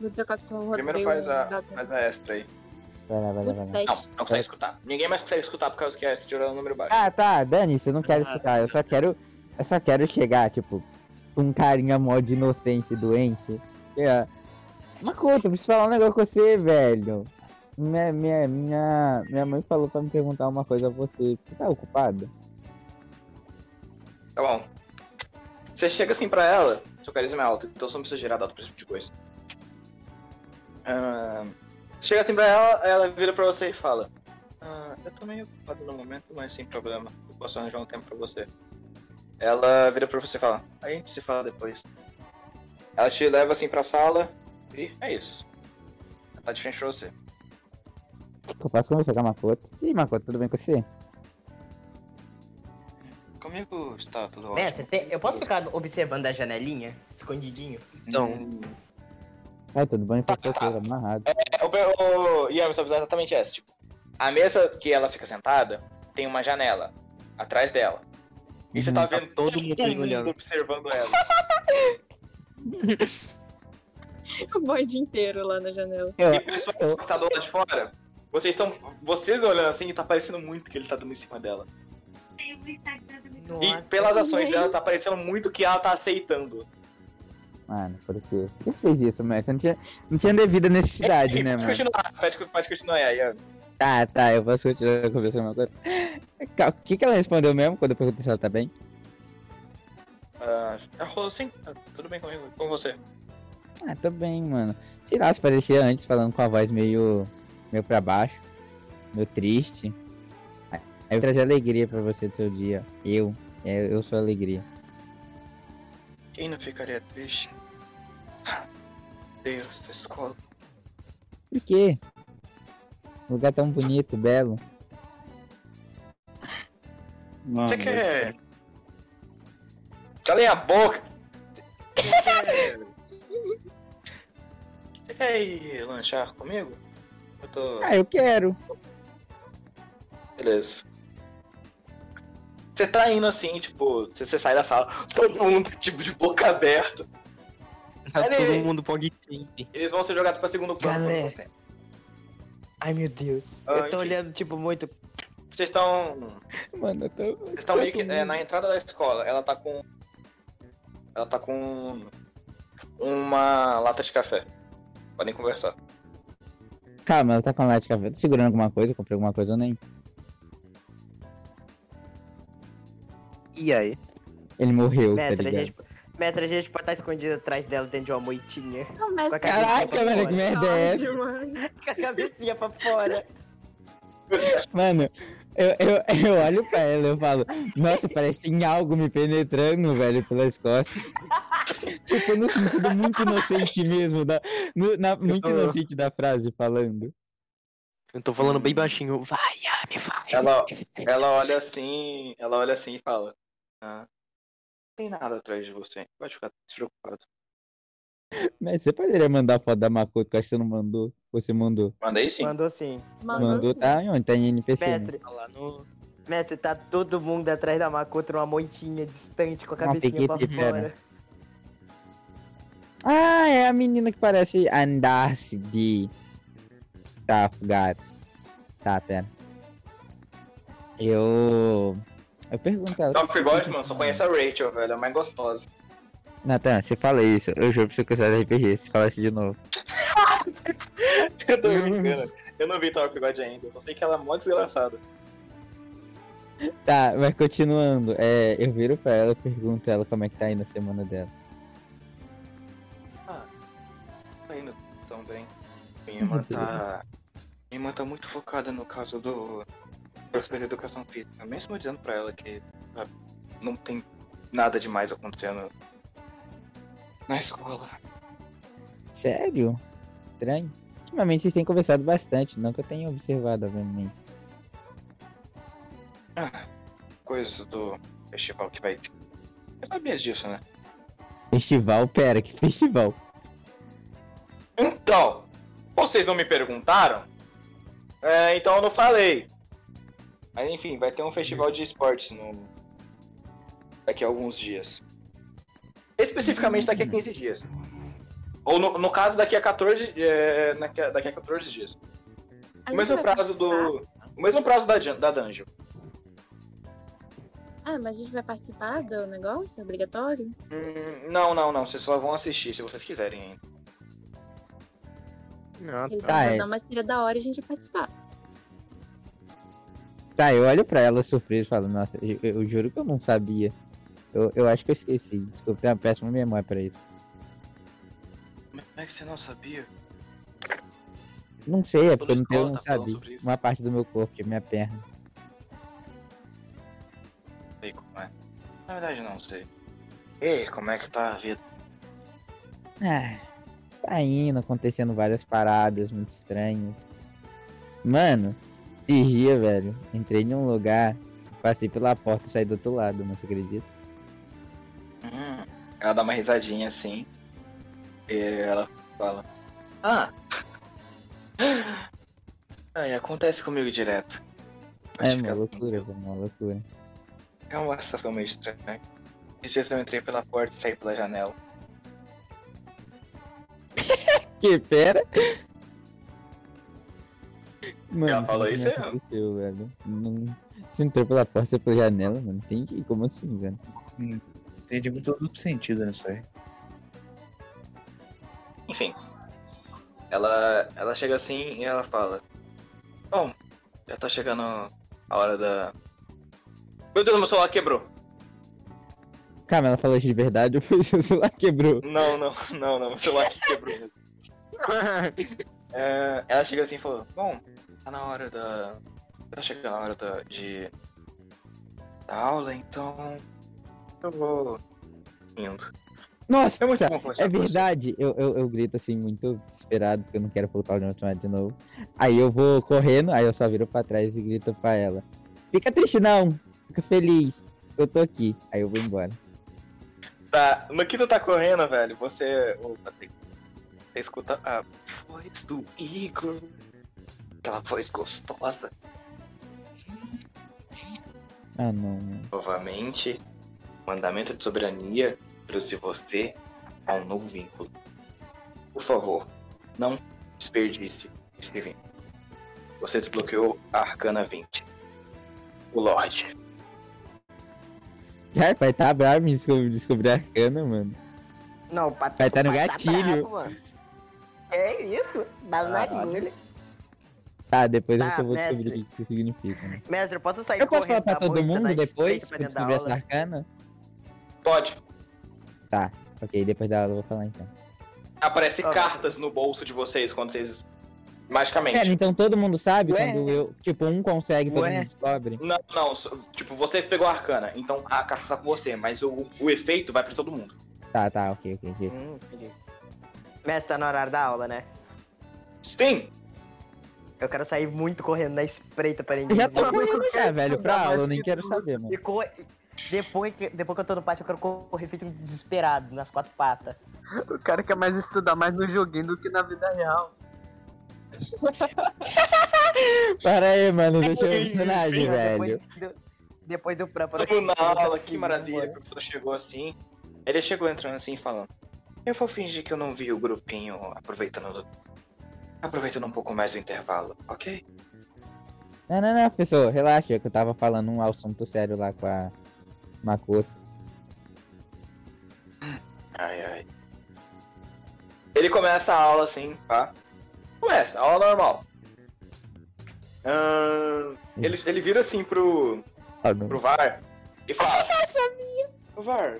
Vou trocar as com Primeiro um faz a, faz a extra aí. Vai lá, vai lá, vai lá. Não, não consegue escutar. Ninguém mais consegue escutar por causa que é extra tirando o número baixo. Ah, tá, Dani, você não quer escutar, eu só quero. Eu só quero chegar, tipo, com um carinha mó de inocente, doente. É. Makoto, eu preciso falar um negócio com você, velho. Minha, minha, minha, minha mãe falou pra me perguntar uma coisa a você. Você tá ocupado? Tá bom. Você chega assim pra ela, seu carisma é alto, então você não precisa gerar dado pra esse tipo de coisa. Ah, você chega assim pra ela, ela vira pra você e fala: "Ah, Eu tô meio ocupado no momento, mas sem problema, eu posso arranjar um tempo pra você. Ela vira pra você e fala: A gente se fala depois. Ela te leva assim pra sala e é isso. Ela tá de frente pra você. Eu posso conversar com a Makoto. E aí, Makoto, tudo bem com você? Comigo está tudo É, você tem- eu posso ficar observando a janelinha, escondidinho? Então. Ai, tudo bem com você, tá amarrado. É, o, o Yami, só avisar exatamente essa. Tipo, a mesa que ela fica sentada tem uma janela atrás dela. E você tá vendo todo mundo, observando ela. O bonde inteiro lá na janela. E o pessoal que tá do lado de fora, vocês estão. Vocês olhando assim, tá parecendo muito que ele tá dando em cima dela. e pelas ações dela, tá parecendo muito que ela tá aceitando. Mano, por quê? Por que você fez isso, mano? Você não tinha, não tinha devida necessidade, né, pode mano? continuar, pode, pode continuar, Yami. Tá, tá, eu posso continuar a conversa com a Makoto. Ca- O que, que ela respondeu mesmo quando eu perguntei se ela tá bem? Ah, rolou sim, tá tudo bem comigo, com você. Ah, tô bem, mano. Sei lá, se parecia antes falando com a voz meio. meio pra baixo, meio triste. Aí eu trazer alegria pra você do seu dia. Eu. é, Eu sou a alegria. Quem não ficaria triste? Deus, da escola. Por quê? Um lugar tão bonito, belo. Mano, você quer. Calem a boca! você quer ir lanchar comigo? Eu tô. Ah, eu quero. Beleza. Você tá indo assim, tipo, você você sai da sala, todo mundo, tipo, de boca aberta. Tá Cadê todo ele? mundo Pong Timp. Eles vão ser jogados pra segundo plano. Galera. Ai meu Deus. Ah, eu enfim. tô olhando, tipo, muito. Vocês estão. Mano, eu tô. Vocês estão meio que é, na entrada da escola, ela tá com. Ela tá com. Uma lata de café. Podem conversar. Calma, ela tá com a lata de café. Tô segurando alguma coisa, comprei alguma coisa ou nem. E aí? Ele morreu, tá Mestre, a ligado? gente, mestre, a gente pode estar escondido atrás dela dentro de uma moitinha. mestre, Caraca, mano, que Tá merda é essa? Com a cabecinha pra fora. Mano, eu, eu, eu olho pra ela e eu falo, nossa, parece que tem algo me penetrando, velho, pelas costas. tipo, no sentido muito inocente mesmo, da, no- na- muito Eu- inocente da frase falando. Eu tô falando bem baixinho. Vai, Yami, vai. Ela, ela olha assim. Ela olha assim e fala. "Ah, não tem nada atrás de você. Pode ficar despreocupado. Mas você poderia mandar a foto da Makoto, que eu acho que você não mandou. Você mandou. Mandei sim. Mandou sim. assim, Mandou, tá? Onde tá em NPC? né? Mestre, mestre, tá todo mundo atrás da Makoto numa moitinha distante com a Não, cabecinha peguei pra pipera. fora. Ah, é a menina que parece andar-se de. Tá, gato. Tá, pera. Eu. Eu pergunto a ela. Dr. Godman só conhece é a Rachel, velho. É a mais gostosa. Nathan, você fala isso. Eu juro pra você que eu saio da RPG. Se falar isso de novo. Eu tô brincando. Eu não vi Dr. God ainda. Eu só sei que ela é mó desgraçada. Tá, mas continuando. É, eu viro pra ela e pergunto ela como é que tá aí na semana dela. Ah, tá indo tão bem. Minha irmã tá. Minha irmã tá muito focada no caso do professor de educação física. Mesmo eu dizendo pra ela que sabe, não tem nada demais acontecendo na escola. Sério? Estranho. Ultimamente vocês têm conversado bastante, não que eu tenha observado, obviamente. Ah, coisas do festival que vai ter. Você sabia disso, né? Festival, pera, que festival? Então, vocês não me perguntaram? É, então eu não falei. Mas enfim, vai ter um festival de esportes no... daqui a alguns dias. Especificamente daqui a 15 dias. Ou no, no caso, daqui a 14, é, daqui, a, daqui a 14 dias. O mesmo prazo do. O mesmo prazo da, dun- da Dungeon. Ah, mas a gente vai participar do negócio obrigatório? Hum, não, não, não. Vocês só vão assistir se vocês quiserem ainda. Não, Eles tá, vão é. dar uma seria da hora e a gente vai participar. Tá, eu olho pra ela surpreso e falo, nossa, eu, eu juro que eu não sabia. Eu, eu acho que eu esqueci. Desculpa, tenho uma péssima memória pra isso. Mas Como é que você não sabia? Não sei, é Falou porque eu não tenho, escola, tá falando sabe, sobre isso. uma parte do meu corpo, que é minha perna. Não sei como é. Na verdade, não sei. Ei, como é que tá a vida? Ah, tá indo, acontecendo várias paradas muito estranhas. Mano, esses dias, velho, entrei num lugar, passei pela porta e saí do outro lado, não se acredita? Hum, ela dá uma risadinha assim. E ela fala. Ah! Ai, acontece comigo direto. É uma loucura, velho, uma loucura. É uma sensação meio estranha. Esses dias eu entrei pela porta e saí pela janela. Que pera? Ela falou não isso aí, ó. aconteceu, velho. Não... Você entrou pela porta, você pela janela, mano. Tem que como assim, velho? Tem de todo sentido nisso aí. Enfim. Ela, ela chega assim e ela fala. Bom, já tá chegando a hora da. Meu Deus, meu celular quebrou! Calma, ela falou isso de verdade, eu fui seu celular quebrou. Não, não, não, não, meu celular que quebrou mesmo. É, ela chega assim e falou, bom, tá na hora da. Tá chegando a hora da, de. da aula, então. Eu vou. indo. Nossa, É muito bom conversar é com você. verdade. Eu, eu, eu grito assim, muito desesperado, porque eu não quero voltar de automático de novo. Aí eu vou correndo, aí eu só viro pra trás e grito pra ela: Fica triste, não. Fica feliz. Eu tô aqui. Aí eu vou embora. Tá, no que tu tá correndo, velho, você. ô, Patrick, Você escuta a voz do Igor. Aquela voz gostosa. Ah, não, mano. Novamente, mandamento de soberania trouxe você a um novo vínculo. Por favor, não desperdice esse vínculo. Você desbloqueou a Arcana 20. O Lorde. Ai, pai, tá bravo em descobrir, descobrir a arcana, mano. Não, o Patrick Vai tá no vai tá gatilho. Ah, bravo, mano. É isso? Dá na agulha. Tá, depois eu Tá, que eu vou mestre. descobrir o que isso significa. Né? Mestre, eu posso sair Eu posso falar correndo pra da todo moita, mundo da depois, espreita pra quando dentro da descobrir essa aula? arcana? Pode. Tá, ok, depois da aula eu vou falar então. Aparecem cartas no bolso de vocês quando vocês. Magicamente. Cara, então todo mundo sabe quando eu. Tipo, um consegue, todo Ué? mundo descobre. Não, não, só- tipo, você que pegou a arcana, então a carta tá com você, mas o, o efeito vai pra todo mundo. Tá, tá, ok, ok, ok. Hum, entendi. Mestre, tá no horário da aula, né? Sim! Eu quero sair muito correndo na espreita pra ninguém. Eu já tô ver. correndo já, velho, pra estudar aula, eu mais nem que quero tudo. saber, mano. E co- Depois que, depois que eu tô no pátio, eu quero correr feito um desesperado, nas quatro patas. O cara quer mais estudar mais no joguinho do que na vida real. Para aí, mano, deixa eu personagem, velho. Depois do, depois do pra Todo mundo na aula, que é. maravilha, o professor chegou assim. Ele chegou entrando assim e falando: Eu vou fingir que eu não vi o grupinho aproveitando aproveitando um pouco mais o intervalo, ok? Não, não, não, professor, relaxa, que eu tava falando um assunto sério lá com a Makoto. Ai, ai. Ele começa a aula assim, tá? Começa, aula normal. Ahn, ele, ele vira assim pro, Ah, não. pro VAR e fala: VAR,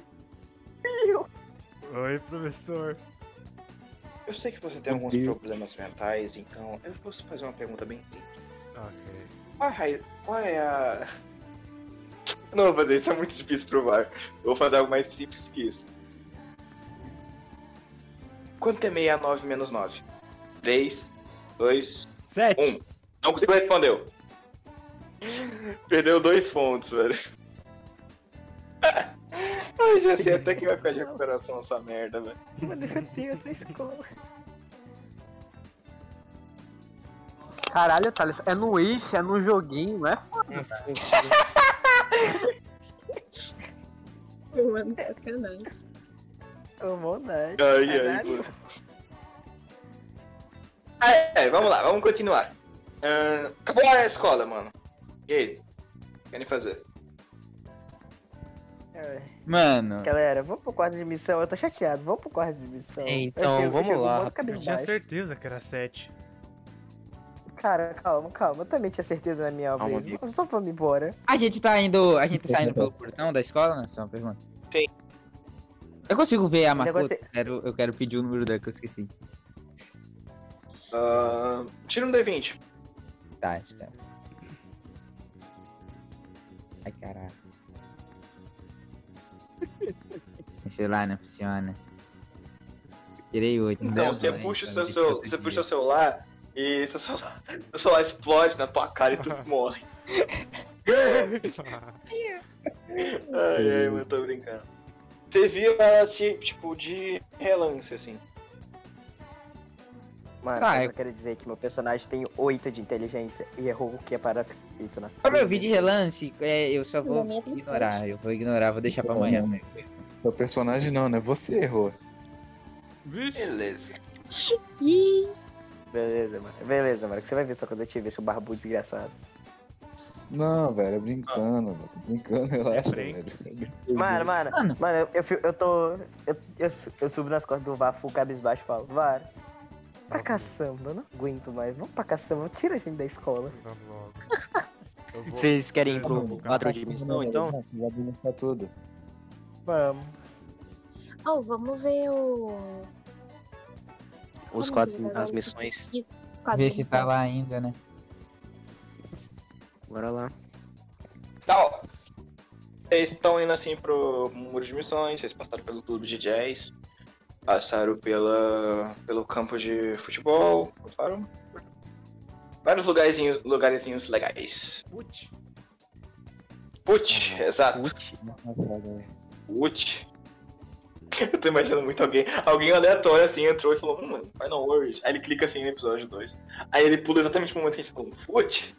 Oi, professor. eu sei que você tem alguns problemas mentais, então eu posso fazer uma pergunta bem simples. Ok. Qual é a raiz- Qual é a. Não vou fazer isso, é muito difícil provar. Eu vou fazer algo mais simples que isso. Quanto é 69 menos 9? 3, 2, 7. 1. Não consigo responder. Perdeu dois pontos, velho. Ai, já sei até que vai ficar de recuperação essa merda, velho. Mano, eu tenho essa escola. Caralho, Thales, é no Wish, é no joguinho, é foda. Mano, sacanagem. Ô, maldade. Ai, ai, mano. Ah, é, vamos lá, vamos continuar. Ahn, acabou a escola, mano. E aí? O que Querem fazer? É. Mano. Galera, vamos pro quarto de missão. Eu tô chateado. Vamos pro quarto de missão. É, então, Eu chego- eu chego muito Eu cabisbaixo. tinha certeza que era 7. Cara, calma, calma. Eu também tinha certeza na minha Calma, vez. Mas Só vamos embora. A gente tá indo. A gente tá saindo pelo portão da escola, né? Só uma pergunta. Sim. Eu consigo ver a Makoto? negócio Eu quero, eu quero pedir o número dela que eu esqueci. Ahn, tira um D20. Tá, espera. Ai, caralho. Sei lá, não funciona. Tirei oito. Então, você puxa o seu, seu- você puxa o celular, E seu celular, seu celular explode na tua cara e tu morre. Ah, ai, ai, mas tô brincando. Você viu ela, assim, tipo, de relance, assim. Mano, Ah, Tá, é. eu só quero dizer que meu personagem tem 8 de inteligência e errou o que é para feito na. Ah, Como eu vi de relance, é, eu Tá só vou Não, é interessante. ignorar. Eu vou ignorar, vou deixar pra amanhã. né? Seu personagem não, né? Você errou. Beleza. Beleza, mano. Beleza, mano. Que você vai ver só quando eu te ver seu barbudo desgraçado. Não, velho, é brincando, velho. Brincando, relaxa, velho. Uhum. Mano, mano, mano, eu, eu, fi- eu tô. Eu, eu, fi- eu subo nas costas do VAR, full cabisbaixo e falo, VAR. Pra caçamba, eu não aguento mais. Vamos pra caçamba, tira a gente da escola. Vocês querem ir pro quadro de dimensão, então? Você vai bagunçar tudo. Vamos. Oh, vamos ver os. Os Como quadros, que era as isso? missões. Isso, os quadros Ver de se missão. tá lá ainda, né? Bora lá. Tal. Vocês estão indo assim pro muro de missões, vocês passaram pelo clube de jazz, passaram pela, pelo campo de futebol, passaram por vários lugarzinhos, lugarzinhos legais. Putz. Put, exato. Put. Eu tô imaginando muito alguém. Alguém aleatório assim entrou e falou, hum, Final World. Aí ele clica assim no episódio 2. Aí ele pula exatamente no momento que a gente tá falou, put.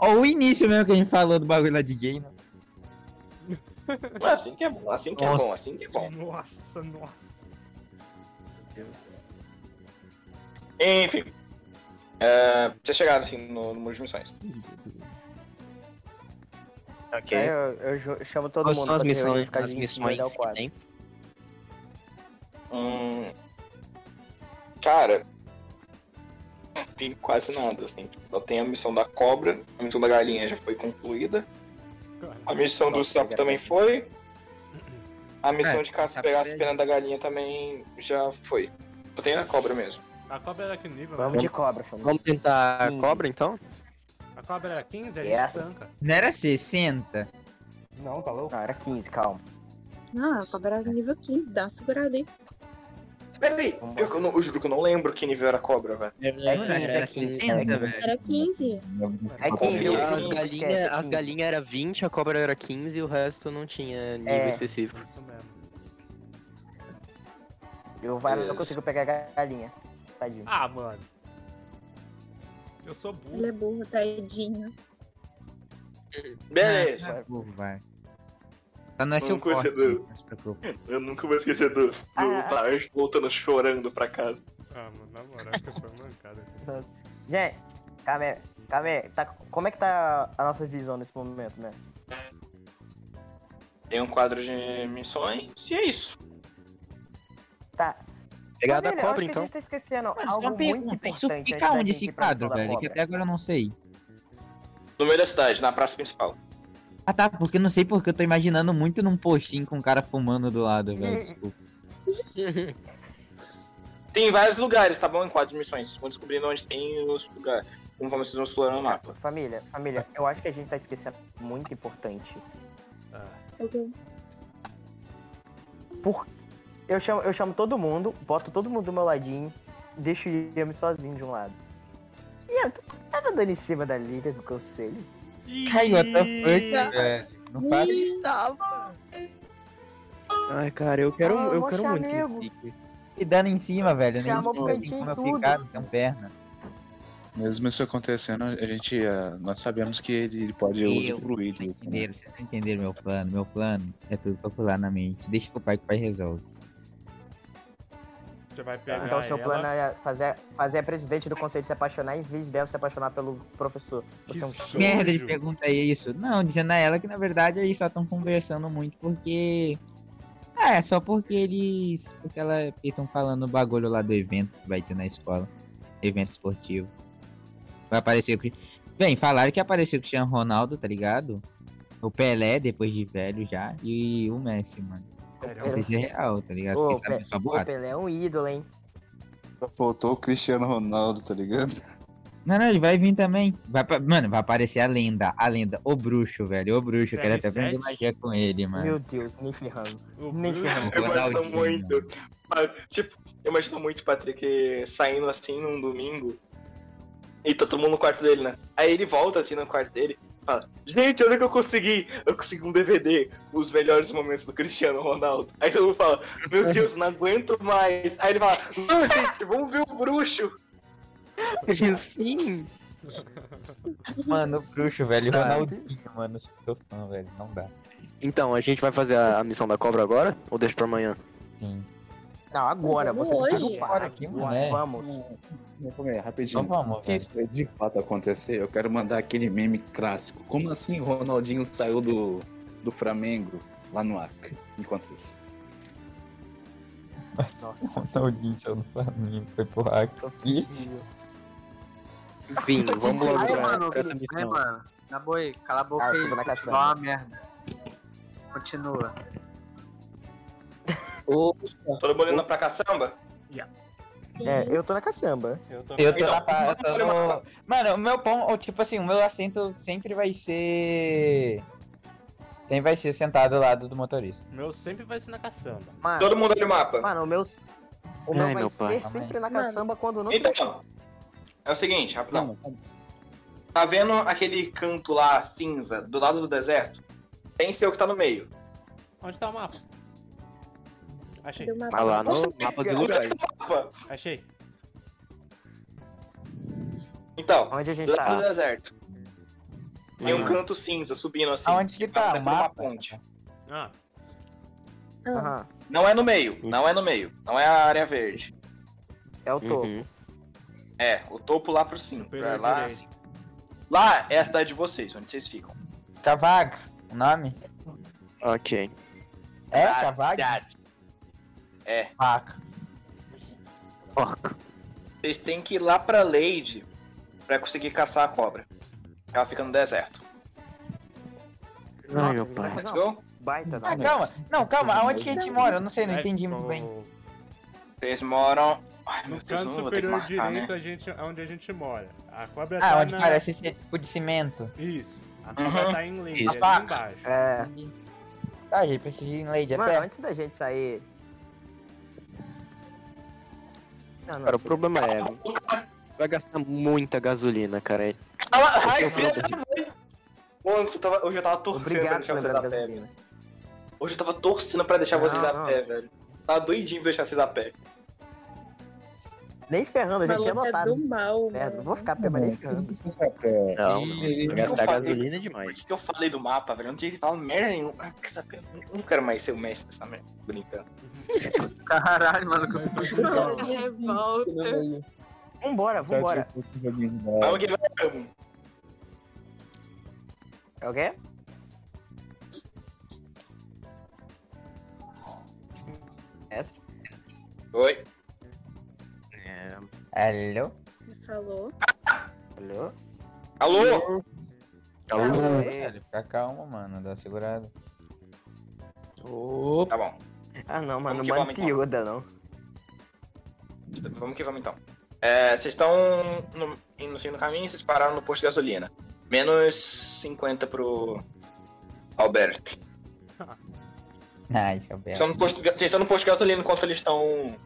Ó, o início mesmo que a gente falou do bagulho lá de gay, né? Mas assim que é bom, assim que é bom, assim que é bom. Nossa, nossa. Enfim. É, vocês chegaram assim no, no muro de missões. Ok. Aí eu, eu jo- chamo todo Quais mundo são as pra se reunir e missões, ficar as de- de olhar o missões que quadro. tem? Hum. Cara. Tem quase nada, assim. Só tem a missão da cobra, a missão da galinha já foi concluída. A missão do sapo também foi. A missão É, de caça sapo pegar as velho. penas da galinha também já foi. Só tem a cobra mesmo. A cobra era que nível? né? Vamos velho? de cobra, família. Vamos tentar Quinze. cobra então? A cobra era 15, a gente Yes. tanca. Não era 60? Não, tá louco. Não, era 15, calma. Ah, a cobra era nível 15, dá uma segurada aí. Peraí, eu, eu não- eu juro que eu não lembro que nível era a cobra, velho. É 15, é 15. Era 15. É 15, eu- as eu- galinhas as galinha era 20, a cobra era 15 e o resto não tinha nível É. específico. Isso mesmo. Eu vai, eu não Isso. consigo pegar a galinha. Tadinho. Ah, mano. Eu sou burro. Ele é burro, tadinho. Beleza. Pô, vai. Tá no seu nunca vou corte, esquecer do- não se preocupe. Eu nunca vou esquecer do, do Ah, Lars voltando chorando pra casa. Ah, mano, na moral, que foi mancada. Nossa. Gente, calma aí, calma aí. Tá, como é que tá a nossa visão nesse momento, né? Tem um quadro de missões e é isso. Tá. Pegar da Mas, velho, eu cobra, acho que A então. gente tá esquecendo Mano, só algo uma muito pergunta, importante. isso antes fica da onde gente ir esse pra quadro, missão da velho? Que cobra. até agora eu não sei. No meio da cidade, na praça principal. Ah tá, porque eu não sei porque eu tô imaginando muito num postinho com um cara fumando do lado, velho. Desculpa. Tem vários lugares, tá bom? Em quadro de missões. Vocês vão descobrindo onde tem os lugares. Conforme vocês vão explorando o mapa. Família, família, eu acho que a gente tá esquecendo algo muito importante. Por... Eu, chamo, eu chamo todo mundo, boto todo mundo do meu ladinho, deixo o Yami sozinho de um lado. Yami, tu tava dando em cima da líder do conselho? Ai, what the fuck, velho. Não faz Ai, cara, eu quero, Ah, eu mó quero muito que chamego. isso fique. E dando em cima, velho. Nem Chamou sei pra gente como eu tudo. ficar sem perna. Mesmo isso acontecendo, a gente, ah, nós sabemos que ele pode Eu- usufruir disso. né? Entenderam? Vocês não entenderam meu plano. Meu plano é tudo calcular na mente. Deixa que o pai que o pai resolve. Você vai pegar Então seu ela. plano é fazer, fazer a presidente do conselho se apaixonar em vez dela se apaixonar pelo professor. Você é um sujo. Merda, ele pergunta é isso. Não, dizendo a ela que na verdade é eles só estão conversando muito porque. Ah, é só porque eles. Porque ela... eles estão falando o bagulho lá do evento que vai ter na escola. Evento esportivo. Vai aparecer o. Cri- Bem, falaram que apareceu o Cristiano Ronaldo, tá ligado? O Pelé, depois de velho já. E o Messi, mano. Não sei se é real, tá ligado? Ô, Porque sabe, Pe- é só Ô, boato. Pelé é um ídolo, hein? Só Faltou o Cristiano Ronaldo, tá ligado? Não, não, ele vai vir também. Vai, pa- mano, vai aparecer a lenda. A lenda. O bruxo, velho. O bruxo. Eu quero até TR7? aprender magia com ele, mano. Meu Deus, nem ferrando. O Nem Bruno- ferrando. Eu gosto Ronaldinho. muito. Tipo, eu imagino muito o Patrick saindo assim num domingo e tá todo mundo no quarto dele, né? Aí ele volta assim no quarto dele e fala: Gente, olha o que eu consegui! Eu consegui um DVD, os melhores momentos do Cristiano Ronaldo. Aí todo mundo fala: Meu Deus, não aguento mais. Aí ele fala: Não, gente, vamos ver o bruxo! Sim! Mano, o bruxo, velho. O Ronaldinho, mano, sou fã, velho. Não dá. Então, a gente vai fazer a, a missão da cobra agora? Ou deixa pra amanhã? Sim. Não, agora, Mas você hoje? precisa do Agora, par. que Hum, Agora, é? mulher. Vamos. Calma aí, rapidinho. Então vamos, Se isso de fato acontecer, eu quero mandar aquele meme clássico. Como assim o Ronaldinho saiu do, do Flamengo lá no ar? Enquanto isso. Nossa. Ronaldinho saiu do Flamengo, foi pro hack. Que? Enfim, vamos logo Aí, pra, mano, pra essa Vini, missão. aí, mano. Na boa aí, cala a boca Ah, eu aí. subo na continua caçamba. uma merda. Continua. Todo mundo indo pra caçamba? É, eu tô na caçamba. Eu tô na pa- eu tô no- Mano, o meu pão, ou, tipo assim, o meu assento sempre vai ser. Sempre vai ser sentado ao lado do motorista. O meu sempre vai ser na caçamba. Mano, Todo mundo olha o mapa. Mano, o meu, o meu Ai, vai meu pai. ser sempre na caçamba quando não Então, é o seguinte, rapidão. Tá vendo aquele canto lá cinza do lado do deserto? Tem seu que tá no meio. Onde tá o mapa? Achei. Vai lá no mapa dos lugares. Achei. Então, onde a gente do tá? lado do deserto. Tem um Ah. canto cinza subindo assim. Aonde que tá? passa O por uma mapa? ponte. Ah, Ah, Aham. Não é no meio, não é no meio. Não é a área verde. É o topo. Uhum. É, o topo lá pro cima. Superior pra lá, direito. assim. lá é a cidade de vocês, onde vocês ficam. Cavaga, o nome? Ok. É, Cavaga? tá. É. Vaca. Porco. Vocês têm que ir lá pra Lady pra conseguir caçar a cobra. Ela fica no deserto. Ai, meu pai. Chegou? Baita Ah, calma. Não, calma. Aonde que a gente mora? Eu não é, sei, não entendi muito bem. Vocês moram. Ai, meu no Deus, eu canto não vou ter que superior marcar, direito né? a gente, é onde a gente mora. A cobra Ah, tá onde na... parece ser tipo de cimento. Isso. A cobra Uhum. tá em lei, Isso. ali Vaca. embaixo. É. Tá, gente, precisa ir em Lady a Mano, pé. antes da gente sair. Não, não. Cara, o problema é. Vai gastar muita gasolina, cara. Cala- Esse é Ai, o filha da problema. mãe! Mano, eu, tava, hoje eu tava torcendo pra Obrigado deixar por vocês lembrar a da pé. Hoje eu tava torcendo pra deixar vocês Não, a não. pé, velho. Tava doidinho pra deixar vocês a pé. Nem ferrando, a gente tinha Maluco é notado. do mal, É, não vou ficar pé, mas nem ferrando. Não, não. Vai gastar é gasolina demais. Por que eu falei do mapa, velho? Eu não tinha que falar merda nenhuma. Ah, que essa pena. Eu Não quero mais ser o mestre dessa merda. Brincando. Caralho, mano. que eu tô Mano, que é né? revolta. Vambora, vambora. Vamos que vamos. É o quê? Oi. Alô? Você falou. Alô? Alô? Alô? Alô? Velho, fica calmo, mano. Dá uma segurada. Tá bom. Ah não, Vamos mano, que mano vamos, se então. Yoda, não. Vamos que vamos então. É, vocês estão no, indo assim no caminho, vocês pararam no posto de gasolina. Menos 50 pro Alberto. Ai, seu é belo. Vocês estão no posto, de- vocês estão no posto de gasolina enquanto eles estão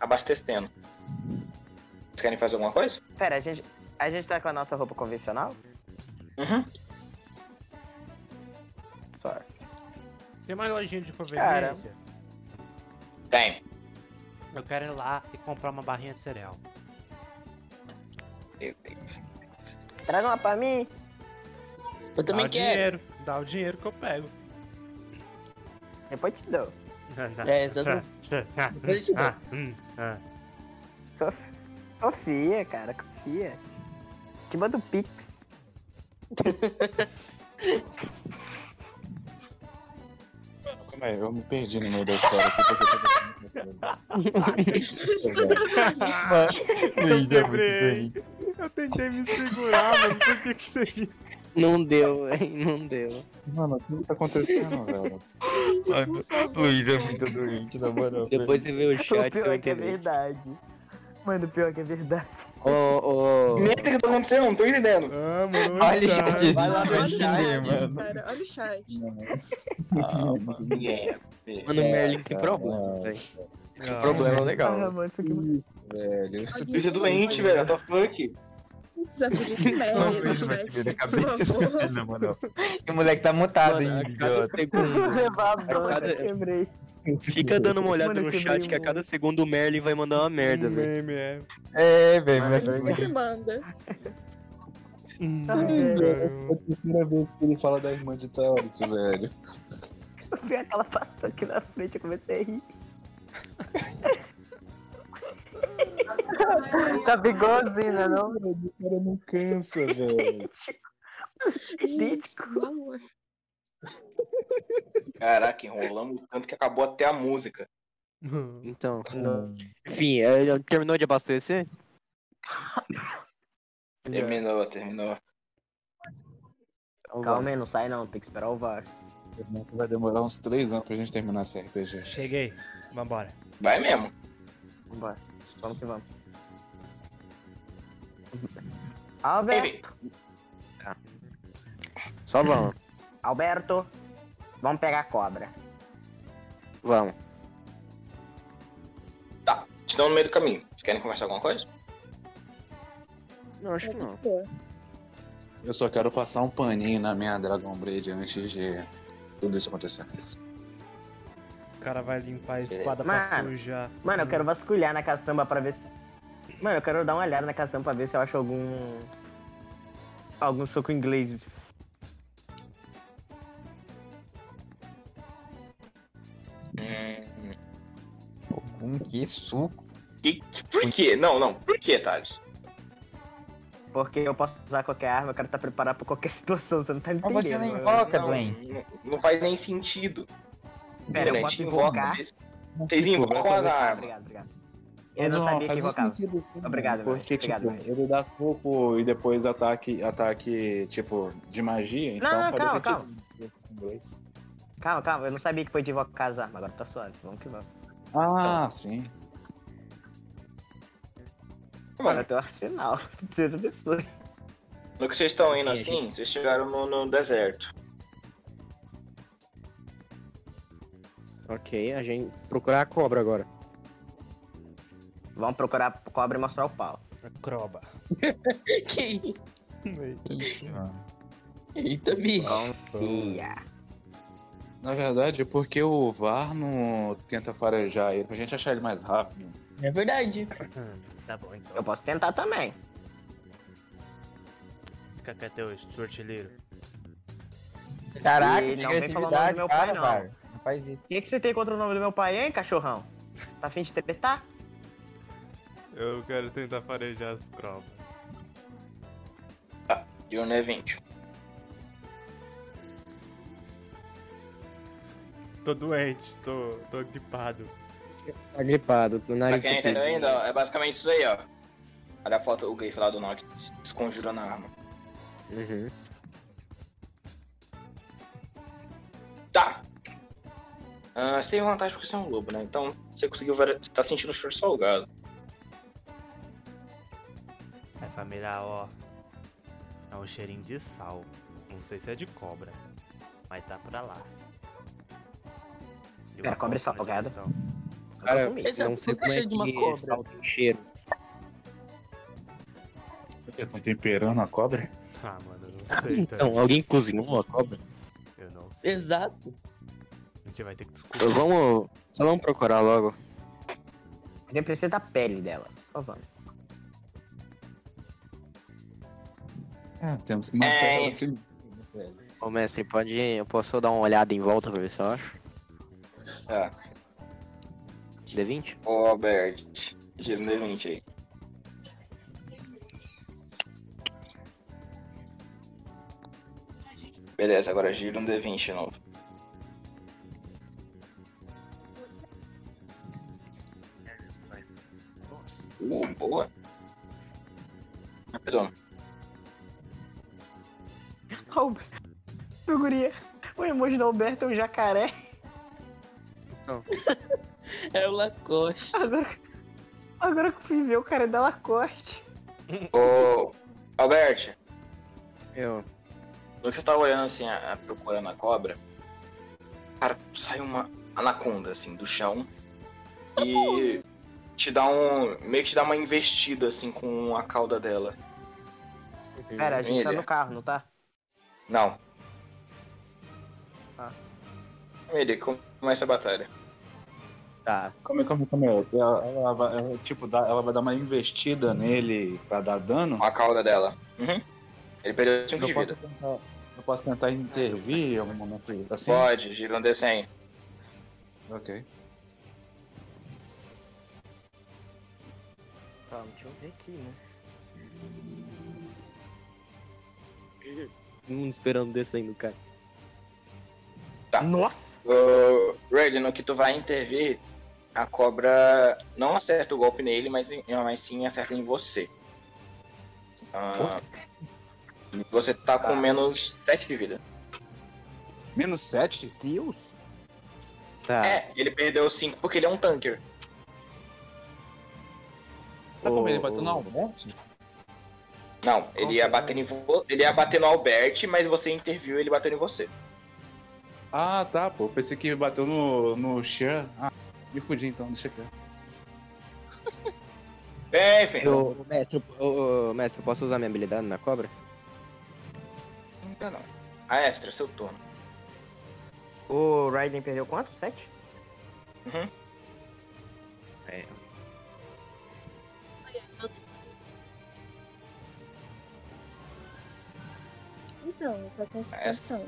abastecendo. Vocês querem fazer alguma coisa? Pera, a gente, a gente tá com a nossa roupa convencional? Uhum. Sorte. Tem mais lojinha de conveniência? Tem. Eu quero ir lá e comprar uma barrinha de cereal. Traz uma pra mim. Eu dá o dinheiro. Dá o dinheiro que eu pego. Depois te dou. É, exatamente. Depois te dou. Confia, cara, confia. Te manda um pix. Ah, Calma aí, eu me perdi no meio da história. aqui, porque eu Eu quebrei. Eu tentei me segurar, mas não sei o que que seria. Não deu, hein? Não deu. Mano, o que tá acontecendo, velho? Mano, Luiz é muito doente, na moral. Depois você vê o O chat, você pior vai é que é entender. verdade. Mano, o pior é que é verdade. Ô, ô. Merda que tá acontecendo, não tô entendendo. Ah, mano, Olha o chat. né? Vai lá no Vai entender, chat, mano. Cara, olha o chat. Ah, mano. Yeah. É, Mano, o Merlin tem problema, velho. Esse problema é legal. Caramba, isso aqui Velho, isso tudo é doente, velho. What the fuck? Desabilita o mérito, vai velho. te ver na Por cabeça. favor. Na moral. E o moleque tá mutado ainda, idiota. cada- Fica Tá dando uma olhada no chat um. que a cada segundo o Merlin vai mandar uma merda, um velho. É, velho, mas... Sempre manda. É a terceira vez que ele fala da irmã de Taurus, velho. Eu vi aquela passou aqui na frente, eu comecei a rir. Tá bigozinho, né? Não? O cara não cansa, velho. Idêntico. É, Caraca, enrolamos tanto que acabou até a música. Então. Enfim, é, terminou de abastecer? Terminou, terminou. Calma aí, não sai não, tem que esperar o VAR. Vai demorar uns três anos pra gente terminar esse RPG. Cheguei. Vambora. Vai mesmo. Vambora. Vamos que vamos. Alberto! Só vamos. Alberto, vamos pegar a cobra. Vamos. Tá. Estão no meio do caminho. Vocês querem conversar alguma coisa? Não, tá acho que não. Eu só quero passar um paninho na minha Dragon Braid antes de tudo isso acontecer. O cara vai limpar a espada pra Mano, suja. mano, eu quero vasculhar na caçamba pra ver se. Mano, eu quero dar uma olhada na caçamba pra ver se eu acho algum. Algum soco inglês. Algum que suco. E Hum, por quê? Não, não. Por quê, Thales? Porque eu posso usar qualquer arma, eu quero estar preparado pra qualquer situação, você não tá entendendo. Mas você não invoca, doente. Não, não faz nem sentido. Pera, eu Doente, posso invoca. invocar. Vocês- Vocês invocam as armas. Obrigado, obrigado. Eu não um- sabia que invocava. Obrigado, velho. Porque, Obrigado, tipo, ele dá soco e depois ataque, ataque tipo, de magia. Então, não, não, parece calma, que- calma. Inglês. Calma, calma, eu não sabia que foi de invocar as armas, agora tá suave, vamos que vamos. Ah, sim. Mano, tem um arsenal, precisa de pessoas. No que vocês estão indo Sim, assim, vocês chegaram no, no deserto. Ok, a gente procurar a cobra agora. Vamos procurar a cobra e mostrar o pau. Hum, Croba. que isso? Eita, bicho. Confia. Na verdade, é porque o VAR não tenta farejar ele pra gente achar ele mais rápido. É verdade. Tá bom, então. Eu posso tentar também. Fica quieto, teu Stuart Little. Caraca, E não vem falar o nome do agressividade, meu pai, cara, não. bar. Não faz isso. O que, que você tem contra o nome do meu pai, hein, cachorrão? Tá afim de tretar? Eu quero tentar farejar as provas. E o é 20. Tô doente, tô, tô gripado. Tá gripado, no Pra nariz. quem não entendeu ainda, ó, é basicamente isso aí, ó. Olha a foto, o gif lá do Nock desconjurando a arma. Uhum. Tá. Ah, você tem vantagem porque você é um lobo, né? Então você conseguiu ver. Você tá sentindo o cheiro salgado. Aí, família, ó. É um cheirinho de sal. Não sei se é de cobra, mas tá pra lá. Eu Pera, cobra é aponto na salgada? direção. Cara, comigo. Esse é não sei o como é cheiro de uma que cobra. salta o cheiro. Estão temperando a cobra? Ah, mano, eu não sei. É. tá? Então, alguém cozinhou a cobra? Eu não sei. Exato. A gente vai ter que descobrir. Vamos, só vamos procurar logo. A gente precisa da pele dela. Só vamos. Hum. É, temos que matar É. ela aqui. Ô, mestre, pode ir? Eu posso dar uma olhada em volta pra ver se eu acho? Tá. D20? Ô, Albert. Gira um D20 aí. Beleza, agora gira um D20 de novo. Uh, boa. Rapidão. Alberto. Guria. O emoji do Alberto é um jacaré. É o Lacoste. Agora, agora que eu fui ver o cara é da Lacoste. Ô, Albert. Eu. No que você tava olhando assim, a- a- procurando a cobra, cara, sai uma anaconda, assim, do chão. E te dá um. meio que te dá uma investida assim com a cauda dela. Pera, a gente tá no carro, não tá? Não. Ah. Tá. Ele começa a batalha. Tá. Como é, como é, como é? Ela, ela vai, ela, tipo, dá- ela vai dar uma investida nele pra dar dano? A cauda dela. Uhum. Ele perdeu 5 de eu posso, vida. tentar, eu posso tentar intervir em algum momento assim? Pode, gira um desenho. Ok. Calma, deixa eu ver aqui, né? Todo mundo esperando desse aí no cara. Tá. Nossa! O Red, no que tu vai intervir, a cobra não acerta o golpe nele, mas, em- mas sim acerta em você. Ah, você tá com menos 7 de vida. Menos 7? Deus! Tá. É, ele perdeu 5 porque ele é um tanker. Tá como ele bateu no Albert? Não, ele ia bater em vo... ele ia bater no Albert, mas você interviu e ele bateu em você. Ah, tá, pô. Pensei que bateu no, no Xan. Ah, me fudi então, deixa quieto. É, Eu, mestre, eu, ô, ô, mestre, eu posso usar minha habilidade na cobra? Ainda não. A extra, seu turno. O Raiden perdeu quanto? Sete? Uhum. É. Então, qual que é a É. situação?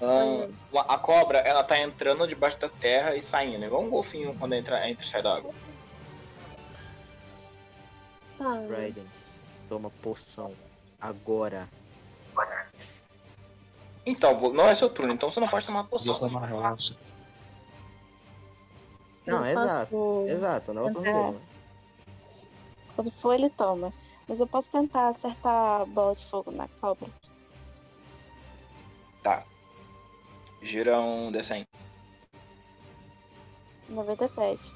Ah, a cobra, ela tá entrando debaixo da terra e saindo, igual um golfinho quando entra, entra e sai da água. Tá. Raiden, toma poção. Agora. Então, vo- não é seu turno, então você não pode tomar poção. Não, Eu exato. posso Exato, não é o turno tentar- dele. Quando for, ele toma. Mas eu posso tentar acertar a bola de fogo na cobra. Tá. Gira um D100. 97.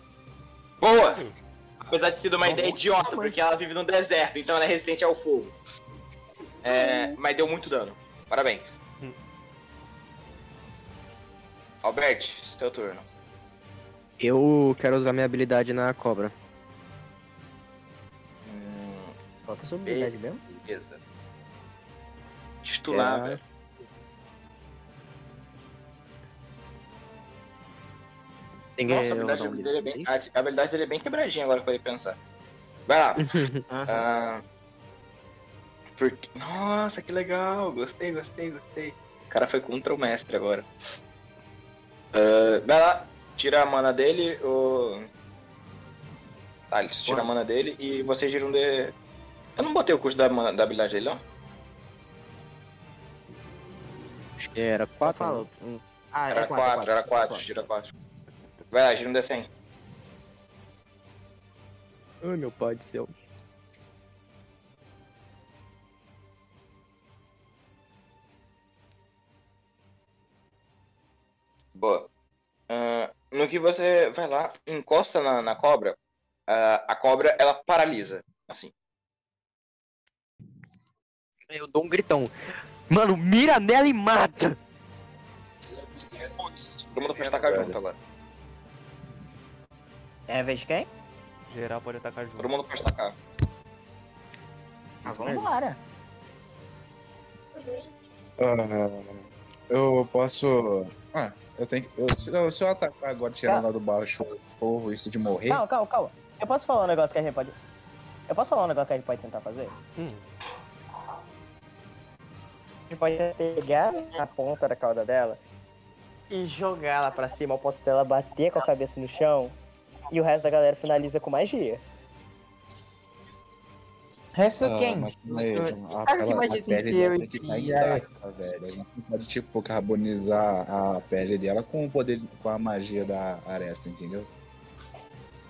Boa! Apesar de ter sido uma ideia idiota, porque ela vive no deserto, então ela é resistente ao fogo. É, mas deu muito dano. Parabéns. Albert, seu turno. Eu quero usar minha habilidade na cobra. Qual que é a sua habilidade mesmo? Hum, Beleza. Estunar, É. velho. Ninguém Nossa, a habilidade, dele é bem, a habilidade dele é bem quebradinha agora pra ele pensar. Vai lá. Ah, porque- Nossa, que legal. Gostei, gostei, gostei. O cara foi contra o mestre agora. Ah, vai lá. Tira a mana dele, o. Thales, tira a mana dele e você gira um D. Eu não botei o custo da, mana, da habilidade dele, não? Acho que era 4. Fala. um. Ah, era é 4, quatro. era 4, gira 4. Vai lá, gira um D100. Ai, meu pai do céu. Boa. Ah, no que você vai lá, encosta na, na cobra, ah, a cobra ela paralisa. Assim. Eu dou um gritão. Mano, mira nela e mata! Todo mundo pode atacar junto agora. É a vez de quem? Geral pode atacar junto. Todo mundo pode atacar. Ah, vambora. Ah, eu posso. Ah, eu tenho que. Eu, se, eu, se eu atacar agora, tirar lá do baixo, eu corro isso de morrer. Calma, calma, calma. Eu posso falar um negócio que a gente pode. Eu posso falar um negócio que a gente pode tentar fazer? Hum. A gente pode pegar a ponta da cauda dela e jogar lá pra cima ao ponto dela bater com a cabeça no chão e o resto da galera finaliza com magia. Resto Ah, quem? mas, velho, a, Sabe o que ela- mais a difícil pele eu dela tem que cair diria? intacta, velho. A gente não pode, tipo, carbonizar a pele dela com o poder, com a magia da aresta, entendeu?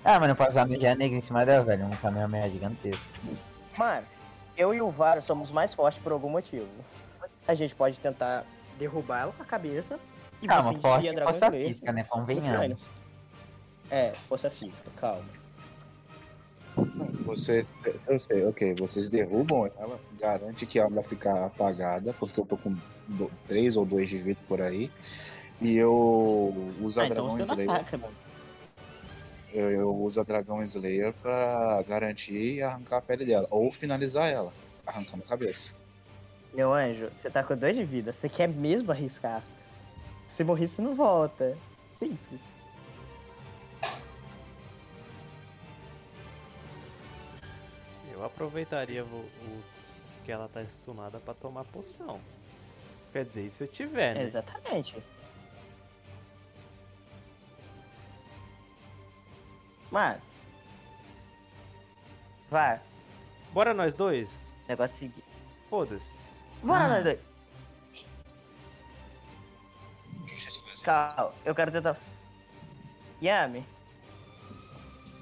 Ah, mas não pode usar magia negra em cima dela, velho. Um Kamehameha gigantesco. Mano, eu e o Varo somos mais fortes por algum motivo. A gente pode tentar derrubar ela com a cabeça e Calma, você forte envia é assim, Dragon força Slayer. Tipo, física, né? no crânio. Convenhamos. É, força física, calma. Você, eu sei, ok, vocês derrubam ela, garante que ela vai ficar apagada, porque eu tô com do, três ou dois de vida por aí. E eu uso a Ah, então dragão você não tá. Slayer. ataca, mano. Eu, eu uso a Dragão Slayer pra garantir e arrancar a pele dela. Ou finalizar ela, arrancando a cabeça. Meu anjo, você tá com dois de vida. Você quer mesmo arriscar? Se morrer, você não volta. Simples. Eu aproveitaria o, o que ela tá estunada pra tomar poção. Quer dizer, isso eu tiver, né? Exatamente. Mano. Vai. Bora nós dois? Negócio é seguir. Foda-se. Bora nós dois. Calma, eu quero tentar. Yami.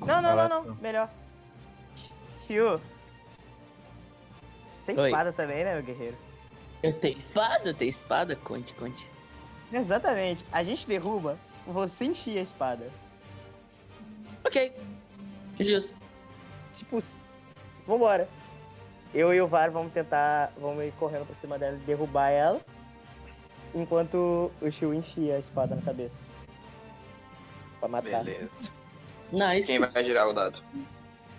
Não, não, não, não. Melhor. Tio. Tem Oi. espada também, né, meu guerreiro? Eu tenho espada, eu tenho espada, conte, conte. Exatamente. A gente derruba, você enfia a espada. Ok. Justo. Se possível. Tipo, Vambora. Eu e o VAR vamos tentar. Vamos ir correndo pra cima dela e derrubar ela. Enquanto o Shiu enfia a espada na cabeça. Pra Ah, tá. matar. Beleza. Nice. Quem vai girar o dado?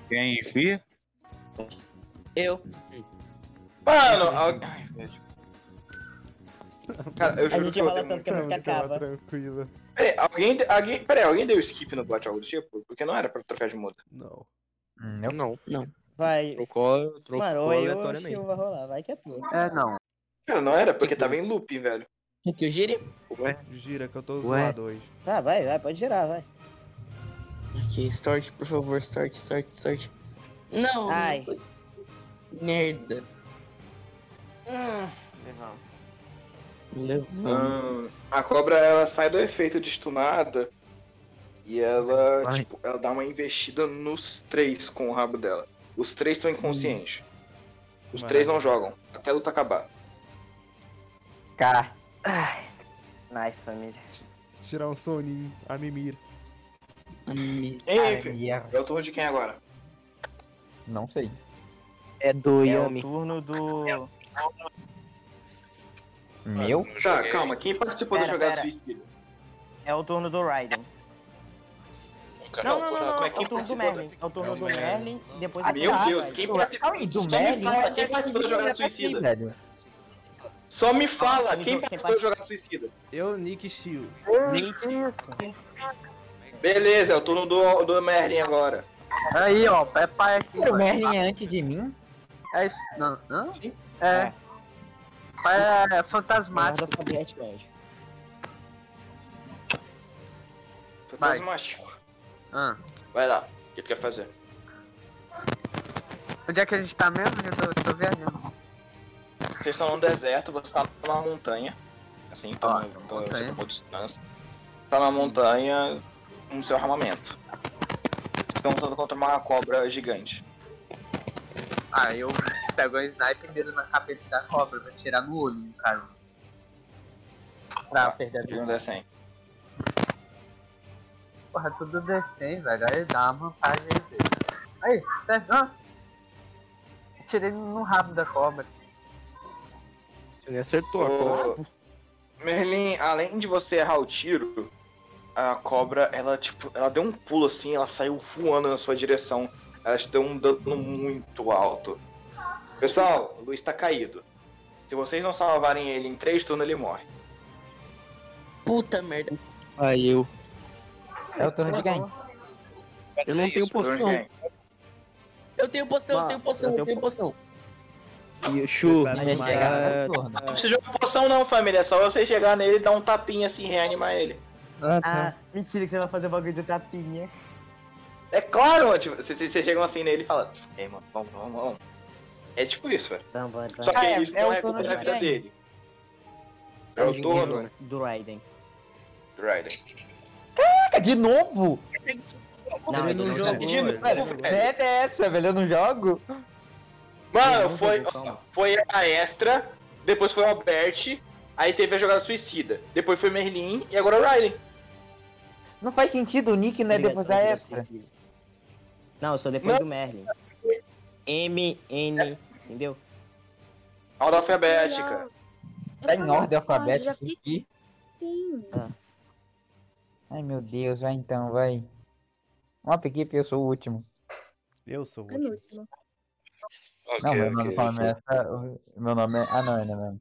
Quem enfia? Eu. Mano, alguém. Ai, velho. Cara, eu a juro gente que eu fala odeio tanto muito. que a música acaba. Tranquilo. Peraí, alguém, alguém, peraí, alguém deu skip no Blot algo do tipo? Porque não era pra trocar de muda. Não. Não. Não. Não. Vai. Trocou, trocou Mano, ou eu ou o aleatoriamente. Shiu vai rolar, vai que é tu. É, não. Cara, não era, porque tava em loop, velho. Quer que eu gire? Gira que eu tô Ué. zoado hoje. Ah, vai, vai, pode girar, vai. Ok, sorte, por favor, sorte, sorte, sorte. Não, Ai. não foi- Merda. Legal. Levando. Ah, a cobra ela sai do efeito de stunada e ela, tipo, ela dá uma investida nos três com o rabo dela. Os três estão inconscientes. Os Mano. três não jogam, até a luta acabar. Cara. Nice, família. Tirar um soninho, a mimir. Ei, filho, é o turno de quem agora? Não sei. É do É o turno do. Meu? Tá, calma, quem participou da Pera, jogada pera. suicida? É o turno do Raiden. Não, não, não, não, é o turno do Merlin. É o turno do Merlin, depois Ah, é meu do Deus, Raiden. quem participou? Calma aí, do Só me Merlin? é fala, quem participou da jogada suicida? Só me fala, quem participou da jogada suicida? Eu, Nick Shield. Beleza, é o turno do, do Merlin agora. Aí, ó, é pai aqui. O Merlin é antes de mim? É isso. Não, não? É. Pai é fantasmático. Guarda alfabético, anjo. Vai. Fantasmático. Ah. Vai lá, o que tu quer fazer? Onde é que a gente tá mesmo? Eu tô, tô viajando. Vocês estão num deserto, você tá numa montanha. Assim, tá numa montanha. distância. Tá numa montanha com seu armamento. Estão lutando contra uma cobra gigante. Ah, eu pego a sniper e dedo na cabeça da cobra pra tirar no olho, no cara. Tá. Pra perder a Digamos vida. assim. Porra, tudo descendo, velho. Aí dá uma vantagem aí. velho. Aí, serve. Ah. Tirei no rabo da cobra. Você nem acertou a Ô, Merlin, além de você errar o tiro, a cobra, ela tipo, ela deu um pulo assim, ela saiu voando na sua direção. Ela te deu um dano muito alto. Pessoal, o Luiz tá caído. Se vocês não salvarem ele em três turnos, ele morre. Puta merda. Aí eu. É o turno de quem? Eu não tenho poção. Eu tenho poção, eu Bah, tenho poção, eu eu tenho poção. E Chu, A gente é. né, chega no turno. Não precisa de uma poção não, família. É só você chegar nele, dar um tapinha assim, reanimar ele. Ah, Ah, mentira que você vai fazer o bagulho do tapinha. É claro, mano, tipo, vocês vocês chegam assim nele e falam, ei, mano, vamos, vamos, vamos. É tipo isso, velho. Só que Ah, é- isso é não o recupera turno a vida de quem? dele. É o turno. do Raiden. Raiden. Caraca, de novo? Não, ele não jogou, ele não Velho, jogou. merda é essa, velho? Eu não jogo? Mano, Ah, foi, foi a extra, depois foi o Albert, aí teve a jogada suicida, depois foi o Merlin e agora o Riley. Não faz sentido o Nick, é né? Depois da extra. Não, eu sou depois Não. do Merlin. M, N, entendeu? Ordem é alfabética. Tá em ordem alfabética já fiquei- aqui. Sim. Ai meu Deus, vai então, vai. Uma equipe, eu sou o último. Eu sou o é último. não, meu nome começa. Meu nome é. Ah, não, ainda não.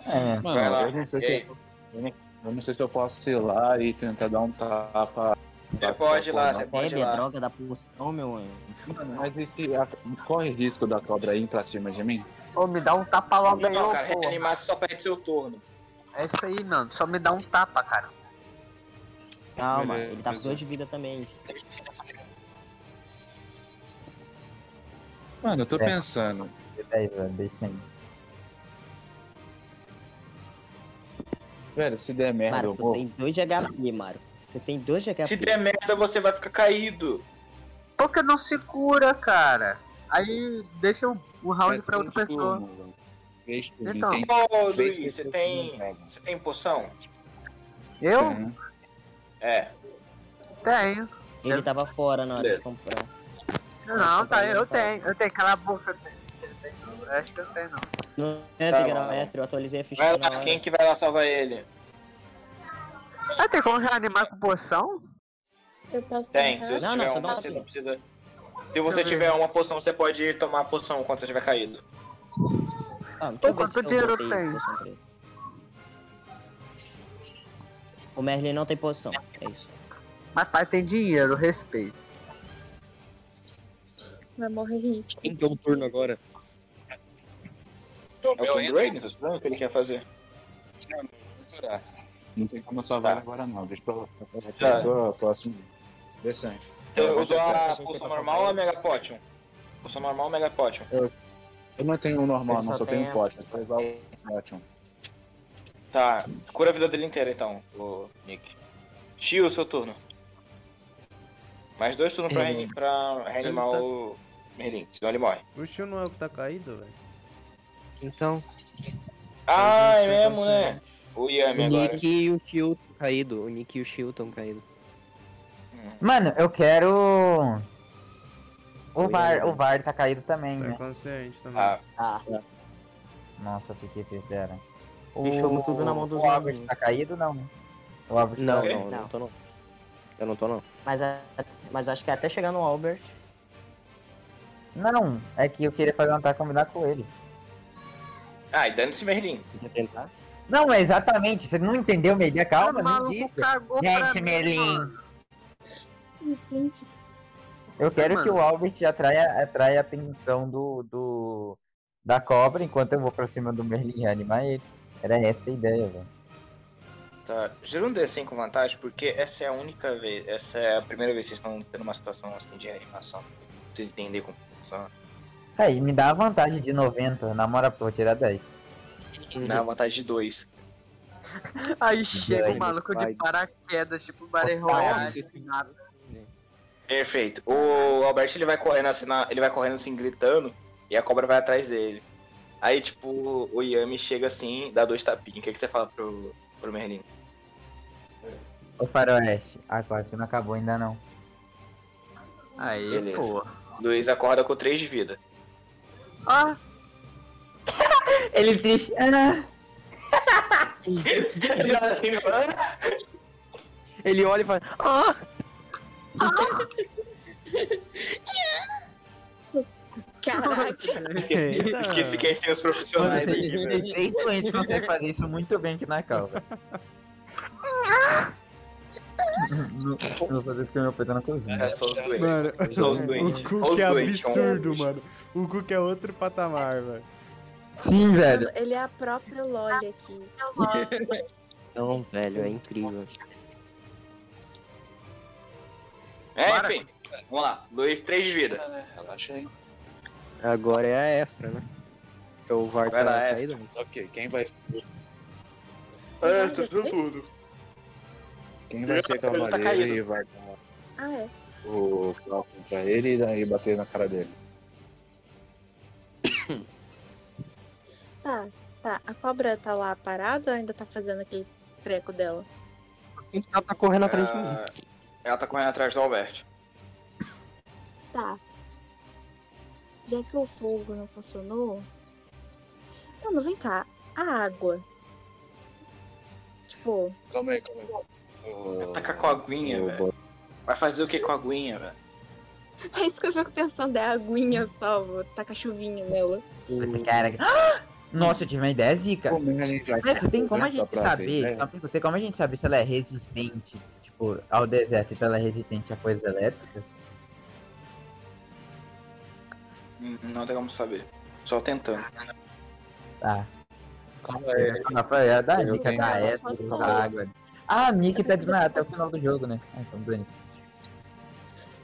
É, Mano, vai lá. eu, não sei se eu, eu não- eu não sei se eu posso ir lá e tentar dar um tapa. Você pode ir lá, você pode Bebe a é droga da pulsão, meu anjo. Mano, mas esse, a, corre risco da cobra ir pra cima de mim? Ô, me dá um tapa logo aí, Não, ô, Então, cara, porra. reanimar só perde seu turno. É isso aí, mano. Só me dá um tapa, cara. Calma, ele tá com dois de vida também. Mano, eu tô É. pensando. Aí, velho, descendo. Velho, se der merda, Mário, eu tu vou. tem dois de HP, Mário. Você tem dois de HP. Se der É merda, você vai ficar caído. Porque não se cura, cara. Aí deixa o, o É, round pra outra pessoa. tipo, Então. Ô, Luiz, você tem. Você tem poção? Eu? É. Tenho. Ele tava fora na hora de comprar. Não, tá, tipo, eu tenho. Eu tenho. Cala a boca. eu tenho. Eu Acho que eu tenho, não. Não é Tá tá bom. mestre, eu atualizei a ficha. Vai na lá, hora. quem que vai lá salvar ele? Ah, tem como reanimar com poção? Eu posso Tem. Se você Não, não, tiver só dá uma, um você tapinha. não precisa. Se você tiver uma poção, você pode ir tomar a poção quando você tiver caído. Ah, deixa eu ver Quanto se eu dinheiro botei tem? poção pra ele. O Merlin não tem poção, é isso. Mas pai tem dinheiro, respeito. Vai morrer rico. Quem deu o turno agora? É o Pendragon? Você sabe o que ele quer fazer? Não tem como eu salvar ele agora, não. Deixa pra outra Tá. pessoa, próximo. Descente. Você usou a Descente. tá poção normal ou a Mega Potion? Poção normal ou Mega Potion? Eu, eu não tenho um normal, Você não, só só tem a- tenho um pote. Só usar o pote. Tá, cura a vida dele inteira então, o Nick. Tio, seu turno. Mais dois turnos pra, É. reani- pra reanimar Ele tá- o Merlin, senão ele morre. O Shio não é o que tá caído, velho. Então. Ah, tá é gente, mesmo, então, né? O Yami o agora. Nick e o Shio tão caído. O Nick e o Shio tão caído. Mano, eu quero. O VAR, Yami. o VAR tá caído também, Tá né? inconsciente também. Ah. Nossa, eu fiquei fera. Deixamos tudo na mão dos O Albert novinhos. tá caído não? né? O Albert Não, tá... não, não tô não. Eu não tô não. Mas, a- mas acho que até chegar no Albert. Não, é que eu queria fazer um ataque combinar com ele. Ah, e dando-se Merlin. Não, é exatamente, você não entendeu minha ideia, Tá calma, não disse. cagou pra Gente, mim, Merlin, Gente, eu quero Mano. que o Albert atraia, atraia a atenção do, do da cobra enquanto eu vou pra cima do Merlin reanimar ele. Era essa a ideia, velho. Tá, gira um D100 com vantagem, porque essa é a única vez, essa é a primeira vez que vocês estão tendo uma situação assim de reanimação. Pra Vocês entenderem como funciona. Aí, me dá a vantagem de 90, na moral, porque eu vou tirar 10. Na vantagem de 2. Aí chega o Doido, maluco de pai. paraquedas, tipo Battle Royale, assim, nada. Perfeito. O Albert ele vai correndo assim, na- ele vai correndo assim, gritando, e a cobra vai atrás dele. Aí, tipo, o Yami chega assim, dá dois tapinhos. O que, que você fala pro, pro Merlin? Ô Faroeste, ah, quase que não acabou ainda não. Aí, Beleza. porra. Luiz acorda com 3 de vida. Ah, Ele triste. ah. Ele olha e fala. Ah! caraca. Esqueci que a gente tem os profissionais aqui, velho. Três doentes conseguem fazer isso muito bem aqui na calva. Não vou fazer porque meu pai tá na cozinha. É, só os doentes. Mano, Só os o doentes. Só Cook os é doentes. absurdo, mano. O Cook é outro patamar, velho. Sim, velho. Ele é a própria Loli aqui. Não, velho, é incrível. É, enfim. Vamos lá. 2, 3 de vida. Relaxa aí. Agora é a extra, né? Porque o VAR Vai tá é. lá, caído. Ok, quem vai ser? É, tô fazendo tudo. Quem vai ser Ele tá cavaleiro caído. e vai dar Ah, é. o próprio pra ele e daí bater na cara dele? Tá, tá. A cobra tá lá parada ou ainda tá fazendo aquele treco dela? Ela tá correndo atrás de mim. Ah, Ela tá correndo atrás do Albert. Tá. Já que o fogo não funcionou. Mano, vem cá. A água. Tipo, Calma aí, calma aí. Tá com a aguinha, tá velho. Vai fazer o que com a aguinha, velho? É isso que eu fico pensando, é a aguinha só, vou tacar chuvinha nela. Cara, Ah! nossa, eu tive uma ideia zica. Como a gente vai Mas tem como a gente pra ver, saber, né? só perguntei como a gente saber se ela é resistente, tipo, ao deserto, então ela é resistente a coisas elétricas? Hum, Não tem como saber. Só tentando. Tá. Calma é? aí. Rafael, dá a Eu dica tenho da relações época com da água. Ah, a Nick tá desmaiada até o final do jogo, né? Ah, então doente.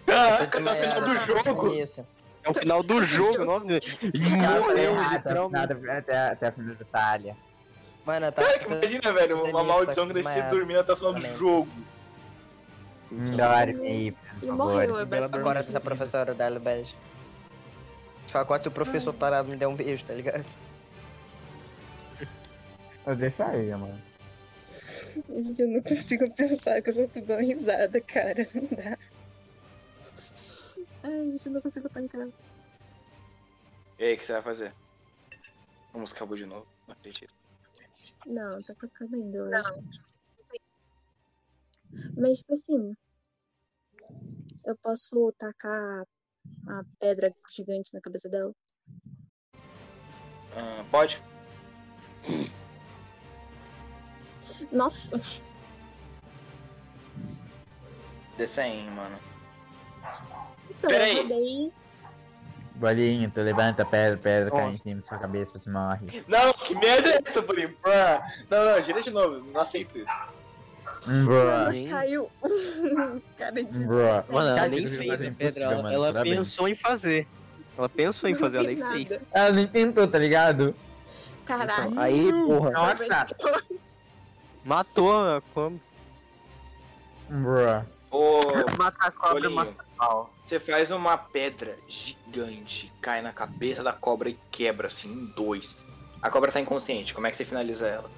Caraca, tá no final do jogo. Isso. É o final do jogo, nossa. Morreu, literalmente. até, até a final da batalha. Mano, tá. Cara, que É, imagina, velho, uma maldição que é deixa você dormindo até o final do jogo. Dorme aí, por E favor. é Agora essa professora da Elbege. Só agora se o professor tarado me der um beijo, tá ligado? Eu deixaria, mano. Gente, eu não consigo pensar que eu só tô dando risada, cara. Não dá. Ai, gente, eu não consigo tancar. E aí, o que você vai fazer? A música acabou de novo. Não acredito. Não, tá tocando ainda hoje. Mas, tipo assim, eu posso tacar a pedra gigante na cabeça dela? Ah, pode? Nossa! Descem, mano. Então, Peraí. eu rodei. Bolinho, tu levanta a pedra, a pedra cai em cima da sua cabeça, você morre. Não, que merda é essa, Bolinho? Bruh. Não, não, gira de novo. Não aceito isso. Hum, bro. um Ela caiu. um cara de. Bro. Mano, ela Cara, nem que fez, jogada né, Pedro? impossível, Ela, mano, ela parabéns. pensou em fazer. Ela pensou em Não fazer, ela fiz nem fez. nada. Ela nem tentou, tá ligado? Caraca. Então, aí, porra. Nossa. Matou, como? Um Bro. Ô, Mata a cobra, Bolinho, mata a pau. Você faz uma pedra gigante, cai na cabeça da cobra e quebra, assim, em dois. A cobra tá inconsciente, como é que você finaliza ela?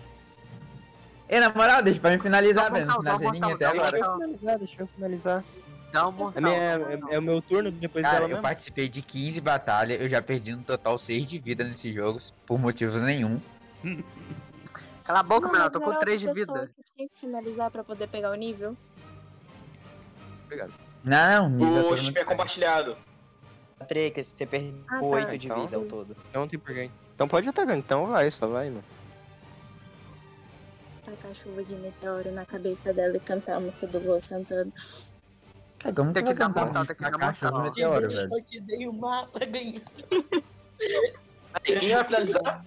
E na moral, deixa pra mim finalizar, Dá um velho. Não mortal, dá um finalizei ninguém até mortal, dá um agora. mortal. Deixa eu finalizar. Dá um É, minha- é- é o meu turno depois Cara, dela eu mesmo. participei de 15 batalhas, eu já perdi no total 6 de vida nesse jogo, por motivos nenhum. Cala a boca, Não, mano, eu mas é tô não com era 3 de outra pessoa vida. que Tinha que finalizar pra poder pegar o nível. Não, tá nível O chip é compartilhado. Patrick, você perdeu Ah, tá. 8 de Então, vida ao todo. Não tem porquê. Então pode atacar, então vai, só vai, mano. Tacar a chuva de meteoro na cabeça dela e cantar a música do Lua Santana. Cara, como Tem É, que que dar vai cantar mortal, tem que a dar caixa do mortal. meteoro, velho? te dei o mapa, ganhei. Peraí, Quem vai finalizar?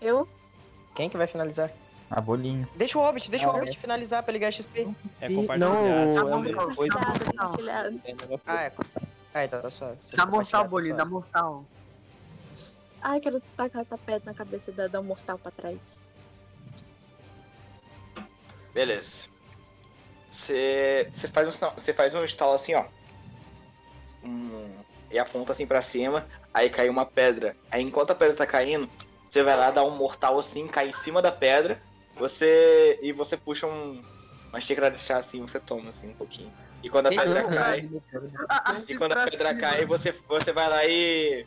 Eu? Quem que vai finalizar? A bolinho. Deixa o Hobbit, deixa Ah, o é. Hobbit finalizar pra ele ganhar XP. Se- Não, Tá é bom, o- então. oito. Compartilhado. Ah, é. Ah, então tá suave. Você Dá um tá mortal, compartilhado, Bolinho, tá dá mortal. Ai, quero tacar a pedra na cabeça dela, dar um mortal pra trás. Beleza. Você você faz, um sinal- você faz um estalo assim, ó. Hum, e aponta assim pra cima, aí cai uma pedra. Aí enquanto a pedra tá caindo, você vai lá dar um mortal assim, cai em cima da pedra. Você. E você puxa um. Uma xícara de chá assim, você toma assim um pouquinho. E quando é a pedra cai. E quando a pedra cai, você, você vai lá e.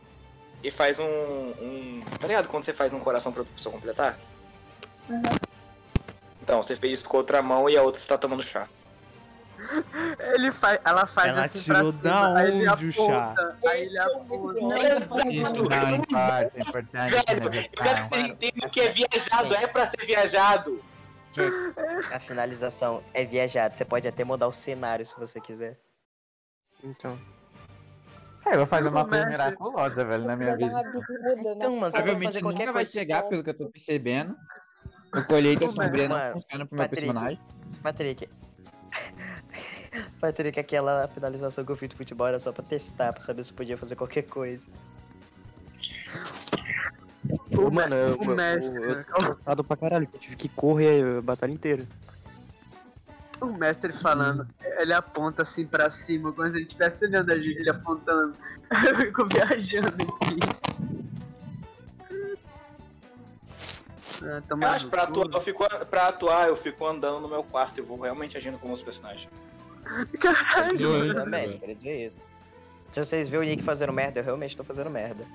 E faz um, um. Tá ligado? Quando você faz um coração pra outra pessoa completar? Então, você fez isso com a outra mão e a outra você tá tomando chá. Ele faz, ela faz Ela assim tirou pra da cima, aí ele onde o chá? aponta, Aí ele aponta. né? Não importa, é importante. Cara, você entende que é viajado, é pra ser viajado. A finalização é viajado. Você pode até mudar o cenário se você quiser. Então. É, eu vou fazer uma Começa. coisa miraculosa, velho, na minha vida. né? Então, mano, você pode Obviamente fazer qualquer nunca coisa. vai chegar, pelo que eu tô percebendo. O colheita sombria não Mano, funciona pro meu Patrick, personagem. Patrick. Patrick, aquela finalização que eu fiz de futebol era só pra testar, pra saber se podia fazer qualquer coisa. Ô, mano, eu, o eu- mestre, eu- eu né? tô cansado pra caralho, que eu tive que correr a batalha inteira. O mestre falando, ele aponta assim pra cima, como se ele estivesse olhando a gente, ele apontando. Eu fico viajando aqui. Ah, toma Eu acho no que pra cu. É atuar, eu fico, pra atuar, eu fico andando no meu quarto e vou realmente agindo como os personagens. Caralho! Também, eu queria dizer isso. Se vocês verem o Nick fazendo merda, eu realmente tô fazendo merda.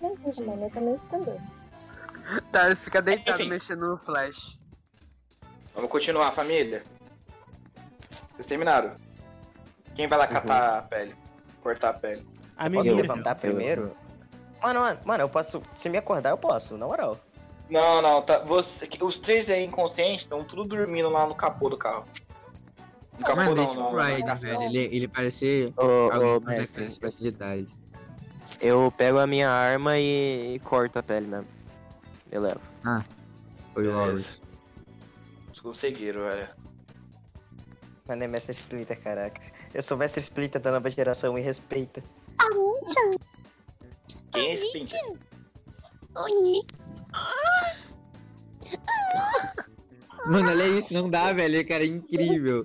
Mas, mano, eu também escondi. Tá, você fica deitado mexendo no flash. Vamos continuar, família. Vocês terminaram. Quem vai lá Uhum. catar a pele? Cortar a pele. A eu posso levantar primeiro? Mano, mano, mano, eu posso. Se me acordar, eu posso, na moral. Não, não, tá. Você, os três aí inconscientes estão tudo dormindo lá no capô do carro. No capô Mano, não, deixa não, pro não, Ryan, né? velho. Ele, ele parece Ô, alguém ô, com mais mestre. facilidade. Eu pego a minha arma e, e corto a pele mesmo. Eu levo. Ah, foi É, o Laurie. Vocês conseguiram, velho. Mano, é Mestre Splinter, caraca. Eu sou Mestre Splinter da nova geração, me respeita. Quem é Splinter? Mano, olha isso, não dá, velho. Cara, é incrível.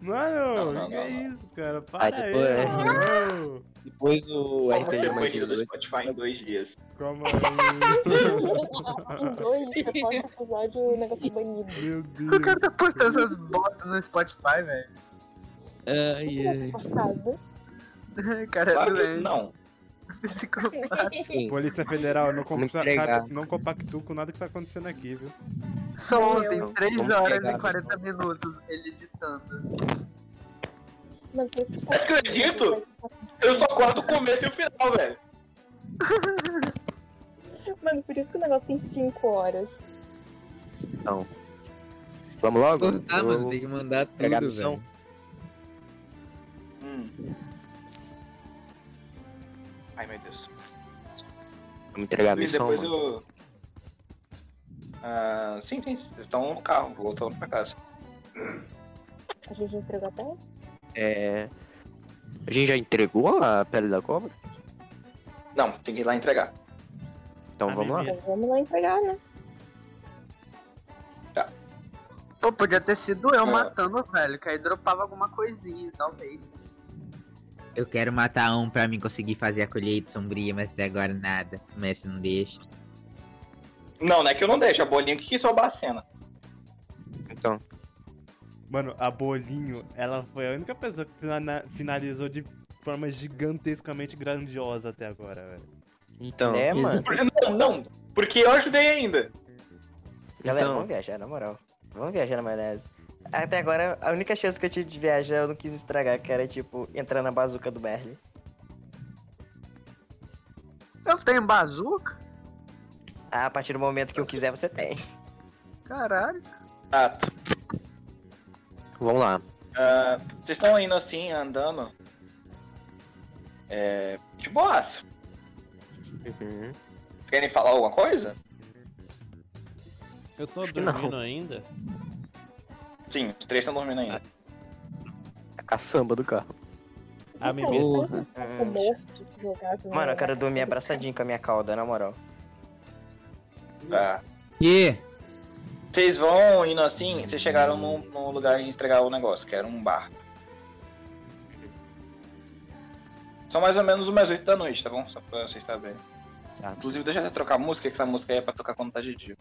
Mano, Não, não, que não, é isso, cara? Aí Para depois é. aí, mano. Depois o Como você foi lido do Spotify em dois dias? Calma aí. Dois, você pode episódio o negócio é banido. Meu O cara tá postando essas botas no Spotify, velho. é Ai, ai. Cara, é Claro que doente. não. Psicopata. Polícia Federal, não, Vamos compactua, entregar. não compactuo com nada que tá acontecendo aqui, viu? Só ontem, 3 Vamos horas pegar, e 40 minutos, ele editando. Mano, por isso que Você acredita? Eu só corto o começo e o final, velho. Mano, por isso que o negócio tem 5 horas. Então. Vamos logo? Cortar, mano, tem que mandar pegar a tudo, missão. velho. Hum. Ai, meu Deus. Vamos entregar a E missão, depois mano. eu... Ah, sim, sim. Vocês estão no carro, voltando pra casa. A gente entregou até. É... A gente já entregou a pele da cobra? Não, tem que ir lá entregar. Então Ah, vamos lá. Então vamos lá entregar, né? Pô, podia ter sido É. eu matando o velho, que aí dropava alguma coisinha, talvez. Eu quero matar um pra mim conseguir fazer a colheita sombria, mas até agora nada. O mestre não deixa. Não, não é que eu não deixo. A bolinha que quis roubar a cena. Então. Mano, a Bolinho, ela foi a única pessoa que fina- finalizou de forma gigantescamente grandiosa até agora, velho. Então. Né, mano? Não, não. Porque eu ajudei ainda. Galera, Então. vamos viajar, na moral. Vamos viajar na maionese. Até agora, a única chance que eu tive de viajar, eu não quis estragar, que era, tipo, entrar na bazuca do Merlin. Eu tenho bazuca? Ah, a partir do momento que eu quiser, você tem. Caralho. Ah, Vamos lá. Ah, vocês estão indo assim, andando. É. De boas. Uhum. Vocês querem falar alguma coisa? Eu tô que não. dormindo ainda? Sim, os três estão dormindo Ah. ainda. A caçamba do carro. Ah, A Então, mimimi. parece um saco morto jogado na- Mano, eu quero dormir abraçadinho com a minha cauda, na moral. Tá. E? Vocês vão indo assim, vocês chegaram num, num lugar de entregar o negócio, que era um bar. São mais ou menos umas 8 da noite, tá bom? Só pra vocês saberem. Inclusive, deixa eu até trocar a música, que essa música aí é pra tocar quando tá de dia.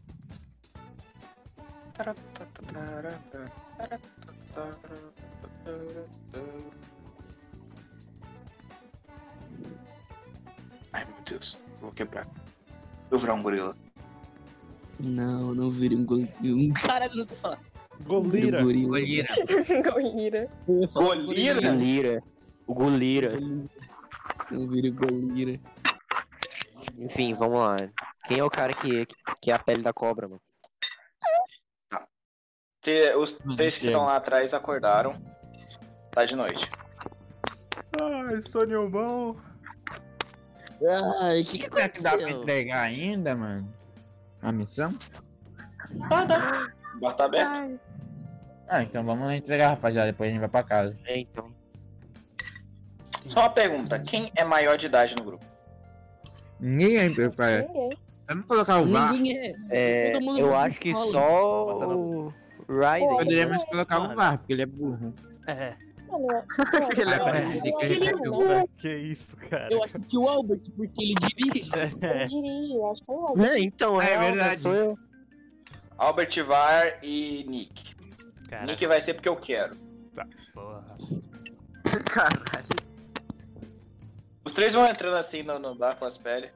Ai meu Deus, eu vou quebrar. Eu vou virar um gorila. Não, não vira um golzinho. Caralho, não sei falar. Golira. Golira. Golira. Golira? Golira. O Golira. Não vira o Golira. Enfim, vamos lá. Quem é o cara que, que é a pele da cobra, mano? Te- Os três que estão lá atrás acordaram. Tá de noite. Ai, sonho bom. Ai, o que, que será que dá pra entregar ainda, mano? A missão? O bar tá aberto. Ah, então vamos lá entregar, rapaziada. Depois a gente vai pra casa. É, então. Só uma pergunta: quem é maior de idade no grupo? Ninguém é, parece. Vamos colocar o VAR. É, Todo mundo eu na acho que escola. só o Ryder. Poderíamos colocar o VAR, porque ele é burro. É. Mano, eu- Ele é Eu Que isso, cara? Eu acho que o Albert, porque ele dirige. eu dirige, eu acho que é o Né, então, É é, verdade. verdade. Sou eu. Albert Var e Nick. Nick vai ser porque eu quero. Tá, porra. Os três vão entrando assim no, no bar com as peles. é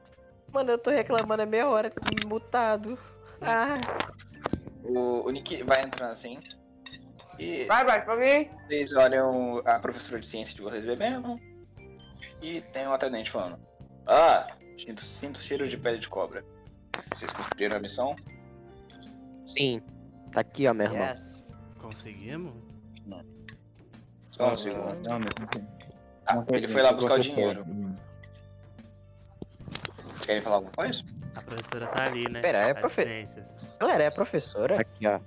Mano, eu tô reclamando a meia hora, tá mutado. É, Ah. O, o Nick vai entrando assim. E Vai, vai, pra mim. vocês olham a professora de ciência de vocês bebendo. E tem um atendente falando. Ah, sinto, sinto cheiro de pele de cobra. Vocês cumpriram a missão? Sim. Tá aqui, ó, meu irmão. Yes. Conseguimos? Não. Só um segundo. Ah, ele foi lá buscar o dinheiro. Querem falar alguma coisa? A professora tá ali, né? Pera, é A de profe- ciências. Galera, é professora? Aqui, ó.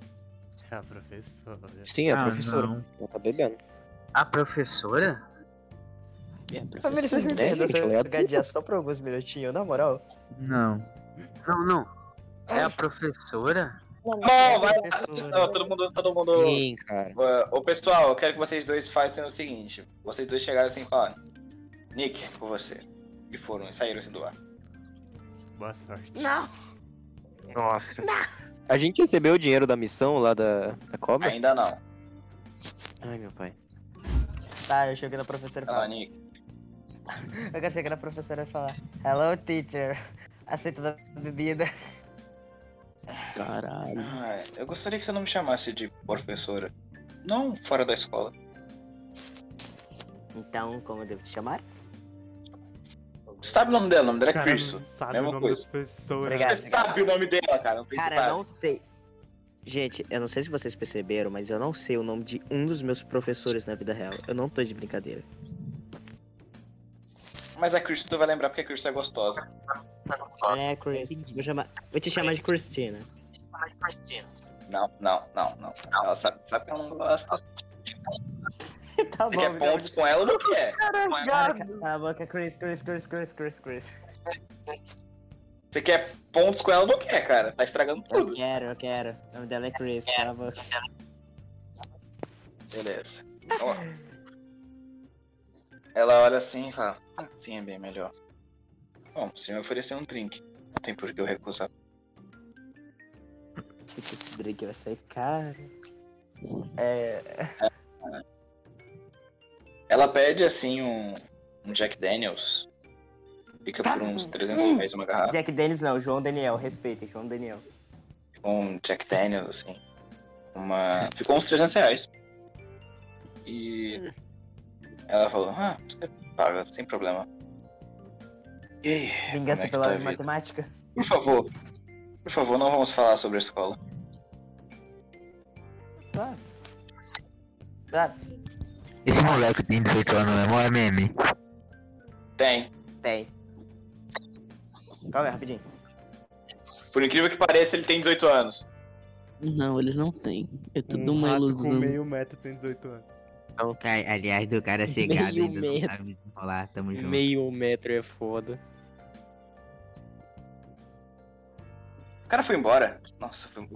É a professora. Sim, é Ah, professora. não. Ela tá bebendo. A professora? Tá vendo essas merdas? Eu gadia só por alguns minutinhos, na moral. Não. Não, não. É a professora? Bom, vai lá, atenção, todo mundo, todo mundo. Sim, cara. Ô, Ô pessoal, eu quero que vocês dois façam o seguinte. Vocês dois chegaram assim e falaram. Nick, é com você. E foram, e saíram assim do ar. Boa sorte. Não! Nossa. A gente recebeu o dinheiro da missão lá da, da cobra? Ainda não. Ah. Ai, meu pai. Tá, eu cheguei na professora e falar. Nick. Eu quero chegar na professora e falar. Hello, teacher. Aceita da bebida. Caralho. Ah, eu gostaria que você não me chamasse de professora. Não fora da escola. Então, como eu devo te chamar? Você sabe o nome dela? O nome dela é Cara, Pearson. não sabe Mesma o nome coisa. da professora. Obrigado, Você obrigado. sabe o nome dela, cara. Não tem que Cara, saber. não sei. Gente, eu não sei se vocês perceberam, mas eu não sei o nome de um dos meus professores na vida real. Eu não tô de brincadeira. Mas a Chris tu vai lembrar porque a Chris é gostosa. É, Chris. Vou, chamar... Vou te chamar de Christina. Não, não, não, não. Ela sabe, sabe que ela não gosta. Tá Você quer pontos com ela ou não quer? Cara, cala a boca, é Chris, Chris, Chris, Chris, Chris, Chris. Você quer pontos com ela ou não quer, cara? Tá estragando tudo. Eu quero, eu quero. O nome dela é Chris, cala a boca. Beleza. Tá Ó. Ela olha assim e fala, "Ah, sim, é bem melhor. Bom, você me ofereceu um drink. Não tem por que eu recusar. Esse drink vai sair caro. É. Ela pede assim um, um Jack Daniels. Fica Tá por uns Hum. 300 reais uma garrafa. Jack Daniels não, João Daniel, respeita, João Daniel. Um Jack Daniels, assim. Uma. Ficou uns 300 reais. E. Hum. Ela falou, ah, você paga, sem problema. E aí? como é Vingança que pela tá a aula de vida? matemática. Por favor. Por favor, não vamos falar sobre a escola. Claro. Claro. Esse moleque tem 18 anos mesmo, é meme? Tem. Tem. Calma aí, rapidinho. Por incrível que pareça, ele tem 18 anos. Não, eles não têm. É tudo um uma rato ilusão. com meio metro tem 18 anos. Não, Cara, aliás, do cara cegado Meio ainda não metro. sabe desenrolar, tamo junto. Meio metro é foda. O cara foi embora. Nossa, foi um.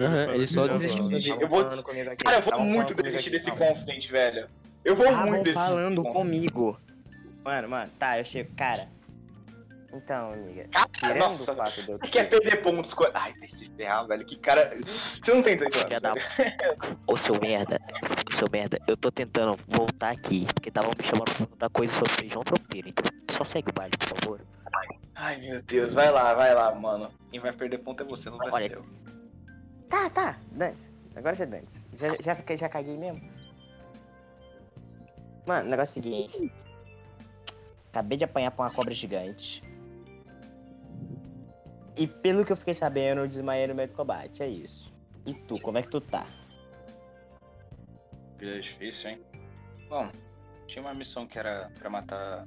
Aham, ele só desistiu. Eu vou. Cara, eu vou muito desistir desse confidente, velho. Eu vou Tavam muito desistir. falando desse confidente. comigo. Mano, mano, tá, eu chego. Cara. Então, amiga. Cara, Tirando o nossa, é fato de eu você quer perder pontos com. Ai, vai se ferrar, velho. Que cara. Você não tem 18 anos. velho. Ô seu merda, ô seu merda, eu tô tentando voltar aqui, porque tava me chamando pra perguntar coisa sobre feijão tropeiro, então só segue o baile, por favor. Ai, meu Deus. Vai lá, vai lá, mano. Quem vai perder ponto é você, não vai Olha. ser eu. Tá, tá, dane-se. Agora já dane-se. Já, já, fiquei- já caguei mesmo. Mano, o negócio é o seguinte. Acabei de apanhar pra uma cobra gigante. E pelo que eu fiquei sabendo, eu desmaiei no meio do combate, é isso. E tu, como é que tu tá? Vida difícil, hein? Bom, tinha uma missão que era pra matar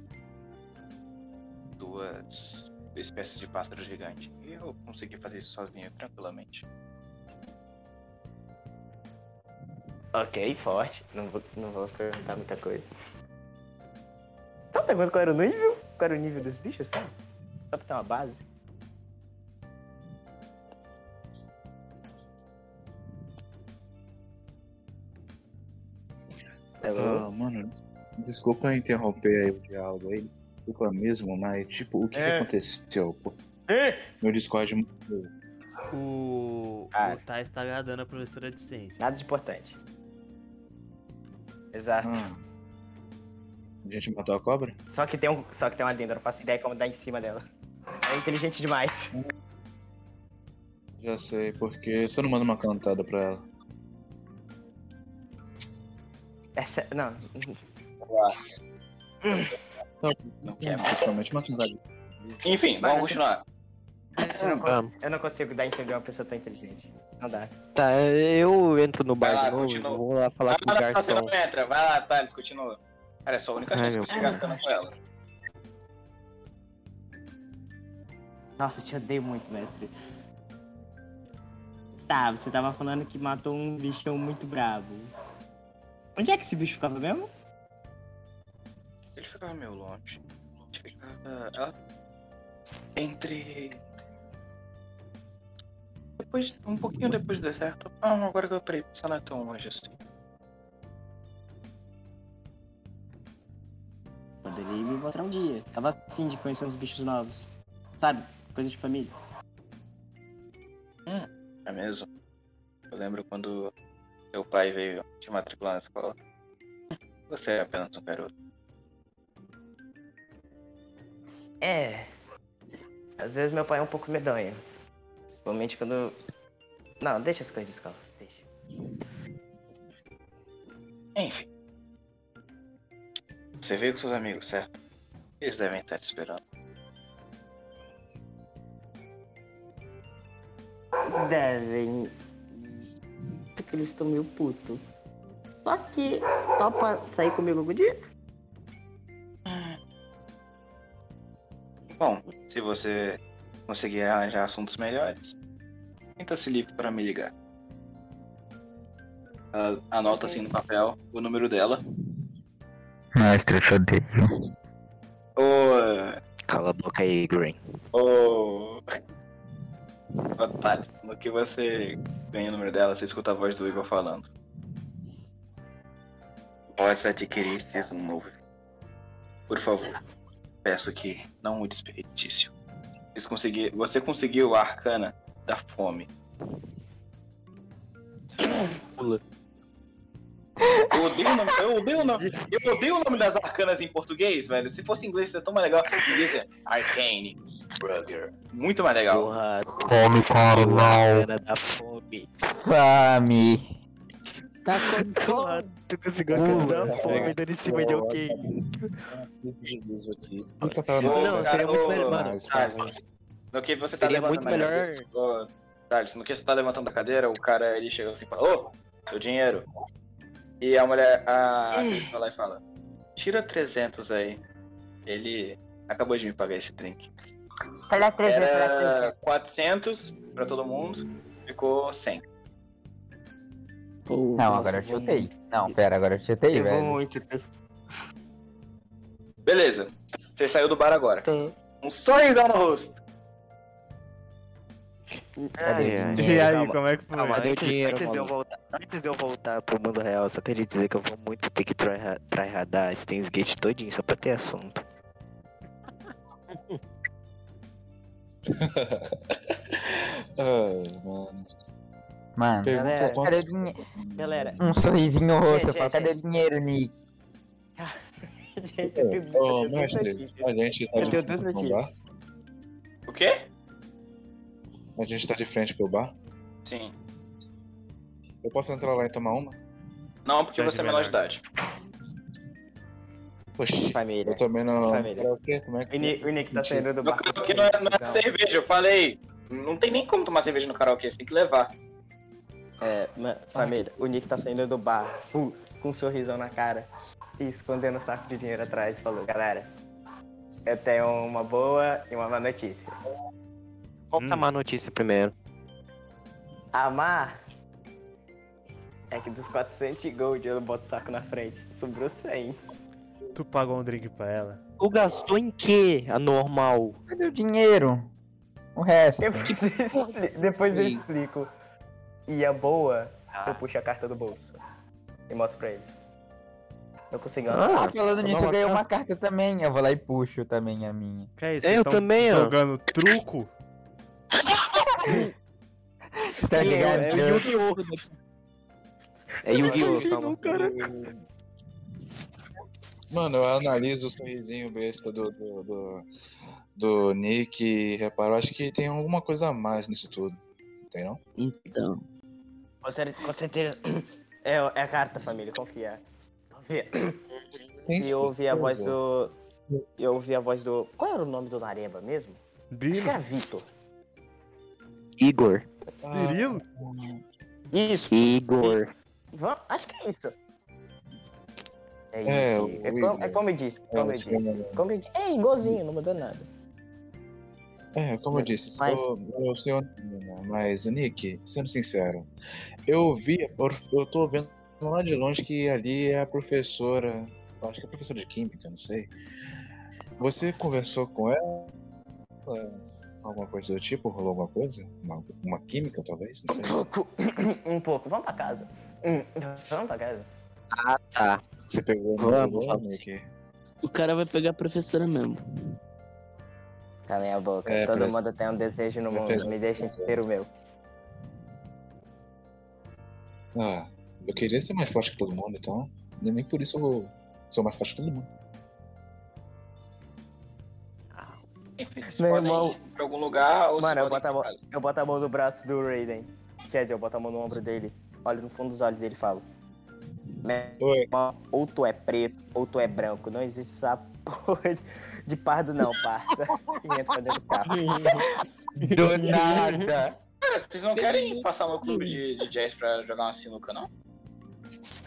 duas espécies de pássaro gigante. E eu consegui fazer isso sozinho, tranquilamente. Ok, forte. Não vou, não vou perguntar muita coisa. Só pergunta qual era o nível? Qual era o nível dos bichos, sabe? Só pra ter uma base. É, Ah, mano, desculpa interromper aí o diálogo aí. Desculpa mesmo, mas tipo, o que, que É. aconteceu? Pô, Meu Discord morreu. O. O Thais tá agradando a professora de ciência. Nada de importante. Exato. Ah. A gente matou a cobra? Só que tem um. Só que tem uma adendo, eu não faço ideia como dar em cima dela. É inteligente demais. Já sei, porque você não manda uma cantada pra ela. Essa. Não. Não, não quero, É, principalmente uma cantada. Enfim, Vai, vamos você- continuar. Eu não, Vamos. con- eu não consigo dar em cima de uma pessoa tão inteligente. Não dá. Tá, eu entro no bar Vai lá, de novo, continua. vou lá falar com o Vai lá, você garçom. não entra. tá Vai lá, Thales, continua. Cara, é só a única Ai, chance meu de chegar ficando com ela. Nossa, eu te odeio muito, mestre. Tá, você tava falando que matou um bichão muito bravo. Onde é que esse bicho ficava mesmo? Ele ficava meio longe. Ele ficava. Ela... Entre. Depois, um pouquinho depois do deserto. Ah, agora que eu parei, você não é tão longe assim. Poderia me encontrar um dia. Tava afim de conhecer uns bichos novos. Sabe? Coisa de família. Hum, é mesmo? Eu lembro quando meu pai veio te matricular na escola. Você é apenas um garoto. É. Às vezes meu pai é um pouco medonho. Principalmente quando. Não, deixa as coisas de escola. Deixa. Enfim. Você veio com seus amigos, certo? Eles devem estar te esperando. Devem. Porque eles estão meio puto. Só que topa sair comigo algum dia? Bom, se você conseguir arranjar assuntos melhores, sinta-se livre para me ligar. Ela anota assim no papel o número dela. Mestre, eu te odeio. Ô, Cala a boca aí, Green. ô. Otário, no que você ganha o número dela, você escuta a voz do Igor falando. Pode adquirir esse novo. Por favor, peço que não o desperdice. Vocês consegui- Você conseguiu a arcana da fome. Eu odeio, o nome, eu, odeio o nome, eu odeio o nome das arcanas em português, velho. Se fosse em inglês, seria tão mais legal. Em português é Arcane Burger. Muito mais legal. Come carnal. da fome. Fame. Tá com Tu conseguiu é, cantar Porra. fome dando em cima é de alguém. Nossa, Não, é seria cara, muito ô, melhor, mano. Thales, No que você Seria tá levantando muito a melhor. cadeira, ô, Thales, no que você tá levantando a cadeira, o cara ele chega assim e fala, ô, seu dinheiro. E a mulher, a atriz vai lá e fala, tira 300 aí. Ele acabou de me pagar esse drink. Olha 300, olha Era 400 pra todo mundo, ficou 100. Não, agora eu chutei. Não, pera, agora eu chutei, velho. Beleza, você saiu do bar agora. Tá. Um sorrisão no rosto. É, Cadê? E aí, como é que foi? Calma, deu Antes- dinheiro, antes de eu maluco. Antes de eu voltar pro mundo real, só queria dizer que eu vou muito ter que tryha- tryhardar esse Gate todinho só pra ter assunto. Ai, É, mano. Mano, Pergunta Galera, quantos- cadê Galera. Um sorrisinho no rosto, eu Gente, falo, gente, cadê o dinheiro, Nick? gente, eu tenho- Ô, eu tenho duas mestre, notícias. a gente tá Eu de tenho duas frente pro bar? notícias. O quê? A gente tá de frente pro bar? Sim. Eu posso entrar lá e tomar uma? Não, porque você é menor de idade. né? Oxi, eu também não... Era o quê? Como é que... O Nick, o Nick tá saindo do No bar. karaokê não é, não Então. é cerveja, eu falei. Não tem nem como tomar cerveja no karaokê, você tem que levar. É, ma- Ah. família, o Nick tá saindo do bar fu- com um sorrisão na cara e escondendo o saco de dinheiro atrás e falou, galera, eu tenho uma boa e uma má notícia. Conta é a má notícia primeiro. A má é que dos 400 de gold eu boto o saco na frente, sobrou 100. Tu pagou um drink pra ela. Tu gastou em quê? A normal. Cadê o dinheiro? O resto. Depois eu expli- depois eu explico. E a boa, eu puxo a carta do bolso e mostro pra eles. Eu consegui uma Ah, falando nisso, eu ganhei uma carta também. Eu vou lá e puxo também a minha. Que é isso? vocês tão Jogando truco? Tá ligado? É o Yu-Gi-Oh! É Yu-Gi-Oh! um calma. Mano, eu analiso o sorrisinho besta do, do, do, do Nick e reparo, acho que tem alguma coisa a mais nisso tudo. Tem não? Então. Com cer- com certeza. É, é a carta, família, confia. Confia. E eu ouvi a voz é. do. Eu ouvi a voz do. Qual era o nome do Nareba mesmo? Acho que era Vitor. Igor. Cirilo? Isso. Igor. Va- Acho que é isso. É isso. É, É, o co- Igor. é como eu disse. Como É, eu sim, disse. é. Como eu disse. É igualzinho, não mudou nada. É, como eu disse, Mas- sou, eu sei o nome, né? mas, Nick, sendo sincero, eu ouvi, a prof- eu tô vendo lá de longe que ali é a professora, eu acho que é a professora de Química, não sei. Você conversou com ela? Alguma coisa do tipo? Rolou alguma coisa? Uma, uma química, talvez? Não sei. Um pouco. Vamos pra casa. Hum, Vamos pra casa. Ah, tá. Você pegou Vamos, o vamos. Nick? O cara vai pegar a professora mesmo. Calem a boca. É, Todo parece- mundo tem um desejo no Vai mundo. pegar. Me deixem ter o meu. Ah, eu queria ser mais forte que todo mundo, então nem por isso eu vou- sou mais forte que todo mundo. Meu irmão. Pra algum lugar ou Mano, eu boto, a mão, eu boto a mão no braço do Raiden. Quer dizer, eu boto a mão no ombro dele, olho no fundo dos olhos dele e falo. "Né, irmão, Ou tu é preto, ou tu é branco. Não existe essa porra de pardo, não, parça. E entra dentro do carro. Do nada. Cara, vocês não querem passar meu clube de, de jazz pra jogar uma sinuca, não?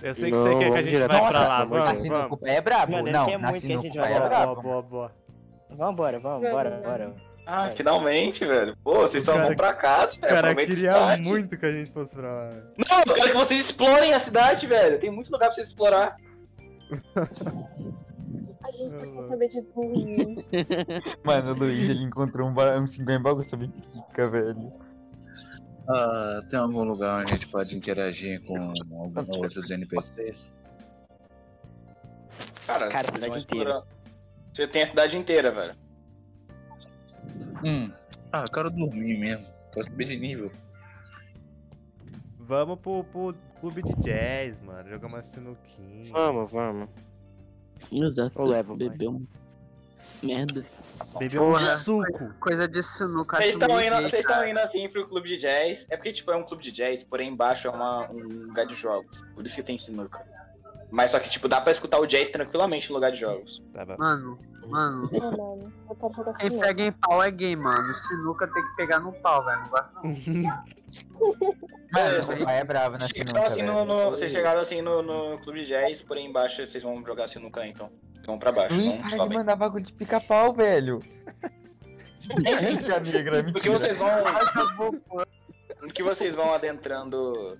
Eu sei que você quer que a gente vá pra lá, vamos, vamos. é Mano, ele quer muito que a gente vá pra lá. Boa, boa, boa. Vambora, vamos, bora, bora. Ah, finalmente, velho. Pô, vocês só Cara, vão pra casa, velho. Cara, Aproveita o queria start. muito que a gente fosse pra lá. Não, eu quero que vocês explorem a cidade, velho. Tem muito lugar pra vocês explorar. A gente só quer saber de né? dormir. Mano, o Luiz, ele encontrou um, ba- um cinguém bagulho sobre Kika, velho. Ah, tem algum lugar onde a gente pode interagir com alguns outros NPC? Cara, Cara, vocês cidade inteira. vão explorar. Você tem a cidade inteira, velho. Hum. Ah, eu quero dormir mesmo. Quero subir de nível. É Vamos pro, pro clube de jazz, mano. Jogar uma sinuquinha. Vamos, vamos. Exato. Eu levo, Bebeu um. Merda. Bebeu um suco. Coisa de sinuca. Vocês acho estão meio indo, gay, vocês estão cara. indo assim pro clube de jazz. É porque, tipo, é um clube de jazz, porém embaixo é uma- um lugar de jogos. Por isso que tem sinuca. Mas só que, tipo, dá pra escutar o jazz tranquilamente no lugar de jogos. Mano, mano. Não, mano. Eu quero jogar assim, Quem sinuca. pega em pau é gay, mano. Sinuca tem que pegar no pau, velho. Não gosto não. Mano, o pai é bravo na Vocês sinuca, estão assim no, velho. no- vocês chegaram assim no, no clube de jazz, porém embaixo vocês vão jogar sinuca, então. Vão pra baixo. Então, Luiz, vão- para de sobem. mandar bagulho de pica-pau, velho. No que vocês vão. No que vocês vão adentrando.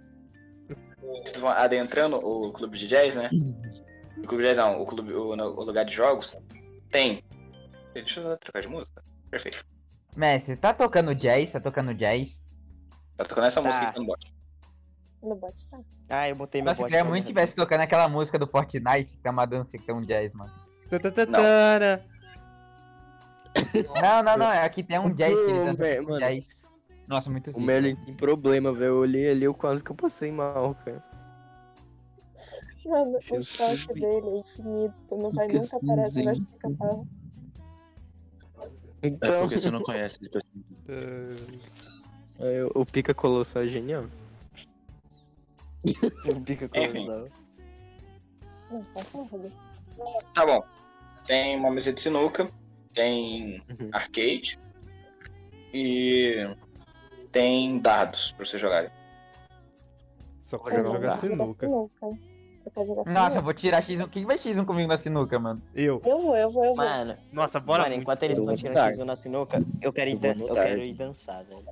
Vocês vão adentrando o clube de jazz, né? O clube de jazz não, o, clube, o, no- o lugar de jogos. Tem. Deixa eu trocar de música. Perfeito. Mestre, tá tocando jazz? Tá tocando jazz? Tá tocando essa Tá. música aqui no bot. No bot tá. Ah, eu botei Nossa, eu queria muito que tivesse tocando aquela música do Fortnite, que é uma dança que é um jazz, mano. Tatatana. Não, não, não, é aqui tem um jazz que ele Ô, dança velho, com jazz. Nossa, muito O Merlin tem problema, velho. Eu olhei ali, eu quase que eu passei mal, cara. Mano, o Jesus. estoque dele é infinito. Não vai Fica nunca parar de jogar cinzento. pica-pau. É Então, porque você não conhece. depois- Aí, o Pica Colossal é genial. o Pica Colossal. Não, concordo. Tá bom. Tem uma mesa de sinuca, tem arcade e tem dados pra vocês jogarem. Só pra jogar Eu quero sinuca. Eu quero jogar sinuca. Nossa, eu vou tirar X1. Quem vai X1 comigo na sinuca, mano? Eu. Eu vou, eu vou, eu vou. Mano, Nossa, bora. Mano, enquanto eles estão tirando x na sinuca, eu quero ir, dan- eu quero ir dançar, velho.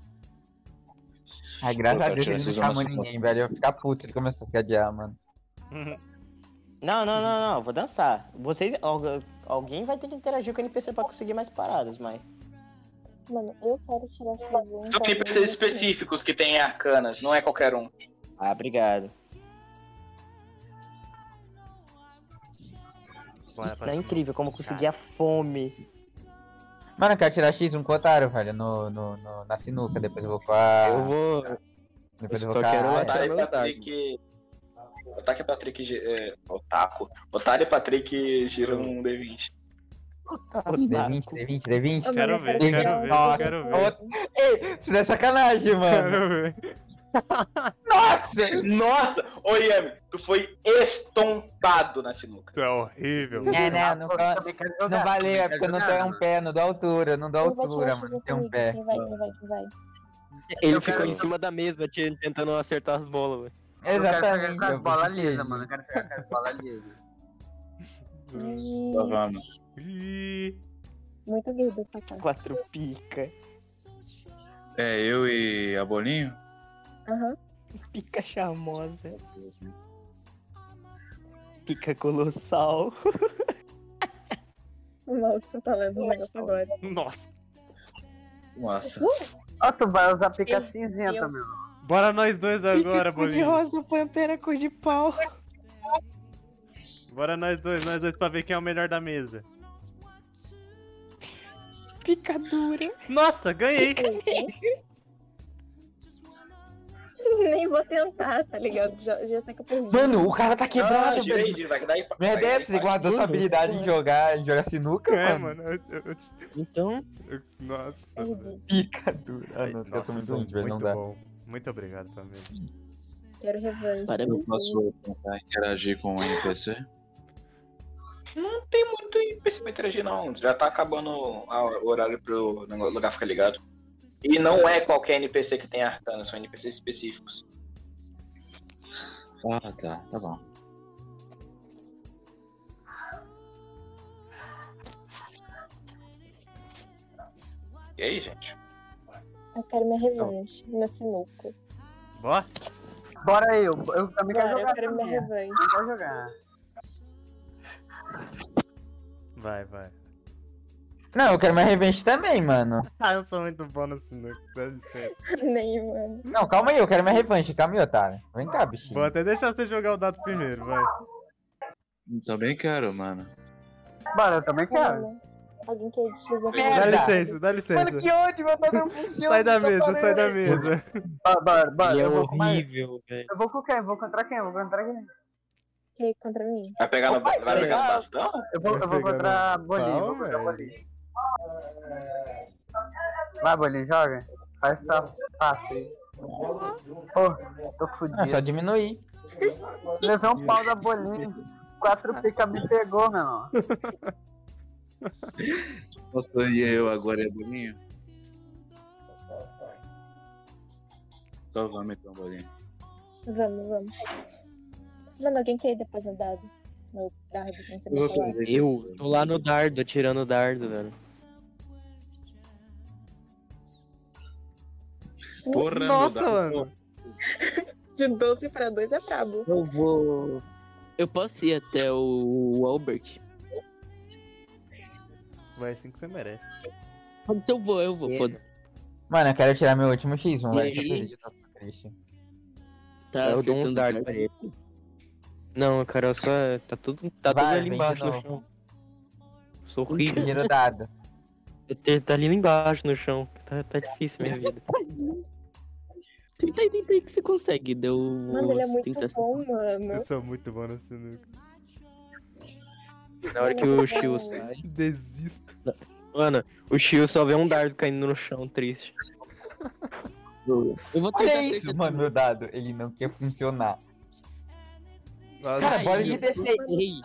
Ai, graças Eu a quero Deus tirar ele não esses chamou homens. ninguém, velho. Eu vou ficar puto ele começa a se gadear, mano. Não, não, não, não, eu vou dançar. Vocês. algu- Alguém vai ter que interagir com o NPC pra conseguir mais paradas, mas. Mano, eu quero tirar X1. São NPCs um. específicos que tem arcanas, não é qualquer um. Ah, obrigado. É incrível como eu Ah, consegui a fome. Mano, eu quero tirar X1 com o otário, velho, no, no, no- na sinuca. Depois eu vou com a. Eu vou. Depois eu eu vou só com a. quero Quero matar Otário e Patrick. é Otário e Patrick. gi- É, otaku. Otário e Patrick giram um D20. D20, D20, D20. Quero ver, D20. quero ver, Nossa, quero ver. outra- Ei, isso é sacanagem, mano. Quero ver. Nossa! Nossa! Ô, Yami, tu foi estompado na sinuca. Tu é horrível. É, né? Não, não, não valeu, é porque eu não tenho um pé, não dou altura, não dou Quem vai tirar altura, mano. X Não é tenho um comigo? pé. Quem vai, quem vai, quem vai? Ele ficou em cima da mesa te- tentando acertar as bolas, velho. Exatamente, Eu quero pegar com as bolas lisas, mano. Eu quero pegar com as bolas lisas. Uhum. Então, Uhum. Muito gay da sua cara. Quatro pica. É, eu e a Bolinho? Aham. Pica charmosa. Pica colossal. Maluco, você tá lendo os negócios agora. Nossa. Nossa. Ó, tu vai usar pica É, cinzenta, meu. Bora nós dois agora, Bolinho. rosa, pantera, cor de pau. Bora nós dois, nós dois pra ver quem é o melhor da mesa. Picadura. Nossa, ganhei. Nem vou tentar, tá ligado? Já, já sei que eu perdi. Mano, o cara tá Ah, quebrado, girei, velho. girei, vai dar empate. Meu Vai dar é Deus, você empate. guardou sua Tudo. habilidade em jogar, em jogar sinuca, É, mano. mano. eu- eu- eu- Então. Nossa. Picadura. Ah, Ai, não, eu nossa, tô muito são ruim, velho, não muito dá. bom. Muito obrigado, Pamela. Quero revanche. eu sim. posso tentar interagir com o NPC? Não tem muito NPC pra interagir, não. Já tá acabando a- o horário pro nego- lugar ficar ligado. E não é qualquer NPC que tem arcana, são NPCs específicos. Ah, tá, tá bom. E aí, gente? Eu quero minha revanche na sinuca. Bora? Bora eu. Eu também quero Bora, eu jogar. quero minha também. revanche. Quero jogar. Vai, vai. Não, eu quero minha revenge também, mano. Ah, eu sou muito bom no sinuca, dá licença. Nem, mano. Não, calma aí, eu quero minha revanche, calma aí, otário. Vem cá, bichinho. Vou até deixar você jogar o dado primeiro, vai. Também quero, mano. Bora, eu também quero. Mano, alguém quer de X é Dá licença, dá licença. Mano, que ódio, tá meu dado não funciona. Sai da eu tô mesa, sai da falando. mesa. Bora, bora, bora. Ele é eu vou com mais- horrível, velho. Eu vou com quem? Eu Vou contra quem? Eu Vou contra quem? Que contra mim? Vai pegar no, vai é Vai pegar no pegar- bastão? Eu vou, eu vou contra a Bolinha. eu Vou contra a Bolinha. Vai, Bolinha, joga. Faz tua face aí. Pô, tô fudido. É só diminuir. Levei um pau da Bolinha. Quatro pica me pegou, meu irmão. Nossa, e eu agora é Bolinho? Então vamos então, Bolinho. Vamos, vamos. Mano, alguém quer ir depois no dado? No dado que você me falar. Eu tô lá no dardo, atirando o dardo, velho. Porra, Nossa, mudar. mano. De 12 pra 2 é brabo. Eu vou. Eu posso ir até o Albert? Vai assim que você merece. Foda-se, eu vou, eu vou, É. foda-se. Mano, eu quero tirar meu último X, um mano. E Vai aí? ser triste. Tá eu dou uns acertando dardos o pra ele. Não, cara, eu só. Tá tudo, tá Vai, tudo ali vem de embaixo no novo. chão. Sou horrível. Tira o dado. Tá- Tá ali embaixo no chão. Tá, tá difícil minha vida. Tenta aí, tenta aí que você consegue. Deu. um Mano, ele é muito bom, mano. Eu sou muito bom no sinuca. Na hora que o Shio sai. Desisto. Mano, o Shio só vê um dardo caindo no chão, triste. Eu vou Olha isso, mano, meu dado. Ele não quer funcionar. Cara, bora de D6.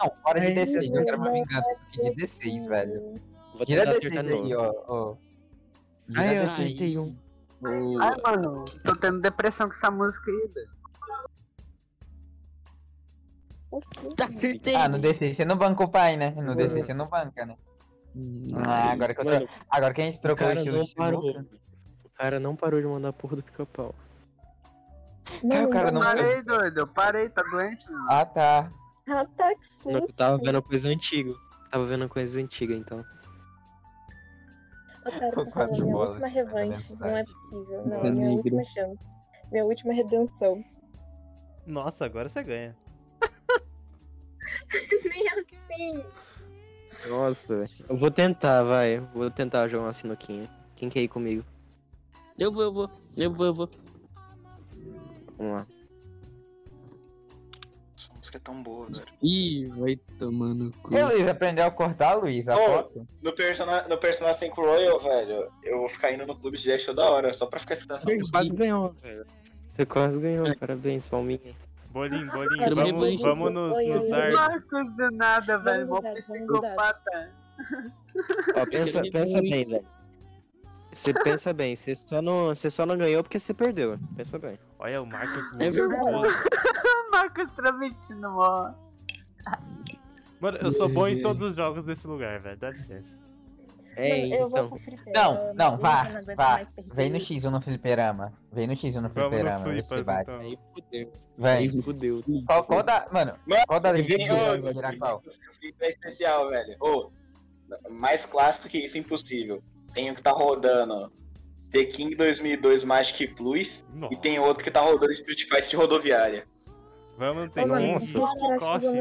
Não, bora de D6. Eu quero uma vingança aqui de D6, velho. Vou Tira tentar acertar D6 aí, novo. ó. ó. Tira Ai, eu D6. acertei um. Ai, mano, tô tendo depressão com essa música aí, velho. Tá, acertei. Ah, no D6 você não banca o pai, né? No D6 você não banca, né? Ah, agora que, eu Mano, tô... agora que a gente O trocou o cara estilo não de parou. sinuca. O cara não parou de mandar a porra do pica-pau. Mano, Ah, cara não- Parei, doido, eu parei, tá doente, mano. Ah, tá. Ah, tá que Não, eu susto. tava vendo coisa antiga. Tava vendo coisa antiga, então. Otário, por favor, Quatro minha bolas, última revanche. Não é possível. Não, Quase minha livre. última chance. Minha última redenção. Nossa, agora você ganha. Nem assim. Nossa, velho. Eu vou tentar, vai. Vou tentar jogar uma sinuquinha. Quem quer ir comigo? Eu vou, eu vou. Eu vou, eu vou. Vamos lá. você é tão boa, velho. Ih, vai tomando cu. E, Luiz, aprendeu a cortar, Luiz, a Ô, foto? No, persona, no Persona 5 Royal, velho, eu vou ficar indo no clube de gesture da hora, só pra ficar escutando essa Você quase ganhou, velho. Você quase ganhou, parabéns, palminhas. Bolinho, Cara, bolinho, minha vamos, vamos mãe- nos, Oi, nos oi. dar. Marcos do nada, velho. Mó dar, vamos psicopata. Ó, pensa, pensa bem, velho. Você pensa bem, você só, não, você só não ganhou porque você perdeu. Pensa bem. Olha o Marcos. É verdade. Marcos transmitindo, ó. Mano, eu sou bom em todos os jogos desse lugar, velho. Dá licença. É, Eu vou pro fliperama, Não, não, eu vá, já não aguento vá. mais perder. Vem no X1 no fliperama. Vem no X1 no Vamos fliperama. no vê se Flipas, bate. então. Vem. Fudeu. Qual, qual da. Mano, qual da gente Vem, ô, vai girar qual? Flip é especial, velho. Ô, mais clássico que isso, impossível. Tem um que tá rodando The King 2002 Magic Plus e tem outro que tá rodando Street Fighter rodoviária. Vamos um ter Nossa.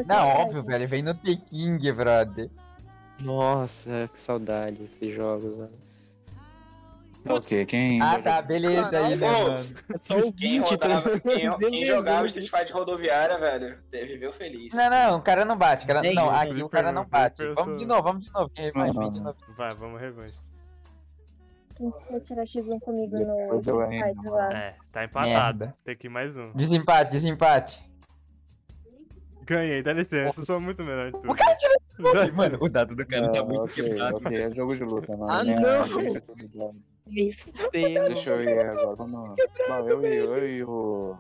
Não, óbvio, velho. Vem no The King, brother. Nossa, que saudade desses jogos, velho. Ok, quem. Ah, tá, beleza aí, né, Ô, mano? Quem, rodava, quem, quem jogava Street Fighter rodoviária, velho, viveu feliz. Não, não, o cara não bate. o Cara, Nem não, eu, aqui o cara não bate. Fliper, eu Vamos sou- de novo, vamos de novo. que é revanche, vem de novo. Vai, vamos revanche. Quem quer tirar X1 comigo no Eu tô Discord ainda, lá? É, tá empatado. Merda. Tem que ir mais um. Desempate, desempate. Ganhei, dá licença. Eu sou muito melhor de tudo. O cara tirou Dá- Mano, o dado do cara Ah, tá muito ok, quebrado. ok, é jogo de luta, não. Ah, né? não! Deixa eu ser dublado. Me Deixa eu ir agora, vamos. Não, eu, e- eu e o.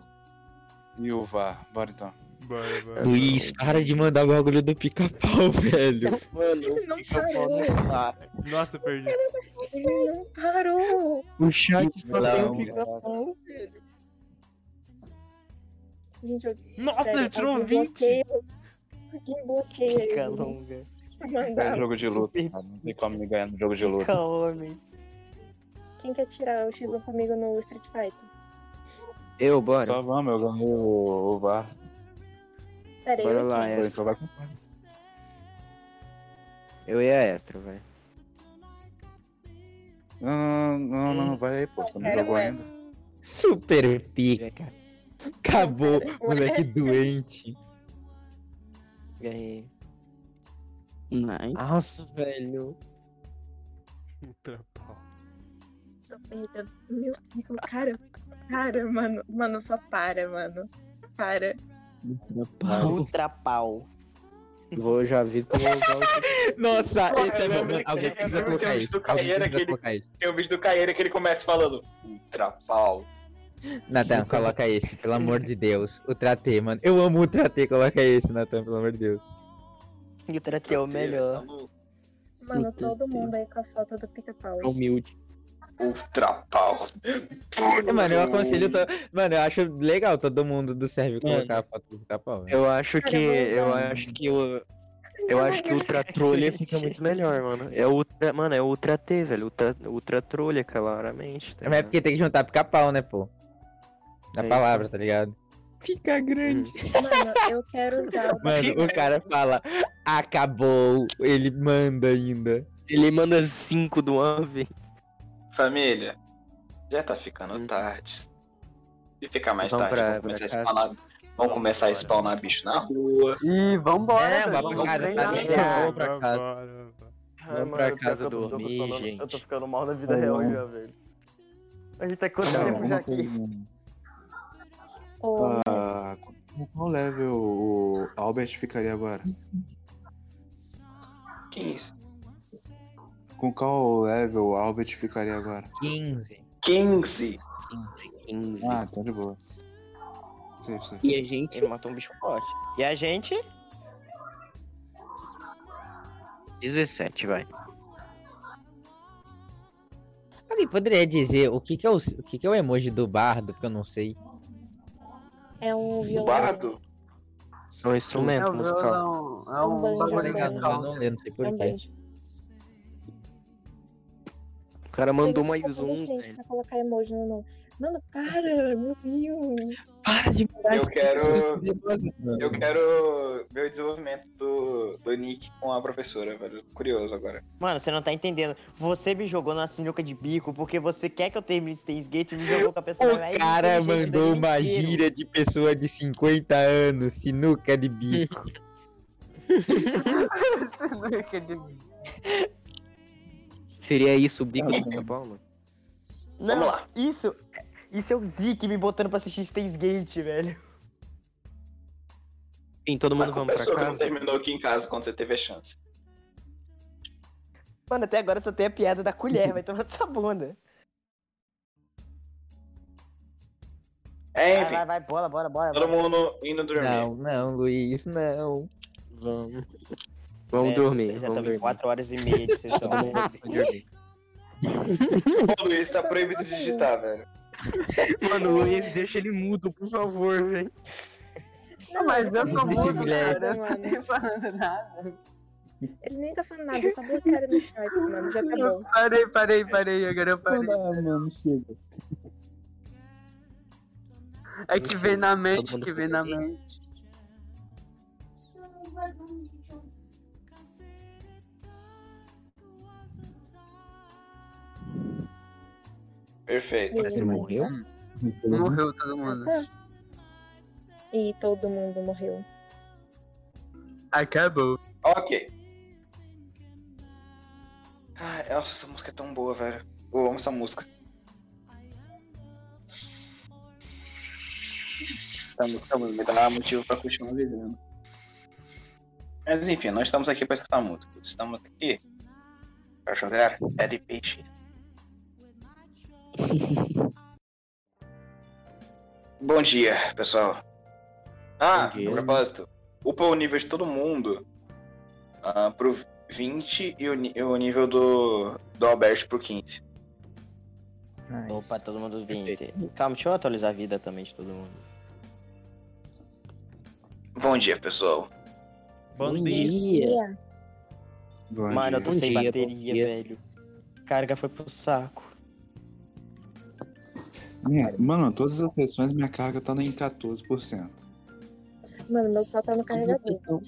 E o VAR, bora então. Bora, bora. Luiz, para de mandar o bagulho do pica-pau, velho. Mano, não parou. Nossa, perdi. Ele não parou. O chat só tem o pica-pau, velho. Gente, eu... Nossa, sério, ele tirou alguém 20. bloqueia- Alguém bloqueia ele. É Mandaram. jogo de luta, cara. não tem como me ganhar no jogo de luta. Quem quer tirar o X1 comigo no Street Fighter? Eu, bora. Só vamos, eu ganhei o, o VAR. Pera aí, Bora eu lá, aqui. Estro. Eu e a Estro, velho. Não, não, não, não, não, vai aí, pô, você não Quero jogou ver. ainda. Super pica. Acabou, moleque doente. Ganhei. Nice. Nossa, velho. Tô perdendo. Meu Deus, cara. Cara, mano. Mano, só para, mano. Para. Ultra pau. Vou, já aviso que eu vou usar o. Nossa, Pô, esse é eu bom. lembro- Alguém eu precisa lembro que tem colocar um isso. bicho do Alguém Caieira que precisa ele- colocar isso. Tem o bicho do Caieira que ele começa falando Ultrapau. Natan, coloca esse, pelo amor de Deus. O Tratê, mano. Eu amo o Tratê, coloca esse, Natan, pelo amor de Deus. Eu é tratei o melhor. tá Mano, Puta todo mundo aí com a foto do pica-pau. Humilde. Ultrapau. É, mano, eu aconselho. To... Mano, eu acho legal todo mundo do serve colocar a foto do pica-pau. velho. Eu acho Cara, que. eu vou um Eu usar. acho que o. Eu acho que o Ultra Trolha fica muito melhor, mano. É o Ultra. Mano, é o Ultra T, velho. Ultra, ultra Trolha, claramente. tá Mas é porque tem que juntar pica-pau, né, pô? Na É. palavra, tá ligado? Fica grande. Mano, eu quero usar o Mano, o cara fala, acabou. Ele manda ainda. Ele manda cinco do ano, velho. Família, já tá ficando tarde. Se ficar mais Vamos tarde, pra- vão começar, pra a spawnar, vão começar a spawnar bicho na rua. Ih, vambora. É, vai velho, pra Ah, vamos casa, treinar. tá bem. Vamos pra casa. Vamos mano, pra pior casa que eu tô- eu tô dormir, funcionando- Eu tô gente. ficando mal na vida Tá real bom. já, velho. A gente tá quanto Cara, tempo já uma aqui? coisa. Ô, Ah, com qual level o Albert ficaria agora? Que isso? Com qual level o Albert ficaria agora? 15. 15. 15. Ah, tá de boa. Sei, sei. E a gente? Ele matou um bicho forte. E a gente? 17, vai. Alguém poderia dizer o que que é o, o que que é o emoji do bardo, porque eu não sei. é um violão. Bardo? É um instrumento É um Não, musical. É Tá um banjo. um Legal, não, eu não lembro, não sei É um porquê. banjo. cara mandou Eu mais vou um. fazer, gente, pra colocar emoji no nome. Mano, para, meu Deus. Eu quero. Eu quero ver o desenvolvimento do, do Nick com a professora, velho. Tô Curioso agora. Mano, você não tá entendendo. Você me jogou na sinuca de bico porque você quer que eu termine Steins Gate e me jogou com a pessoa mais O um cara inteligente do mandou mundo uma inteiro. gíria de pessoa de 50 anos, sinuca de bico. Seria isso o bico do pica-pau, mano? Não, isso. Isso é o Zeke me botando pra assistir Steins Gate, velho. Sim, todo mundo vamos pra Professor, que não casa. terminou aqui em casa quando você teve a chance. Mano, até agora só tem a piada da colher, vai tomar sua bunda. É, Vai, enfim. vai, vai, bola, bora, bora. Todo mundo indo dormir. Não, não, Luiz, não. Vamos. Vamos Já dormir, vamos estamos em dormir. 4 horas e meia de sessão. Todo mundo vai dormir. O Luiz tá proibido de digitar, velho. Mano, Luiz, deixa ele mudo, por favor, velho. Não, mas eu tô Deixa mudo, o Guilherme. cara. Eu não tô nem falando nada. Ele nem tá falando nada, eu só deu o cara no chat, mano. Já acabou. Parei, parei, parei. Agora eu parei. mano, chega. É que vem na mente, que vem na mente. Perfeito. Parece que morreu? Morreu todo um mundo. E tá. todo mundo morreu. Acabou. Ok. Ai, nossa, essa música é tão boa, velho. Eu amo essa música. Essa música me dá motivo pra continuar vivendo. Mas enfim, nós estamos aqui pra escutar música. Estamos aqui pra jogar Teddy Peixe. Bom dia, pessoal. Ah, Bom dia. a propósito, upa o nível de todo mundo ah, pro 20 e o, ni- o nível do, do Albert pro 15. é Opa, todo mundo 20. Calma, deixa eu atualizar a vida também de todo mundo. Bom dia, pessoal. Bom, é. dia. é. Mano, eu tô Bom sem dia, bom bateria, dia. velho. Carga foi pro saco. Minha- Mano, todas as sessões minha carga tá em 14%. Mano, meu só tá no carregador.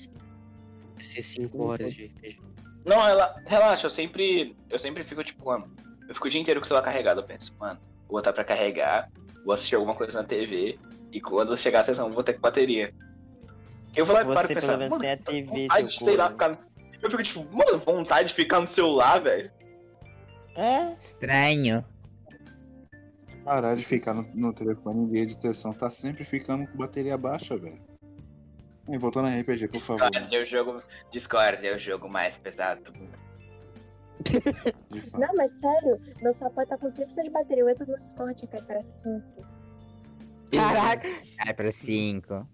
Vai ser 5 horas de RPG. Não, ela, relaxa, eu sempre. Eu sempre fico tipo, mano. Eu fico o dia inteiro com o celular carregado, eu penso, mano, vou botar pra carregar, vou assistir alguma coisa na TV, e quando chegar a sessão, vou ter que bateria. Eu vou lá e Você, paro e pelo pensar, menos, mano, tem a TV, vontade de seu sei lá, corno. ficar. no- Eu fico tipo, mano, vontade de ficar no celular, velho. É. Estranho. Parar de ficar no, no telefone em dia de sessão tá sempre ficando com bateria baixa, velho. Ei, voltando a RPG, por favor. Discord é o jogo. Discord é o jogo mais pesado do mundo. Não, mas sério, meu só pode tá com 100% de bateria. Eu entro no Discord assim. e cai pra 5. Caraca. Vai pra 5. Mano,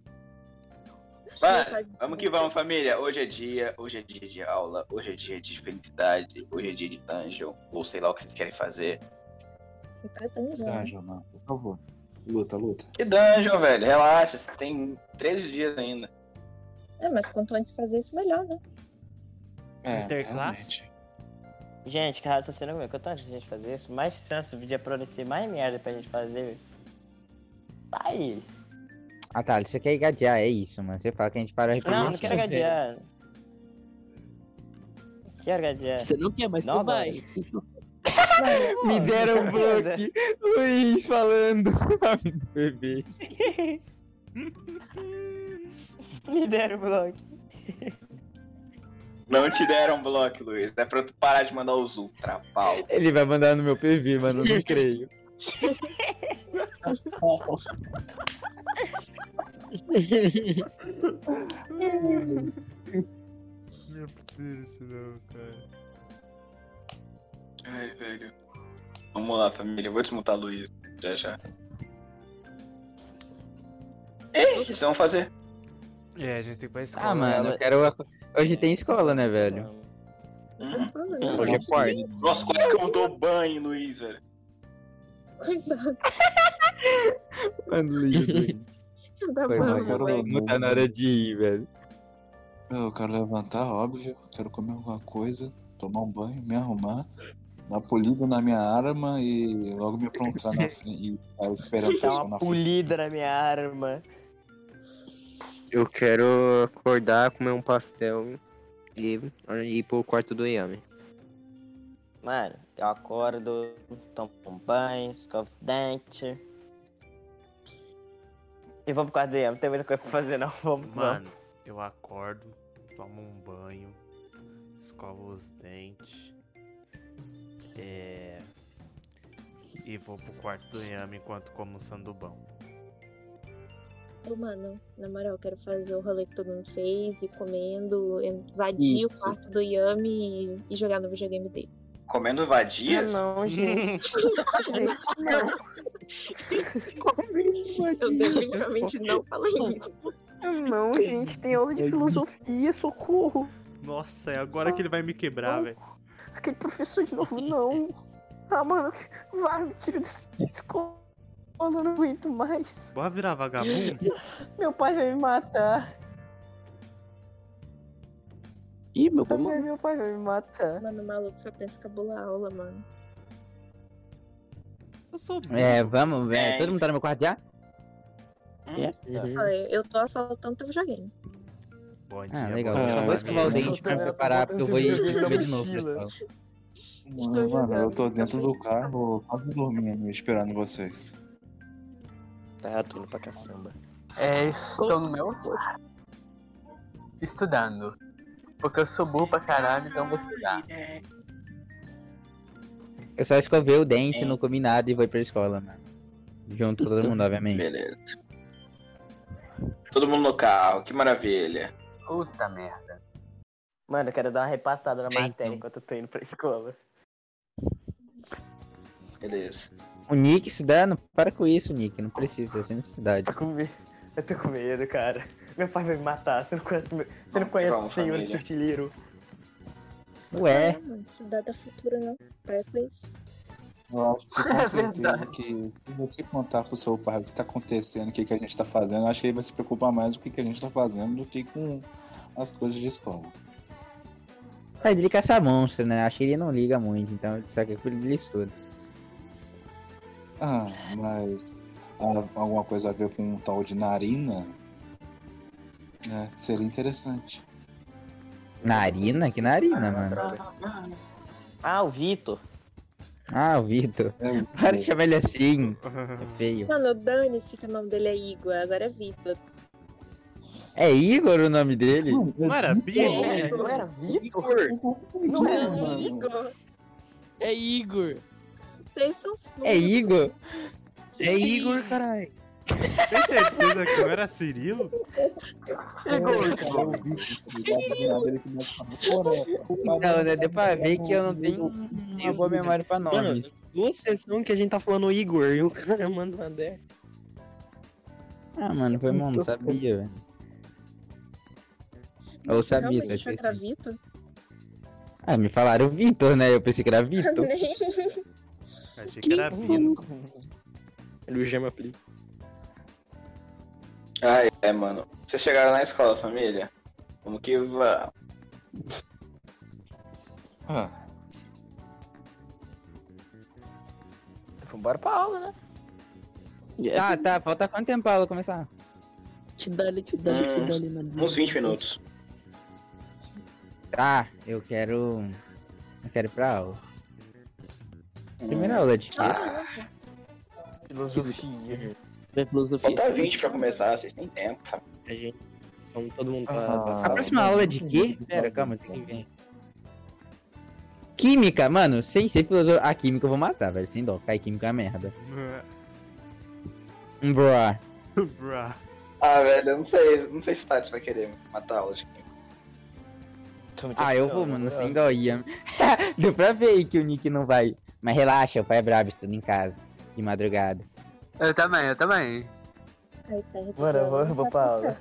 vamos que vamos, família. Hoje é dia, hoje é dia de aula, hoje é dia de felicidade, hoje é dia de dungeon, ou sei lá o que vocês querem fazer. Fica tão Tá, Dungeon, mano, por favor. Luta, luta. Que dungeon, velho, relaxa, você tem 13 dias ainda. É, mas quanto antes fazer isso, melhor, né? É, Interclasse? Gente, que raciocínio meu. Quanto antes a gente fazer isso, mais chance o vídeo aparecer mais merda pra gente fazer. Tá aí. Ah tá, você quer gadear, é isso, mano. Você fala que a gente parou a Não, não quero gadear. Não Quero gadear. Você não quer, mas Não, você vai. Me deram um Beleza. bloco. Luiz falando. Bebê. Me deram o bloco. Não te deram bloco, Luiz. É pra tu parar de mandar os ultra pau. Ele vai mandar no meu PV, mano, não creio. Não é possível isso não, cara. Ai, velho. Vamos lá, família. Eu vou desmutar o Luiz já já. Ei, o que vocês vão fazer? É, a gente tem que ir pra escola. Ah, mano, eu quero. Hoje tem escola, né, velho? Hoje é quarto. Nossa, quase que eu dou banho, Luiz, velho. Mano, Luiz. Foi mal, mano. não tá na hora de ir, velho. Eu quero levantar, óbvio. Quero comer alguma coisa, tomar um banho, me arrumar, Dar polida na minha arma e logo me aprontar na frente. E ficar esperando o Dá pessoal Tá uma na frente. polida na minha arma. Eu quero acordar, comer um pastel e e ir pro quarto do Yami. Mano, eu acordo, tomo um banho, escovo os dentes. E vou pro quarto do Ian, não tem muita coisa pra fazer não, vamos Mano, eu acordo, tomo um banho, escovo os dentes. É. E vou pro quarto do Yami enquanto como um sandubão. Ô, tipo, mano, na moral, eu quero fazer o rolê que todo mundo fez, ir comendo, invadir Isso. o quarto do Yami e, e jogar no videogame dele. Comendo Ah, vadias? não, gente. Eu definitivamente não falei isso. Não, gente, tem aula de filosofia, socorro. Nossa, é agora que ele vai me quebrar, velho. Aquele professor de novo, não. Ah, mano, vai, me tira dessa escola, eu não aguento mais. Bora virar vagabundo? Meu pai vai me matar. Ih, meu pai, Ai, meu pai vai me matar. Mano, o maluco só pensa que cabula a aula, mano. Eu sou burro. É, Uhum. vamos, velho. É. Todo mundo tá no meu quarto já? Hum, Olha, eu tô assaltando teu videogame. Bom Ah, dia, legal. bom Eu dia, só vou escovar o família. dente pra me preparar, porque eu vou ir comer de novo. pessoal. Mano, tá mano, eu tô dentro do carro, quase dormindo, esperando vocês. Tá, tô indo pra caçamba. É, estou no meu quarto, estudando. Porque eu sou burro pra caralho, então vou estudar. é. Eu só escovei o dente, não comi nada e vou pra escola, mano. Junto com todo mundo, obviamente. Beleza. Todo mundo no carro, que maravilha. Puta merda. Mano, eu quero dar uma repassada na Então. matéria enquanto eu tô indo pra escola. Beleza. O Nick se dando, para com isso, Nick. Não precisa, sem necessidade. Tô com medo, eu tô com medo, cara. Meu pai vai me matar, você não conhece, meu... você não conhece Calma, o senhor família. estirtilheiro. Ué. Ah, mano, que data futura, não. Para com isso. Eu acho que É com certeza verdade. que se você contar pro seu pai o que tá acontecendo, o que, que a gente tá fazendo, eu acho que ele vai se preocupar mais com o que, que a gente tá fazendo do que com as coisas de escola. Ah, ele quer essa monstra, né? Acho que ele não liga muito, então ele só quer que ele estuda. Ah, mas a- alguma coisa a ver com um tal de narina? né, seria interessante. Narina? Que narina, mano? Ah, o Vitor. Ah, o Vitor. Para de chamar ele assim. É feio. Mano, dane-se que o nome dele é Igor, agora é Vitor. É Igor o nome dele? Não era Bill? É, não era Vitor? Não é mano. Igor. É Igor. Vocês são surdos. É Igor? É Igor, caralho. Tem certeza que não era Cirilo? um Não, né? Deu pra ver que eu não tenho uma boa memória pra Mano, nomes. duas sessões que a gente tá falando Igor e o cara manda uma dessa. Ah, mano, foi mal, não sabia, velho. Eu sabia, Realmente só achou esqueci. que era Vitor? Ah, me falaram Vitor, né? Eu pensei que era Vitor. Achei que era Vitor. Ele o gema aplica. Ai, é, mano. Vocês chegaram na escola, família? Como que vá? Vambora pra aula, né? Tá, tá, falta quanto tempo pra aula começar? Te dá ali, te dá ali, te dá ali na Hum, uns 20 minutos. Tá, eu quero. Eu quero ir pra aula. Primeira aula é de quê? Ah, Filosofia. É filosofia. Falta 20 pra começar, vocês têm tempo. A gente. Então todo mundo tá. Ah. A próxima aula é de quê? Pera, calma, tem que ver. Química, mano, sem ser filosofia. A química eu vou matar, velho, sem dó. Cai química é uma merda. Hum, Bruh. Bruh. Ah, velho, eu não sei, não sei se o Tati vai querer matar a aula de química. Ah, eu vou, mano, sem dó ia. Deu pra ver que o Nick não vai. Mas relaxa, o pai é brabo, estuda em casa. De madrugada. Eu também, eu também. Aí perto. Mano, eu vou, eu vou pra aula.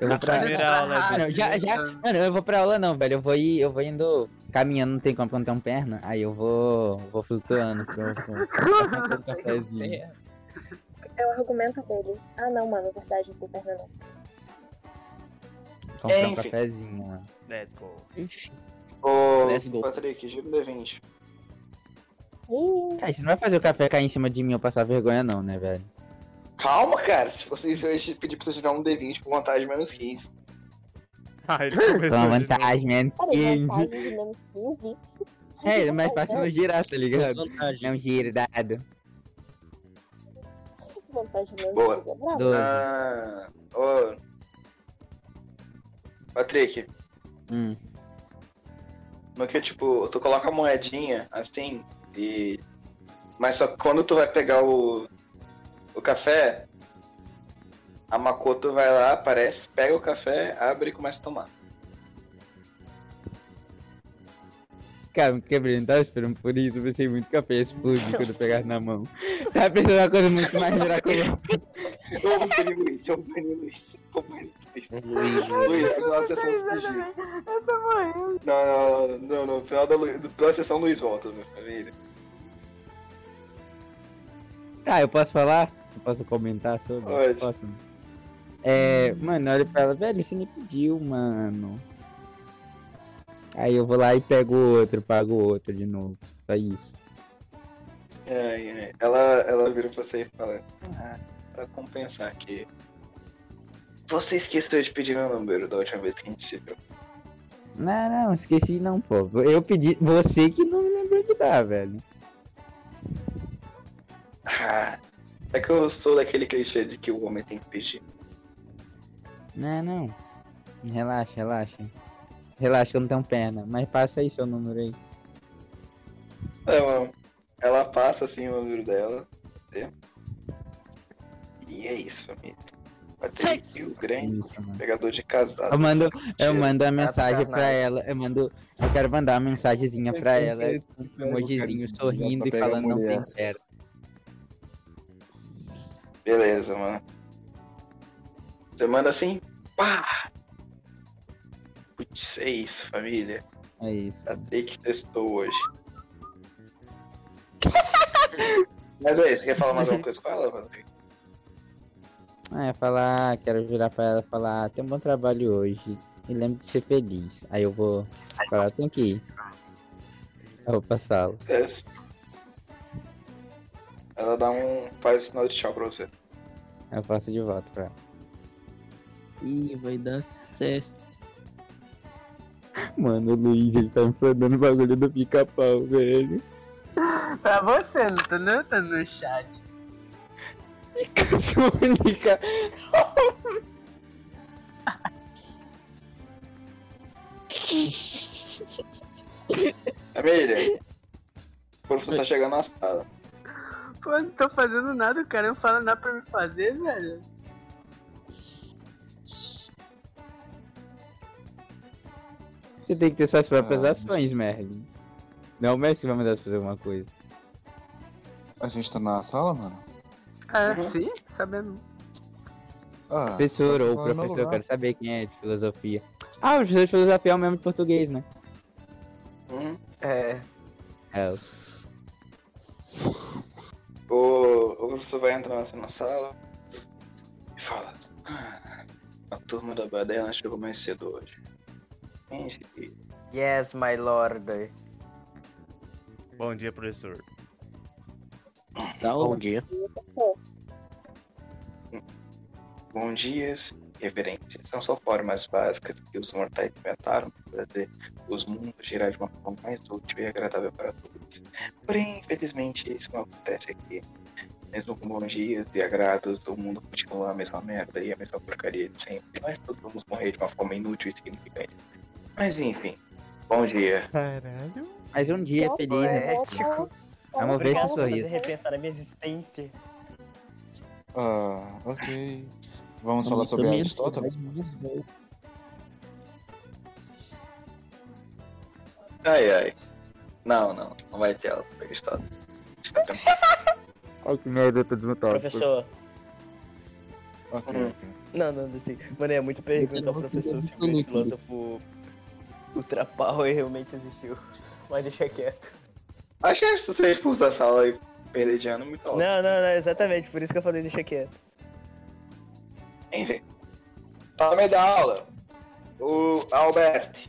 Eu vou pra Primeira aula Ah, de não, já, já... Mano, eu vou pra aula não, velho. Eu vou ir, eu vou indo caminhando, não tem como plantar um perna. Aí eu vou. vou flutuando. porque eu- eu- um cafezinho. É o argumento dele. Ah, não, mano, na verdade, não tem perna não. Comprar Enfim. um cafezinho, mano. Let's go. Ô, Ô, Patrick, um gira o D20. Uh. Cara, a gente não vai fazer o café cair em cima de mim ou passar vergonha, não, né, velho? Calma, cara. Se vocês se eu pedir pra você tirar um D20 com vantagem menos 15. Ah, ele Com vantagem, menos Cara, é ele vai 15. de menos 15. né? É, mas parte não girar, tá ligado? Vantagem. Não gira dado. Vantagem de menos Boa. 15, é brabo. Doze. Ah, ô. Patrick, Hum. no que tipo, tu coloca a moedinha assim e. Mas só que quando tu vai pegar o. o café, É. a Makoto vai lá, aparece, pega o café, abre e começa a tomar. Cara, me quebrei, não tava esperando por isso. Eu pensei muito que a peça explode quando eu pegar na mão. Tava pensando uma coisa muito mais miraculosa. Eu vou punir o Luiz, eu vou punir o Luiz. eu vou punir o Luiz. Luiz, no final da sessão fugir. Eu tô morrendo. Não, não, não, não, no final da, Lu- do- da sessão Luiz volta, minha família. Tá, eu posso falar? Eu posso comentar sobre? Pode. Posso? É, mano, olha pra ela, velho, você me pediu, mano. Aí eu vou lá e pego outro, pago outro de novo. Só isso. É, é. Ela, ela vira pra você e fala: ah, pra compensar que. Você esqueceu de pedir meu número da última vez que a gente se viu. Não, não, esqueci não, pô. Eu pedi, você que não me lembrou de dar, velho. Ah, é que eu sou daquele clichê de que o homem tem que pedir. Não, não. Relaxa, relaxa. Relaxa que eu não tenho perna. Mas passa aí seu número aí. Então, ela passa assim o número dela. entendeu? E é isso, família. Patrick, o grande pegador de casados. Eu mando, eu mando a mensagem pra ela. Eu mando. Eu quero mandar uma mensagenzinha É pra ela. Um emojizinho sorrindo e falando não tem certo. Beleza, mano. Você manda assim, pá! Putz, é isso, família. É isso. Até que testou hoje. Mas é isso, quer falar mais alguma coisa com ela, mano? Ah, é falar, quero virar pra ela e falar, tem um bom trabalho hoje. E lembre de ser feliz. Aí eu vou falar, tem que ir. Eu vou passá-lo. Acontece. É Ela dá um. faz o sinal de tchau pra você. Eu faço de volta pra ela. Ih, vai dar certo. Mano, o Luiz, ele tá me mandando o bagulho do pica-pau, velho. É pra você, não tô não tá no chat. Sônica. Família! O professor tá chegando na sala. Pô, eu não tô fazendo nada, o cara não fala nada pra me fazer, velho. Você tem que ter suas próprias ações, Merlin. Não, o Merlin vai mandar você fazer alguma coisa. A gente tá na sala, mano? Ah, Uhum. sim? Sabemos. Ah, professor tá ou falando no professor, eu lugar. quero saber quem é de filosofia. Ah, o professor de filosofia é o mesmo de português, né? É. É. O, o professor vai entrar assim na sala e fala. "Ah, A turma da Badela chegou mais cedo hoje. Gente, Yes, my lord. Bom dia, professor. Bom dia. Bom dias, reverentes. São só formas básicas que os mortais inventaram para fazer os mundos girar de uma forma mais útil e agradável para todos. Porém, infelizmente, isso não acontece aqui. Mesmo com bons dias e agrados, o mundo continua a mesma merda e a mesma porcaria de sempre. Nós todos vamos morrer de uma forma inútil e significante. Mas enfim, bom dia. Caralho. Mas um dia Nossa, feliz, né? é ético. Vamos ver Obrigado seu por fazer sorriso. né? repensar a minha existência. Ah, ok. Vamos falar sobre Aristóteles? Ai ai. Não, não, não vai ter aula sobre Aristóteles. Fica tranquilo. Olha que merda, eu tô desmontado. Professor. Ok, Hum. ok. Não, não, não sei. Mano, é muito pergunta ao professor se o filósofo Ultrapower realmente existiu. Mas deixa quieto. Acho que se você expulso da sala e perder de ano é muito alto. Não, não, não, exatamente. Por isso que eu falei deixa quieto. Enfim. Tá no meio da aula. O Albert.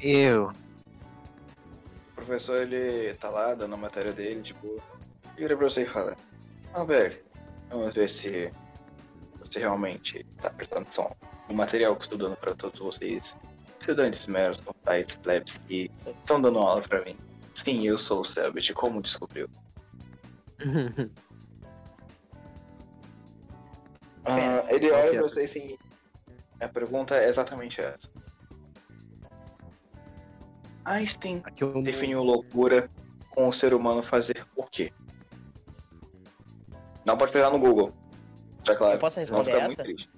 Eu. O professor, ele tá lá dando a matéria dele, tipo, vira pra você e fala, ah, velho, vamos ver se você realmente tá prestando atenção no material que estou dando pra todos vocês. Estudantes meros, mortais, plebs que estão dando aula pra mim. Sim, eu sou o Selbit, como descobriu? Ah, ele olha pra você assim. A pergunta é exatamente essa. "Ah, Einstein definiu loucura com o ser humano fazer o quê? Não pode pegar no Google. Tá claro. Eu posso senão responder fica essa? muito triste.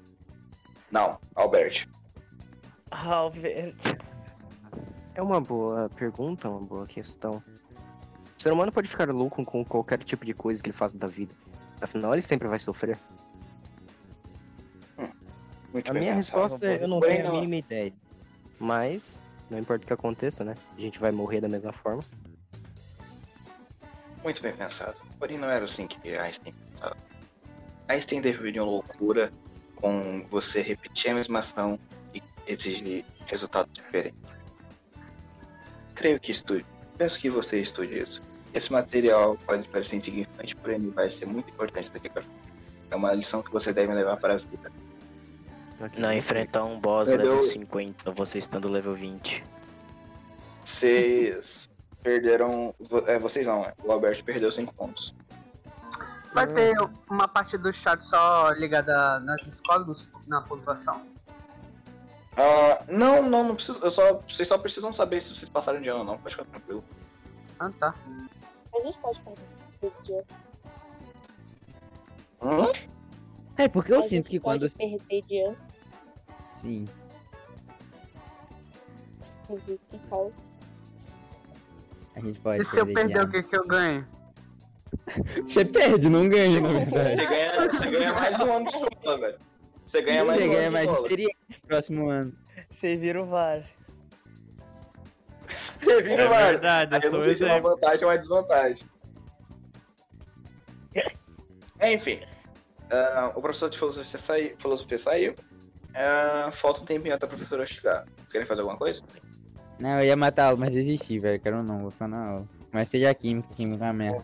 Não, Albert. Albert. É uma boa pergunta, uma boa questão. O ser humano pode ficar louco com qualquer tipo de coisa que ele faz da vida. Afinal, ele sempre vai É sofrer. Muito a bem minha pensado. resposta é eu não Porém, tenho a mínima ideia. Mas, não importa o que aconteça, né? A gente vai morrer da mesma forma. Muito bem pensado. Porém, não era assim que Einstein pensava. Einstein definiu loucura com você repetir a mesma ação e exigir resultados diferentes. Creio que estude. Peço que você estude isso. Esse material pode parecer insignificante, porém vai ser muito importante daqui para frente. É uma lição que você deve levar para a vida. Não enfrentar um boss Perdeu. level 50, você estando level 20. Vocês perderam. vo- É, vocês não, né? O Alberto perdeu 5 pontos. Vai ter uma parte do chat só ligada nas escolas, nos- na pontuação? Ah, não, não, não precisa. Eu só, vocês só precisam saber se vocês passaram de ano ou não. Pode ficar tranquilo. Ah, tá. A gente pode perder. É, porque eu A sinto gente que pode quando. perder de ano. Sim. Jesus, que caos. A gente pode. E se eu de perder, o ano. que, que eu ganho? Você perde, não É ganha, né? na Você verdade. ganha, você ganha mais um ano de escola, velho. Você ganha mais Você um ganha ano mais de escola. experiência no próximo ano. Você vira o VAR. Você vira, É mano. verdade, eu Aí eu sou não sei se é uma exemplo. vantagem ou uma desvantagem. É, Enfim. ah, o professor de filosofia, sai, filosofia saiu. Ah, falta um tempinho até a professora chegar. Querem fazer alguma coisa? Não, eu ia matar a aula, mas desisti, velho. Quero não, vou ficar na aula. Mas seja química, química é uma merda.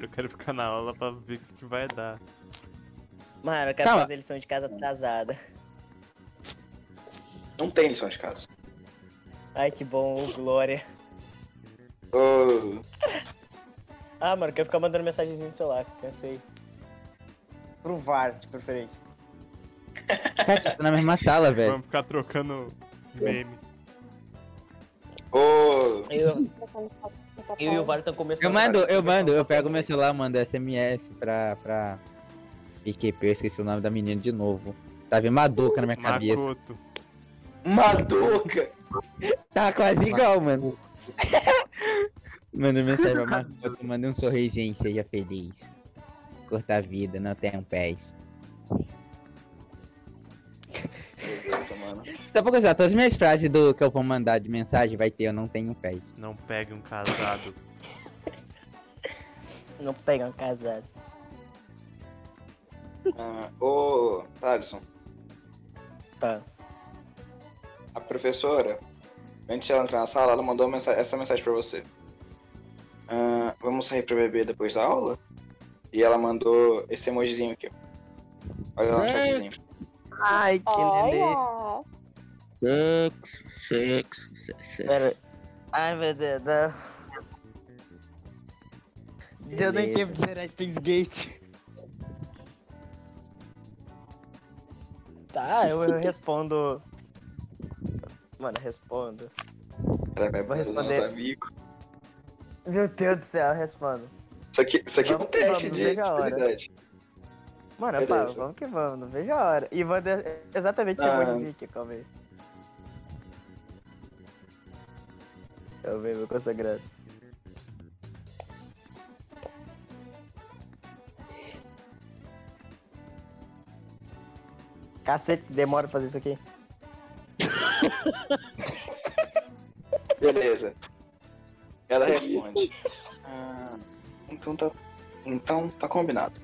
Eu quero ficar na aula pra ver o que que vai dar. Mano, eu quero Calma. fazer lição de casa atrasada. Não tem lição de casa. Ai, que bom, ô, Glória. Oh, Ah, mano, eu quero ficar mandando mensagenzinho no celular, cansei. Pro VAR, de preferência. Cara, eu tô Tá na mesma sala, velho. Vamos ficar trocando meme. Ô! Eu, eu e o VAR estão começando. Eu mando, eu mando, eu pego meu celular, mando SMS pra. pra. PQP, eu esqueci o nome da menina de novo. Tá vendo Madoka na minha cabeça. Makoto. Madoka! Tá quase igual, mano. Manda um mensagem pra Madoka, manda um sorrisinho, seja feliz. Corta a vida, não um tenham pés. meu Deus, mano. Só pra gostar, todas as minhas frases do que eu vou mandar de mensagem vai ter eu não tenho um pés. Não pegue um casado. Não pegam um casado. Ah, Ô, Thaleson. Tá. A professora, antes de ela entrar na sala, ela mandou mensa- essa mensagem pra você. Ah, vamos sair pra beber depois da aula? E ela mandou esse emojizinho aqui. Olha lá no chatzinho. Ai, que Olha! Sexo, sexo, sexo. Pera. Ai, meu Deus, não. Deu nem tempo de ser Einstein's Gate. Tá, eu, eu respondo. Mano, eu respondo. Ela vai Vou mandar os responder. nossos amigos. Meu Deus do céu, eu respondo. Isso aqui, isso aqui é um Vamos, teste vamos, de veja a hora. habilidade. Mano, eu falo, Beleza. vamos que vamos, não vejo a hora. E manda exatamente esse Ah. emojizinho aqui, calma aí. Eu vejo, meu consagrado. Cacete, que demora pra fazer isso aqui. Beleza. Ela responde. Ah, então tá. Então tá combinado.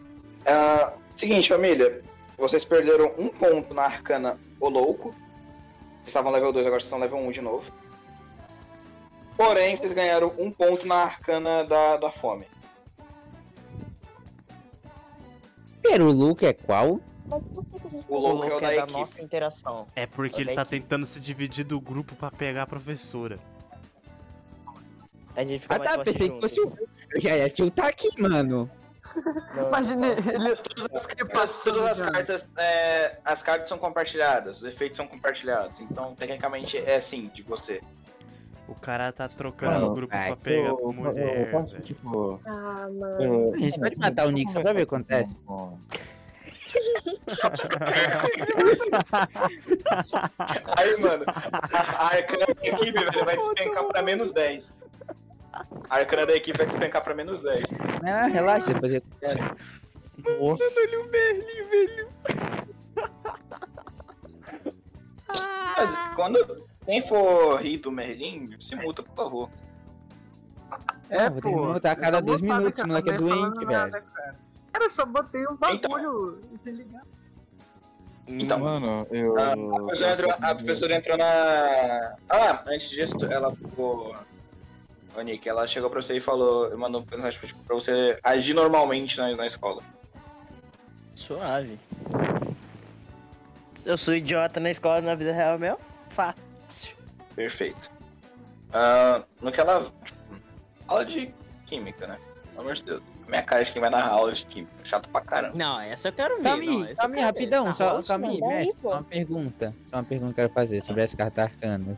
Ah, seguinte, família. Vocês perderam um ponto na Arcana O Louco. Vocês estavam level 2, agora vocês estão level 1 de novo. Porém, vocês ganharam um ponto na arcana da, da fome. Pera, o Luke é qual? O Luke é, o da, é da nossa interação. É porque O ele da tá equipe. tentando se dividir do grupo pra pegar a professora. A gente fica Ah mais tá, forte pensei que junto. fosse o Eu já ia tiltar aqui, mano. Imagina ele. Todas Tipo, Uhum. as cartas, é, as cartas são compartilhadas, os efeitos são compartilhados. Então, tecnicamente, é assim de você. O cara tá trocando o grupo pra pegar a mulher. velho. tipo. Ah, Eu- mano. é, A gente pode matar o Nick só pra ver o que acontece. Aí, mano, a, a arcana da equipe velho, vai despencar pra menos 10. A arcana da equipe vai despencar pra menos 10. Ah, relaxa, depois eu... Nossa. Dando-lhe um Merlin, velho. Mas Quando quem for rir do Merlin, se muta, por favor. É, vou ter que pô, mutar a cada dois minutos, o moleque é doente, falando nada, velho. Cara, eu só botei um bagulho desligado. Então, mano, eu. A, a professora entrou, a professora entrou na. Ah, antes disso, ela ficou. Ô, Nick, ela chegou pra você e falou, mandou um mensagem tipo, pra você agir normalmente na, na escola. Suave. Eu sou idiota na escola na vida real mesmo? Fácil. Perfeito. Ah, no que ela. tipo, aula de química, né? Pelo amor de Deus. A minha cara de quem vai narrar aula de química. Chato pra caramba. Não, essa eu quero ver. não, Calma essa eu Calma aí, quero ver. rapidão, Tá só, rosto, calma aí, não, daí, velho. pô. Só uma pergunta. Só uma pergunta que eu quero fazer sobre as cartas arcanas.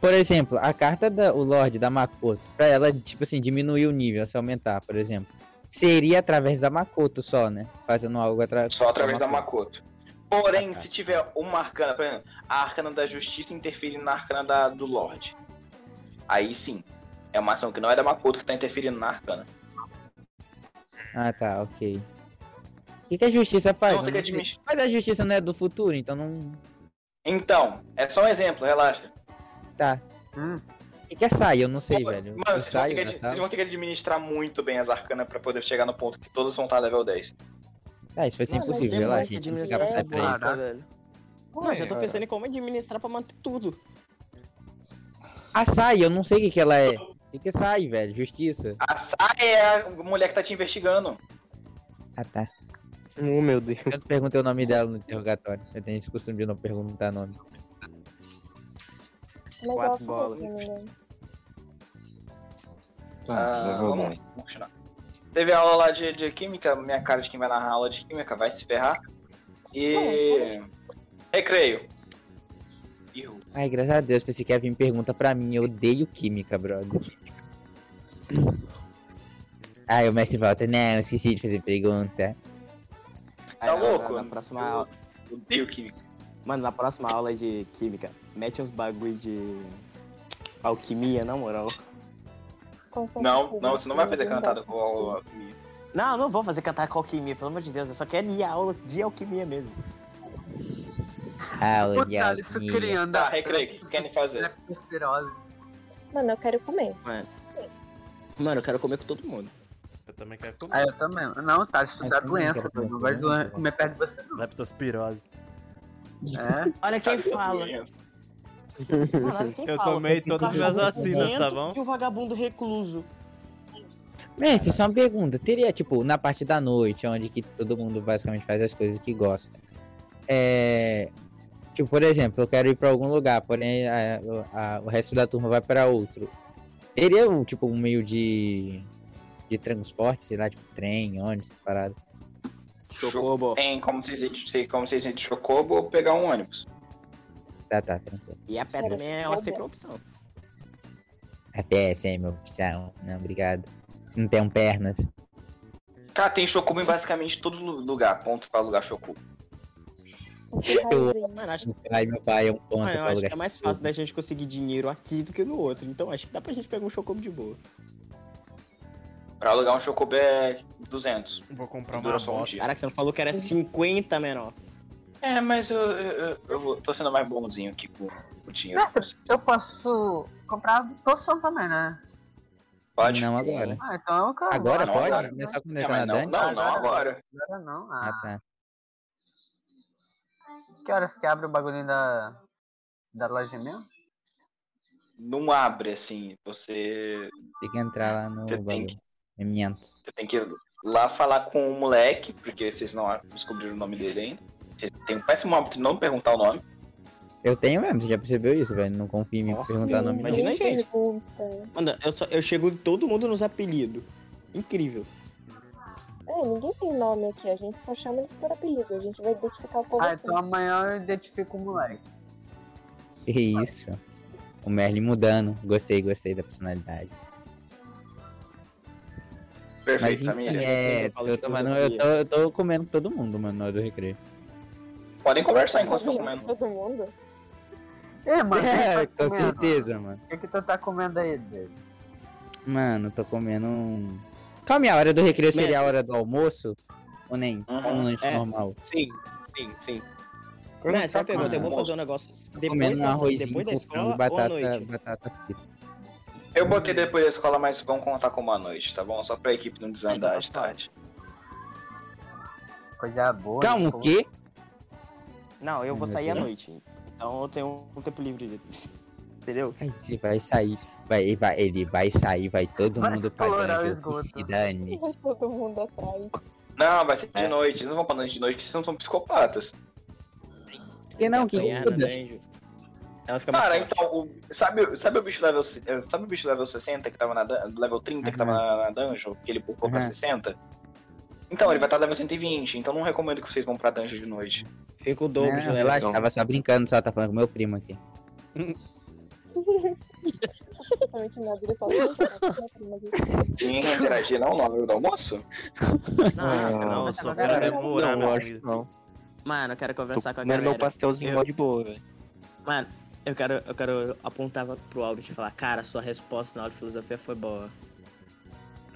Por exemplo, a carta da o Lorde da Makoto, pra ela, tipo assim, diminuir o nível, se aumentar, por exemplo. Seria através da Makoto só, né? Fazendo algo através. Só através da Makoto. É, Porém, se tiver uma arcana, por exemplo, a arcana da justiça interfere na arcana da- do Lorde. Aí sim. É uma ação que não é da Makoto que tá interferindo na arcana. Ah, tá, ok. O que, que a justiça faz? Não, tem Então, que sei. admitir. Mas a justiça não é do futuro, então não. Então, é só um exemplo, relaxa. Tá. O que, que é sai? Eu não sei, velho. Hum. Mano, Eu vocês vão, ter saio né, que, da ad- sala? vocês vão ter que administrar muito bem as arcanas pra poder chegar no ponto que todas vão estar level 10. Ah, isso vai ser Mano, mas impossível, tem lá, muito gente. Não administrar dá pra sair pra essa tá isso. bosta, velho. Pô, mas eu tô pensando em como administrar pra manter tudo. A Ah, sai, eu não sei o que, que ela é. O que, que é sai, velho? Justiça. Ah, é a mulher que tá te investigando. Ah, tá. Oh, meu Deus. Eu não perguntei o nome dela no interrogatório. Eu tenho esse costume de não perguntar nome. Mas Quatro ela ficou bolas. assim, né? Ah, level vamos 10. vamos continuar. Teve aula lá de, de química, minha cara de quem vai narrar aula de química vai se ferrar. E. Recreio. Ai, graças a Deus, pensei que ia vir pergunta pra mim. Eu odeio química, brother. Ai, o mestre volta. Não, eu esqueci de fazer pergunta. Tá louco? Na próxima aula. Odeio química. Mano, na próxima aula de química, mete uns bagulho de. Alquimia, na moral. Não, não, você não vai fazer cantada com aula. Não, não vou fazer cantar com alquimia, pelo amor de Deus. Eu só quero ir à aula de alquimia mesmo. Aula de alquimia. Fortalece o Tá, recreio, o que vocês querem fazer? Mano, eu quero comer. Mano. Mano, eu quero comer com todo mundo. Eu também quero Ah, comer. eu também. Não, tá, estudar também doença, quero comer doido. Não vai doer- doença. comer perto de você, não. Leptospirose. É. Olha quem fala. Eu tomei todas as minhas vacinas, tá bom? E o vagabundo recluso. Mestre, só uma pergunta. Teria, tipo, na parte da noite, onde que todo mundo basicamente faz as coisas que gosta. É. Tipo, por exemplo, eu quero ir pra algum lugar, porém a- a- o resto da turma vai pra outro. Teria um, tipo, um meio de. de transporte, sei lá, tipo, trem, ônibus, essas paradas. É, Chocobo. Tem como vocês irem como vocês irem de Chocobo ou pegar um ônibus. Tá, tá, tranquilo. E a pé também é uma sempre opção. Até essa é minha opção. Não, obrigado. Não tenho pernas. Cara, tem Chocobo em basicamente todo lu- lugar. Ponto pra alugar Chocobo. Eu... Mano, acho, Ai, meu pai é um ponto mano, eu pra acho que lugar. é mais fácil da gente conseguir dinheiro aqui do que no outro. Então acho que dá pra gente pegar um chocobo de boa. Pra alugar um Chocobo é 200. Vou comprar Dura só um dia. Caraca, você não falou que Uhum. era 50 menor. É, mas eu, eu, eu- eu vou- tô sendo mais bonzinho aqui com o dinheiro. Mestre, eu posso comprar poção também, né? Pode? Não agora. Ah, então eu quero. Agora Não, pode? agora. Não é só quando É, mas eu tava não, nadando? não, não agora. Agora não. Ah, Ah, tá. que horas que abre o bagulhinho da, da loja mesmo? não abre, assim. Você. Tem que entrar lá no. É Você tem que, M500. você tem que ir lá falar com o moleque, porque vocês não descobriram o nome dele ainda. Vocês têm um péssimo hábito de não perguntar o nome. Eu tenho mesmo, você já percebeu isso, velho? Não confia em mim pra perguntar nome. não. Imagina a gente. Mano, eu, só, eu chego em todo mundo nos apelidos. Incrível. É, ninguém tem nome aqui, a gente só chama eles por apelido, a gente vai identificar o povo Ah, assim. então amanhã eu identifico o moleque. Que isso. O Merlin mudando. Gostei, gostei da personalidade. Perfeito, enfim, família. É, eu tô, mano, eu, tô, eu tô comendo todo mundo, mano, na hora do recreio. é. Podem conversar enquanto estão comendo. Todo mundo? É, mano. É, o que tá com comendo? certeza, mano. O que, que tu tá comendo aí, Deus? Mano, tô comendo um. Calma, aí, a hora do recreio seria a hora do almoço? Ou nem? Aham, um lanche é. normal? Sim, sim, sim. Pergunta Não, essa é a pergunta, eu vou pra- fazer um negócio. Tô Depois comendo um da, arrozinho depois da com escola frango, ou à batata, noite? batata frita. Eu Uhum. botei depois da escola, mas vão contar como à noite, tá bom? Só pra equipe não Então desandar tá. de tarde. Coisa boa. Calma, o quê? Não, eu vou Meu sair à Deus. noite. Então eu tenho um tempo livre. de- Entendeu? Ai, Ele vai sair, vai, ele vai, ele vai sair, vai todo Vai mundo explorar o pagando. esgoto. que Se dane. Vai todo mundo atrás. Não, vai ser É. de noite. Vocês não vão pra noite de noite, porque vocês não são psicopatas. Que não, que Apanhar né? muda? na dungeon. Ela fica mais Cara, forte. então, o- sabe, sabe o bicho level, eh, sabe o bicho level 60 que tava na dun- level 30 que tava Uhum. na, na dungeon, que ele pulou pra Aham. 60? Então, ele vai estar level 120, então não recomendo que vocês vão pra dungeon de noite. Fica o Não, relaxa, tava só brincando, só tá falando com meu primo aqui. Absolutamente nada, ele só vai Ninguém quer interagir não na hora do almoço? Ah, não, eu só quero devorar não, minha acho que comida. não. Mano, eu quero Tô conversar com a comendo galera. meu pastelzinho mó de boa, velho. Mano, eu quero, eu quero apontar pro Albert e falar, cara, sua resposta na aula de filosofia foi boa.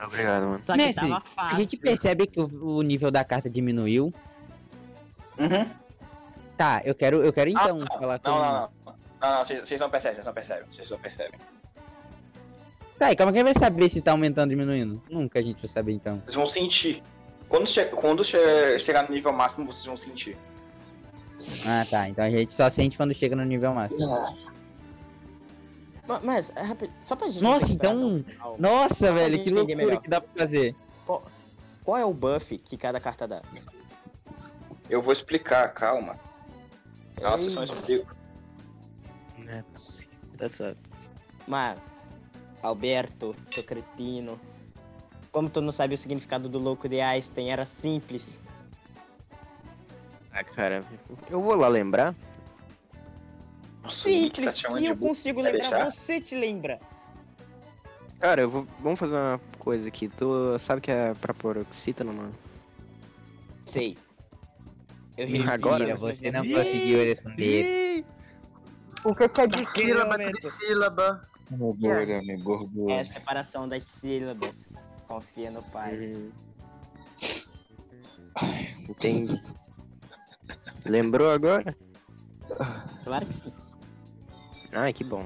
Obrigado, mano. Só que Mestre, tava fácil. a gente percebe que o, o nível da carta diminuiu. Uhum. Tá, eu quero, eu quero então falar com Não, não, não. Não, não, vocês vocês não percebem, vocês não percebem, vocês não percebem. Tá, e como é que vai saber se tá aumentando ou diminuindo? Nunca a gente vai saber então. Vocês vão sentir. Quando, che- quando che- chegar no nível máximo, vocês vão sentir. Ah, tá. Então a gente só sente quando chega no nível máximo. Ma- Mas, é rápido, só pra gente... Nossa, lembrar então. do final, Nossa, só pra velho, gente que entender loucura melhor. que dá pra fazer. Qual, qual é o buff que cada carta dá? Eu vou explicar, calma. Nossa, vocês não explicam. Não é possível. Tá certo. Mano, Alberto, seu cretino. Como tu não sabe o significado do louco de Einstein, era simples. Ah, cara, eu vou lá lembrar. tá Simples, se eu consigo lembrar, você te lembra. Cara, eu vou... vamos fazer uma coisa aqui. Tu sabe que é pra paroxítona, mano? Sei. Eu Agora? né? Agora você não conseguiu responder. O que, que é de Naquele sílaba, momento. trissílaba? Gordura, me gordura. É a separação das sílabas. Confia no pai. Uhum. Tem... Lembrou agora? Claro que sim. Ai, que bom.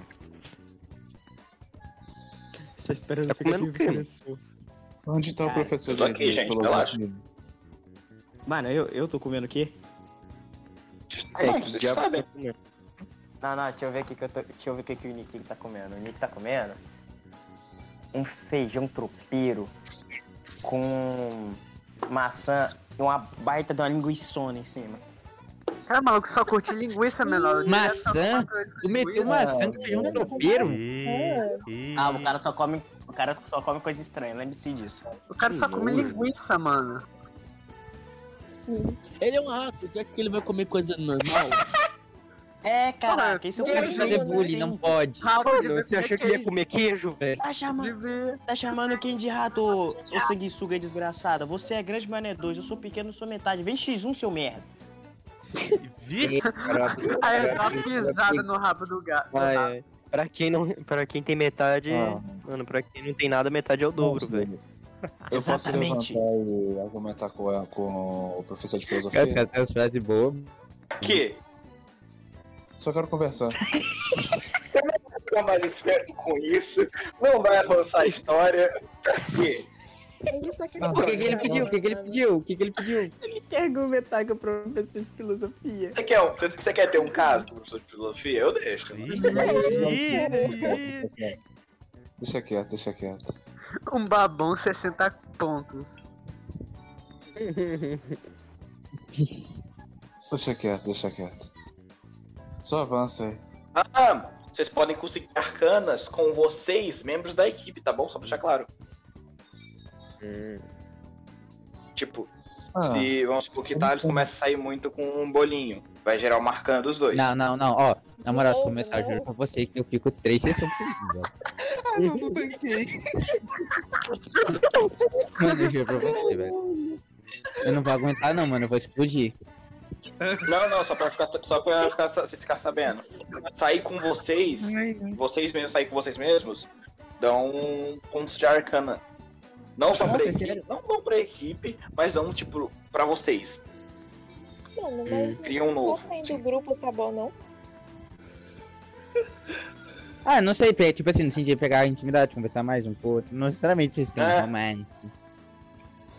Tô esperando Tá comendo o quê? Onde tá o Cara, professor eu tô de aqui, gente, relaxa. filosofia? Mano, eu, eu tô comendo o quê? É, um que vocês sabem. Não, não, deixa eu ver o que, que eu tô- Deixa eu ver o que, que o Nick tá comendo. O Nick tá comendo um feijão tropeiro com maçã e uma baita de uma linguiçona em cima. Cara, maluco, só curte linguiça, menor. Maçã? Tu meteu maçã um com feijão tropeiro? Ah, o cara só come. O cara só come coisa estranha, lembre-se disso. O cara só come linguiça, mano. Sim. Ele é um rato, já que ele vai comer coisa normal. É, caraca, isso Não pode fazer bullying, não pode. Mano, você achou que ele ia comer queijo, velho? Tá chamando, tá chamando quem de rato, ô ô sanguessuga desgraçada. Você é grande, mas não é dois. Eu sou pequeno, eu sou metade. Vem X1, seu merda. Vixe! Aí eu tava pisada no rabo do gato. tá? Ai, é. ai. Pra quem, não, pra quem tem metade. Mano, pra quem não tem nada, metade é o dobro, velho. Ah. Eu posso Exatamente. levantar e argumentar com, a- com o professor de filosofia? Cara, essa é uma frase boa. Que? Só quero conversar. Fica mais esperto com isso. Não vai avançar a história. Pra quê? Ele só queria. O que, que ele pediu? O que, que ele pediu? O que, que ele pediu? Ele quer argumentar com o professor de filosofia. Você quer, um- você- você quer ter um caso com o professor de filosofia? Eu deixo. Deixa quieto, deixa quieto. Um babão 60 pontos. Deixa quieto, deixa quieto. Só avança aí. Ah, vocês podem conseguir arcanas com vocês, membros da equipe, tá bom? Só pra deixar claro. Tipo, Hum. Ah. Hum. se vamos supor que Thales começa a sair muito com um bolinho, vai gerar uma arcana dos dois. Não, não, não, ó. Na moral, se começar, eu juro pra você que eu fico três sessões seguidas. Ai, eu não tanquei. Mano, eu juro um pra você, velho. Eu não vou aguentar, não, mano. Eu vou explodir. Não, não, só pra, ficar, só pra ficar, vocês ficar sabendo. Sair com vocês, vocês mesmos, sair com vocês mesmos, dão pontos de arcana. Não só pra equipe, não, não pra equipe, mas dão, tipo, pra vocês. Mano, mas Hum, cria um novo. não sair do grupo tá bom, não? Ah, não sei, pe- tipo assim, no sentido de pegar intimidade, conversar mais um com o outro. Não necessariamente precisa ter um É. romance.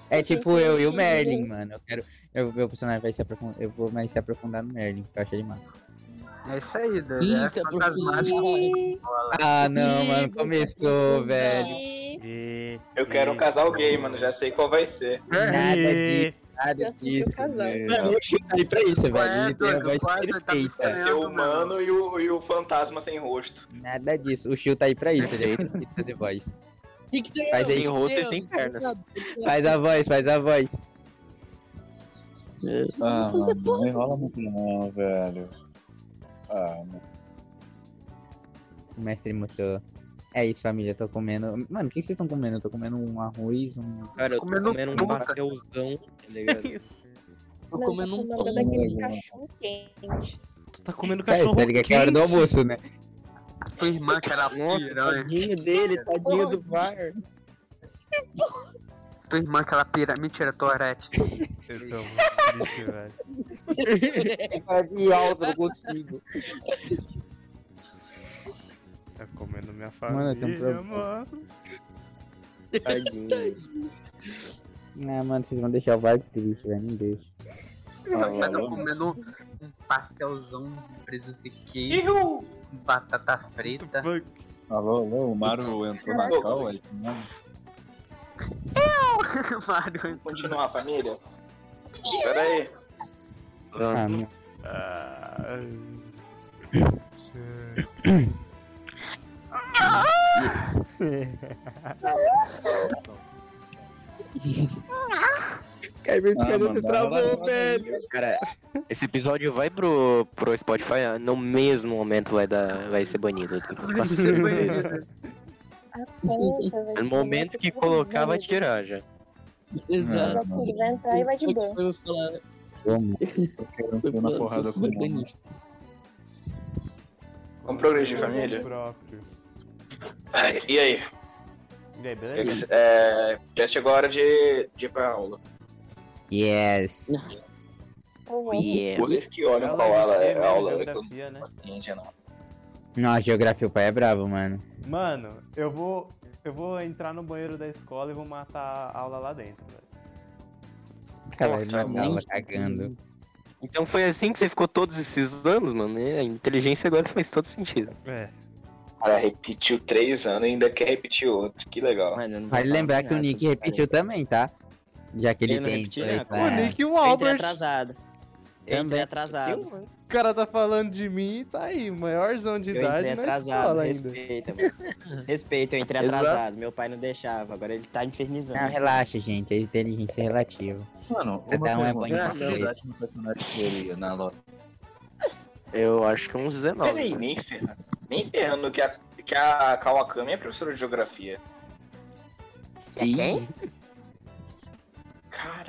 É Eu tipo senti eu e o isso, Merlin, hein? mano. Eu quero. Eu, meu personagem vai se aprofundar. Eu vou mais se aprofundar no Merlin, que eu acho ele massa. É isso aí, Dudu. Ih, É seu fantasmado. Ah, não, mano, começou, velho. Eu quero um casal gay, mano, já sei qual vai ser. Nada disso, nada disso. Mano, eu chutei pra isso, velho. Ele tem a voz Vai ser perfeita. o humano e o, e o fantasma sem rosto. Nada disso. O Shio tá aí pra isso, ele tem que fazer voz. Faz aí. Faz a voz, faz a voz. Ah, Você mano, não enrola muito não, velho. Ah, mano. O mestre motor. É isso, família. Tô comendo. Mano, o que vocês estão comendo? Eu tô comendo um arroz, um. Cara, eu tô comendo, um pastelzão, tá ligado? Tô Mano, comendo um tá pão, comendo daquele velho. cachorro quente. Tu tá comendo É, cachorro tá ligado? Que é a hora do quente. almoço, né? Tua irmã que era Nossa, piranha. tadinho dele, tadinho do VAR. Tua irmã que era piranha. Mentira, Torete. Eu tô muito triste, velho. de alto, não consigo. Tá comendo minha Mano, eu família, tenho um problema. mano. Não, mano, vocês vão deixar o Vard triste, velho. Não deixa. Ah, Mas eu comendo um pastelzão de presunto e queijo. Batata frita. Alô, alô, o Mario entrou na Caraca. call, é isso mesmo? Mario, continuar, família? Pera aí. Ah, não. Cai meu Ah, escada mano, se dá travou, uma- velho. Cara, esse episódio vai pro, pro Spotify, ah, no mesmo momento vai, dar, vai ser banido. No momento que colocar, vai tirar já. Exato. Ah, mano. Vai entrar e vai de boa. Eu falar, né? Como? Eu quero ser na porrada com o mundo. Vamos progredir, família? Próprio. Ai, E aí? E aí, beleza? Eles, é, já chegou a hora de, de ir pra aula. Yes. tá É, Vocês que olham pra aula, é aula. eu não né? tenho paciência, não. Nossa, geografia, o pai é bravo, mano. Mano, eu vou. Eu vou entrar no banheiro da escola e vou matar a aula lá dentro, velho. Cara, Nossa, na aula mano. cagando. Então foi assim que você ficou todos esses anos, mano. É, E a inteligência agora faz todo sentido. É. Cara, repetiu três anos e ainda quer repetir outro. Que legal. Vale lembrar que o Nick repetiu também, tá? Já que ele Eu não tem. repeti play nada. É. pra- O Nick e o Eu entrei Albert. atrasado. Eu entrei atrasado. O cara tá falando de mim e tá aí, maiorzão de Eu idade entrei na atrasado. escola ainda. Respeita, mano. Respeita, eu entrei Exato. atrasado. Meu pai não deixava. Agora ele tá infernizando. Ah, Não, relaxa, gente. A inteligência é relativa. Mano, Você uma dá um é bom pergunta. em Qual a você. idade que o personagem teria na loja? Eu acho que uns 19. Peraí, nem ferrando. Nem ferrando que a, que a Kawakami é professora de geografia. é Quem?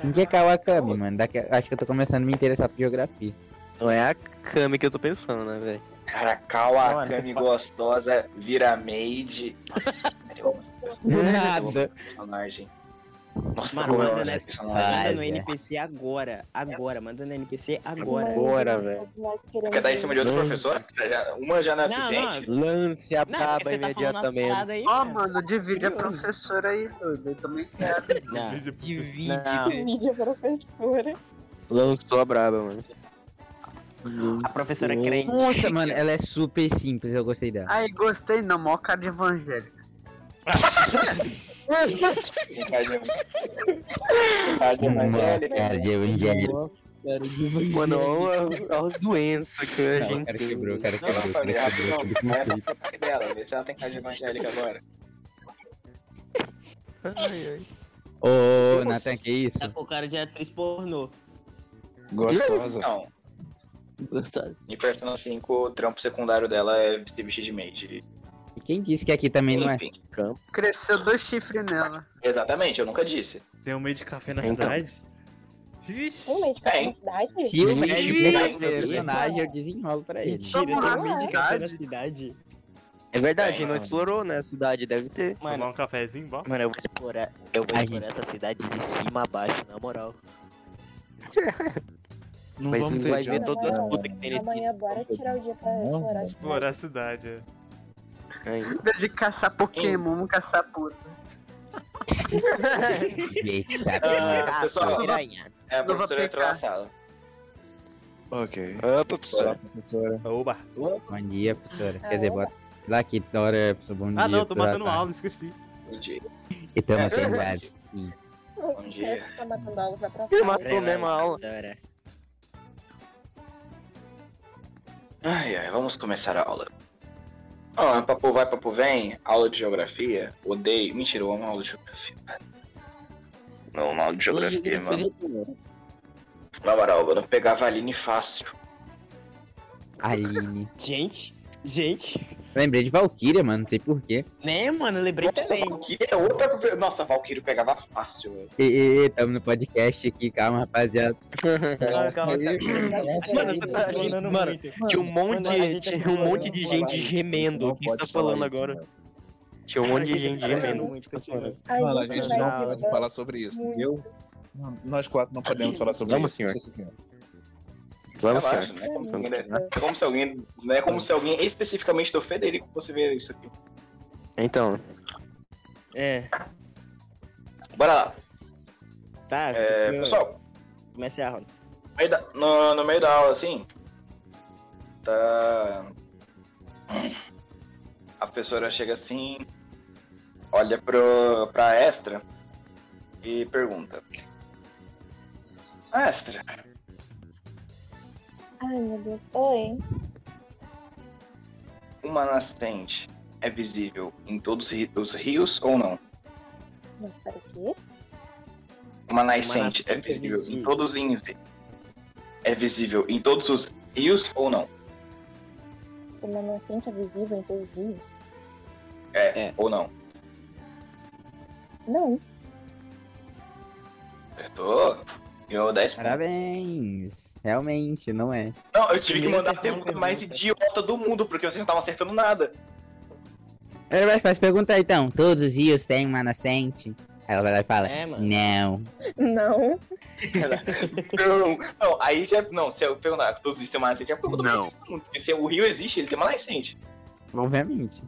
Quem que é Kawakami, mano? Daqui a- Acho que eu tô começando a me interessar por geografia. Não é a Kami que eu tô pensando, né, velho? Cara, Kawakami gostosa vira maid. Sério, eu amo essa personagem. Nada. personagem. Nossa, Mano, agora, manda, né? essa manda no é personagem. NPC agora. Agora, manda no NPC agora. Agora, velho. Quer um dar em cima de outra professora? Já- Uma já não é Não, suficiente? Lance a Não, é porque você tá falando as paradas aí. Ó, mano, divide a professora aí, doido. Eu também quero. Divide. um Divide a professora. Lançou a braba, mano. A professora crente. Nossa, mano, ela é super simples, eu gostei dela. Aí, gostei não, mó cara de evangélico. Cara é de evangélico. Mano, olha as doenças que a Não, o gente cara tem. quebrou, o cara Não, é. quebrou, o cara família, quebrou rapidão. tudo que Vai eu pra fofoca dela, vê se ela tem cara de evangélica agora. Ô, Nathan, que isso? Tá com é cara de atriz pornô. Gostosa. Não. Gostosa. Em Persona 5, o trampo secundário dela é se vestir de maid. E quem disse que aqui também não é? Enfim. Cresceu dois chifres nela. Exatamente, eu nunca disse. Tem um meio de café na Então. cidade? um Tem um leite É, pra cidade? Se o Mentira, médico pegar esse mentira. personagem, eu desenrolo pra ele. Mentira, tem um meio de café na Verdade. cidade. É verdade, Tem, não mano. explorou, né? A cidade deve ter. Tomar um cafezinho, bom? Mano, eu vou explorar, eu vou explorar essa cidade de cima a baixo, na moral. Não Mas vamos você vai ter ver janta, todas as não. putas que tem nesse Amanhã bora tirar o dia pra explorar a cidade. Explorar a cidade, é. De caçar Pokémon, um caçar puta. Ah, pessoal, é a Não vou professora entrou na pecar. sala. Ok. Opa, professora. professora. Oba. Bom dia, professora. Quer dizer, bora. Lá que da hora, professor, bom dia. Ah, não, tô boa matando tarde. aula, esqueci. E tamo sem Não esquece que tá matando aula, vai pra Você sala. matou mesmo a aula. Ai, ai, vamos começar a aula. Ah, papo vai, papo vem, aula de geografia, odeio. Mentira, eu amo aula de geografia. Não, uma aula de geografia, mano. Na moral, mano, eu pegava a Aline fácil. Aline. Gente, gente. Lembrei de Valkyria, mano, não sei porquê. Né, mano, eu lembrei também. É outra. Nossa, Valkyrie pegava fácil, velho. E, e, e, tamo no podcast aqui, calma, rapaziada. Calma, calma, Mano, você tá, a gente, Explorando mano, muito. tinha um monte, Mano, a gente tá tinha um monte de explorando gente muito. gemendo. O que você tá falando agora? Tinha um monte de gente gemendo. Ai, Mano, a gente, gente vai não ter pode ban- falar sobre isso. Muito. Eu, nós quatro não podemos falar sobre Vamos, isso. senhor. Isso, senhor. Vamos, Relaxa, senhor. não é como se Vamos, alguém- senhor. não é como se alguém. Não é como se alguém especificamente do Federico fosse ver isso aqui. Então, É, Bora lá. tá. É, continua. pessoal, Comece a roda. no meio da- no, no meio da aula, assim. Tá. A professora chega assim, olha pro, pra Extra e pergunta: Extra, Ai, meu Deus. Oi. uma nascente é visível em todos os ri- os rios ou não? Mas para o quê? Uma nascente é nascente é visível em visível. todos os rios. É visível em todos os rios ou não? Você não nascente é visível em todos os rios? É, ou não? Não. Acertou? Ganhou 10 pontos. Parabéns. Realmente, não é. Não, eu tive que Primeiro mandar a acertou pergunta mais idiota do mundo, porque vocês não estavam acertando nada. Ela vai faz pergunta então, todos os rios têm uma nascente? Aí Ela vai lá e fala, É, mano. não. Não. não, não, aí já. Não, se eu perguntar, todos existem uma nascente, é porque eu tô Não. perguntando, Porque se o rio existe, ele tem uma nascente. Obviamente.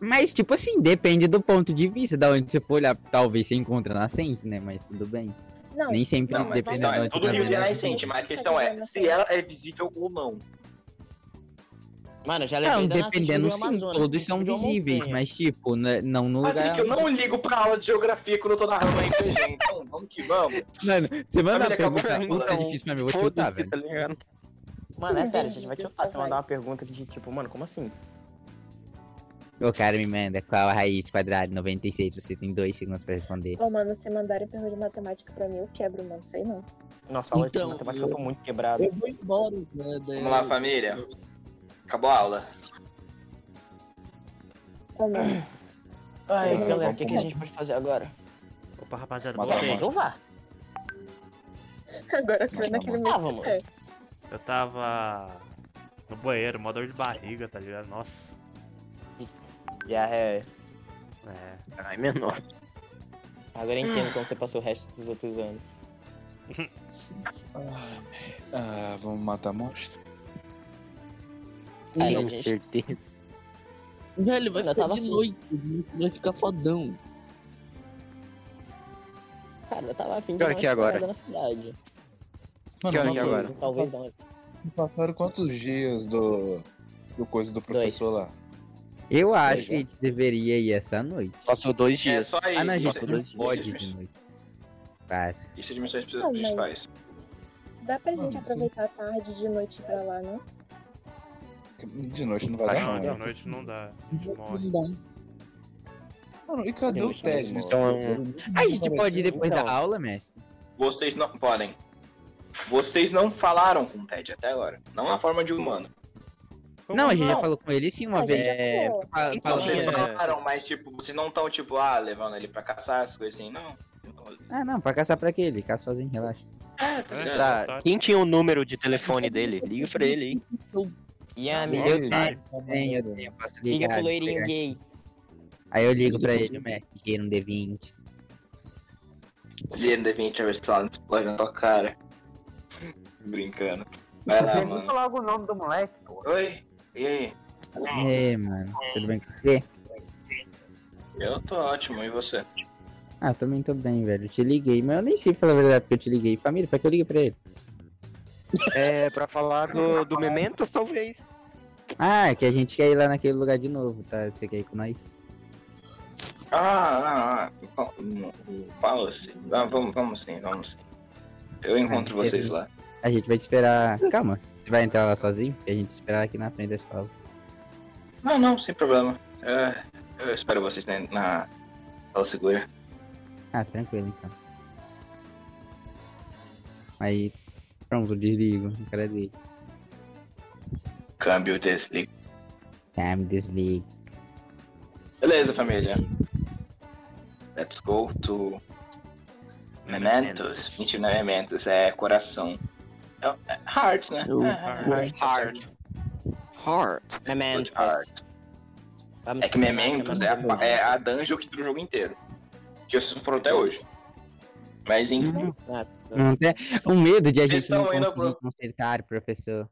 Mas, tipo assim, depende do ponto de vista, da onde você for olhar, talvez você encontre nascente, né? Mas tudo bem. Não. Nem sempre Não, mas depende não, da é, onde todo você rio tem olhar. nascente, mas a questão é se ela é visível ou não. Mano, já lembrei Não, da nascente do dependendo Rio sim, Amazonas, todos são de uma visíveis, montanha. mas tipo, né, não no Mas é lugar. que eu não ligo pra aula de geografia quando eu tô narrando aí pra gente. Então, vamos que vamos. Mano, você manda Mas ele uma acabou pergunta de puta é falar, difícil pra mim, eu vou chutar, velho. Mano, é sério, a gente vai te chutar. Você mandar uma pergunta de tipo, mano, como assim? O cara me manda qual a raiz de quadrado de 96, você tem dois segundos pra responder. Ô, mano, se mandarem pergunta um de matemática pra mim, eu quebro, mano. Sei não. Nossa, a aula Então, de matemática eu tô muito quebrado. vou embora, né? Vamos lá, família. Acabou a aula. Ai, Vamos galera, o vamos que, que a gente pode fazer agora? Opa, rapaziada, Matar voltei. Então vá. Agora foi naquele Ah, vamos. momento. É. Eu tava no banheiro, mó dor de barriga, tá ligado? Nossa. E a ré. É. Ai, menor. Agora eu entendo como você passou o resto dos outros anos. Ah, vamos matar monstro? Cara, com certeza. Velho, vai ficar assim. de noite. né? Vai ficar fodão. Cara, eu tava afim de Que hora dar que uma é agora? explorada na cidade. Mano, Que hora que é uma agora? coisa, Talvez não. Se passaram quantos dias do, do coisa do professor lá? Eu é. acho que a gente deveria ir essa noite. Passou dois dias. só isso, Ah, não, a gente passou não dois dias. pode de noite. Passa. Isso é dimensões Ah, mas- principais. Dá pra gente aproveitar a tarde de noite pra lá, não? De noite não né? vai Não, dar, de não. noite não dá. A gente morre. Mano, e cadê o Ted? nesse Então, jogo? A gente pode ir depois Então. da aula, mestre? Vocês não podem. Vocês não falaram com o Ted até agora. Não na forma de humano. não, a gente já falou com ele sim uma A vez. gente já É, falou. fa- Então, falou- vocês é, falaram, mas tipo, vocês não estão tipo, ah, levando ele pra caçar, as coisas assim, não. Ah, não, pra caçar pra quê? Ele caça sozinho, relaxa. Tá, quem tinha o número de telefone dele? Liga pra ele, hein? Yami, Eu tenho, eu tenho, eu tenho, eu posso liga ligar, pro loirinho ligar. gay. Aí eu ligo pra ele, mestre, que um D20. Ele devia ter estado explode na tua cara. Brincando. Vai Não lá, sei nem mano. Logo o nome do moleque, pô. Oi? E aí? É, mano, tudo bem com você? Eu tô ótimo, e você? Ah, também tô bem, velho. Eu te liguei, mas eu nem sei falar a verdade porque eu te liguei. Família, pra que eu liguei pra ele? É, pra falar do, do Memento, talvez. Ah, é que a gente quer ir lá naquele lugar de novo, tá? Você quer ir com nós? Ah, ah, ah. fa- hum, hum, Fala sim. Ah, vamos, vamos sim, vamos sim. Eu encontro vocês lá. A gente vai te esperar. Calma, você vai entrar lá sozinho? E a gente te esperar aqui na frente da escola. Não, não, sem problema. É, eu espero vocês na- na sala segura. Ah, tranquilo então. Aí, pronto, desligo. na Cara dele. Câmbio desliga. Tá, me desligo. Beleza, família. Let's go to Mementos. Mentira, não é Mementos, é coração. É, é heart, né? Eu- É, é, Heart. heart. Heart. Mementos. Heart. É que Mementos é a, é a dungeon que dura o jogo inteiro. Que vocês não foram até hoje. Mas enfim. Não tem... O medo de a Vocês gente Então, não tão indo conseguir consertar, professor.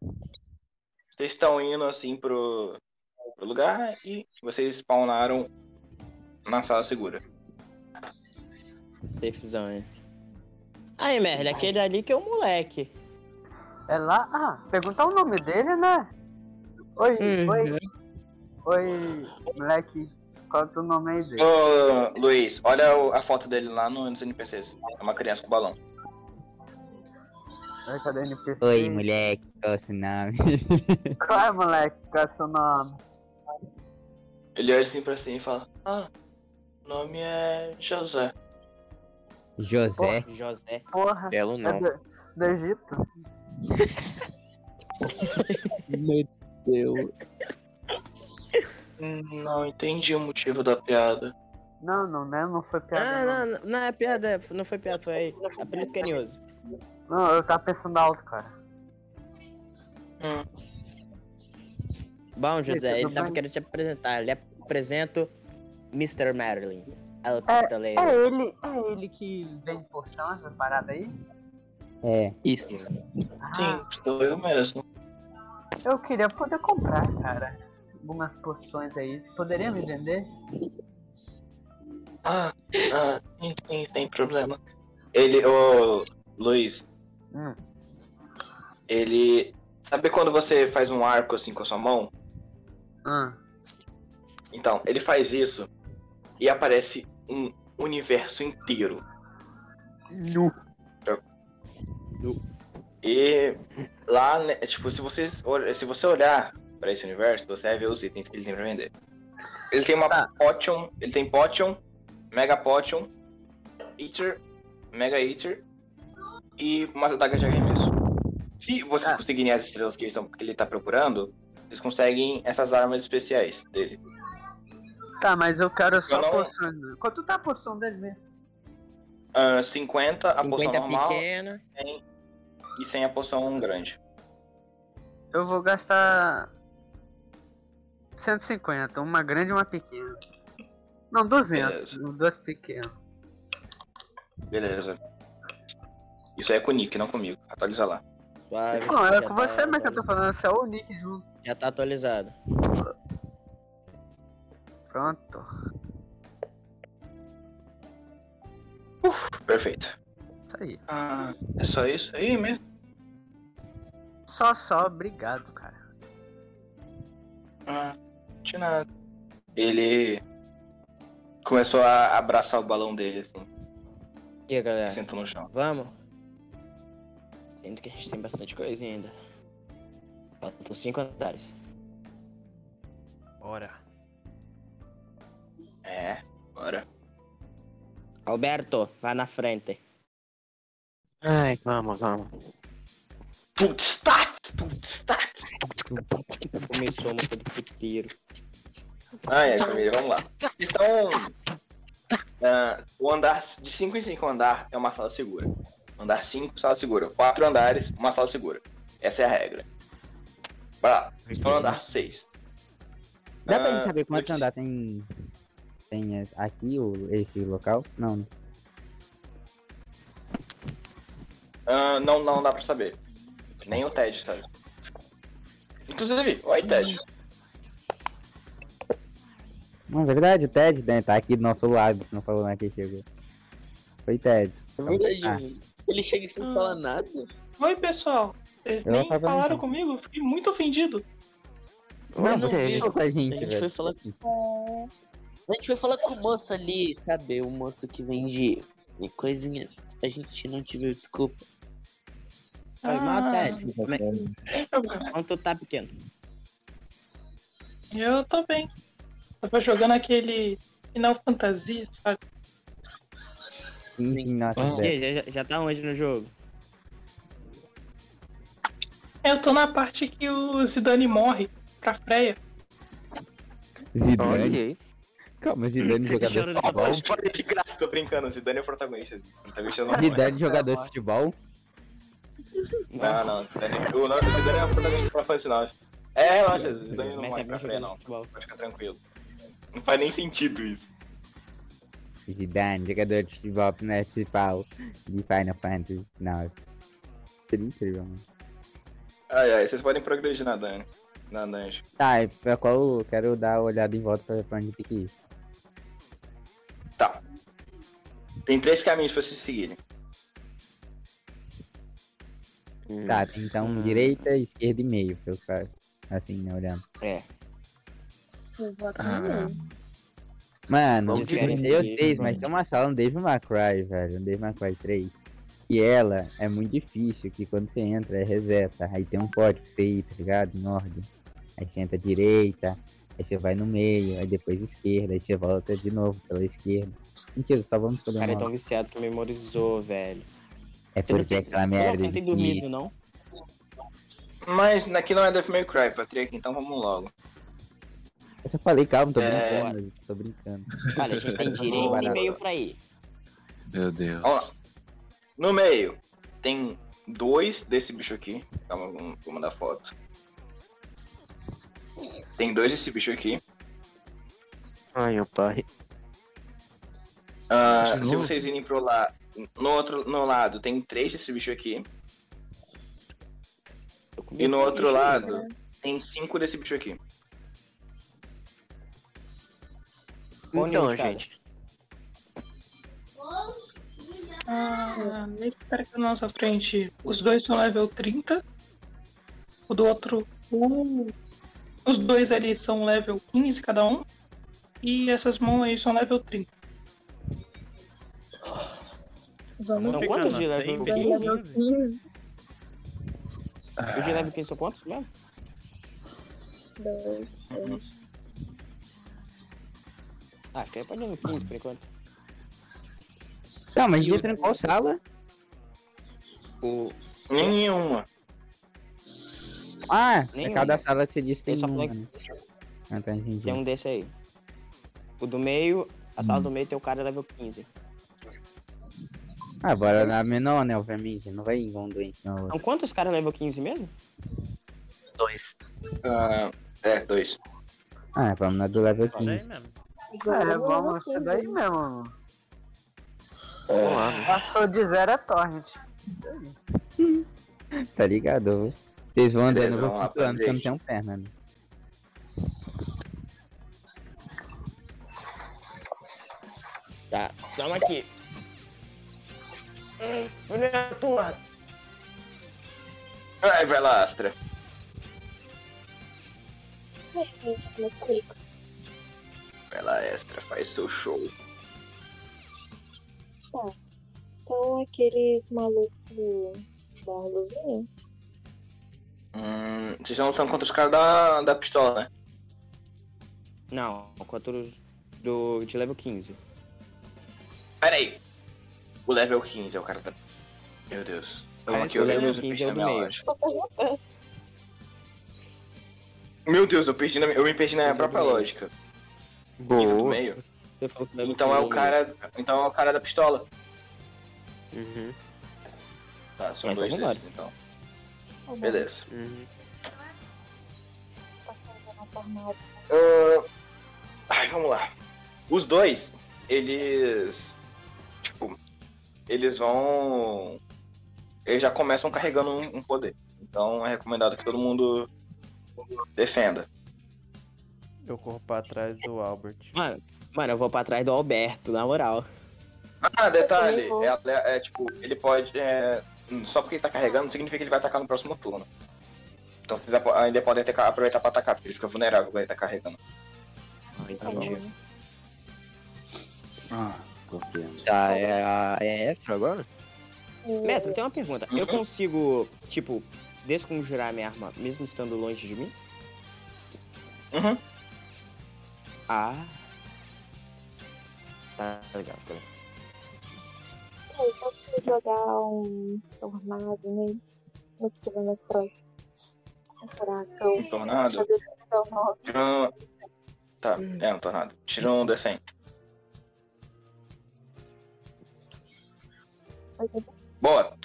Vocês estão indo assim pro, pro lugar e vocês spawnaram na sala segura. é. Safe zone. Aí, Merle, aquele ali que é o moleque. É lá? Ah, perguntar o nome dele, né? Oi, Uhum. oi. Oi, moleque. Qual é o teu nome aí, Zé? Ô, Luiz, olha o- a foto dele lá no, nos NPCs. É uma criança com balão. Oi, cadê o NPC? Oi, moleque, qual é o seu nome? Qual é, moleque? Qual é o seu nome? Ele olha assim pra cima e fala: Ah, o nome é José. José. José. Porra. Belo é não. do, do Egito? Meu Deus. É Não entendi o motivo da piada. Não, não, né? Não foi piada. Ah, não. não, não, não é piada, não foi piada, foi apelido carinhoso. Não, eu tava pensando alto, cara. Bom, José, Tudo ele tava bem? querendo te apresentar. Lhe apresento Mr. Marilyn, El É, Pistoleiro. é ele, é ele que vende porção, essa parada aí? É. Isso. Ah, Sou eu mesmo. eu queria poder comprar, cara. Algumas porções aí. Poderia me vender? Ah, ah, sim, sim, sem problema. Ele, ô, Luiz. Ele. Sabe quando você faz um arco assim com a sua mão? Ah. Então, ele faz isso e aparece um universo inteiro. Nu. E lá, né, tipo, se você, se você olhar pra esse universo, você vai ver os itens que ele tem pra vender. Ele tem uma Potion, ele tem Potion, Mega Potion, Eater, Mega Eater e umas adagas de arremesso. Se vocês conseguirem as estrelas que, eles tão- que ele tá procurando, vocês conseguem essas armas especiais dele. Tá, mas eu quero só Eu não- porções. Quanto tá a porção dele mesmo? Ah, 50 a poção 50 normal pequena. 100, e 100 a poção grande. Eu vou gastar 150, uma grande e uma pequena. Não, 200, duas pequenas. Beleza. Isso aí é com o Nick, não comigo. Atualiza lá. Suave, não, é com você, tá mas eu tô falando, é só o Nick junto. Já tá atualizado. Pronto. Uh, perfeito. Tá aí. Ah, é só isso aí mesmo? Só, só, obrigado, cara. Ah, de nada. Ele começou a abraçar o balão dele, assim. E aí, galera? Senta no chão. Vamos? Sendo que a gente tem bastante coisa ainda. Faltam cinco andares. Bora. É, bora. Alberto, vá na frente. Ai, vamos, vamos. Putz, tats, putz, tá. tats. Começou a música do puteiro. Ai, ai, família, Ah, é, vamos lá. Então, ah, o andar de 5 em 5 andar é uma sala segura. Andar 5, sala segura. 4 andares, uma sala segura. Essa é a regra. Vai lá, então andar 6. Dá pra gente saber quanto andar tem, tem aqui ou esse local? Não, né? Ah, não, não dá pra saber. Nem o Ted sabe. Inclusive, oi Ted. Não, é verdade, o Ted né, tá aqui do nosso lado, se não falou nada que chegou. Foi Ted. Ah, É verdade, ele chega sem Ah. falar nada. Oi, pessoal. Vocês Eu nem tava falaram mentindo. comigo? Fiquei muito ofendido. Não, não você vi. solta a gente, A gente velho. foi falar Ah, A gente foi falar com o moço ali, sabe? O moço que vende coisinha. A gente não te viu, desculpa. Foi mal, Ted. Quanto tá pequeno? Eu tô bem. Tava jogando aquele Final Fantasia, sabe? Sim, nossa, E velho. aí, já, já, já tá onde no jogo? Eu tô na parte que o Zidane morre pra Freya. Zidane. Calma, Zidane Fica jogador chorando de essa futebol. parte. Parei de graça, tô brincando. Zidane é o protagonista. protagonista não Zidane jogador de futebol. Não, não. Zidane, o nome do Zidane é o protagonista pra fã sinal. É, relaxa, Zidane não é vai pra frente, não. Pode ficar tranquilo. Não faz nem sentido isso. Zidane, jogador de futebol é principal de Final Fantasy IX. Seria incrível, mano. Ai, ai, vocês podem progredir na Dani. Na Danjo. Tá, e pra qual eu quero dar uma olhada em volta pra ver pra onde tem que ir. Tá. Tem três caminhos pra vocês seguirem. Tá, então direita, esquerda e meio, pelo caso. Assim, né, olhando. É. Eu vou atender. Mano, Vamos eu de terminei o frente, 3, mas vamos. tem uma sala no Dave McCry, velho. No Dave McCry 3. E ela é muito difícil, que quando você entra, é reseta. Aí tem um código pra você ir, tá ligado? Em ordem. Aí você entra à direita, aí você vai no meio, aí depois esquerda, aí você volta de novo pela esquerda. Mentira, só vamos O fazer cara é tão uma... viciado que memorizou, velho. É porque aquela merda é Você não tem dormido, não? Mas aqui não é Death May Cry, Patrick, então vamos logo. Eu só falei, calma, tô É. brincando, gente, tô brincando. Olha, a gente tem direito e meio pra ir. Meu Deus. Vamos lá. No meio, tem dois desse bicho aqui. Calma, vou vou mandar foto. Tem dois desse bicho aqui. Ai, meu pai. Ah, De se novo? vocês irem pro lado. No outro no lado tem três desse bicho aqui. E no outro lado tem cinco desse bicho aqui. Então, gente. Ah, nesse cara que tá na nossa frente, os dois são level 30. O do outro. o- Os dois ali são level 15 cada um. E essas mãos aí são level 30. Ah. São ficar quantos na de level sempre. 15? O de level 15 são quantos mesmo? Ah, que aí pode ir no 15 por enquanto. Tá, mas entra em qual sala? O... Nenhuma. Ah, é Nenhum. cada sala que você disse tem Eu só uma, falei né? que Ah, tá, entendi. tem um desse aí. O do meio, a sala do meio tem o cara level 15. Ah, bora na menor, né, obviamente. Não vai em um doente, não. São Então, quantos caras level 15 mesmo? Dois. Ah, é, dois. Ah, vamos Tá na do level Olha aí 15. mesmo. É, vamos ser daí mesmo. É. Ah, Passou de zero a torrent. tá ligado? Vocês vão andando, eu vou flutuando porque eu não tenho perna. Né? Tá, toma aqui. Primeira turma. Vai, vai lá, Astra. Vai lá, Astra, faz seu show. Tá. São aqueles malucos da luvinha? Hum, vocês estão lutando contra os caras da, da pistola, né? Não, contra os do, de level 15. Pera aí. O level 15 é o cara da. Meu Deus. Eu Parece aqui, o eu level lembro, eu 15 perdi é o na do minha meio. loja. Meu Deus, eu, perdi na, eu me perdi na é minha própria lógica. 15 do meio. Então é o cara. Então é o cara da pistola. Uhum. Tá, são Então dois vambora. desses, então. Beleza. Passando Tá na tornada. Ahn, Ai, vamos lá. Os dois, eles. Tipo, eles vão. Eles já começam carregando um, um poder. Então é recomendado que todo mundo defenda. Eu corro pra trás do Albert. Mano, mano, eu vou pra trás do Alberto, na moral. Ah, detalhe, é, é- é, tipo, ele pode. é, só porque ele tá carregando não significa que ele vai atacar no próximo turno. Então vocês apo- ainda podem ter- aproveitar pra atacar, porque ele fica vulnerável quando ele tá carregando. Tá entendi. Ah, Tá, é, a- é extra agora? Mestre, Uhum. tem uma pergunta. Eu consigo, tipo, desconjurar minha arma mesmo estando longe de mim? Uhum. Ah. Tá legal, tá legal. Eu posso jogar um tornado, né? No que tiver mais próximo. Um furacão. Um tornado? Deixa eu deixar o nome. Tira um... Tá, é um tornado. Tira um D100. 80. Boa.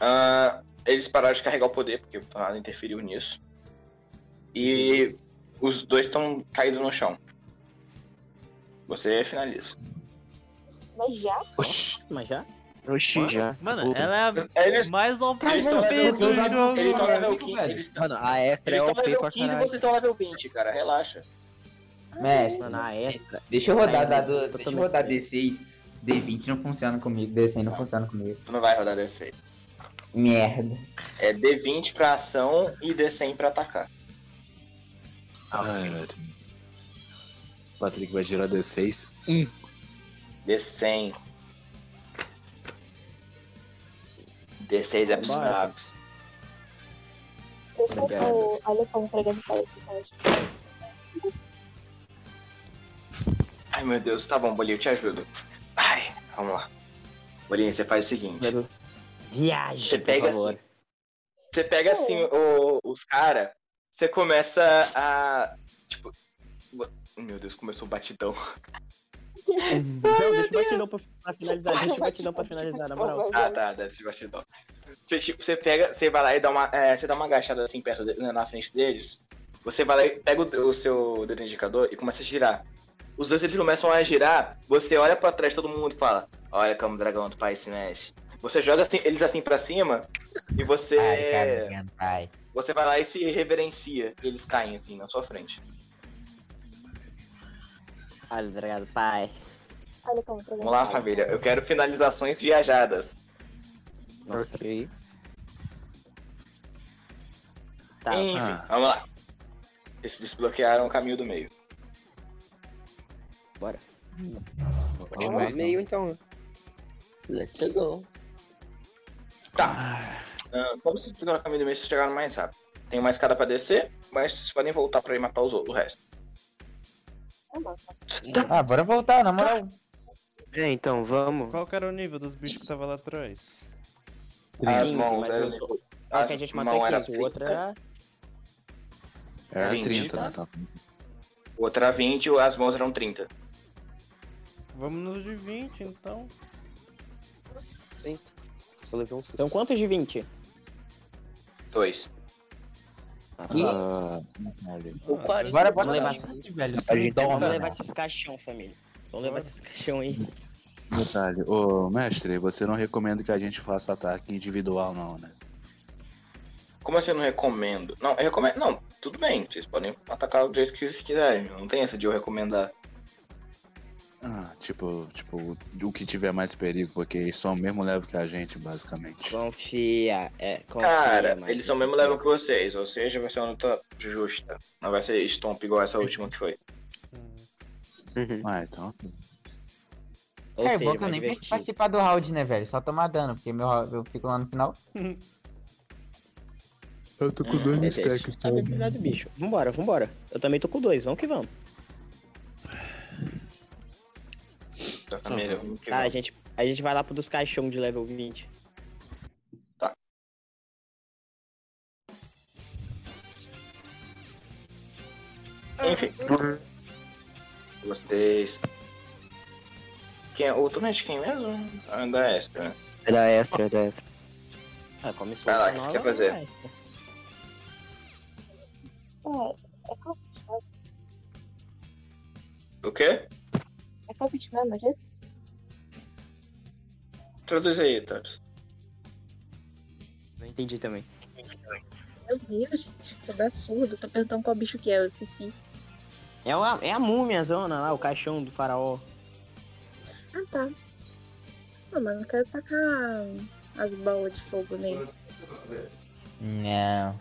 Ah, eles pararam de carregar o poder, porque o tornado interferiu nisso. E os dois estão caídos no chão. Você finaliza. Mas já? Mas já? Oxi, já. Mano, ela é a mais OP eles do é tão level 15, do jogo. eles tão level 15, eles tão- Mano, a extra eles é tão OP level pra 15 e caralho. vocês estão level 20, cara. Relaxa. Mestre, Mano, a extra. deixa eu Aí, rodar eu dado. tô Deixa eu também. rodar D6. D20 não funciona comigo, D100 não funciona comigo. Tu não vai rodar D6. Merda. É D20 pra ação e D100 pra atacar. Ai, meu Deus. Patrick vai girar D6. Hum. D100. D6 é pros Bora. nabs. Se eu só for. Olha como pra ele faz esse teste. Ai meu Deus, tá bom, Bolinho, eu te ajudo. Ai, vamos lá. Bolinho, você faz o seguinte. Viaja, Você pega assim. Você pega assim o- os caras, você começa a. Tipo. vo- Meu Deus, começou o batidão. Não, deixa o batidão pra, pra finalizar. Deixa o batidão pra Tipo, finalizar, na moral. Ah, tá, desce de batidão. Você, tipo, você pega, você vai lá e dá uma. é, você dá uma agachada assim perto de- na frente deles. Você vai lá e pega o, o seu dedo indicador e começa a girar. Os dois eles começam a girar, você olha pra trás todo mundo e fala, olha como o dragão do pai se mexe. Você joga assim- eles assim pra cima e você. tá Você vai lá e se reverencia. E eles caem assim na sua frente. Olha, obrigado, pai. Olha como pra ele Vamos lá, faz. família. Eu quero finalizações viajadas. Ok. Tá. Enfim, Ah. vamos lá. Eles desbloquearam o caminho do meio. Bora. Ó, meio então. Let's go. Tá. Ah, como vocês desbloquearam o caminho do meio, vocês chegaram mais rápido. Tem uma escada pra descer, mas vocês podem voltar pra ir matar os outros, o resto. É, Ah, bora voltar, na moral. É, então, vamos. Qual que era o nível dos bichos que tava lá atrás? Ah, Sim, bom, mas velho. eu- Ah, que a gente matou Tipo, Mão era aqui, o outro era. É, Era 20, 30, né? Tá. O outro era 20, as mãos eram 30. Vamos nos de 20, então. São quantos de 20? Dois. Ah, O Bora, quarenta. Vamos bora levar levar essa- velho. Vamos Vamos levar esses caixão, família. Vamos levar esses caixão aí. Detalhe, ô mestre, você não recomenda que a gente faça ataque individual, não, né? Como assim eu não recomendo? Não, eu recomendo. Não, tudo bem, vocês podem atacar do jeito que vocês quiserem. Não tem essa de eu recomendar. Ah, tipo, tipo, o que tiver mais perigo, porque eles são o mesmo level que a gente, basicamente. Confia, é, confia. Cara, eles são o mesmo level que vocês, ou seja, vai ser uma luta justa. Não vai ser stomp igual essa última que foi. Ah, então. é bom que eu nem preciso participar do round, né, velho? Só tomar dano, porque meu, eu fico lá no final. Eu tô com É, dois stacks, sabe? do Tá bicho. Vambora, vambora. Eu também tô com dois, vamos que vamos. Tá, a gente, a gente vai lá pro dos caixão de level 20. Tá. Enfim. Vocês. Quem é? O turno é de quem mesmo? Ah, da extra, né? É da extra, é da extra. Ah, começou Vai lá, o que nova, você né, quer fazer? vai. É, é calça de chave. O quê? É calça de chave, mas já esqueci. Traduz aí, Tars. Não entendi também. Meu Deus, gente, sou da surdo. Tô perguntando qual bicho que é, eu esqueci. É, uma, é a múmia zona lá, o caixão do faraó. Ah, tá. Ah, mano, eu quero tacar as bolas de fogo neles. Não.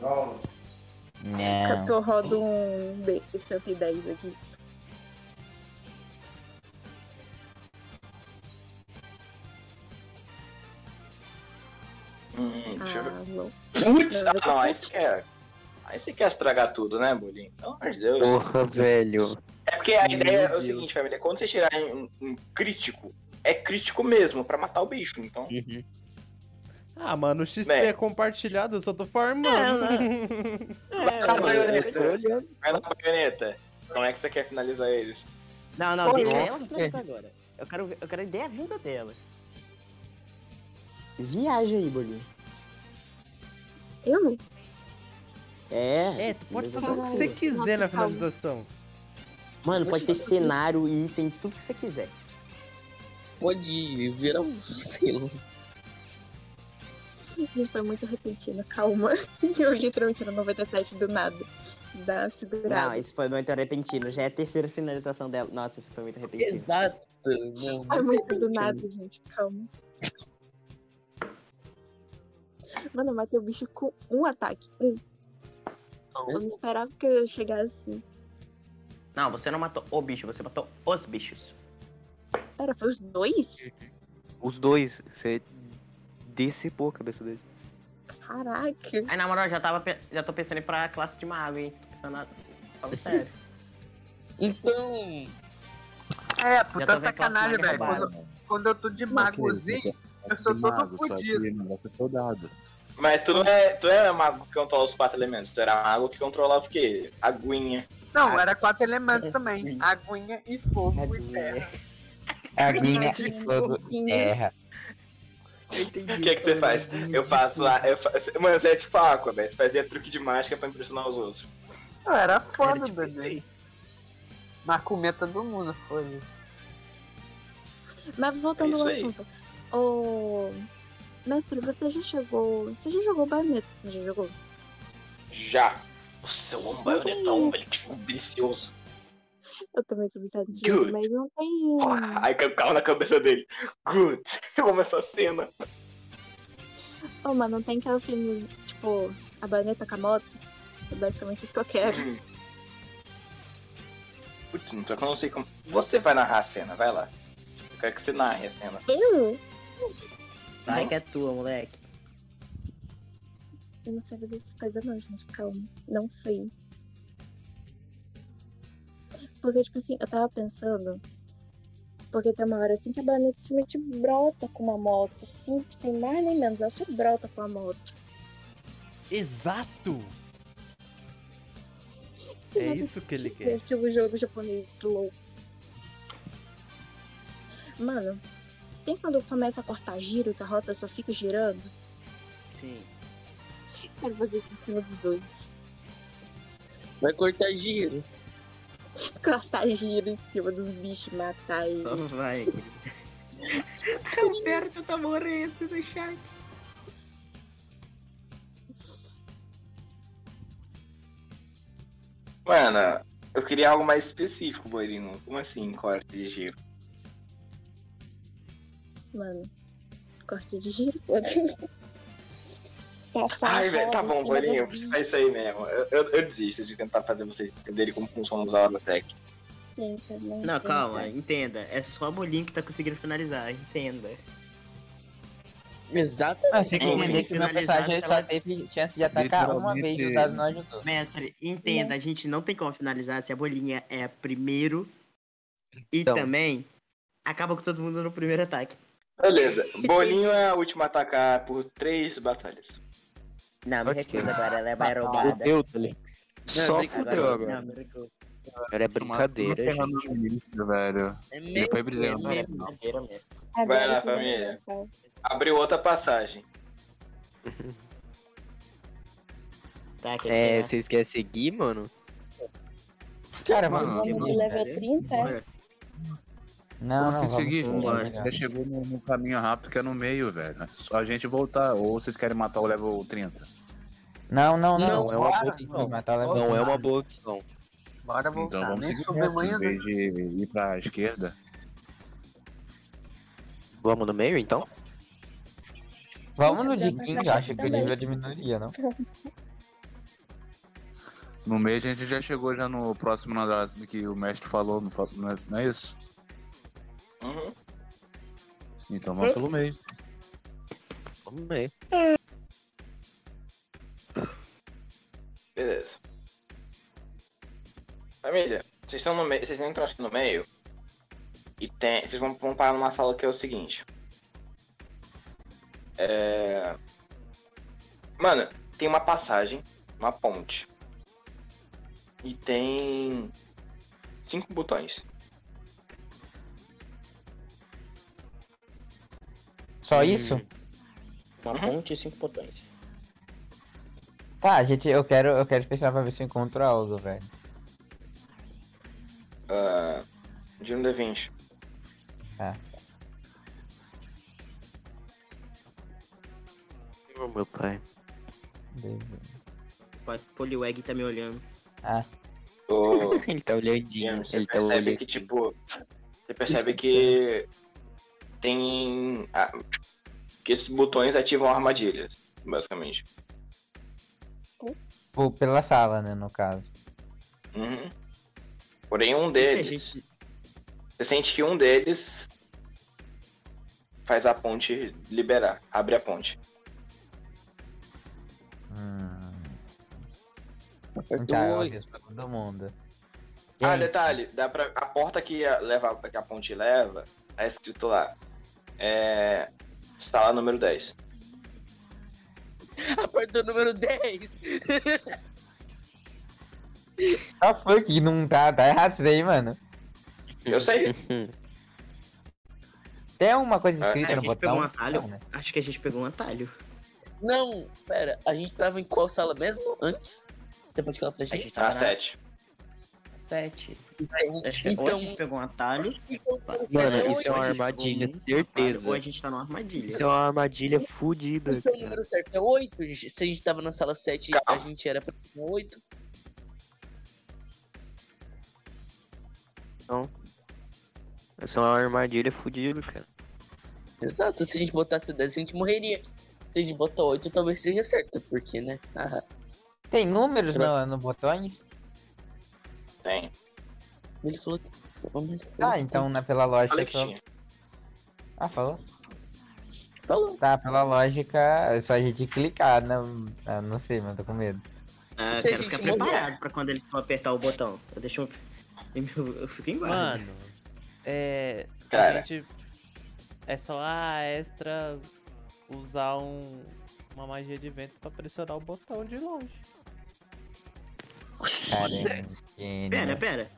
Não. É. Caso que Não. eu rodo um D110 aqui. Hum, deixa eu ver. Ah, não. Putz, ah, não, aí você quer. Aí você quer estragar tudo, né, Bolinho? Pelo amor de Deus. Porra, velho. É porque a ideia é o seguinte, família, quando vocês tirarem um, um crítico, é crítico mesmo, pra matar o bicho, então. Ah, mano, o XP Bem. é compartilhado, É, eu só tô farmando. É, né? é. Vai na baioneta. Vai na baioneta. Como é que você quer finalizar eles? Não, não, Pô, deixa nossa, ela velho. finalizar agora. Eu quero, ver- eu quero a ideia vinda dela. Viaja aí, Bolinho. Eu? É. É, tu pode Beleza, fazer o que beleza. você quiser na finalização. Mano, pode ter cenário, item, tudo que você quiser. Pode virar um. Sei lá. Gente, foi muito repentino, calma. Eu literalmente no 97 do nada. Dá segurada. Não, isso foi muito repentino. Já é a terceira finalização dela. Nossa, isso foi muito repentino. Exato. Não, Foi muito do nada, gente. Calma. Mano, eu matei o bicho com um ataque. Um. Então, Eu não esperava que eu assim. chegasse. Não, você não matou o bicho, você matou os bichos. Pera, foi os dois? Os dois, você decepou a cabeça dele. Caraca. Aí, na moral, já, tava, pe- já tô pensando em ir pra classe de mago, hein? Tô pensando na... Falo sério. Então. É, Já puta tô vendo sacanagem, classe velho. maga roubada. Quando, quando eu tô de assim, magozinho, eu sou todo fodido. negócio é soldado. Mas tu não é, tu era mago que controlava os quatro elementos, tu era mago que controlava o quê? Aguinha. Não, era quatro elementos também. Aguinha e fogo e terra. É Aguinha Verdade, e fogo e É, terra. O que é que você faz? Eu faço lá, eu faço... Mano, você é tipo a Aqua, velho. Você fazia truque de mágica pra impressionar os outros. Não, era tipo foda, bebê. Mas comia todo mundo, foda. Mas voltando É ao isso aí. assunto. Ô. Mestre, você já chegou. Você já jogou baioneta? Não Já jogou? Já. Nossa, é eu amo baionetão, velho. Que tipo, delicioso. Eu também sou viciada nesse Good. jogo, mas não tem. Ai, caiu carro na cabeça dele. Good. Eu amo essa cena. Ô, mano, não tem aquela filme, tipo, a baioneta com a moto? É basicamente isso que eu quero. Putz, não, tô- eu não sei como. Você vai narrar a cena, vai lá. Eu quero que você narre a cena. Eu? Vai que é tua, moleque. Eu não sei fazer essas coisas não, gente. Calma. Não sei. Porque, tipo assim, eu tava pensando. Porque tem uma hora assim que a baioneta simplesmente brota com uma moto. Simples, sem mais nem menos. Ela só brota com a moto. Exato! Você É já isso que ele É quer. estilo jogo japonês louco. Mano, tem quando começa a cortar giro que a rota só fica girando? Sim. Eu Quero fazer isso em cima dos dois. Vai cortar giro. Cortar giro em cima dos bichos, matar eles. Então Só vai. Roberto tá morrendo no chat. Mano, eu queria algo mais específico, Boirino. Como assim, corte de giro? Mano, corte de giro todo. Passar Ai, a velho, roda tá em bom, cima dos Boirinho. bichos. É isso aí mesmo. Eu, eu- eu desisto de tentar fazer vocês entenderem como funciona usar a Orotec. Tenta, não Não, tenta. calma, entenda. É só a Bolin que tá conseguindo finalizar, entenda. Ah, tem que Exatamente. entender que o meu personagem só teve chance de atacar uma vez e o dado não ajudou. Mestre, entenda, a gente não tem como finalizar se a bolinha é primeiro e Então. também acaba com todo mundo no primeiro ataque. Beleza. Bolinho é a última a atacar por três batalhas. Não, me recuso agora, ela é Ah, bairrobada. fudeu, né? Só fudeu agora. Não, me recuso. Era brincadeira, Não isso, velho. Depois brilhando. né? É brincadeira mesmo. Vai lá, família. Abriu outra passagem. Tá, É, vocês querem seguir, mano? Cara, mano, Homem de level 30, é? Não, não, Como se vamos seguir, seguir, né? mano, vamos já chegou no, no caminho rápido que é no meio, velho. É só a gente voltar. Ou vocês querem matar o level 30? Não, não, não. Não, é uma Bora, boa não, opção. matar ela Não, é voltar. uma boa opção. Bora Então vamos seguir sobre reto, manhã, em vez de ir pra esquerda. Vamos no meio, então? Vamos no Eu de já 15, pensei eu acho que o também. nível diminuiria, não? No meio a gente já chegou já no próximo andar do que o mestre falou, não fa- não é, não é isso? Uhum. Então vamos pelo meio. Vamos no meio. Beleza. Família, vocês estão no meio. Vocês entram assim no meio. E tem. Vocês vão, vão parar numa sala que é o seguinte. É. Mano, tem uma passagem, uma ponte. E tem. Cinco botões. Só isso? Uma ponte e cinco botões. Tá, gente, eu quero, eu quero pensar pra ver se eu encontro algo, velho. Ah, de 1 d 20. É. Ô, meu pai. O Poliwag tá me olhando. Ah. Ô, ele tá olhadinho, Você ele tá percebe olhando. que, tipo, você percebe que tem. ah, que esses botões ativam armadilhas, basicamente. Vou pela sala, né, no caso. Uhum. Porém, um deles. Você sente que um deles faz a ponte liberar, abre a ponte. Tá, Hum. eu aviso pra todo mundo. É. Ah, detalhe, dá pra, a porta que a, leva, que a ponte leva, tá escrito lá. É. Sala número 10. A porta número 10. Ah, foi que não tá, tá errado isso daí, mano. Eu sei. Tem uma coisa escrita a no gente pegou botão? um atalho. Não, né? Acho que a gente pegou um atalho. Não, pera, a gente tava em qual sala mesmo antes? Você pode falar pra gente? gente tá tava na- 7. Sete. Acho que ou a Então, gente pegou um atalho. Mano, isso é ou uma a gente armadilha, pegou um atalho, certeza. Ou a gente tá numa armadilha. Isso é uma armadilha fodida, então o cara. número certo é 8. Se a gente tava na sala 7, a gente era pra 8. Então, isso é uma armadilha fodida, cara. Exato, se a gente botasse 10, a gente morreria. Se a gente botar 8, talvez seja certo, porque, né? Ah, Tem números no, no botões? Tem. ele falou que. Vamos Ah, então né, pela lógica. Falei que só- tinha. Ah, falou? Falou. Tá, pela lógica, é só a gente clicar, né? Ah, não sei, mas tô com medo. Ah, Se a quero gente ficar mudar. preparado pra quando eles vão apertar o botão. Eu deixo. Eu, eu fico em guarda. Mano, é. Cara. A gente. É só a extra usar um, uma magia de vento pra pressionar o botão de longe. é Pera, pera.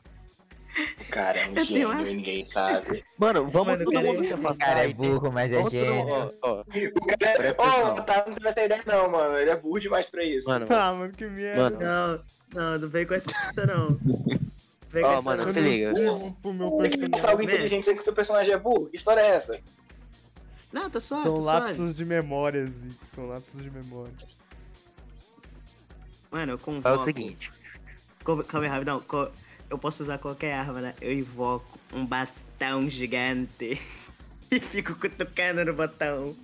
Cara, é um Eu tenho gênio, uma- ninguém sabe. Mano, vamos Mano, todo cara, mundo se afastar. cara é aí, tem- burro, mas é vamos todo gênio. mundo- ó, ó. O cara é. Presta Ô, atenção. o Otávio não tem essa ideia, não, mano. Ele é burro demais pra isso. Ah, Mano, mano, que merda. Não, não, não vem com essa não. Ó, oh, mano, se liga. Tem que pensar algo inteligente dizendo que seu personagem é burro. Que história é essa? Não, tá suave, São tá lapsos suave. de memória, Zico. São lapsos de memória. Mano, eu convoco... É o seguinte. Calma calma aí, rapidão. Co- Eu posso usar qualquer arma, né? Eu invoco um bastão gigante e fico cutucando no botão.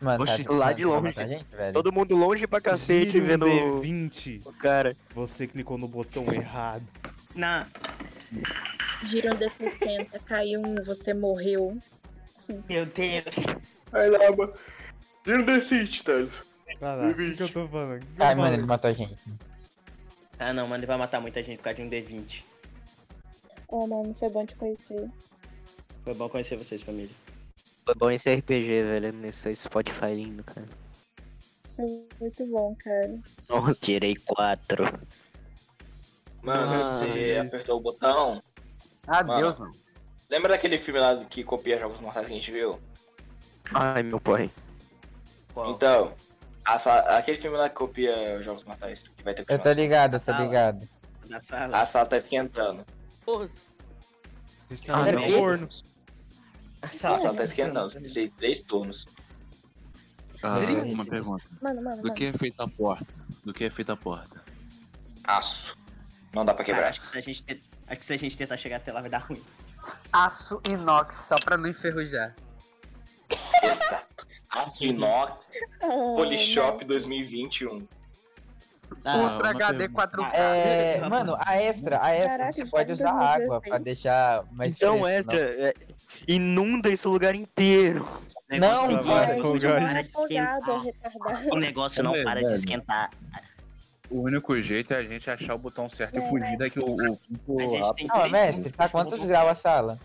Mano, tá Oxi, lá de tentando longe. matar a gente, velho? Todo mundo longe pra cacete Gire um vendo D20. o cara. Você clicou no botão errado. Não. Gira um D60, caiu um, você morreu. Sim. Meu Deus. Vai lá, mano. Giro decide, tá? Caralho, o que, que eu tô falando? O que que eu Ai, mano, falei? ele matou a gente. Ah, não, mano, ele vai matar muita gente por causa de um D20. Ô, mano, foi bom te conhecer. Foi bom conhecer vocês, família. Foi bom esse RPG, velho. Nesse Spotify lindo, cara. Foi muito bom, cara. Nossa, tirei quatro. Mano, você apertou o botão. Adeus, mano. Lembra daquele filme lá que copia jogos mortais que a gente viu? Ai, meu pai. Então, essa- aquele filme lá que copia jogos mortais que vai ter Eu tô ligado, eu tô Fala. ligado. Na sala. A sala tá esquentando. tá Ah, É no não. forno. Ah, A sala tá esquentando. Tem três turnos. Ah, Beleza. uma pergunta. Mano, mano, Do mano. que é feita a porta? Do que é feita a porta? Aço. Não dá pra Cara, acho, que se a gente te- acho que se a gente tentar chegar até lá vai dar ruim. Aço inox, só pra não enferrujar. Aço inox. Ah, Polishop 2021. Ah, Ultra HD 4K. Ah, É, mano, a extra, a extra, Caraca, você isso pode é em usar água 2016. pra deixar mais Então, fresco, extra, é, inunda esse lugar inteiro. Não, Negócio cara, vai- com Para é folgado, retardado. O negócio não para de esquentar. O único jeito é a gente achar o botão certo e fugir daqui o, o A gente rápido. tem um Não, três mestre, tá quantos graus a sala?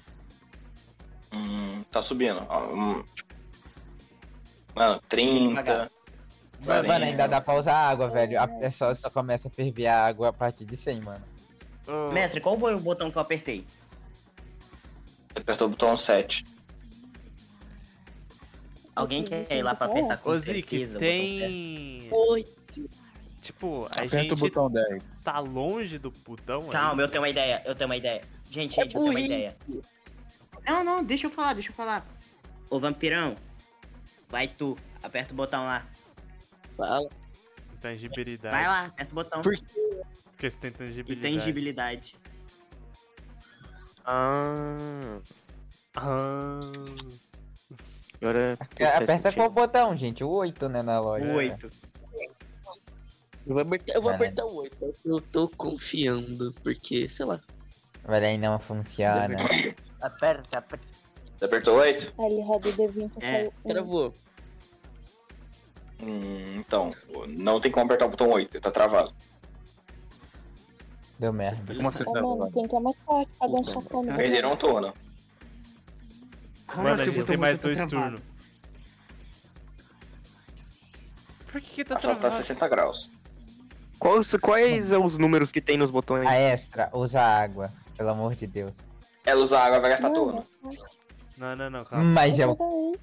Hum, tá subindo. ó, hum. Mano, 30. Mano, Quarenta. ainda né, dá pra usar água, velho. A é só, só começa a ferver a água a partir de 100, mano. Mestre, qual foi o botão que eu apertei? Você apertou o botão 7. Alguém quer ir lá pra apertar com Ô, Zic, certeza o botão tem. Tipo, a Aperta o gente botão 10. tá longe do putão Calma, aí. eu tenho uma ideia, eu tenho uma ideia. É Gente, gente, eu tenho uma ideia. Não, não, deixa eu falar, deixa eu falar. Ô vampirão, vai tu, aperta o botão lá. Fala. Tá. Intangibilidade. Vai lá, aperta o botão. Porque você tem tangibilidade. Intangibilidade. Ah. Ah. Agora. É, Aperta qual botão, gente? O 8, né, na loja. é. O oito. Eu vou apertar, eu vou Caralho. apertar o 8. Eu tô confiando, porque, sei lá. Velho, aí não funciona. Aperta, aperta. Você apertou 8? Aí ele roda o D20 e saiu um. Travou. Hum, então, não tem como apertar o botão 8, tá travado. Deu merda. Como você Ô, um tá mano, quem que é mais forte pra dar um socão no Perderam um turno. assim Mano, a gente botão tem mais tá dois travado? turnos. Por que, que tá A sala tá travado? 60 graus. Quais, quais são os números que tem nos botões? A extra, usa água, pelo amor de Deus. Ela usa água, vai gastar Mano, turno. é forte. Não, não, não, calma. Mas eu, Exatamente. Hum.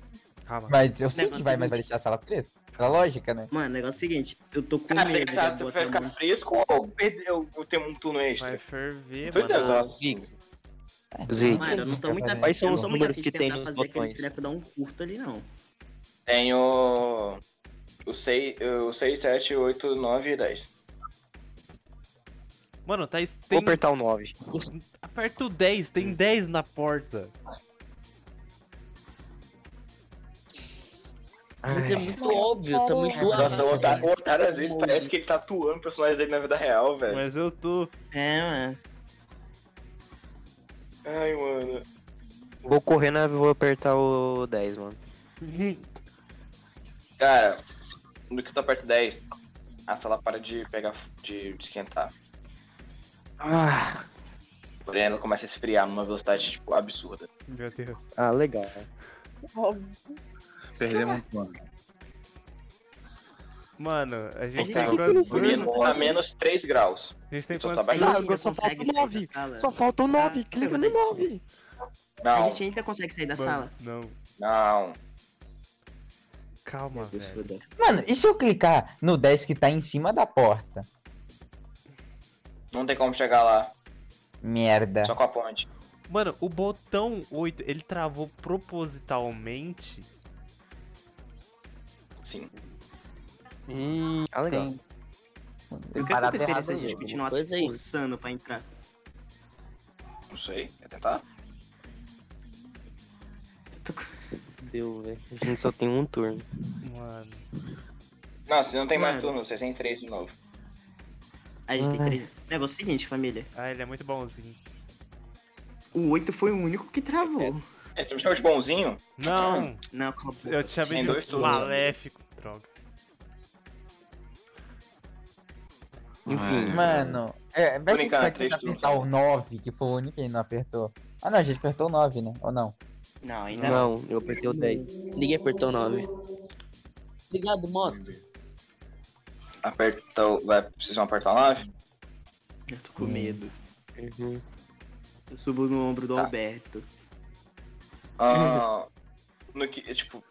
calma. mas eu sei que Negócio vai, mas vai deixar a sala presa. Pela lógica, né? Mano, o negócio é o seguinte, eu tô com Cara, você Ah, tem medo que de saber se vai botar um ficar muito- fresco ou perder, eu, eu tenho um turno Vai extra. ferver, Meu Deus, mano. nossa. Zic, Mano, eu não tô muito afim, Quais são eu não os tô muito números afim que de tem tentar nos fazer aquele botões? treco dar um curto ali, não. Tenho o 6, o 6, 7, 8, 9 e 10. Mano, tá es- vou tem... apertar o Hum. 9. Aperta o 10, tem 10 na porta. Mas é muito Mano, óbvio, tá sério. muito Nossa, o óbvio. Otário, o Otário às vezes parece que ele tá atuando personagens dele na vida real, velho. Mas eu tô. É, mano. Ai, mano. Vou correr, né? Vou apertar o 10, mano. Cara, tá no que tu aperta 10, a sala para de pegar, de, de esquentar. Ah, Porém, ela começa a esfriar numa velocidade, tipo, absurda. Meu Deus. ah legal. Óbvio. Perdemos um plano. Mano, a A gente gente tem tá quantos turnos? subindo tá a menos 3 graus. A gente tem Só quantos tá A Não, gente agora ainda só falta consegue sair nove. da sala. Só falta o 9, Ah, clica no verdade. 9. A Não, gente ainda consegue sair da Mano, sala. Não, não. calma, velho. Mano, e se eu clicar no 10 que tá em cima da porta? Não tem como chegar lá. É. Merda. Só com a ponte. Mano, o botão 8, ele travou propositalmente? Sim. Ih, ah, legal. Tem. O que aconteceria se a gente continuasse forçando pra entrar? Não sei. Quer tentar? Deu, velho. A gente só tem um turno. Mano. Não, você não tem mais Mano. turno, vocês têm três de novo. A gente tem Ai. três. O negócio é o seguinte, família. Ah, ele é muito bonzinho. O 8 foi o único que travou. É, você me chamou de bonzinho? Não! Não, acabou. Eu te chamei Tem dois de turnos. maléfico, né? droga. Enfim. Mano, é, vai Tô que brincando, vai três tentar turnos. apertar o 9, que foi o único que não apertou. Ah não, a gente apertou o 9, né? Ou não? Não, ainda não. Não, eu apertei o 10. Ninguém apertou 9. Obrigado, moto. Aperta o... Vai, vocês vão apertar o 9? Eu tô com medo. Eu subo no ombro do Alberto. Ah, no que, é, tipo,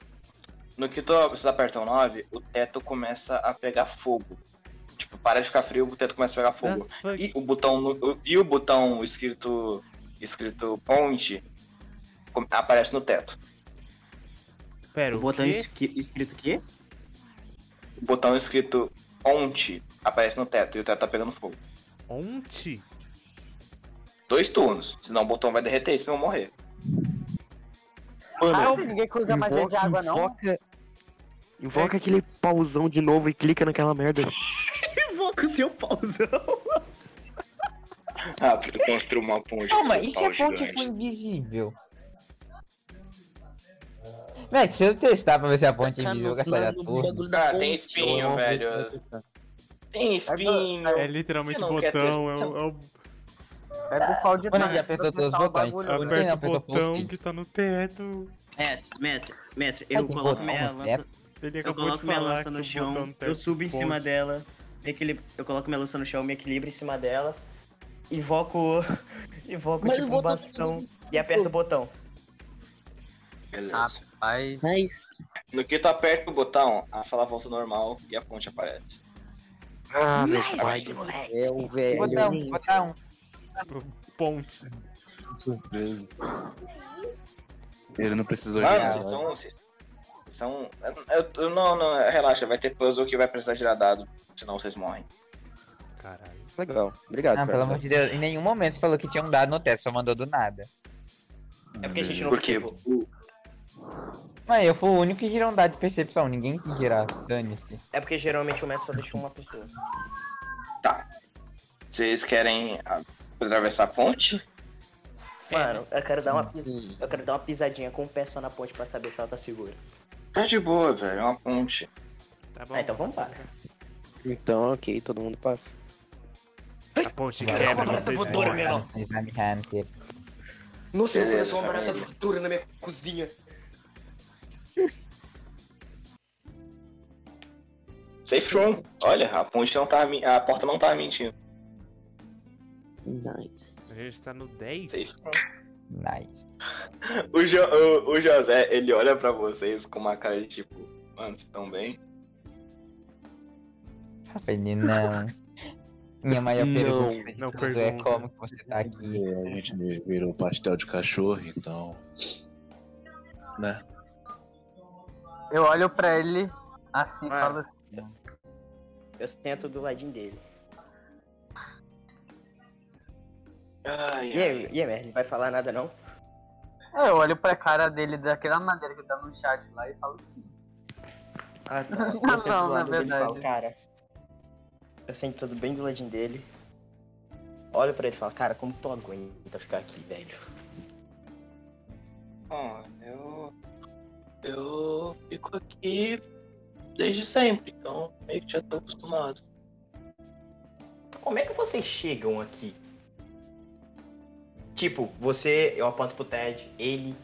no que tu, vocês apertam 9, o teto começa a pegar fogo. Tipo, para de ficar frio, o teto começa a pegar Ah, fogo. É. E o botão, no- o- e o botão escrito, escrito ponte com- aparece no teto. Pera, o botão quê? um esqui- escrito o quê? O botão escrito ponte aparece no teto e o teto tá pegando fogo. Onte? Dois turnos, senão o botão vai derreter e vocês vão morrer. Ah, ninguém usa mais verde de água, não? Invoca, invoca aquele pauzão de novo e clica naquela merda. Invoca o seu pauzão. Ah, porque tu construiu uma é ponte. Calma, com e seu se pau a ponte gigante. for invisível? Véi, se eu testar pra ver se a ponte Tá Tá é invisível, eu gastaria tudo. Ah, tem espinho, velho. Tem espinho. É literalmente Você não quer botão, é testar? o. É o... Pega o pau de Mano, trás. já apertou todos os botões. Ninguém Aperta o apertou botão todos. que tá no teto. Mestre, mestre, mestre, Ai, eu que coloco botão, né? minha lança. Ele Eu acabou de coloco minha falar lança que no o botão chão, tem eu subo em ponte. cima dela, me equilib- eu coloco minha lança no chão, me equilibro em cima dela, invoco, invoco Mas tipo o um botão- bastão e aperto o botão. Beleza. Mas. No que tu aperta o botão, a sala volta ao normal e a ponte aparece. Ah, meu Nice, pai do céu, velho. Botão, botão. Ponte. Surpresa. Ele não precisou Mano, Ah, girar. vocês então- são. vocês são- eu- eu- não, não, relaxa, vai ter puzzle que vai precisar girar dado, senão vocês morrem. Caralho. Legal, obrigado. Ah, cara. pelo amor de Deus, em nenhum momento você falou que tinha um dado no teto, só mandou do nada. É porque a gente não Porque o- Mas eu fui o único que girou um dado de percepção, ninguém quis girar, dane-se. É porque geralmente o mestre só deixa uma pessoa. vocês querem a- atravessar a ponte? Mano, eu quero dar uma pis... eu quero dar uma pisadinha com o pé só na ponte pra saber se ela tá segura. Tá de boa, velho, é uma ponte. Tá bom. Ah, então vamos para. Então, ok, todo mundo passa. A ponte quebra, vocês morrem. Exame Hunter. Nossa, meu Beleza, tá coração, uma barata família. tortura na minha cozinha. Safe room. Olha, a ponte não tá men- a porta não tá mentindo. A gente tá no 10? Nice. O, Jo- o- o José, ele olha pra vocês com uma cara de tipo, mano, vocês tão bem? Ele não. Minha maior pergunta de não tudo é pergunta. como que você tá aqui. É, a gente virou pastel de cachorro, então. Né? Eu olho pra ele assim e Mano. falo assim. Eu sento do ladinho dele. Ai, E aí, e aí Merlin, não vai falar nada não? É, eu olho pra cara dele daquela maneira que tá no chat lá e falo assim. Ah, tá. Não, Eu sento não, do lado na dele e falo, verdade. cara. Eu sento tudo bem do ladinho dele. Olho pra ele e falo, cara, como tu aguenta ficar aqui, velho? Bom, eu. Eu fico aqui desde sempre, então meio que já tô acostumado. Como é que vocês chegam aqui? Tipo, você, eu aponto pro Ted, ele.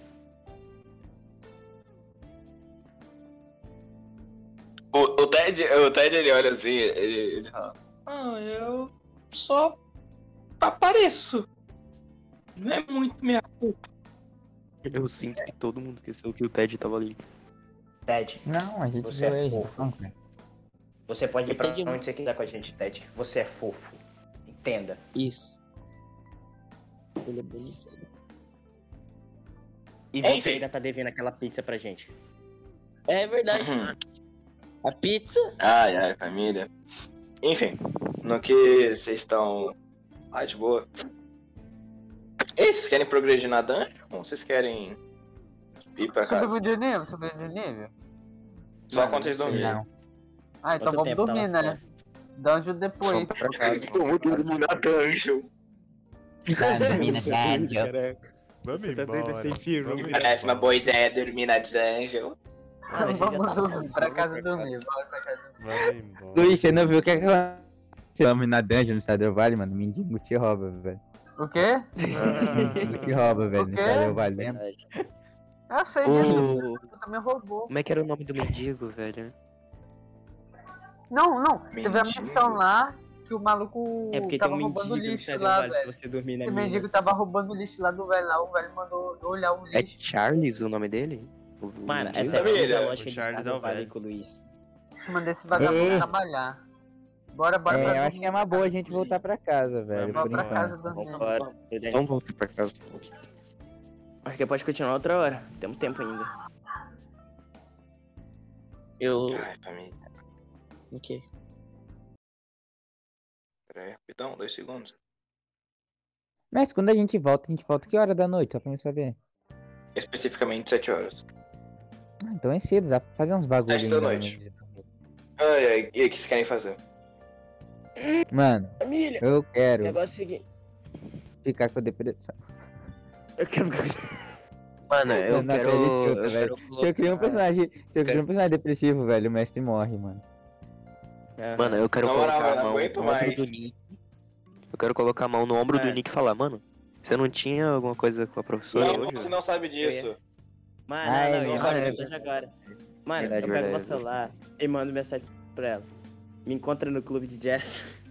O, o Ted, o Ted ele olha assim, ele, ele fala. Ah, eu só apareço. Não é muito minha culpa. Eu sinto que todo mundo esqueceu que o Ted tava ali. Ted, Não, a gente Você é viu ele, fofo. não, cara. você pode ir Eu pra entendi. onde você quiser com a gente, Ted. Você é fofo. Entenda. Isso. Ele é bonito. E você ainda tá devendo aquela pizza pra gente. É verdade. A pizza? "Hum, Ai, ai, família. Enfim, no que vocês estão. Ai, de boa. Ei, vocês querem progredir na dungeon? Ou vocês querem ir pra casa? Subiu de nível? Subiu de nível? Só quando vocês É. dormirem. Ah, então Quanto vamos tempo dormir, tava né? um Dungeon depois. então Vamos dormir na dungeon. Dormir na Vamos embora. Parece uma boa ideia dormir na dungeon. tá Vamos dormir, pra casa dormir. Bora pra casa dormir. Luiz, você não viu o que é que aconteceu? Homem na dungeon no Stardew Valley, mano. Mendigo te rouba, velho. O quê? Ah. Mendigo te rouba, velho. No quê? Stardew Valley, lembra? Eu sei O- disso. Tu me roubou. Como é que era o nome do mendigo, velho? Não, não. Teve a Mendigo. missão lá que o maluco É porque tem tava um roubando mendigo no lixo Stardew lá, Valley se velho. você dormir na Esse mina. mendigo tava roubando lixo lá do velho lá. O velho mandou eu olhar um lixo. É Charles o nome dele? O- o Mano, mendigo? essa é a mesma lógica de Stardew Valley com o Luiz. Mandei esse vagabundo É. trabalhar. Bora, bora. pra É, eu dormir. acho que é uma boa a gente voltar pra casa, velho. Vamos Por pra casa enquanto. dormir. Então vamos pra casa. Acho que pode continuar outra hora. Temos tempo ainda. Eu. Ok. Peraí, rapidão, dois segundos. Mas quando a gente volta, a gente volta que hora da noite? Só pra eu saber. Especificamente 7 horas. Ah, então é cedo, dá pra fazer uns bagulho Sete da ainda, né? noite. Ai, ai, e aí, o que vocês querem fazer? Mano, Família, eu O quero negócio é o seguinte. ficar com depressão. Eu quero Mano, Ah, eu Não, quero. ele chuta, eu velho. quero Se eu criar um colocar- personagem, se eu criar quero- um personagem depressivo, velho, o mestre morre, mano. Ah. Mano, eu quero Na moral, colocar eu a mão aguento no ombro mais. É. do Nick. Eu quero colocar a mão no ombro do Nick e falar, mano, você não tinha alguma coisa com a professora Não, hoje? você não sabe disso. Mano, Ah, é não, não, eu verdade. mando mensagem agora. Mano, Verdade, eu pego verdade. meu celular e mando mensagem pra ela. Me encontra no clube de jazz.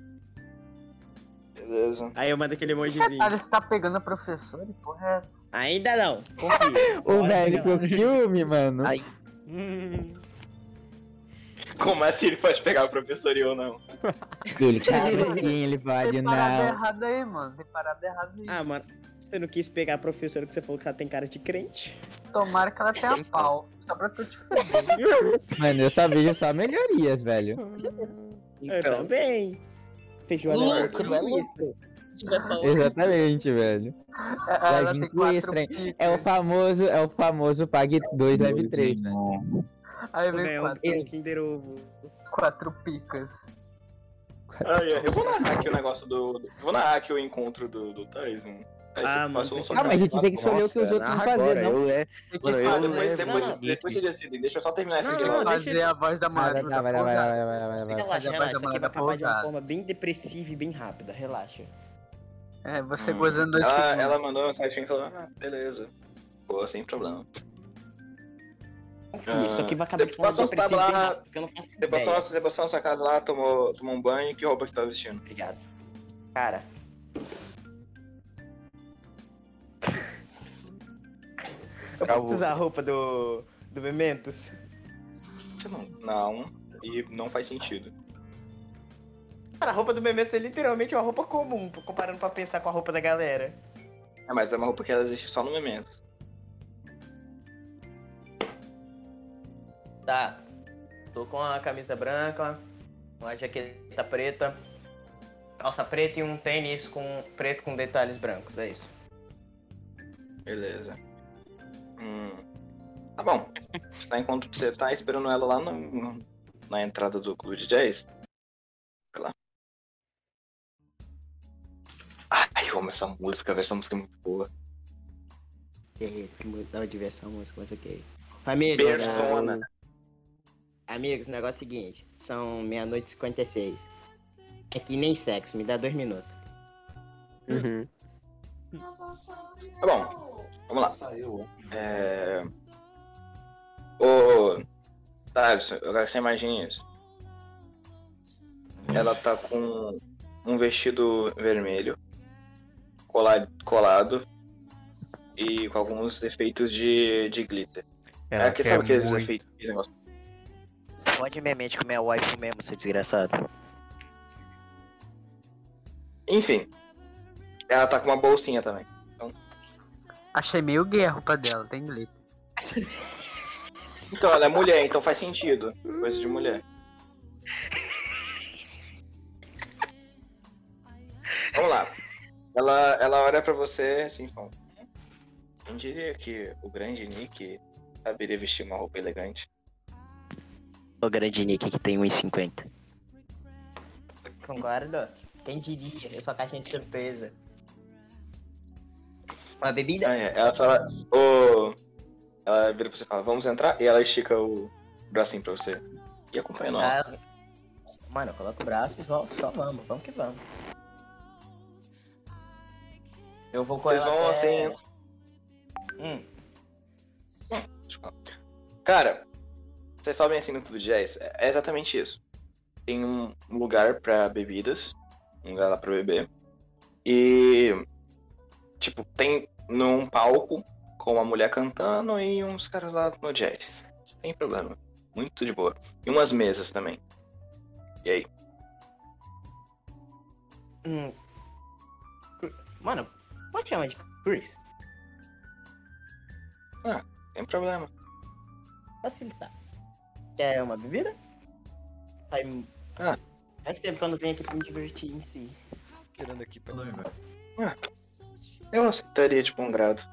É. Beleza. Aí eu mando aquele emojizinho. Cara, você tá pegando a professora? Que Porra, é essa? Ainda não. Confia. O velho ficou com ciúme, mano. Como assim ele pode pegar o professor e eu não? Ele sabe quem ele pode, Tem parada não. errada aí, mano. Tem parada errada aí. Ah, mano, você não quis pegar a professora que você falou que ela tem cara de crente? Tomara que ela tenha pau. Só pra tu te fuder. Mano, eu só vejo só melhorias, velho. Eu também. Feijoada é Lucro, é com isso. Exatamente, velho. Ah, ela Vai vir tem com extra, hein? É o famoso, é o famoso pague 2, leve 3, né? velho. um. Aí vem é Ganhou um quatro, Kinder Ovo. quatro picas. Ai, ai, eu vou narrar aqui o negócio do. do- eu vou narrar aqui o encontro do, do Thais. hein? Aí Ah, você mano, passa um tem só que- Ah, mas a é gente tem que pra- escolher o que os outros vão narra fazer, não? Eu é. Tem que Mano, eu falar, depois, né? depois, Não, não. depois vocês decidem. Deixa eu só terminar esse Não, aqui. não, logo. deixa ele- a voz da Ah, Vai, vai, vai, vai, vai, vai, vai, vai, vai, vai. Relaxa, fazer a relaxa. voz Isso da aqui vai Marada acabar de uma pausada. forma bem depressiva e bem rápida. Relaxa. É, você Hum. gozando da ela, chuva. ela mandou uma mensagem e falou: Ah, beleza. Boa, sem problema. Confia, isso aqui vai acabar de Você passou, forma você tava depressiva e bem lá, rápida, porque eu não faço você, passou, ideia. você passou na sua casa lá, tomou, tomou um banho, que roupa que você tava vestindo? Obrigado. Cara. Eu posso usar a roupa do. do Mementos? Não, e não faz sentido. Cara, a roupa do Mementos é literalmente uma roupa comum, comparando pra pensar com a roupa da galera. É, mas é uma roupa que ela existe só no momento. Tá. Tô com a camisa branca, uma jaqueta preta, calça preta e um tênis com preto com detalhes brancos, é isso. Beleza. Hum. Tá bom. Tá enquanto você tá esperando ela lá no- na entrada do clube de jazz. Vai lá. Ai, eu amo essa música, velho. Essa música é muito boa. É, não devia essa música, mas ok. Família. Persona. Amigos, o negócio é o seguinte: são meia-noite e 56. É que nem sexo, me dá dois minutos. Uhum. Tá bom. Vamos lá. É... Ô, Thales, eu quero que você imagine isso. Ela tá com um vestido vermelho, colado, colado e com alguns efeitos de, de glitter. Ela é que quer sabe aqueles muito. efeitos, aquele negócio? Pode minha mente com minha wife mesmo, seu desgraçado. Enfim, ela tá com uma bolsinha também. Então, Achei meio gay a roupa dela, tem glitter. então ela é mulher, então faz sentido. Coisa de mulher. Vamos lá. Ela, ela olha pra você assim, fala. Quem diria que o grande Nick saberia vestir uma roupa elegante? O grande Nick que tem 1,50. Concordo. Quem diria? Eu sou a caixinha de surpresa. Uma bebida? Ah, é. Ela fala. Ô. Ela vira pra você e fala, vamos entrar? E ela estica o bracinho pra você. E acompanha nós. Ah, mano, coloca o braço e só, só vamos, vamos que vamos. Eu vou com Vocês ela vão até- assim. Hum. Cara, vocês sabem assim no Clube de Jazz? É é exatamente isso. Tem um um lugar pra bebidas, um lugar lá pra beber. E. Tipo, tem num palco com uma mulher cantando e uns caras lá no jazz. Sem problema. Muito de boa. E umas mesas também. E aí? Hum. Mano, pode chamar de Chris. Ah, sem problema. Facilitar. Quer uma bebida? Faz, um- ah. faz tempo que eu não venho aqui pra me divertir em si. Tirando aqui pelo menos. Eu aceitaria tipo, um de bom grado.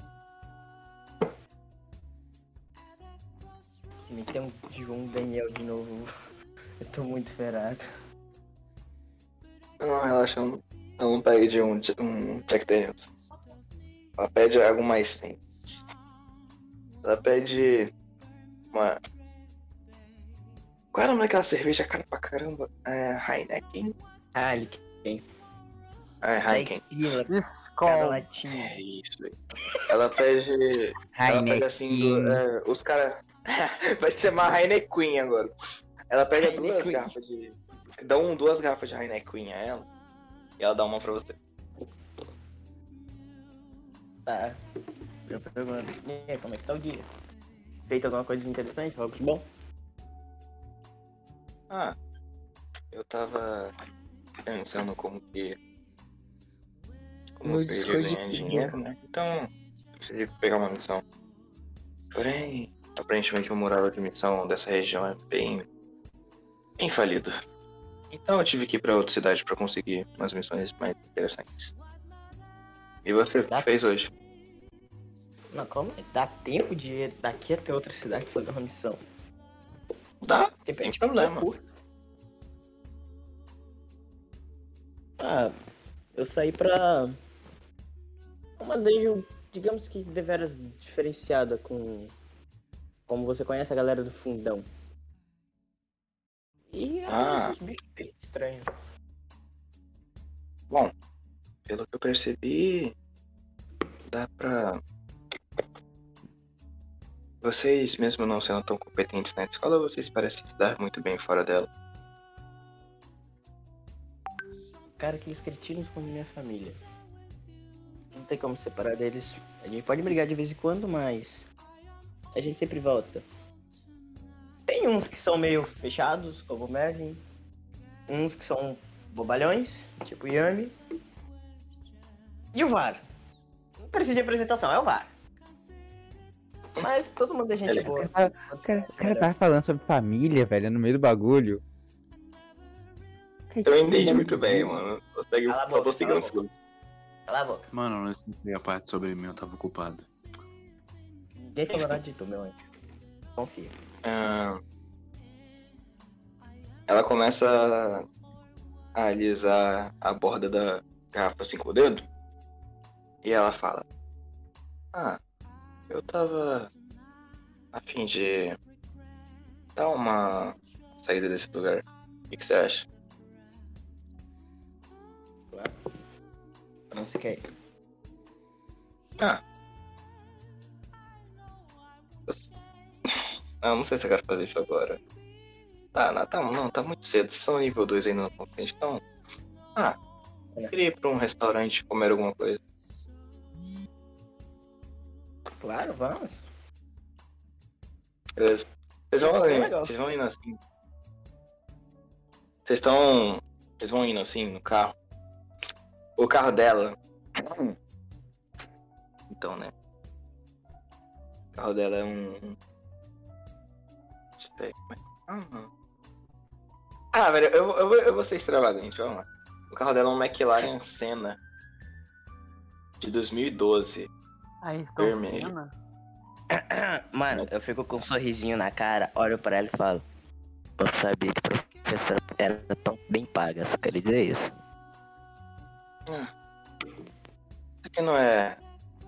Se meter um João Daniel de novo, eu tô muito ferrado. Não, relaxa, eu não, eu não pego de um, de um Jack Daniels. Ela pede algo mais simples. Ela pede uma. Qual era o nome daquela cerveja cara pra caramba? É, Heineken? Heineken. É, Heineken. Escola latinha. É isso aí. Ela pede. Ela pede assim, do- é, os caras. Vai se chamar Heineken agora. Ela pega duas Heineken. garrafas de. Dá um, duas garrafas de Heineken a ela. E ela dá uma pra você. Tá. Eu pergunto, e aí, como é que tá o dia? Feito alguma coisa interessante? Algo de bom? Ah, eu tava pensando como que. Como No que eu ia Discord ganhar de dinheiro, né? Então, eu decidi pegar uma missão. Porém, aparentemente o mural de missão dessa região é bem. bem falido. Então eu tive que ir pra outra cidade pra conseguir umas missões mais interessantes. E você o que fez hoje? Não, calma. aí. Dá tempo de ir daqui até outra cidade fazer uma missão? Dá, Depende tem problema. Ah, eu saí pra uma dungeon, digamos que deveras diferenciada com. Como você conhece a galera do fundão. E é Ah. esses bichos bem estranhos. Bom, pelo que eu percebi, dá pra. Vocês, mesmo não sendo tão competentes na escola, vocês parecem se dar muito bem fora dela. Cara, aqueles cretinos como minha família. Não tem como separar deles. A gente pode brigar de vez em quando, mas. A gente sempre volta. Tem uns que são meio fechados, como o Merlin. Uns que são bobalhões, tipo o Yami. E o VAR. Não precisa de apresentação, é o VAR. Mas todo mundo é gente boa. Cara, Ah, o cara tava falando sobre família, velho, no meio do bagulho. Eu entendi muito bem, mano. Eu segue- Cala a só boca, tô seguindo o cala a fluxo. Cala a boca. Mano, eu não escutei a parte sobre mim, eu tava ocupado. Ninguém falou nada de tu, meu anjo. Confia. Ah, Ela começa a alisar a borda da garrafa assim com o dedo. E ela fala: Ah, eu tava a fim de dar uma saída desse lugar. O que, que você acha? Não sei quem. Ah. Eu "Ah, não sei se eu quero fazer isso agora. Ah, não, tá, não, tá muito cedo. Vocês são nível 2 ainda não estão frente, então. Ah, eu queria ir pra um restaurante comer alguma coisa. Claro, vamos. Beleza. Vocês vão, Isso é legal. vocês vão indo assim. Vocês estão. Vocês vão indo assim no carro. O carro dela. então, né? O carro dela é um. Deixa eu ver como é. Ah, ah, velho, eu, eu, vou- eu vou ser extravagante, vamos lá. O carro dela é um McLaren Senna de 2012. Aí, É um então, Vermelho. cena. Mano, eu fico com um sorrisinho na cara, olho pra ela e falo. Eu sabia que a professora era tão bem paga, só queria dizer isso. Isso aqui não é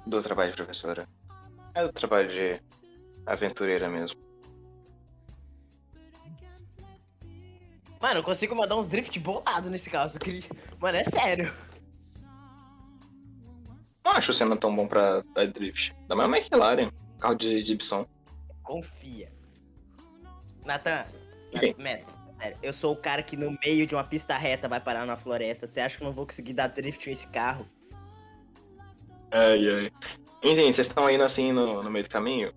do trabalho de professora. É do trabalho de aventureira mesmo. Mano, eu consigo mandar uns drift bolado nesse caso. que- Mano, é sério. Não acho o Senna tão bom pra dar drift. Ainda mais uma McLaren, um carro de exibição. Confia. Nathan, Nathan, mestre, sério, eu sou o cara que no meio de uma pista reta vai parar na floresta. Você acha que eu não vou conseguir dar drift nesse carro? Ai, ai. Enfim, vocês estão indo assim no, no meio do caminho?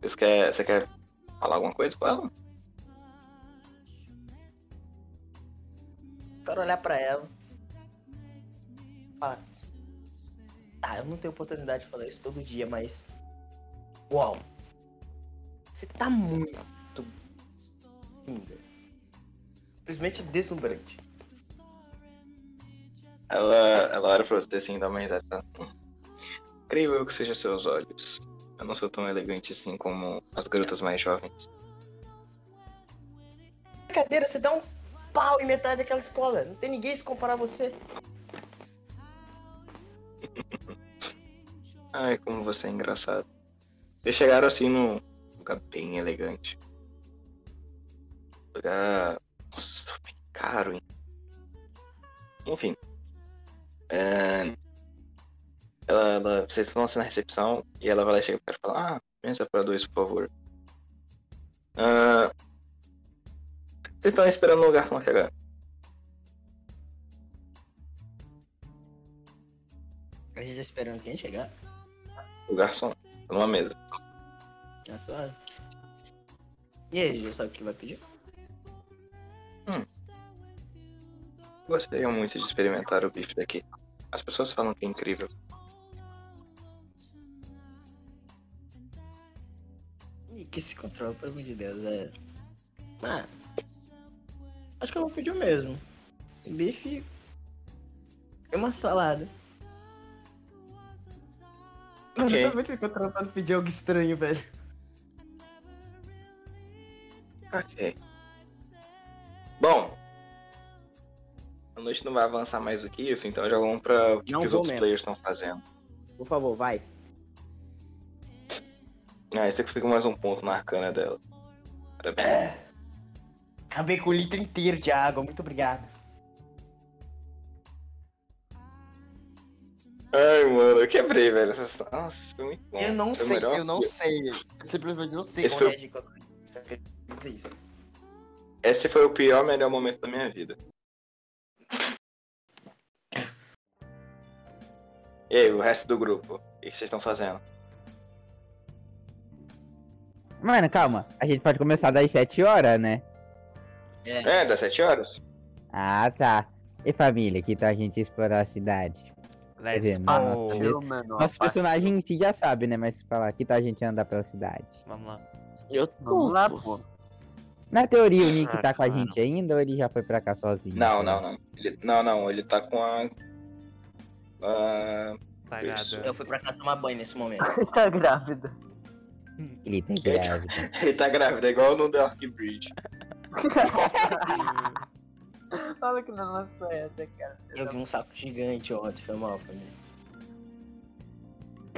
Vocês quer, você quer falar alguma coisa com ela? Quero olhar pra ela. Fala. Tá, eu não tenho oportunidade de falar isso todo dia, mas. Uau! Você tá muito linda. Simplesmente deslumbrante. Ela, ela olha pra você assim, dá uma risada. tá? Hum. Creio eu que seja seus olhos. Eu não sou tão elegante assim como as garotas mais jovens. Brincadeira, você dá um pau em metade daquela escola. Não tem ninguém se comparar a você. Ai, como você é engraçado. Eles chegaram assim num lugar bem elegante. Lugar nossa, bem caro, hein? Enfim. É, Ela, ela- vocês estão assim na recepção e ela vai lá e chega pra ela e fala, ah, pensa pra dois, por favor. Ah, Vocês estão esperando o lugar que vão chegar. A gente tá esperando quem chegar. O Um garçom, numa mesa. É só. E aí, já sabe o que vai pedir? Gostaria muito de experimentar o bife daqui. As pessoas falam que é incrível. Ih, que se controla, pelo amor de Deus, é. Ah. Acho que eu vou pedir o mesmo. Bife. E uma salada. Mano, eu também fico tentando pedir algo estranho, velho. Ok. É. Bom. A noite não vai avançar mais do que isso, então já vamos pra o que, Não que os vou outros mesmo. players estão fazendo. Por favor, vai. Ah, você conseguiu mais um ponto na arcana dela. Parabéns. Acabei com o litro inteiro de água, muito obrigado. Ai, mano, eu quebrei, velho. Essas- Nossa, foi muito bom. eu não Foi sei, melhor eu não que- sei. Eu simplesmente não sei Esse como é. foi- reagir com a coisa. Só que eu fiz isso. Esse foi o pior, melhor momento da minha vida. E aí, o resto do grupo? O que que vocês estão fazendo? Mano, calma. A gente pode começar das 7 horas, né? É, das 7 horas? Ah, tá. E família, que tal a gente explorar a cidade? Let's não, go. nossa, Eu, gente- mano, nosso rapaz. personagem em si já sabe, né? Mas falar, que tal a gente andar pela cidade? Vamos lá. Eu Vamos lá, pô. Na teoria, o Nick Ah, tá com a gente ainda ou ele já foi pra cá sozinho? Não, não, não. Ele, não, não, ele tá com a. a... tá isso. Eu fui pra casa tomar banho nesse momento. tá grávida. Ele tá grávida. ele tá grávida, é igual no Dark Bridge. Fala que não lançou essa, cara. Eu vi um saco gigante ontem, foi mal, família.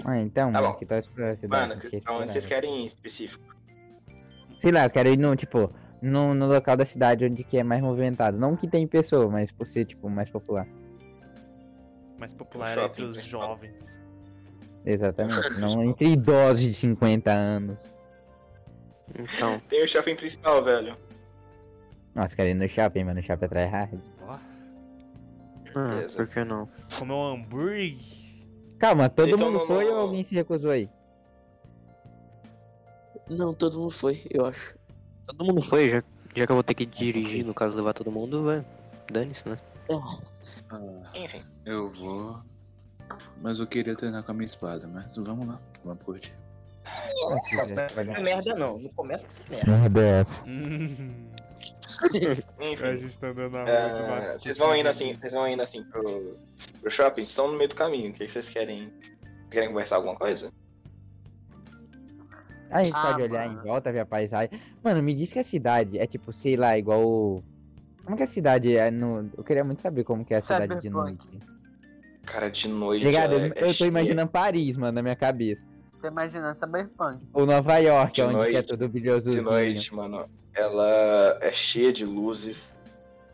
Ah, então, mano, que tal explorar a cidade? Mano, Acho que- que é pra onde explorar. vocês querem ir em específico? Sei lá, eu quero ir num, tipo, num, no local da cidade onde que é mais movimentado. Não que tem pessoa, mas por ser, tipo, mais popular. Mais popular Shopping, né? entre os jovens. Exatamente. não entre idosos de 50 anos. Então. Tem o shopping principal, velho. Nossa, quero ir no shopping, mano. O shopping é atrai hard. Ó, Ah, por que não? comeu um hambúrguer. Calma, todo Então, mundo não- foi não- ou alguém se recusou aí? Não, todo mundo foi, eu acho. Todo mundo foi, já, já que eu vou ter que dirigir, no caso levar todo mundo, vai. Dane-se, né? Ah, eu vou. mas eu queria treinar com a minha espada, mas vamos lá, vamos curtir. Essa merda não, não começa com essa merda. Merda é essa. Enfim. A Hum, gente tá andando na rua, do Ah, lado vocês vão indo assim, vocês vão indo assim pro, pro shopping, estão no meio do caminho. O que que vocês querem? Vocês querem conversar alguma coisa? A gente Ah, pode olhar em volta, ver a paisagem. Mano, me diz que a cidade é tipo, sei lá, igual. o- Como que a cidade é no. Eu queria muito saber como que é a cidade de noite. Cara, de noite. Ligado? é- Eu, é eu tô cheia. imaginando Paris, mano, na minha cabeça. Tô imaginando Cyberpunk. Ou Nova York, De onde que é noite. tudo brilhoso. De noite, mano. Ela é cheia de luzes.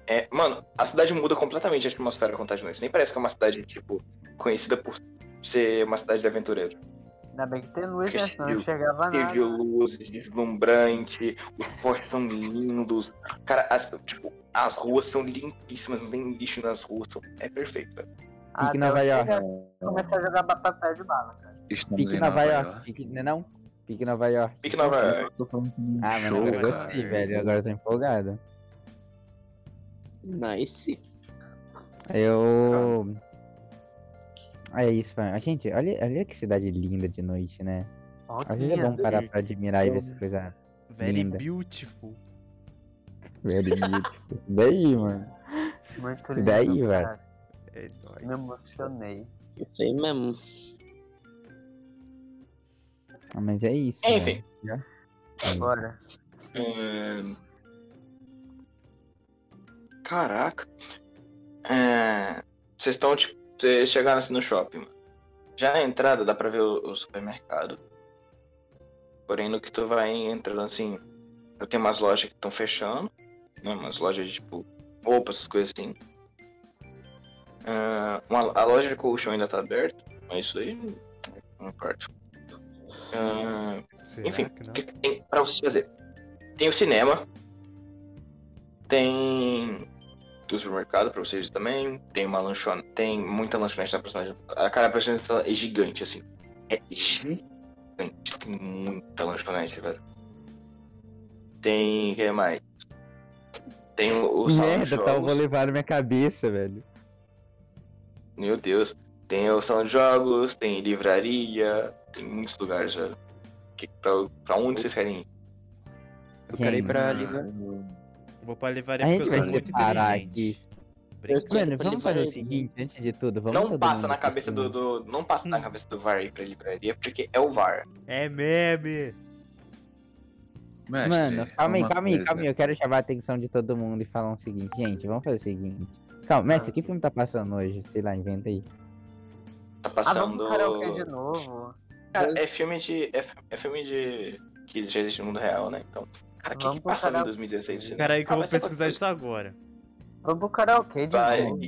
É, mano, a cidade muda completamente a atmosfera quando tá de noite. Nem parece que é uma cidade, tipo, conhecida por ser uma cidade de aventureiro. Ainda bem que tem luz, né? Senão viu- não chegava Teve nada. luzes deslumbrante, os postes são lindos. Cara, as, tipo, as ruas são limpíssimas, não tem lixo nas ruas. são- É perfeito. velho. Ah, Pique Nova York. Começa a jogar papel de bala, cara. Estamos Pique em Nova Nova York. Pique, né não? Pique Nova York. Pique Nova York. Ah, Show, mano, agora eu cara. gostei, velho. Agora eu tô empolgado. Nice. Eu. É isso, mano. Gente, olha, olha que cidade linda de noite, né? Às vezes é bom parar pra admirar e ver essa coisa Very linda. beautiful. Very beautiful. Daí, mano. Muito E daí, lindo, velho? cara. É Me emocionei. Isso aí mesmo. Ah, Mas é isso. Enfim. velho. Bora. Ahn. Caraca. Ahn, Vocês estão, tipo, vocês chegaram assim no shopping, mano. Já a entrada dá pra ver o, o supermercado. Porém, no que tu vai entrando assim, eu tenho umas lojas que estão fechando. Né, umas lojas de tipo roupas, essas coisas assim. Ahn, uma- a loja de colchão ainda tá aberta, mas isso aí um É, não importa. Ahn, Será enfim, que o não? que que tem pra você fazer? Tem o cinema, tem o supermercado pra vocês também, tem uma lanchonete, tem muita lanchonete na personagem. A cara da personagem é gigante, assim. É gigante, tem muita lanchonete, velho. Tem, o que mais? Tem o, o Que salão de merda, tá, eu jogos. vou levar na minha cabeça, velho. Meu Deus. Tem o salão de jogos, tem livraria, tem muitos lugares, velho. Que, pra, pra onde vocês querem ir? Eu quero ir pra ligar. Vou pra levaria A porque gente eu vai sou muito separar inteligente. aqui. Brincadeira. Mano, Eu vamos falei, fazer o vai- seguinte, antes de tudo, vamos Não todo passa mundo na cabeça do, do- Não passa Hum. na cabeça do VAR ir pra livraria, porque é o VAR. É meme! Mano, é calma aí, calma aí, calma aí. Eu quero chamar a atenção de todo mundo e falar o seguinte, gente, vamos fazer o seguinte. Calma, mestre, que filme tá passando hoje? Sei lá, inventa aí. Tá Ah, Vamos passando. pro karaokê de novo. Cara, é filme de. É, fi- é filme de. que já existe no mundo real, né? Então. Cara, o que, Vamos que passa pro em 2016 no cinema? Peraí que eu Ah, vou vai ser pesquisar isso agora. Vamos pro karaokê de Vai. novo.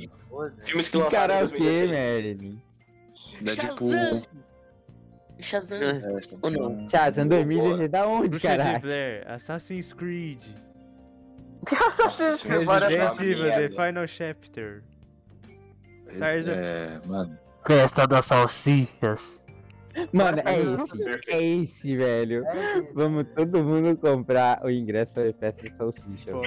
Filmes que lançaram em 2016. Merlin? Deadpool. Shazam. É, Ou não? Chato, em 2016, da tá onde, Bruxa de caralho? Blair, Assassin's Creed, Nossa, filme assim, Resident é, Evil, né? The Final Chapter. Tarzan. É, mano. Festa das salsichas. Mano, é esse, é esse, velho. Vamos todo mundo comprar o ingresso pra festa de salsicha. Por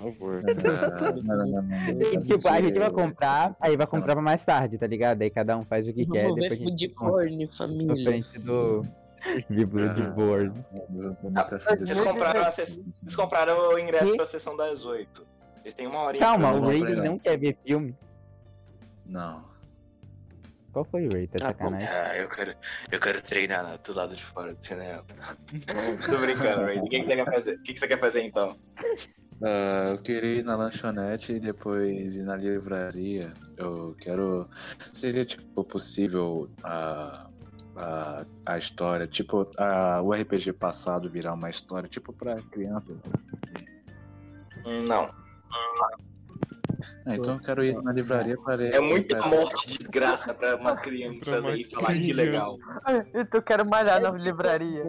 favor. Ah, não, não, não, E, não. tipo, a gente né? vai comprar, aí vai comprar pra mais tarde, tá ligado? Aí cada um faz o que quer, Vamos ver depois a food de gente compra porn, na família. frente do... Bíblia de board. Eles compraram, a se- eles compraram o ingresso pra sessão das 8. Eles têm uma hora Calma, o Raiden não quer ver filme. Não. Qual foi o Raiden? Tá sacanagem. Ah, eu quero, eu quero treinar na- do lado de fora do cinema. Tô brincando, Raiden. O que, que você quer fazer? O que, que você quer fazer então? Ah, eu queria ir na lanchonete e depois ir na livraria. Eu quero. Seria tipo possível a, a, a história, tipo, a, o RPG passado virar uma história, tipo pra criança. Hum, Não. Ah, então eu quero ir na livraria para. É muita para- morte de graça pra uma criança daí falar que legal. Eu tô quero malhar na livraria.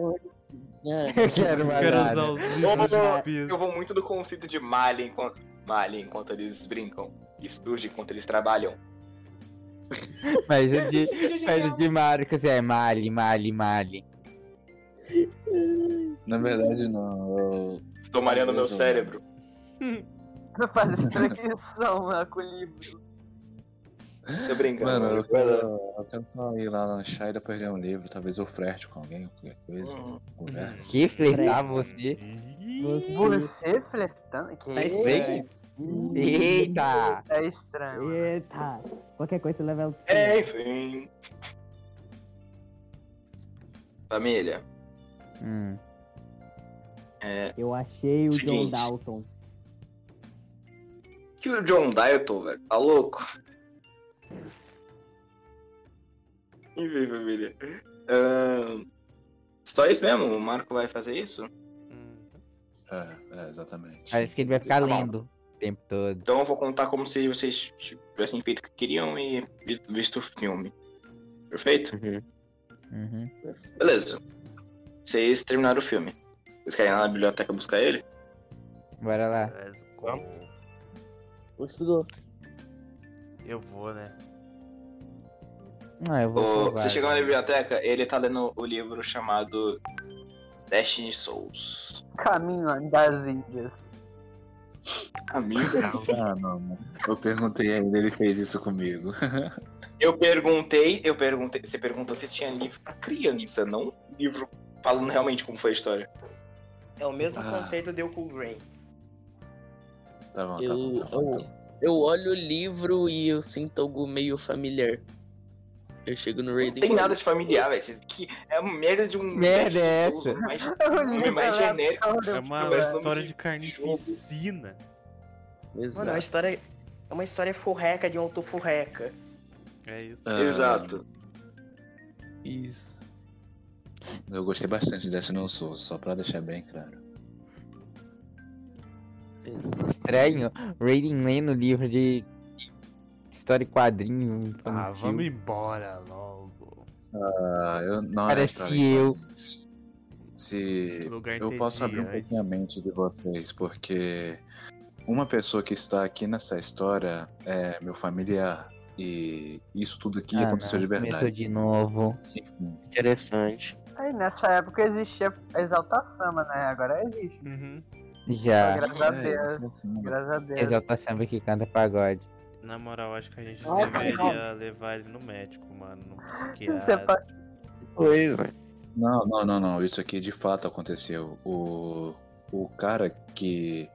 Eu quero malhar, quero usar né? os livros de One eu, eu vou muito do conceito de malha enquanto, malha enquanto eles brincam. Estude enquanto eles trabalham. Mas o de, mas o de Mario, que você é Mali, Mali, Mali. Na verdade, não. Eu... Estou malhando meu cérebro. Tô fazendo transição lá com o livro. Tô brincando. Mano, eu quero, eu quero só ir lá lanchar e depois ler um livro. Talvez eu frete com alguém, qualquer coisa. Uhum. Conversa. Que flertar você? Você flertando? Que Tá estranho. Eita! Tá né, estranho. Eita! Qualquer coisa você leva o. É. É, Enfim. Família. Hum. É. Eu achei o Seguinte. John Dalton. Que o John Dalton, velho. Tá louco? Enfim, família. Ahn, só isso mesmo? O Marco vai fazer isso? É, é, exatamente. Parece que ele vai ficar lendo o tempo todo. Então eu vou contar como se vocês tivessem feito o que queriam e vi- visto o filme. Perfeito? Uhum. Beleza. Vocês terminaram o filme. Vocês querem ir lá na biblioteca buscar ele? Bora lá. É, Estudou. Eu vou, né? Não, eu Ô, vou. você chegou na biblioteca, ele tá lendo o livro chamado Destiny Souls. Caminho das Índias. Caminho Ah, não, mano. Eu perguntei ainda, ele fez isso comigo. Eu perguntei, eu perguntei, você perguntou se tinha livro pra criança, não um livro falando realmente como foi a história. É o mesmo Ah. conceito de Cool Grey. Tá bom, tá bom. Eu, oh, eu, eu olho o livro e eu sinto algo meio familiar. Eu chego no Raiden. Não tem nada de familiar, velho. Que é uma merda de um Merda é Destiny Souls, essa? mais, nome mais genérico. É uma parece história nome de carnificina. Mano, é uma história. É uma história furreca de um autor furreca. É isso. Ah, Exato. Isso. Eu gostei bastante dessa não sou, só pra deixar bem claro. Estranho. Raiden lendo o livro de história e quadrinho. Ah, infantil. vamos embora logo. Ah, eu não Parece história que de eu- quadrinhos. Se Lugar É, é. eu posso abrir um entediante. pouquinho a mente de vocês, porque uma pessoa que está aqui nessa história é meu familiar e isso tudo aqui Ah, aconteceu não, de verdade. começou de novo. Interessante. Aí nessa época existia a Exalta Samba, né? Agora existe. Uhum. Já. Tá é, Graças a assim, Deus. né? Graças a Deus. Exalta samba que canta pagode. Na moral, acho que a gente Ah, deveria não. levar ele no médico, mano, no Você psiquiatra. pode- é. Pois, Não, não, não, não. Isso aqui de fato aconteceu. O, o cara que,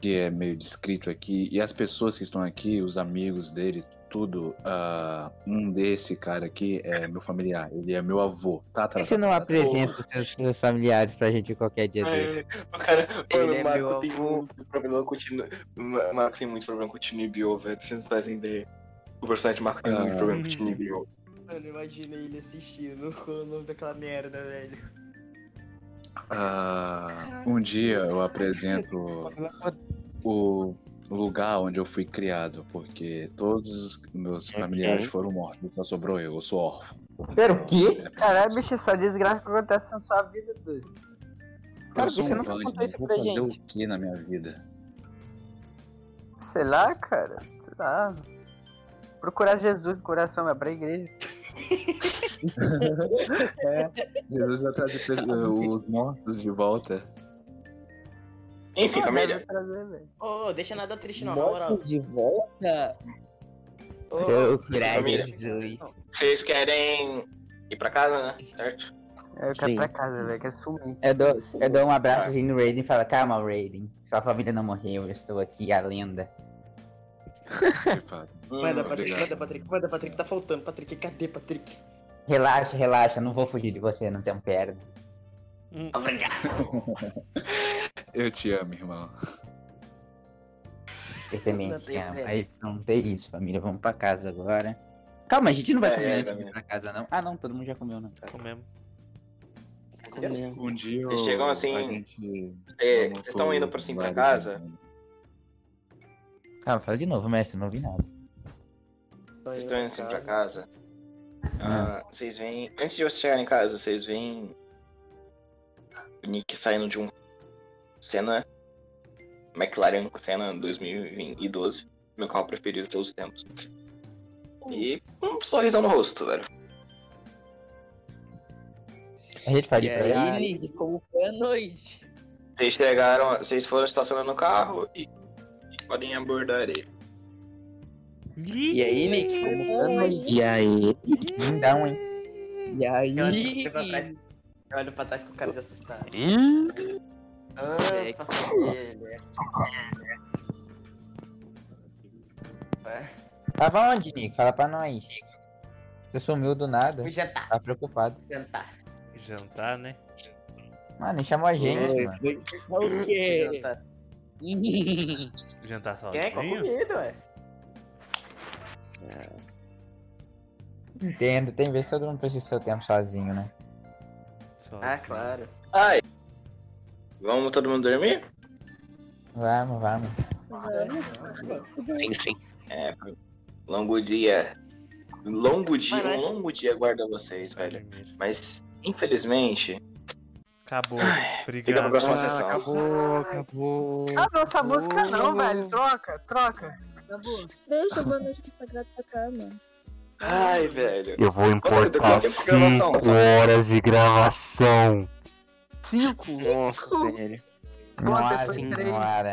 que é meio descrito aqui, e as pessoas que estão aqui, os amigos dele, tudo, ah, um desse cara aqui é meu familiar. Ele é meu avô. Tá, tá, Por que você não apresenta os seus, seus familiares pra gente qualquer dia desse? É, o cara, mano, Ele é o Marco meu tem muito problema com o Tino- Ma- Marco tem muito problema com o Tinibio, velho. Vocês não fazem ideia. O personagem Marco tem muito Ah. problema com o Tinibio. Mano, imagina ele assistindo com o nome daquela merda, velho. Ah, um dia eu apresento o lugar onde eu fui criado, porque todos os meus familiares foram mortos, só sobrou eu, eu sou órfão. É, Pera, o quê? Caralho, bicho, só desgraça que acontece na sua vida, doido. Cara, eu sou você um nunca banjo, contou isso vou pra fazer gente. o que na minha vida? Sei lá, cara. Sei lá. Procurar Jesus no coração, vai pra igreja. Jesus vai trazer pe- os mortos de volta. Enfim, família. Ô, deixa nada triste não, na moral. Mortos de volta? Eu creio. Família. Vocês querem ir pra casa, né? Certo? É, Eu quero Sim. pra casa, velho. é Quero sumir. Eu dou, eu dou um abraço assim no Raiden e falo, calma, Raiden. Sua família não morreu, eu estou aqui, a lenda. Manda, Hum, Patrick, obrigado. manda, Patrick, manda, Patrick, tá faltando. Patrick, cadê, Patrick? Relaxa, relaxa, não vou fugir de você, não tenho perna. Hum. Eu te amo, irmão. Você também Não te tenho ama. perna. Aí, então, é isso, família. Vamos pra casa agora. Calma, a gente não vai É, comer é, antes de vai ir pra casa, não. Ah, não, todo mundo já comeu, não. Comemos. é? Um dia eu, Vocês chegam assim, a gente... É, vamos vocês estão pro indo pra, assim, pra bar. casa. Calma, fala de novo, mestre, não ouvi nada. Vocês estão indo assim pra casa. Ah, vocês veem. Antes de vocês chegarem em casa, vocês veem. O Nick saindo de um. Cena. McLaren Cena 2012. Meu carro preferido de todos os tempos. E um sorrisão no rosto, velho. A gente pode E ir pra lá. aí, Lid, como foi a noite? Vocês chegaram. Vocês foram estacionando o carro e. e podem abordar ele. E aí, Nick, como tá? E aí? Então, hein? E aí? Eu olho pra trás, eu olho pra trás com cara de assustado. Hum? Ah, família. Ué, Tava onde, Nick? Fala pra nós. Você sumiu do nada. Fui jantar. Tá preocupado. Jantar. Jantar, né? Mano, chamou a gente, Foi, mano. foi- foi o quê? Jantar. Jantar Quer com a sozinho? comida, ué. Entendo, tem vezes que todo mundo precisa do seu tempo sozinho, né? Ah, claro. Ai. Vamos todo mundo dormir? Vamos, vamos. Sim, sim. É, longo dia. Longo dia, Mas- um longo dia aguarda vocês, velho. Mas, infelizmente. Acabou. Fica pra Obrigado. Ah, próxima sessão. acabou, acabou. Ah, não, essa música não, Oh. velho. Troca, troca. Deixa o Boa Noite do Sagrado pra cá, mano. Ai, velho. Eu vou importar Quanto tempo de gravação? 5 horas de gravação. Cinco. Nossa, velho. Uma pessoa de três. assim, Senhora.